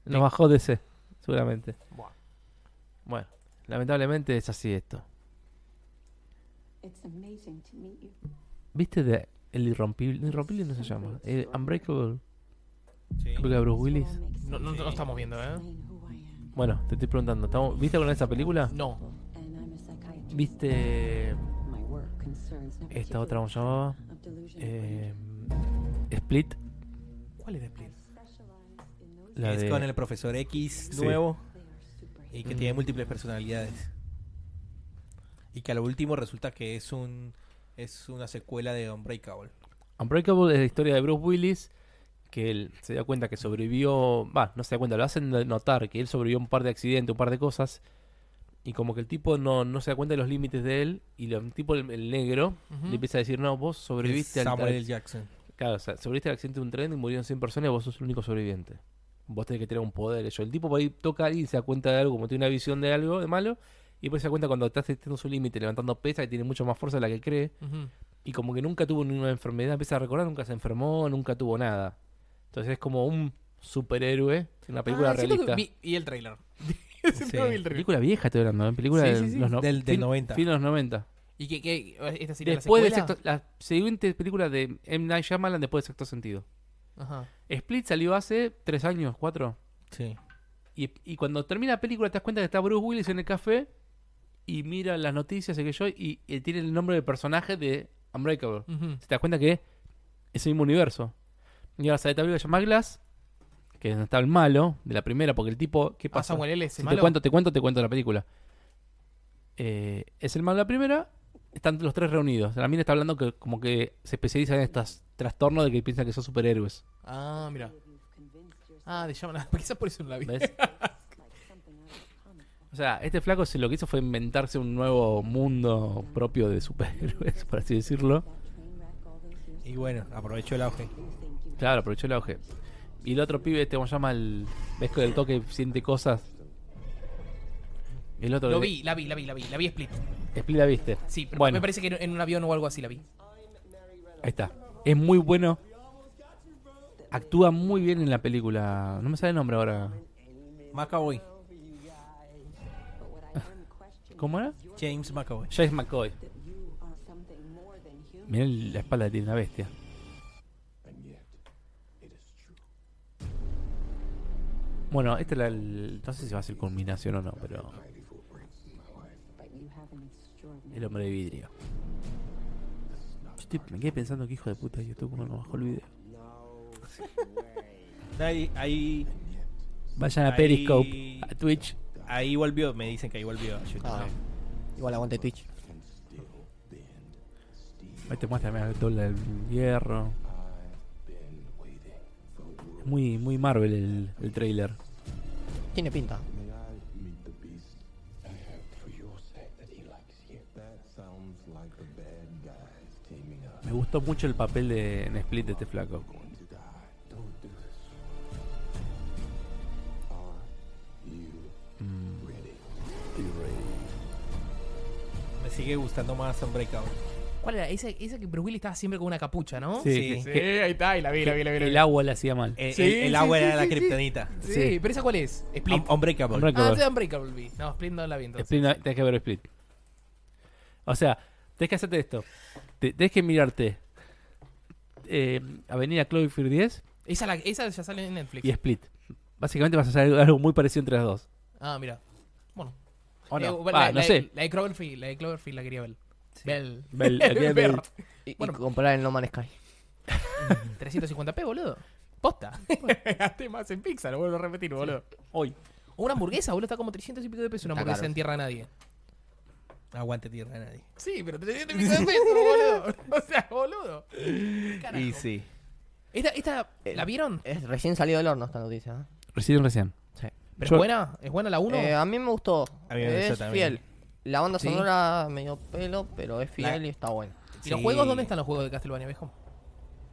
Speaker 5: Nos bajó DC, seguramente.
Speaker 3: Buah.
Speaker 5: Bueno, lamentablemente es así esto.
Speaker 8: It's amazing to meet you.
Speaker 5: ¿Viste de El Irrompible? Irrompible no se llama. eh, Unbreakable,
Speaker 4: Sí.
Speaker 5: creo que de Bruce Willis.
Speaker 3: No, no, no estamos viendo, ¿eh?
Speaker 5: Bueno, te estoy preguntando, ¿estamos- ¿viste alguna de esa película?
Speaker 3: No.
Speaker 5: ¿Viste esta otra, cómo se llamaba? Eh, Split,
Speaker 3: ¿Cuál es de Split?
Speaker 5: la
Speaker 4: es
Speaker 5: de...
Speaker 4: con el profesor X
Speaker 5: Sí.
Speaker 4: nuevo y que tiene múltiples personalidades. Y que a lo último resulta que es un es una secuela de Unbreakable.
Speaker 5: Unbreakable es la historia de Bruce Willis, que él se da cuenta que sobrevivió, va, no se da cuenta, lo hacen notar que él sobrevivió a un par de accidentes, un par de cosas, y como que el tipo no, no se da cuenta de los límites de él, y lo- el tipo, el, el negro,
Speaker 3: Ujú.
Speaker 5: le empieza a decir, no, vos sobreviviste
Speaker 4: Es
Speaker 5: al,
Speaker 4: Samuel
Speaker 5: al-
Speaker 4: L. Jackson.
Speaker 5: claro, o sea, sobreviviste al accidente de un tren y murieron 100 personas y vos sos el único sobreviviente. Vos tenés que tener un poder. Eso. El tipo por ahí toca y se da cuenta de algo, como tiene una visión de algo, de malo, y después se da cuenta cuando está teniendo su límite, levantando pesas, que tiene mucho más fuerza de la que cree,
Speaker 3: Ujú.
Speaker 5: y como que nunca tuvo ninguna enfermedad, empieza a recordar, nunca se enfermó, nunca tuvo nada. Entonces es como un superhéroe en una película
Speaker 3: Ah, siento que
Speaker 5: realista.
Speaker 3: vi- y el trailer. Siento que vi el trailer.
Speaker 5: Película vieja estoy hablando, ¿eh? película
Speaker 3: Sí,
Speaker 5: de
Speaker 3: sí, sí.
Speaker 5: los no-
Speaker 4: Del- del
Speaker 5: fin-
Speaker 4: 90.
Speaker 5: Fin de los 90.
Speaker 3: ¿Y qué, qué? ¿Esta sería
Speaker 5: Después
Speaker 3: la
Speaker 5: de
Speaker 3: secuela?
Speaker 5: sexto, la siguiente película de M. Night Shyamalan después de Sexto Sentido.
Speaker 3: Ajá.
Speaker 5: Split salió hace tres años, cuatro.
Speaker 4: Sí.
Speaker 5: Y, y cuando termina la película te das cuenta que está Bruce Willis en el café y mira las noticias y que yo y, y tiene el nombre del personaje de Unbreakable.
Speaker 3: Ujú.
Speaker 5: se te das cuenta que es el mismo universo. Y ahora sale esta película que se llama Glass, que es donde está el malo de la primera, porque el tipo, ¿qué
Speaker 3: Ah,
Speaker 5: pasa?
Speaker 3: Samuel L. es
Speaker 5: Si
Speaker 3: el malo.
Speaker 5: te cuento, te cuento, te cuento la película. Eh, es el malo de la primera, están los tres reunidos. La mina está hablando que como que se especializa en estos trastornos de que piensan que son superhéroes.
Speaker 3: Ah, mira. Ah, de Shyamalan. Quizás por eso no la vi.
Speaker 5: ¿Ves? O sea, este flaco se- lo que hizo fue inventarse un nuevo mundo propio de superhéroes, por así decirlo.
Speaker 4: Y bueno, aprovecho el auge.
Speaker 5: Claro, aprovechó el auge. Y el otro pibe, este, ¿cómo se llama? El... ¿Ves que del toque siente cosas? El otro...
Speaker 3: Lo
Speaker 5: que-
Speaker 3: vi, la vi, la vi, la vi, la vi Split.
Speaker 5: Split la viste.
Speaker 3: Sí, pero
Speaker 5: Bueno.
Speaker 3: me parece que en- en un avión o algo así la vi.
Speaker 5: Ahí está. Es muy bueno. Actúa muy bien en la película. No me sale el nombre ahora.
Speaker 4: McAvoy.
Speaker 5: ¿Cómo era?
Speaker 4: James McAvoy.
Speaker 5: James McCoy. Mirá el- la espalda que tiene la bestia. Bueno, esta es la. el- no sé si va a ser culminación o no, pero. El hombre de vidrio. Yo estoy- me quedé pensando que hijo de puta YouTube cómo no bajó el video.
Speaker 4: Ahí, ahí,
Speaker 5: Vayan a
Speaker 4: Ahí-
Speaker 5: Periscope, a Twitch.
Speaker 4: ahí volvió, me dicen que ahí volvió. a YouTube.
Speaker 1: Ah. Igual aguante Twitch.
Speaker 5: Ahí te muestra mira, todo el hierro. Muy, muy Marvel el, el trailer.
Speaker 1: Tiene pinta.
Speaker 5: Me gustó mucho el papel de en Split de este flaco.
Speaker 4: Me sigue gustando más Unbreakable.
Speaker 3: ¿Cuál era? Esa, esa que Bruce Willis estaba siempre con una capucha, ¿no?
Speaker 4: Sí.
Speaker 5: que- que-
Speaker 3: ahí está, y la vi, la vi, la vi. la vi.
Speaker 5: el agua le hacía mal.
Speaker 4: El,
Speaker 3: Sí,
Speaker 4: Eh, el- el
Speaker 3: sí,
Speaker 4: agua
Speaker 3: sí,
Speaker 4: era la
Speaker 3: sí, sí.
Speaker 4: kriptonita.
Speaker 3: Sí,
Speaker 5: sí.
Speaker 3: pero esa cuál es? Split.
Speaker 4: Un- Unbreakable.
Speaker 5: Habrá que
Speaker 3: ah,
Speaker 5: ver.
Speaker 3: esa es Unbreakable vi. No, Split no la vi entonces.
Speaker 5: Split, no- tenés que ver Split. O sea, tenés que hacerte esto. Te- tenés que mirarte eh, Avenida Cloverfield 10
Speaker 3: Esa, la, esa ya sale en Netflix.
Speaker 5: y Split. Básicamente vas a hacer algo muy parecido entre las dos.
Speaker 3: Ah, mira. Bueno.
Speaker 5: ¿O no?
Speaker 3: Eh, bueno,
Speaker 5: Va,
Speaker 3: la,
Speaker 5: no
Speaker 3: la-
Speaker 5: sé.
Speaker 3: La de Cloverfield, la de Cloverfield la quería ver. Bell.
Speaker 5: Bell, la quería ver.
Speaker 3: Ver.
Speaker 1: Y, y
Speaker 3: Bueno.
Speaker 1: comprar el No Man's Sky.
Speaker 3: 350p, boludo. Posta. Gasté más en pizza, lo vuelvo a repetir, boludo.
Speaker 5: Hoy.
Speaker 3: O una hamburguesa, boludo, está como 300 y pico de pesos una
Speaker 1: Está
Speaker 3: hamburguesa
Speaker 1: caro.
Speaker 3: en tierra a nadie.
Speaker 4: Aguante tierra a nadie.
Speaker 3: Sí, pero 300 y pico de pesos, boludo. O sea, boludo. Carajo.
Speaker 4: Y sí.
Speaker 3: Esta, esta
Speaker 1: Eh,
Speaker 3: ¿la vieron?
Speaker 1: Es recién salido del horno esta noticia. ¿eh?
Speaker 5: Recién, recién.
Speaker 1: Sí.
Speaker 3: ¿Pero
Speaker 5: yo-
Speaker 3: es buena? ¿Es buena la 1?
Speaker 1: Eh, a mí me gustó.
Speaker 4: A mí me
Speaker 1: es
Speaker 4: gustó también.
Speaker 1: fiel. La banda
Speaker 3: Sí.
Speaker 1: sonora medio pelo, pero es fiel
Speaker 4: La-
Speaker 1: y está buena.
Speaker 3: ¿Y los
Speaker 4: sí.
Speaker 3: juegos? ¿Dónde están los juegos de Castlevania, viejo?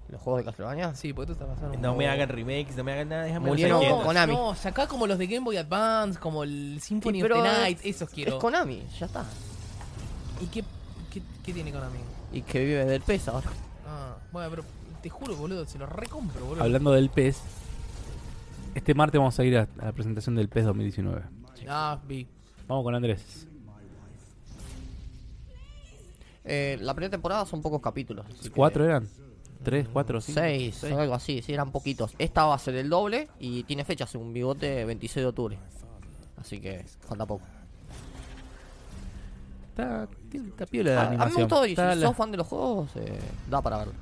Speaker 1: ¿Los juegos de Castlevania?
Speaker 3: Sí, porque tú estás pasando.
Speaker 4: No me hagan remakes, no me hagan nada. Déjame los
Speaker 1: Murieron
Speaker 4: leyendo.
Speaker 1: con- Konami.
Speaker 3: No, sacá como los de Game Boy Advance, como el Symphony
Speaker 1: Y
Speaker 3: of
Speaker 1: pero
Speaker 3: the
Speaker 1: es-
Speaker 3: Night, esos
Speaker 1: Es
Speaker 3: quiero.
Speaker 1: Konami, ya está.
Speaker 3: ¿Y qué, qué, qué tiene Konami?
Speaker 1: Y que vive del peso ahora.
Speaker 3: Ah, bueno, pero te juro, boludo, se lo recompro, boludo.
Speaker 5: Hablando del PES, este martes vamos a ir a, a la presentación del PES 2019.
Speaker 3: Ah, vi.
Speaker 5: Vamos con Andrés.
Speaker 1: Eh, la primera temporada son pocos capítulos.
Speaker 5: ¿Cuatro eran? ¿Tres, cuatro, cinco?
Speaker 1: Seis, o algo así, sí, eran poquitos. Esta va a ser el doble y tiene fecha, según bigote, 26 de octubre. Así que falta poco.
Speaker 5: Está, tiene- está piola la
Speaker 1: Ah, a mí me
Speaker 5: animación.
Speaker 1: gustó y si
Speaker 5: Está la-
Speaker 1: sos fan de los juegos, eh, da para verlo.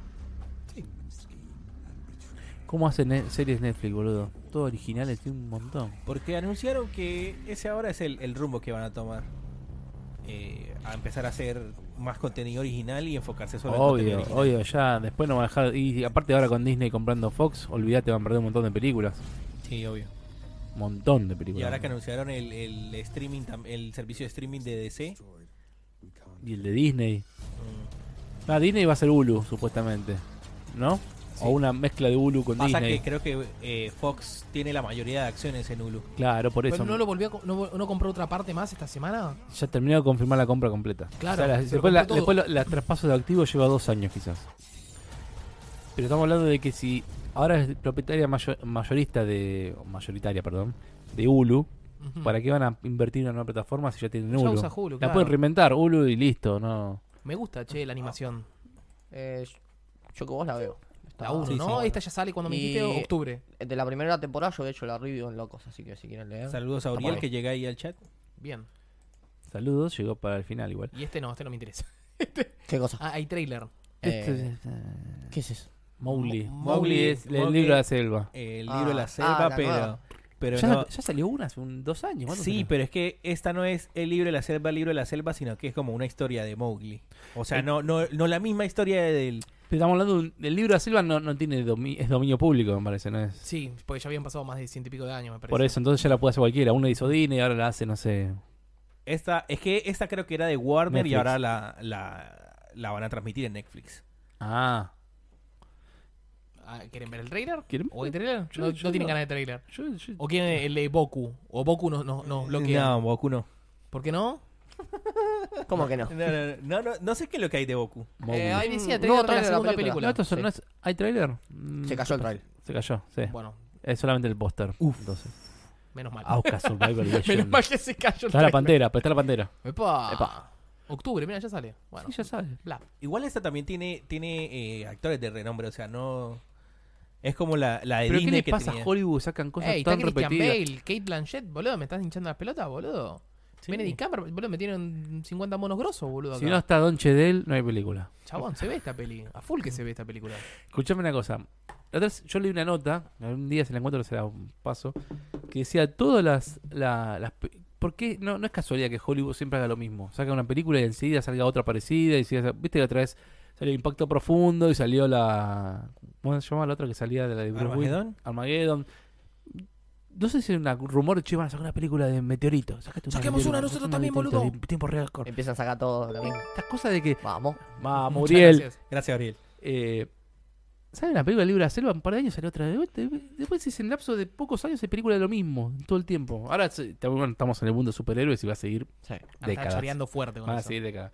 Speaker 5: ¿Cómo hacen ne- series Netflix, boludo? Todo originales, tiene un montón.
Speaker 4: Porque anunciaron que ese ahora es el, el rumbo que van a tomar. Eh, a empezar a hacer más contenido original y enfocarse solo en
Speaker 5: Obvio,
Speaker 4: contenido original.
Speaker 5: obvio, ya después no va a dejar. Y aparte, ahora con Disney comprando Fox, olvídate, van a perder un montón de películas.
Speaker 4: Sí, obvio.
Speaker 5: Montón de películas.
Speaker 4: Y ahora que anunciaron el, el streaming, tam- el servicio de streaming de DC.
Speaker 5: Y el de Disney. Ah, Disney va a ser Hulu, supuestamente. ¿No? O una mezcla de Hulu con
Speaker 4: Pasa
Speaker 5: Disney.
Speaker 4: que creo que eh, Fox tiene la mayoría de acciones en Hulu.
Speaker 5: Claro, por eso.
Speaker 3: ¿Pero no lo volvió a co- no, no compró otra parte más esta semana?
Speaker 5: Ya terminó de confirmar la compra completa.
Speaker 3: Claro,
Speaker 5: O sea, la-
Speaker 3: pero
Speaker 5: después, la,
Speaker 3: compró todo.
Speaker 5: después la- la traspaso de activo lleva dos años quizás. Pero estamos hablando de que si ahora es propietaria mayo- mayorista de. o mayoritaria, perdón, de Hulu,
Speaker 3: Ujú.
Speaker 5: ¿para qué van a invertir en una plataforma si ya tienen
Speaker 3: Mm. Ya
Speaker 5: Hulu?
Speaker 3: usa Hulu,
Speaker 5: la
Speaker 3: claro.
Speaker 5: pueden reinventar, Hulu y listo, no.
Speaker 3: Me gusta, che, la animación.
Speaker 1: Eh, yo que vos la veo. Está-
Speaker 3: La 1,
Speaker 4: sí,
Speaker 3: ¿no?
Speaker 4: sí, bueno.
Speaker 3: Esta ya sale cuando me dijiste
Speaker 1: Y-
Speaker 3: octubre.
Speaker 1: De la primera temporada yo he hecho la review en Locos, así que si quieren leer.
Speaker 4: Saludos a
Speaker 1: Está por
Speaker 4: Uriel
Speaker 1: ahí.
Speaker 4: que llega ahí al chat.
Speaker 3: Bien.
Speaker 5: Saludos, llegó para el final igual.
Speaker 3: Y este no, este no me interesa.
Speaker 1: ¿Qué cosa?
Speaker 3: Ah, hay trailer.
Speaker 1: Eh, ¿Qué es eso?
Speaker 5: Mowgli.
Speaker 4: Mowgli-
Speaker 5: Mowgli es el
Speaker 4: Mowgli-
Speaker 5: libro de la selva.
Speaker 4: Eh, El
Speaker 1: Ah,
Speaker 4: libro de la
Speaker 1: ah,
Speaker 4: selva,
Speaker 1: la
Speaker 4: pero.
Speaker 1: nueva.
Speaker 4: pero
Speaker 5: ya,
Speaker 4: no-
Speaker 5: ya salió una hace un- dos años. ¿cuándo
Speaker 4: Sí,
Speaker 5: salió?
Speaker 4: pero es que esta no es el libro de la selva, el libro de la selva, sino que es como una historia de Mowgli. O sea, no, no, no la misma historia del.
Speaker 5: Pero estamos hablando de un- del libro de la selva, no, no tiene domi- es dominio público, me parece, ¿no es?
Speaker 3: Sí, porque ya habían pasado más de ciento y pico de años, me parece.
Speaker 5: Por eso, entonces ya la puede hacer cualquiera. Uno hizo Disney y ahora la hace, no sé,
Speaker 4: Esta, es que esta creo que era de Warner y
Speaker 5: Netflix.
Speaker 4: ahora la, la, la van a transmitir en Netflix.
Speaker 5: Ah.
Speaker 3: Ah, ¿Quieren ver el trailer?
Speaker 5: ¿Quieren
Speaker 3: ¿O el trailer?
Speaker 5: Yo-
Speaker 3: No,
Speaker 5: yo
Speaker 3: no tienen
Speaker 5: no.
Speaker 3: ganas de trailer.
Speaker 5: Yo, yo-
Speaker 3: ¿O quieren el de Boku? ¿O Boku nos no, no bloquea?
Speaker 4: Eh, No, Boku no.
Speaker 3: ¿Por qué no?
Speaker 1: ¿Cómo que no?
Speaker 4: No, no, no, no, no sé qué es lo que hay de Boku.
Speaker 5: Moby.
Speaker 3: Eh, ahí
Speaker 1: Mm,
Speaker 3: decía trailer de
Speaker 1: nuevo
Speaker 3: la
Speaker 1: trailer de la
Speaker 3: segunda
Speaker 1: película.
Speaker 5: No,
Speaker 3: película.
Speaker 5: esto son-
Speaker 1: sí.
Speaker 5: no es- ¿Hay trailer? Mm,
Speaker 1: Se cayó el trailer.
Speaker 5: Se cayó, sí.
Speaker 3: Bueno,
Speaker 5: Es solamente el póster. Entonces.
Speaker 3: menos mal.
Speaker 5: Auca Survivor
Speaker 3: menos
Speaker 5: Legend.
Speaker 3: mal que se cayó el
Speaker 5: Está la
Speaker 3: trailer.
Speaker 5: pantera, pero está la pantera.
Speaker 3: Epa.
Speaker 1: Epa.
Speaker 3: Octubre, mira, ya sale. Bueno,
Speaker 5: Sí, ya sabes.
Speaker 3: bla.
Speaker 4: Igual esta también tiene, tiene eh, actores de renombre, o sea, no... Es como la, la de
Speaker 5: ¿Pero qué
Speaker 4: Disney
Speaker 5: le
Speaker 4: que
Speaker 5: pasa
Speaker 4: tenía.
Speaker 5: a Hollywood? Sacan cosas
Speaker 3: Ey, está
Speaker 5: Pues tan
Speaker 3: Christian
Speaker 5: repetidas.
Speaker 3: Bale, Kate Blanchett, boludo. ¿Me estás hinchando las pelotas, boludo?
Speaker 4: Sí.
Speaker 3: Benedict Cumberbatch, boludo. Me tienen 50 monos grosos, boludo.
Speaker 5: Si
Speaker 3: acá.
Speaker 5: no está Don Chedel, no hay película.
Speaker 3: Chabón, se ve esta peli. A full que se ve esta película.
Speaker 5: Escuchame una cosa. La otra vez yo leí una nota, algún día se la encuentro, se la paso, que decía todas las... la- las pe- ¿Por qué? No, no es casualidad que Hollywood siempre haga lo mismo. Saca una película y enseguida salga otra parecida. Y enseguida- Viste que otra vez salió Impacto Profundo y salió la... ¿Cómo se llamaba la otra que salía de la de Bruce Willis?
Speaker 4: ¿Armagedón?
Speaker 5: Armageddon. No sé si es un rumor, che, van a sacar una película de meteorito. Sácate una
Speaker 3: Saquemos
Speaker 5: de
Speaker 3: una nosotros
Speaker 5: meteorito, sacate
Speaker 3: también,
Speaker 5: de meteorito,
Speaker 3: boludo.
Speaker 5: de Tiempo real. con-
Speaker 1: Empiezan a sacar todo lo mismo.
Speaker 5: Estas cosas de que...
Speaker 1: Vamos.
Speaker 5: Va,
Speaker 3: Muchas
Speaker 5: Muriel.
Speaker 3: gracias.
Speaker 4: Gracias, Gabriel.
Speaker 5: Eh, ¿Saben la película de Libra de la Selva? Un par de años salió otra vez. Después es en lapso de pocos años hay película de lo mismo, todo el tiempo. Ahora se- está- bueno, estamos en el mundo de superhéroes y va a seguir
Speaker 1: Sí.
Speaker 3: Ah, Está
Speaker 5: décadas.
Speaker 3: choreando fuerte con
Speaker 5: Van a
Speaker 3: eso.
Speaker 5: seguir décadas.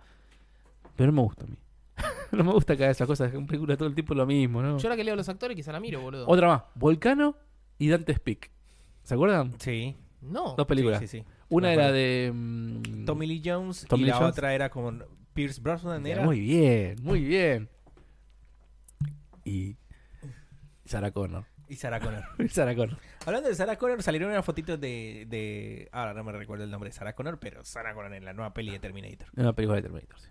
Speaker 5: Pero no me gusta a mí. no me gusta cada esas cosas, que en película todo el tiempo lo mismo, ¿no?
Speaker 3: Yo la que leo a los actores quizá la miro, boludo.
Speaker 5: Otra más, Volcano y Dante Speak. ¿Se acuerdan?
Speaker 4: Sí.
Speaker 3: No.
Speaker 5: Dos películas.
Speaker 4: Oh, Sí, sí, sí.
Speaker 5: Una
Speaker 4: Me
Speaker 5: era
Speaker 4: acuerdo.
Speaker 5: de... mm,
Speaker 4: Tommy Lee Jones
Speaker 5: Tommy
Speaker 4: y
Speaker 5: Lee
Speaker 4: la
Speaker 5: Jones.
Speaker 4: otra era con Pierce Brosnan. Era.
Speaker 5: Muy bien, muy bien. Y... Sarah Connor.
Speaker 4: Y Sarah Connor.
Speaker 5: Sarah Connor.
Speaker 4: Hablando de Sarah Connor, salieron unas fotitos de, de- Ahora no me recuerdo el nombre de Sarah Connor, pero Sarah Connor en la nueva peli de Terminator.
Speaker 5: Una película de Terminator, sí.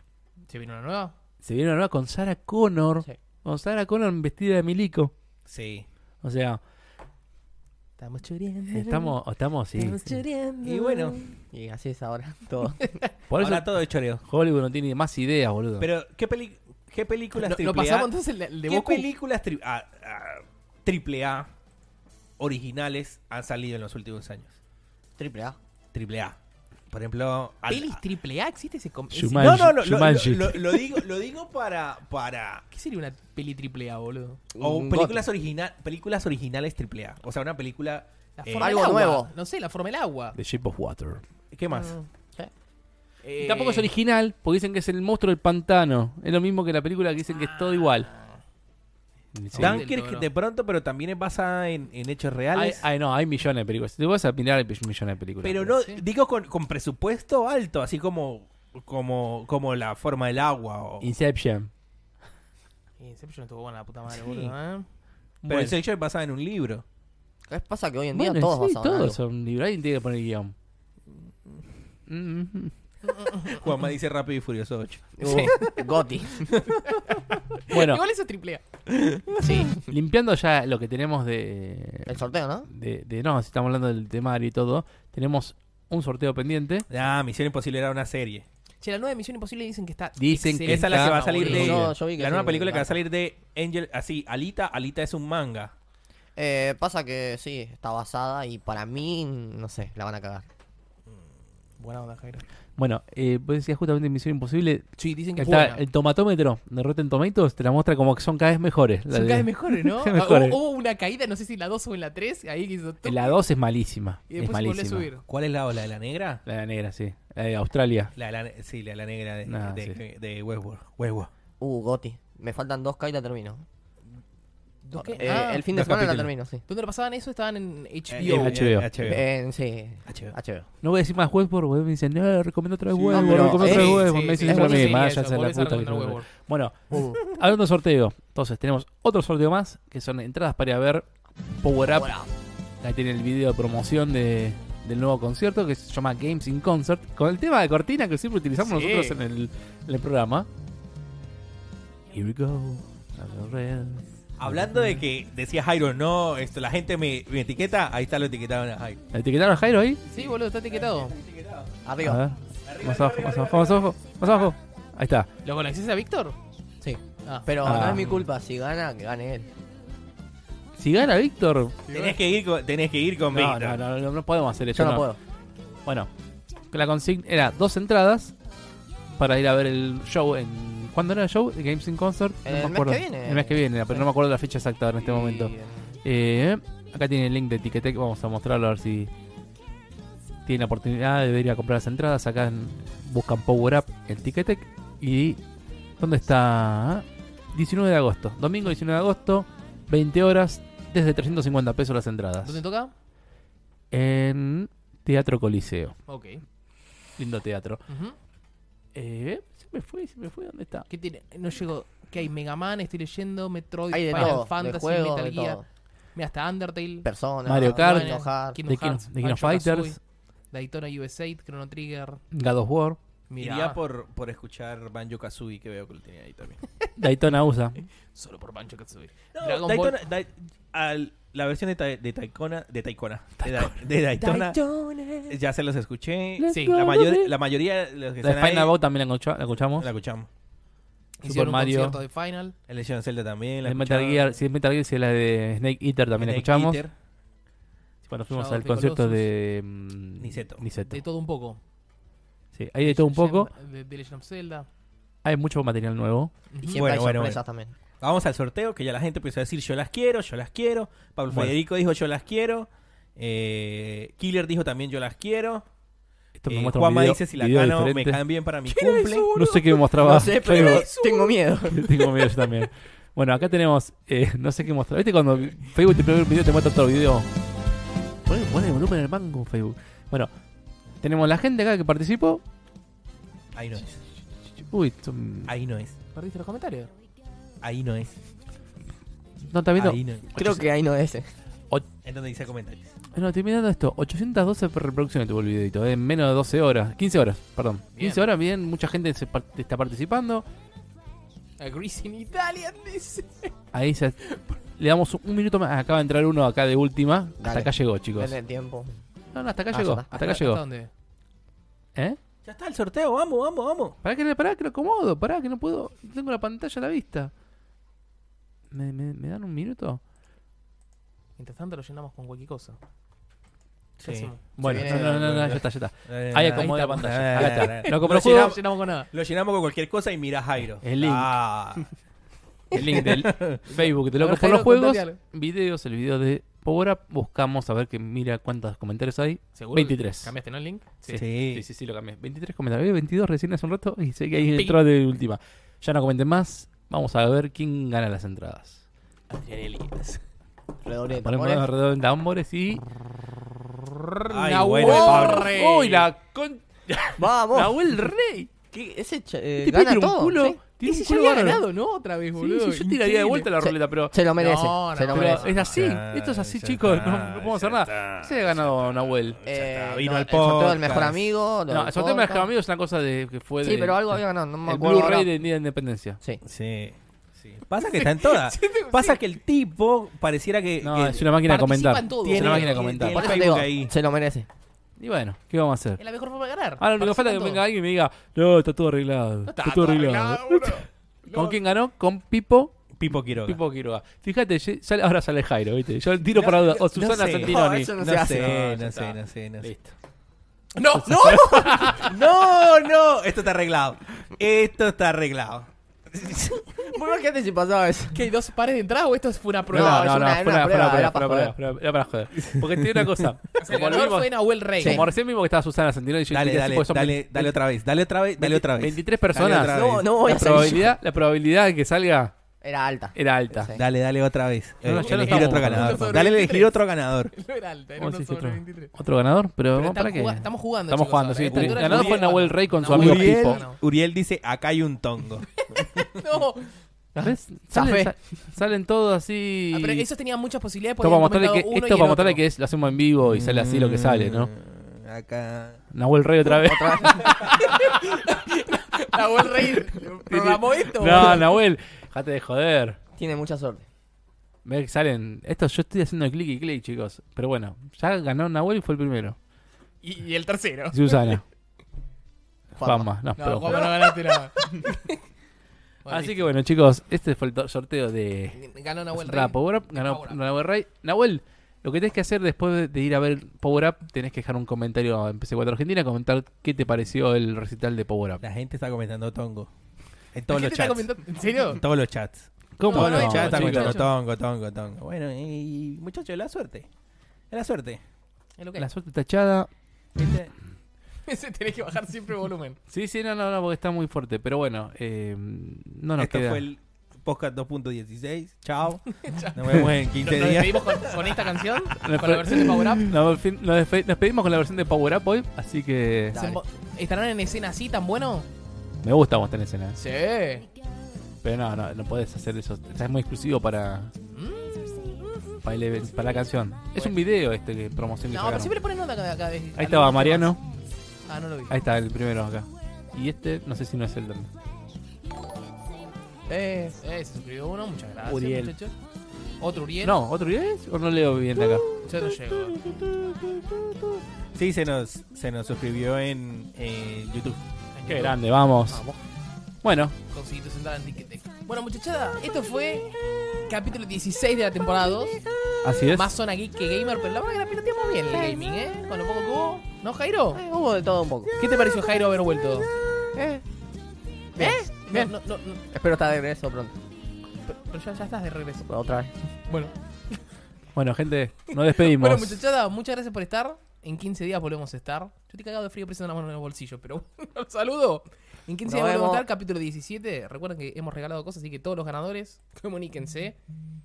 Speaker 3: ¿Se vino una nueva?
Speaker 5: Se viene una nueva con Sarah Connor.
Speaker 1: Sí.
Speaker 5: Con Sarah Connor vestida de milico.
Speaker 4: Sí.
Speaker 5: O sea,
Speaker 3: Estamos choreando.
Speaker 5: estamos, estamos sí.
Speaker 4: Y bueno,
Speaker 1: Y así es ahora todo.
Speaker 5: Por eso
Speaker 4: ahora todo es choreo.
Speaker 5: Hollywood no tiene más ideas, boludo.
Speaker 4: Pero, ¿qué, peli qué películas
Speaker 3: ¿Lo,
Speaker 4: triple
Speaker 3: lo
Speaker 4: A-
Speaker 3: pasamos entonces el de- el de
Speaker 4: ¿Qué
Speaker 3: Boku?
Speaker 4: películas tri- ah, ah, triple A originales han salido en los últimos años?
Speaker 1: Triple A.
Speaker 4: Triple A. Por ejemplo... al-
Speaker 3: ¿Pelis triple A? ¿Existe ese... com- ese-
Speaker 5: Shumai-
Speaker 4: no, no, lo, lo-
Speaker 5: Shumanji.
Speaker 4: lo- lo- lo digo, lo digo para... para
Speaker 3: ¿Qué sería una peli triple A, boludo?
Speaker 4: o
Speaker 1: Mm,
Speaker 4: películas, origina- películas originales triple A. O sea, una película...
Speaker 3: La
Speaker 4: eh,
Speaker 3: forma
Speaker 1: algo
Speaker 3: del agua.
Speaker 1: nuevo.
Speaker 3: No sé, la forma del agua.
Speaker 5: The Shape of Water.
Speaker 4: ¿Qué más?
Speaker 3: Eh,
Speaker 5: Tampoco es original, porque dicen que es el monstruo del pantano. Es lo mismo que la película que dicen que es todo igual. Sí.
Speaker 3: Dan-
Speaker 4: Dunkirk
Speaker 3: Del Toro.
Speaker 4: de pronto, pero también es basada en, en hechos
Speaker 5: Hay,
Speaker 4: reales.
Speaker 5: hay- no, hay millones de películas. Si te vas a mirar, hay millones de películas.
Speaker 4: pero no,
Speaker 3: sí.
Speaker 4: digo con, con presupuesto alto, así como, como, como la forma del agua. O...
Speaker 5: Inception.
Speaker 3: Inception estuvo buena la puta madre,
Speaker 4: Sí.
Speaker 3: boludo. ¿eh?
Speaker 4: Pero
Speaker 5: Bueno.
Speaker 4: ese hecho es basado en un libro.
Speaker 1: ¿Qué pasa que hoy en día
Speaker 5: Bueno,
Speaker 1: todos
Speaker 5: sí,
Speaker 1: basaban
Speaker 5: todos
Speaker 1: algo?
Speaker 5: son libros. Alguien tiene que poner guión. Mm, mm,
Speaker 4: Juanma dice Rápido y Furioso 8.
Speaker 1: Uh, Goti.
Speaker 5: mm. Bueno,
Speaker 3: Igual eso es triple A.
Speaker 5: limpiando ya lo que tenemos de,
Speaker 1: El sorteo, ¿no?
Speaker 5: de, de- no, si estamos hablando del temario y todo, tenemos un sorteo pendiente.
Speaker 4: Ah, Misión Imposible era una serie.
Speaker 3: Che, la nueva de Misión Imposible dicen que está
Speaker 5: Dicen que
Speaker 3: excelente.
Speaker 4: Esa es la que va a
Speaker 5: Ah,
Speaker 4: salir de.
Speaker 5: boludo.
Speaker 1: Yo- yo vi que
Speaker 4: la nueva
Speaker 1: sí,
Speaker 4: película que va a
Speaker 1: claro.
Speaker 4: salir de Angel. Así, Alita. Alita es un manga.
Speaker 1: Eh, pasa que sí, está basada y para mí, no sé, la van a cagar.
Speaker 3: Buena onda, Jairo.
Speaker 5: Bueno, eh, vos decías justamente en Misión Imposible.
Speaker 3: Sí, dicen que
Speaker 5: Está
Speaker 3: es buena.
Speaker 5: el tomatómetro de Rotten Tomatoes te la muestra como que son cada vez mejores. La
Speaker 3: Son
Speaker 5: de-
Speaker 3: cada vez mejores, ¿no?
Speaker 5: Cada vez mejores.
Speaker 3: Hubo, hubo una caída, no sé si en la 2 o en la 3, ahí que hizo
Speaker 5: La 2 es malísima.
Speaker 3: y
Speaker 5: es
Speaker 3: después volvió a
Speaker 5: malísima.
Speaker 3: subir.
Speaker 4: ¿Cuál es la ola de la negra?
Speaker 5: La de la negra, sí. La de Australia.
Speaker 4: La, de la- sí, la de la negra de,
Speaker 5: Nah,
Speaker 4: de,
Speaker 5: sí.
Speaker 4: de Westworld. Westworld.
Speaker 1: Uh, Goti. Me faltan dos K y la termino.
Speaker 3: ¿Dos qué?
Speaker 1: Eh,
Speaker 3: Ah,
Speaker 1: el fin de
Speaker 4: dos
Speaker 1: semana la termino,
Speaker 4: capítulos.
Speaker 1: sí.
Speaker 3: ¿Dónde lo pasaban eso? Estaban en
Speaker 4: Eh,
Speaker 3: HBO.
Speaker 5: en HBO.
Speaker 1: En- sí.
Speaker 4: HBO.
Speaker 1: HBO.
Speaker 5: No voy a decir más Westworld, porque me dicen, no, recomiendo otra vez
Speaker 4: Sí.
Speaker 3: Ah,
Speaker 5: Westworld,
Speaker 1: No, pero-
Speaker 5: recomiendo otra vez
Speaker 1: Sí,
Speaker 5: Westworld.
Speaker 3: sí,
Speaker 5: me dicen
Speaker 3: sí,
Speaker 5: eso a
Speaker 3: sí,
Speaker 5: mí,
Speaker 3: sí,
Speaker 5: más
Speaker 3: eso,
Speaker 5: allá de
Speaker 3: volvés a
Speaker 5: la puta que
Speaker 3: recomendar
Speaker 5: yo-
Speaker 3: Westworld.
Speaker 5: Bueno, hablando de sorteo, entonces tenemos otro sorteo más, que son entradas para ir a ver Power Up. Ahí tiene el video de promoción de, del nuevo concierto que se llama Games in Concert, con el tema de cortina que siempre utilizamos
Speaker 3: Sí.
Speaker 5: nosotros en el, en el programa. Here we go.
Speaker 4: Hablando de que decía Jairo, no, esto, la gente me, me etiqueta, ahí está lo etiquetado en Jairo.
Speaker 5: ¿La ¿Etiquetaron a Jairo ahí?
Speaker 3: Sí, boludo, está etiquetado.
Speaker 5: A
Speaker 1: Arriba.
Speaker 5: ver. Más abajo, más abajo, más abajo, más abajo. Ahí está.
Speaker 3: ¿Lo conocés a Víctor?
Speaker 1: Sí.
Speaker 3: Ah,
Speaker 1: Pero no
Speaker 5: Ah.
Speaker 1: es mi culpa. Si gana, que gane él.
Speaker 5: Si gana Víctor,
Speaker 4: Tenés que ir con, tenés que ir con
Speaker 5: No,
Speaker 4: Víctor.
Speaker 5: no, no, no, no podemos hacer eso.
Speaker 1: Yo no puedo.
Speaker 5: Bueno, la consigna era dos entradas para ir a ver el show en... ¿Cuándo era el show? El Games in Concert.
Speaker 1: El
Speaker 5: no me
Speaker 1: mes que
Speaker 5: acuerdo.
Speaker 1: viene.
Speaker 5: El mes que viene, pero
Speaker 1: Sí.
Speaker 5: no me acuerdo la fecha exacta ahora en este momento.
Speaker 1: Y, eh,
Speaker 5: Eh, acá tiene el link de Ticketek, vamos a mostrarlo a ver si tienen la oportunidad de ir a comprar las entradas. Acá en- buscan Power Up en Ticketek. ¿Y dónde está? 19 de agosto, domingo 19 de agosto, 20 horas, desde 350 pesos las entradas.
Speaker 3: ¿Dónde toca?
Speaker 5: En Teatro Coliseo,
Speaker 3: Ok.
Speaker 5: lindo teatro.
Speaker 3: Ujú.
Speaker 5: Eh, se me fue, se me fue, ¿dónde está?
Speaker 3: ¿Qué tiene? No llego. ¿Qué hay? Mega Man, estoy leyendo, Metroid,
Speaker 1: Hay de
Speaker 3: Final
Speaker 1: todo,
Speaker 3: Fantasy,
Speaker 1: de juego,
Speaker 3: Metal
Speaker 1: de
Speaker 3: Gear.
Speaker 1: todo.
Speaker 3: Mira, hasta Undertale,
Speaker 1: Persona,
Speaker 5: Mario Kart.
Speaker 1: Kingdom
Speaker 5: De
Speaker 1: Hearts.
Speaker 5: King,
Speaker 3: eh, Hearts,
Speaker 5: de King of
Speaker 3: Banjo-Kazooie,
Speaker 5: Fighters,
Speaker 3: Daytona USA, Chrono Trigger.
Speaker 5: God of War,
Speaker 3: Mirá.
Speaker 4: Iría por, por escuchar Banjo Kazooie, que veo que lo tiene ahí también.
Speaker 5: Daytona USA.
Speaker 3: Solo por Banjo Kazooie.
Speaker 4: No,
Speaker 3: Dragon
Speaker 4: Daytona- Dai- al- la versión de, Ta- de Taikona, de Taikona, de, Da- de Daytona, ya se los escuché.
Speaker 3: Sí,
Speaker 5: go,
Speaker 4: La,
Speaker 5: baby.
Speaker 4: mayor, la mayoría de los que
Speaker 5: La de
Speaker 4: están ahí,
Speaker 5: Final Bout también la, escucha- la escuchamos.
Speaker 4: la escuchamos.
Speaker 3: Hicieron un
Speaker 5: Mario.
Speaker 3: concierto de Final.
Speaker 4: El Legend of Zelda también, la
Speaker 5: de Metal
Speaker 4: escuchamos.
Speaker 5: Gear, si es Metal Gear, si es la de Snake Eater también la
Speaker 4: Snake
Speaker 5: escuchamos.
Speaker 4: Eater.
Speaker 5: Cuando fuimos
Speaker 3: Shadow
Speaker 5: al
Speaker 3: of the
Speaker 5: concierto
Speaker 3: Colossus.
Speaker 5: de mm,
Speaker 4: Niceto.
Speaker 5: Niceto.
Speaker 3: De todo un poco.
Speaker 5: Sí, hay de todo un poco.
Speaker 3: De, de Legend of Zelda.
Speaker 5: Hay mucho material nuevo.
Speaker 1: Y
Speaker 3: Ujú.
Speaker 1: siempre
Speaker 4: Bueno,
Speaker 1: hay
Speaker 4: bueno,
Speaker 1: sorpresas también.
Speaker 5: Ah,
Speaker 4: Vamos al sorteo, que ya la gente empezó a decir yo las quiero, yo las quiero. Pablo
Speaker 5: Bueno.
Speaker 4: Federico dijo yo las quiero. Eh, Killer dijo también yo las quiero.
Speaker 5: Esto me
Speaker 4: Eh,
Speaker 5: muestra un
Speaker 4: Juanma
Speaker 5: video-
Speaker 4: dice si la
Speaker 5: video
Speaker 4: gano me
Speaker 5: diferente.
Speaker 4: cambian para mi cumple.
Speaker 5: No sé qué me mostraba.
Speaker 1: No sé, pero
Speaker 5: Facebook.
Speaker 1: tengo miedo.
Speaker 5: Tengo miedo yo también. Bueno, acá tenemos. eh, no sé qué mostrar. ¿Viste cuando Facebook te pone un video te muestra otro video? Pone, pone el volumen al mango, Facebook. Bueno, tenemos la gente acá que participó.
Speaker 4: Ahí no es.
Speaker 5: Uy, son-
Speaker 4: Ahí no es.
Speaker 3: ¿Perdiste los comentarios?
Speaker 4: Ahí no es.
Speaker 5: no está viendo.
Speaker 4: Ahí no es.
Speaker 1: Creo que ahí no es. eh.
Speaker 4: Es donde dice comentarios.
Speaker 5: No, estoy mirando esto. 812 reproducciones tuvo el videito. eh, En menos de 12 horas. 15 horas, perdón.
Speaker 3: Bien.
Speaker 5: 15 horas, bien. Mucha gente se par- está participando.
Speaker 3: A Greece in Italia, dice.
Speaker 5: Ahí se- le damos un minuto más. Acaba de entrar uno acá de última. Hasta
Speaker 1: Dale.
Speaker 5: acá llegó, chicos.
Speaker 1: Denle el tiempo.
Speaker 5: No, no, hasta acá
Speaker 1: Ah,
Speaker 5: llegó.
Speaker 1: ya está.
Speaker 5: Hasta acá llegó.
Speaker 3: dónde?
Speaker 5: ¿Eh?
Speaker 4: Ya está el sorteo, vamos, vamos, vamos.
Speaker 5: Pará que, pará que lo acomodo. Pará que no puedo. Tengo la pantalla a la vista. ¿Me, me- me dan un minuto?
Speaker 3: Mientras tanto lo llenamos con cualquier cosa.
Speaker 4: Sí.
Speaker 3: Hacemos.
Speaker 5: Bueno,
Speaker 1: viene-
Speaker 5: no, no, no, no,
Speaker 4: bueno,
Speaker 5: ya está, ya está.
Speaker 4: Eh,
Speaker 5: Ahí
Speaker 4: está.
Speaker 5: acomoda la pantalla.
Speaker 4: Eh,
Speaker 5: Acá está.
Speaker 4: eh,
Speaker 5: Lo
Speaker 3: No
Speaker 5: acomodo.
Speaker 3: llenamos, llenamos con nada.
Speaker 4: Lo llenamos con cualquier cosa y mira a Jairo.
Speaker 5: El link.
Speaker 4: Ah,
Speaker 5: El link del Facebook de
Speaker 3: A ver,
Speaker 5: Locos por los
Speaker 3: Jairo,
Speaker 5: Juegos.
Speaker 3: contale
Speaker 5: Videos, el video de Power Up. Buscamos a ver que mira cuántos comentarios hay.
Speaker 3: ¿Seguro?
Speaker 5: 23.
Speaker 3: ¿Cambiaste, no, el link?
Speaker 5: Sí.
Speaker 4: Sí.
Speaker 5: sí, sí, sí, lo cambié. 23 comentarios. Había 22 recién hace un rato y sé que ahí entró de última. Ya no comenten más. Vamos a ver quién gana las entradas.
Speaker 1: Redoble de
Speaker 5: Ponemos
Speaker 1: tambores.
Speaker 5: alrededor de tambores y.
Speaker 4: Ay,
Speaker 3: Nahuel
Speaker 4: bueno, Pablo.
Speaker 3: Rey.
Speaker 5: ¡Uy, la con.
Speaker 1: Vamos.
Speaker 5: Nahuel Rey!
Speaker 1: ¿Qué? Ese ch- Oh. eh,
Speaker 5: Este pibe
Speaker 1: gana
Speaker 5: tiene un
Speaker 1: todo.
Speaker 5: culo.
Speaker 1: ¿sí?
Speaker 5: Tiene
Speaker 3: Ese
Speaker 5: un
Speaker 3: ya
Speaker 5: culo
Speaker 3: había
Speaker 5: bárbaro.
Speaker 3: ganado, ¿no? Otra vez,
Speaker 5: Sí,
Speaker 3: boludo.
Speaker 5: sí, yo tiraría de
Speaker 3: Increíble.
Speaker 5: vuelta la
Speaker 1: Sí.
Speaker 5: ruleta, pero.
Speaker 1: Se lo merece.
Speaker 3: No,
Speaker 1: se lo
Speaker 3: no,
Speaker 5: pero
Speaker 1: merece.
Speaker 5: es así,
Speaker 4: Ya,
Speaker 5: esto es así,
Speaker 4: ya
Speaker 5: chicos.
Speaker 4: está,
Speaker 5: no, no podemos hacer
Speaker 4: ya
Speaker 5: nada.
Speaker 4: está,
Speaker 5: Se ha
Speaker 4: ya
Speaker 5: ganado Nahuel.
Speaker 1: Eh,
Speaker 4: Ya está, vino
Speaker 1: no,
Speaker 4: al
Speaker 1: el sorteo del mejor
Speaker 4: podcast.
Speaker 1: amigo. lo
Speaker 5: No,
Speaker 1: del
Speaker 5: el sorteo de mejor
Speaker 1: podcast.
Speaker 5: amigo es una cosa de que fue de.
Speaker 1: Sí, pero algo había ganado. No me
Speaker 5: El
Speaker 1: acuerdo. ahora.
Speaker 5: Blu-ray de Día de Independencia.
Speaker 1: Sí.
Speaker 4: Sí. sí. Pasa que está en todas. Pasa que el tipo pareciera que.
Speaker 5: No,
Speaker 4: que
Speaker 5: es una máquina de
Speaker 3: participan
Speaker 5: comentar.
Speaker 3: todos.
Speaker 5: Es
Speaker 3: Tiene-
Speaker 5: una máquina de
Speaker 4: tiene-
Speaker 5: comentar.
Speaker 1: Por eso te
Speaker 4: Facebook
Speaker 1: digo,
Speaker 4: ahí.
Speaker 1: se lo merece.
Speaker 5: Y bueno, ¿qué vamos a
Speaker 3: Es
Speaker 5: hacer?
Speaker 3: la mejor forma de ganar.
Speaker 5: Ahora Ah, lo único que falta es que
Speaker 3: Participan
Speaker 5: venga
Speaker 3: todos.
Speaker 5: alguien y me diga, no, está todo arreglado. está, todo arreglado. ¿Con quién ganó? Con Pipo,
Speaker 4: Pipo Quiroga.
Speaker 5: Pipo Quiroga. Fíjate, ye- sale- ahora sale Jairo, ¿viste? Yo tiro para duda. O Susana
Speaker 4: sé.
Speaker 5: Santinoni.
Speaker 1: No, eso
Speaker 4: No,
Speaker 1: se hace.
Speaker 4: sé,
Speaker 5: No,
Speaker 4: no
Speaker 5: ya
Speaker 4: sé,
Speaker 5: está.
Speaker 4: no sé, no sé.
Speaker 5: Listo.
Speaker 3: ¡No! ¡No!
Speaker 4: No, no, esto está arreglado. Esto está arreglado.
Speaker 1: Bueno, fíjate si pasaba eso.
Speaker 3: ¿Que hay dos pares de entrada o esto fue una
Speaker 5: No,
Speaker 3: prueba?
Speaker 5: no,
Speaker 1: es
Speaker 5: no, no,
Speaker 1: una- era
Speaker 5: fuera, fuera,
Speaker 1: una prueba,
Speaker 5: fuera, fuera,
Speaker 1: era para
Speaker 5: fuera, fuera, era para joder. Porque te digo una cosa.
Speaker 3: El
Speaker 5: Como, lo
Speaker 3: ganador
Speaker 5: vimos,
Speaker 3: fue Nahuel Rey.
Speaker 5: como recién vimos que estaba Susana Santinoni, yo
Speaker 4: Dale,
Speaker 5: diría,
Speaker 4: dale,
Speaker 5: pues, son
Speaker 4: dale, dale otra vez, dale otra vez, dale otra vez.
Speaker 5: 23
Speaker 4: Dale
Speaker 5: personas.
Speaker 4: otra
Speaker 1: No,
Speaker 4: vez.
Speaker 1: no voy a
Speaker 5: La
Speaker 1: hacer yo.
Speaker 5: probabilidad, la probabilidad de que salga
Speaker 1: Era alta.
Speaker 5: era alta.
Speaker 1: Sí.
Speaker 4: Dale, dale otra vez.
Speaker 5: No, no, ya
Speaker 4: Eh,
Speaker 5: lo
Speaker 4: elegir
Speaker 5: estamos
Speaker 4: otro
Speaker 5: votando.
Speaker 4: ganador.
Speaker 3: Sobre
Speaker 4: Dale, elegir
Speaker 3: 23.
Speaker 4: otro ganador.
Speaker 3: No era alta, era
Speaker 5: Vamos a
Speaker 3: uno
Speaker 5: decir
Speaker 3: sobre
Speaker 5: otro.
Speaker 3: 23.
Speaker 5: otro ganador, pero,
Speaker 3: Pero
Speaker 5: vamos,
Speaker 3: están
Speaker 5: ¿para qué?
Speaker 3: jugá- estamos jugando.
Speaker 5: Estamos
Speaker 3: chicos,
Speaker 5: jugando,
Speaker 3: ahora.
Speaker 5: sí.
Speaker 3: A esta
Speaker 5: Tri-
Speaker 3: altura
Speaker 5: ganado
Speaker 3: no
Speaker 5: fue
Speaker 3: llega.
Speaker 5: Nahuel Rey con su
Speaker 3: Nahuel
Speaker 5: amigo
Speaker 3: Rey
Speaker 5: Pipo.
Speaker 4: Uriel,
Speaker 3: ganó.
Speaker 4: Uriel dice, acá hay un tongo.
Speaker 3: No.
Speaker 5: ¿Ves?
Speaker 1: Zafé.
Speaker 5: Salen, sa- salen todos así.
Speaker 3: Ah, pero esos tenían muchas posibilidades.
Speaker 5: esto para mostrarle que,
Speaker 3: uno
Speaker 5: esto
Speaker 3: y
Speaker 5: para
Speaker 3: el
Speaker 5: mostrarle
Speaker 3: otro.
Speaker 5: que es, lo hacemos en vivo y sale así lo que sale, ¿no?
Speaker 4: Mm, Acá.
Speaker 5: Nahuel Rey otra vez.
Speaker 3: Nahuel Rey programó esto.
Speaker 5: no, Nahuel, dejate de joder.
Speaker 1: Tiene mucha suerte.
Speaker 5: Ve que salen. Esto yo estoy haciendo clic y clic, chicos. Pero bueno, ya ganó Nahuel y fue el primero.
Speaker 3: Y, y el tercero.
Speaker 5: Susana. Juanma.
Speaker 1: Juanma.
Speaker 5: No,
Speaker 3: No,
Speaker 5: pero
Speaker 3: Juanma
Speaker 5: Juanma.
Speaker 3: no ganaste nada. Bueno,
Speaker 5: Así que
Speaker 3: listo.
Speaker 5: bueno, chicos, este fue el to- sorteo de
Speaker 3: Ganó Nahuel Rey.
Speaker 5: Entrada Power Up, ganó
Speaker 3: Power Up.
Speaker 5: Nahuel Rey. Nahuel, Lo que tenés que hacer después de- de ir a ver Power Up, tenés que dejar un comentario a PC4 Argentina, comentar qué te pareció el recital de Power Up.
Speaker 4: La gente está comentando tongo. En todos
Speaker 3: ¿La
Speaker 4: los
Speaker 3: gente está
Speaker 4: chats.
Speaker 3: comentando? ¿En serio?
Speaker 4: En todos los chats.
Speaker 5: ¿Cómo?
Speaker 4: todos
Speaker 3: no,
Speaker 4: los
Speaker 3: no,
Speaker 4: chats están
Speaker 3: chicos.
Speaker 4: comentando tongo, tongo, tongo. Bueno, y muchachos, la suerte. Es la suerte.
Speaker 3: Es lo que
Speaker 5: La suerte tachada.
Speaker 4: Este-
Speaker 3: es. Tenés que bajar siempre el volumen.
Speaker 5: Sí, sí, no, no, no, porque está muy fuerte. Pero bueno, eh, no nos
Speaker 4: Esto
Speaker 5: queda.
Speaker 4: fue el podcast 2.16. Chao. Nos vemos en 15
Speaker 3: Nos
Speaker 4: días.
Speaker 3: despedimos con, con esta canción,
Speaker 5: Nos
Speaker 3: con la versión de Power Up.
Speaker 5: Nos, fin- nos despe- nos despedimos con la versión de Power Up hoy, así que
Speaker 3: Se embo- ¿Estarán en escena así tan bueno?
Speaker 5: me gusta mostrar en escena.
Speaker 3: Sí.
Speaker 5: Pero no, no, no podés hacer eso. O sea, Es muy exclusivo para, para, el event- para la canción. Es un video este que promoción que
Speaker 3: Mm. No, pero
Speaker 5: sacaron.
Speaker 3: siempre ponen nota cada, cada vez.
Speaker 5: Ahí estaba Mariano.
Speaker 3: Ah, no lo vi.
Speaker 5: Ahí está el primero acá. Y este, no sé si no es el de...
Speaker 3: Eh, eh, se suscribió uno, muchas gracias.
Speaker 5: Uriel.
Speaker 3: muchachos. Otro Uriel.
Speaker 5: No, ¿otro video es? ¿O no leo bien de acá?
Speaker 3: Yo no llego.
Speaker 4: Sí, se nos, se nos suscribió en, en YouTube.
Speaker 5: Qué grande, vamos.
Speaker 3: Vamos.
Speaker 5: Bueno,
Speaker 3: Conseguí tu sentada en Ticketek. Bueno, muchachada, esto fue capítulo 16 de la temporada 2.
Speaker 5: así es.
Speaker 3: Más zona geek que gamer, pero la verdad que la piloteamos bien el gaming, ¿eh? Con lo poco que hubo. ¿No, Jairo?
Speaker 1: Eh, hubo de todo un poco.
Speaker 3: ¿Qué te pareció, Jairo, haber vuelto?
Speaker 1: Eh,
Speaker 3: ¿Eh?
Speaker 1: Bien.
Speaker 3: No, no, no, no,
Speaker 1: espero estar de regreso pronto.
Speaker 3: pero ya, ya estás de regreso.
Speaker 1: Otra vez.
Speaker 3: Bueno,
Speaker 5: Bueno, gente, nos despedimos.
Speaker 3: Bueno, muchachada, muchas gracias por estar. En 15 días volvemos a estar. Yo estoy cagado de frío presionando la mano en el bolsillo, pero bueno, saludo. En 15 días
Speaker 1: Nos
Speaker 3: volvemos a
Speaker 1: vemos.
Speaker 3: estar, capítulo 17. Recuerden que hemos regalado cosas, así que todos los ganadores, comuníquense.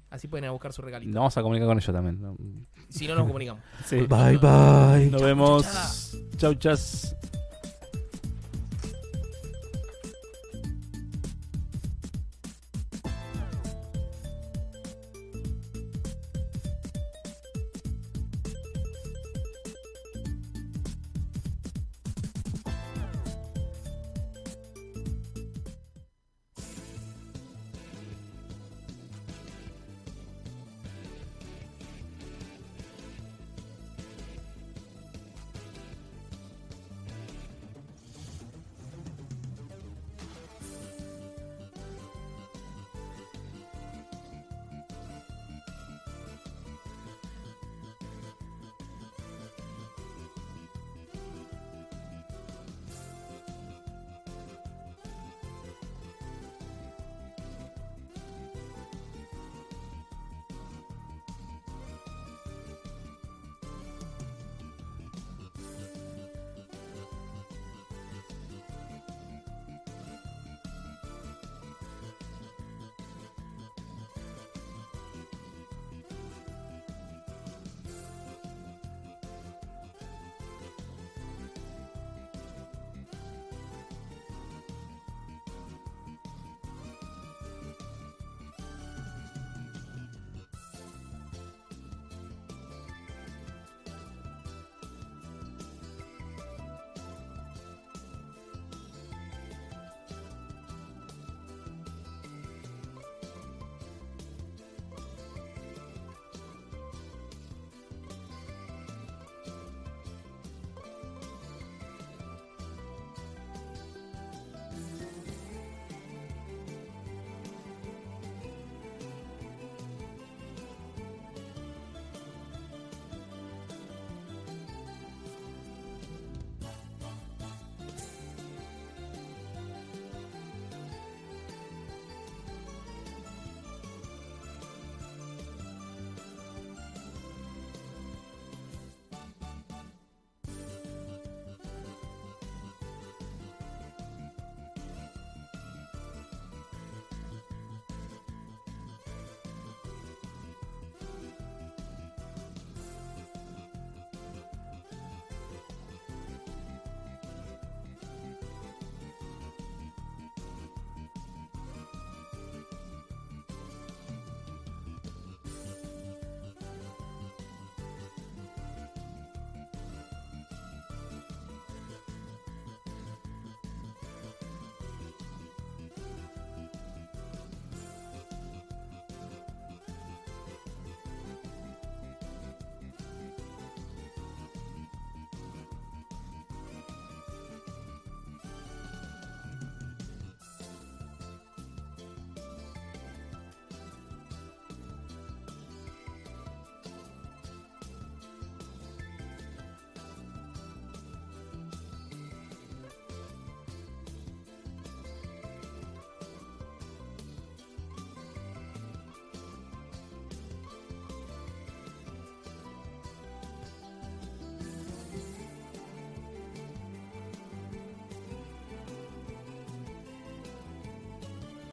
Speaker 3: Así pueden ir a buscar su regalito.
Speaker 5: Nos vamos a comunicar con ellos también.
Speaker 3: Si no, nos comunicamos.
Speaker 5: Sí.
Speaker 4: Bye, bye.
Speaker 5: Nos vemos. Chau, chas.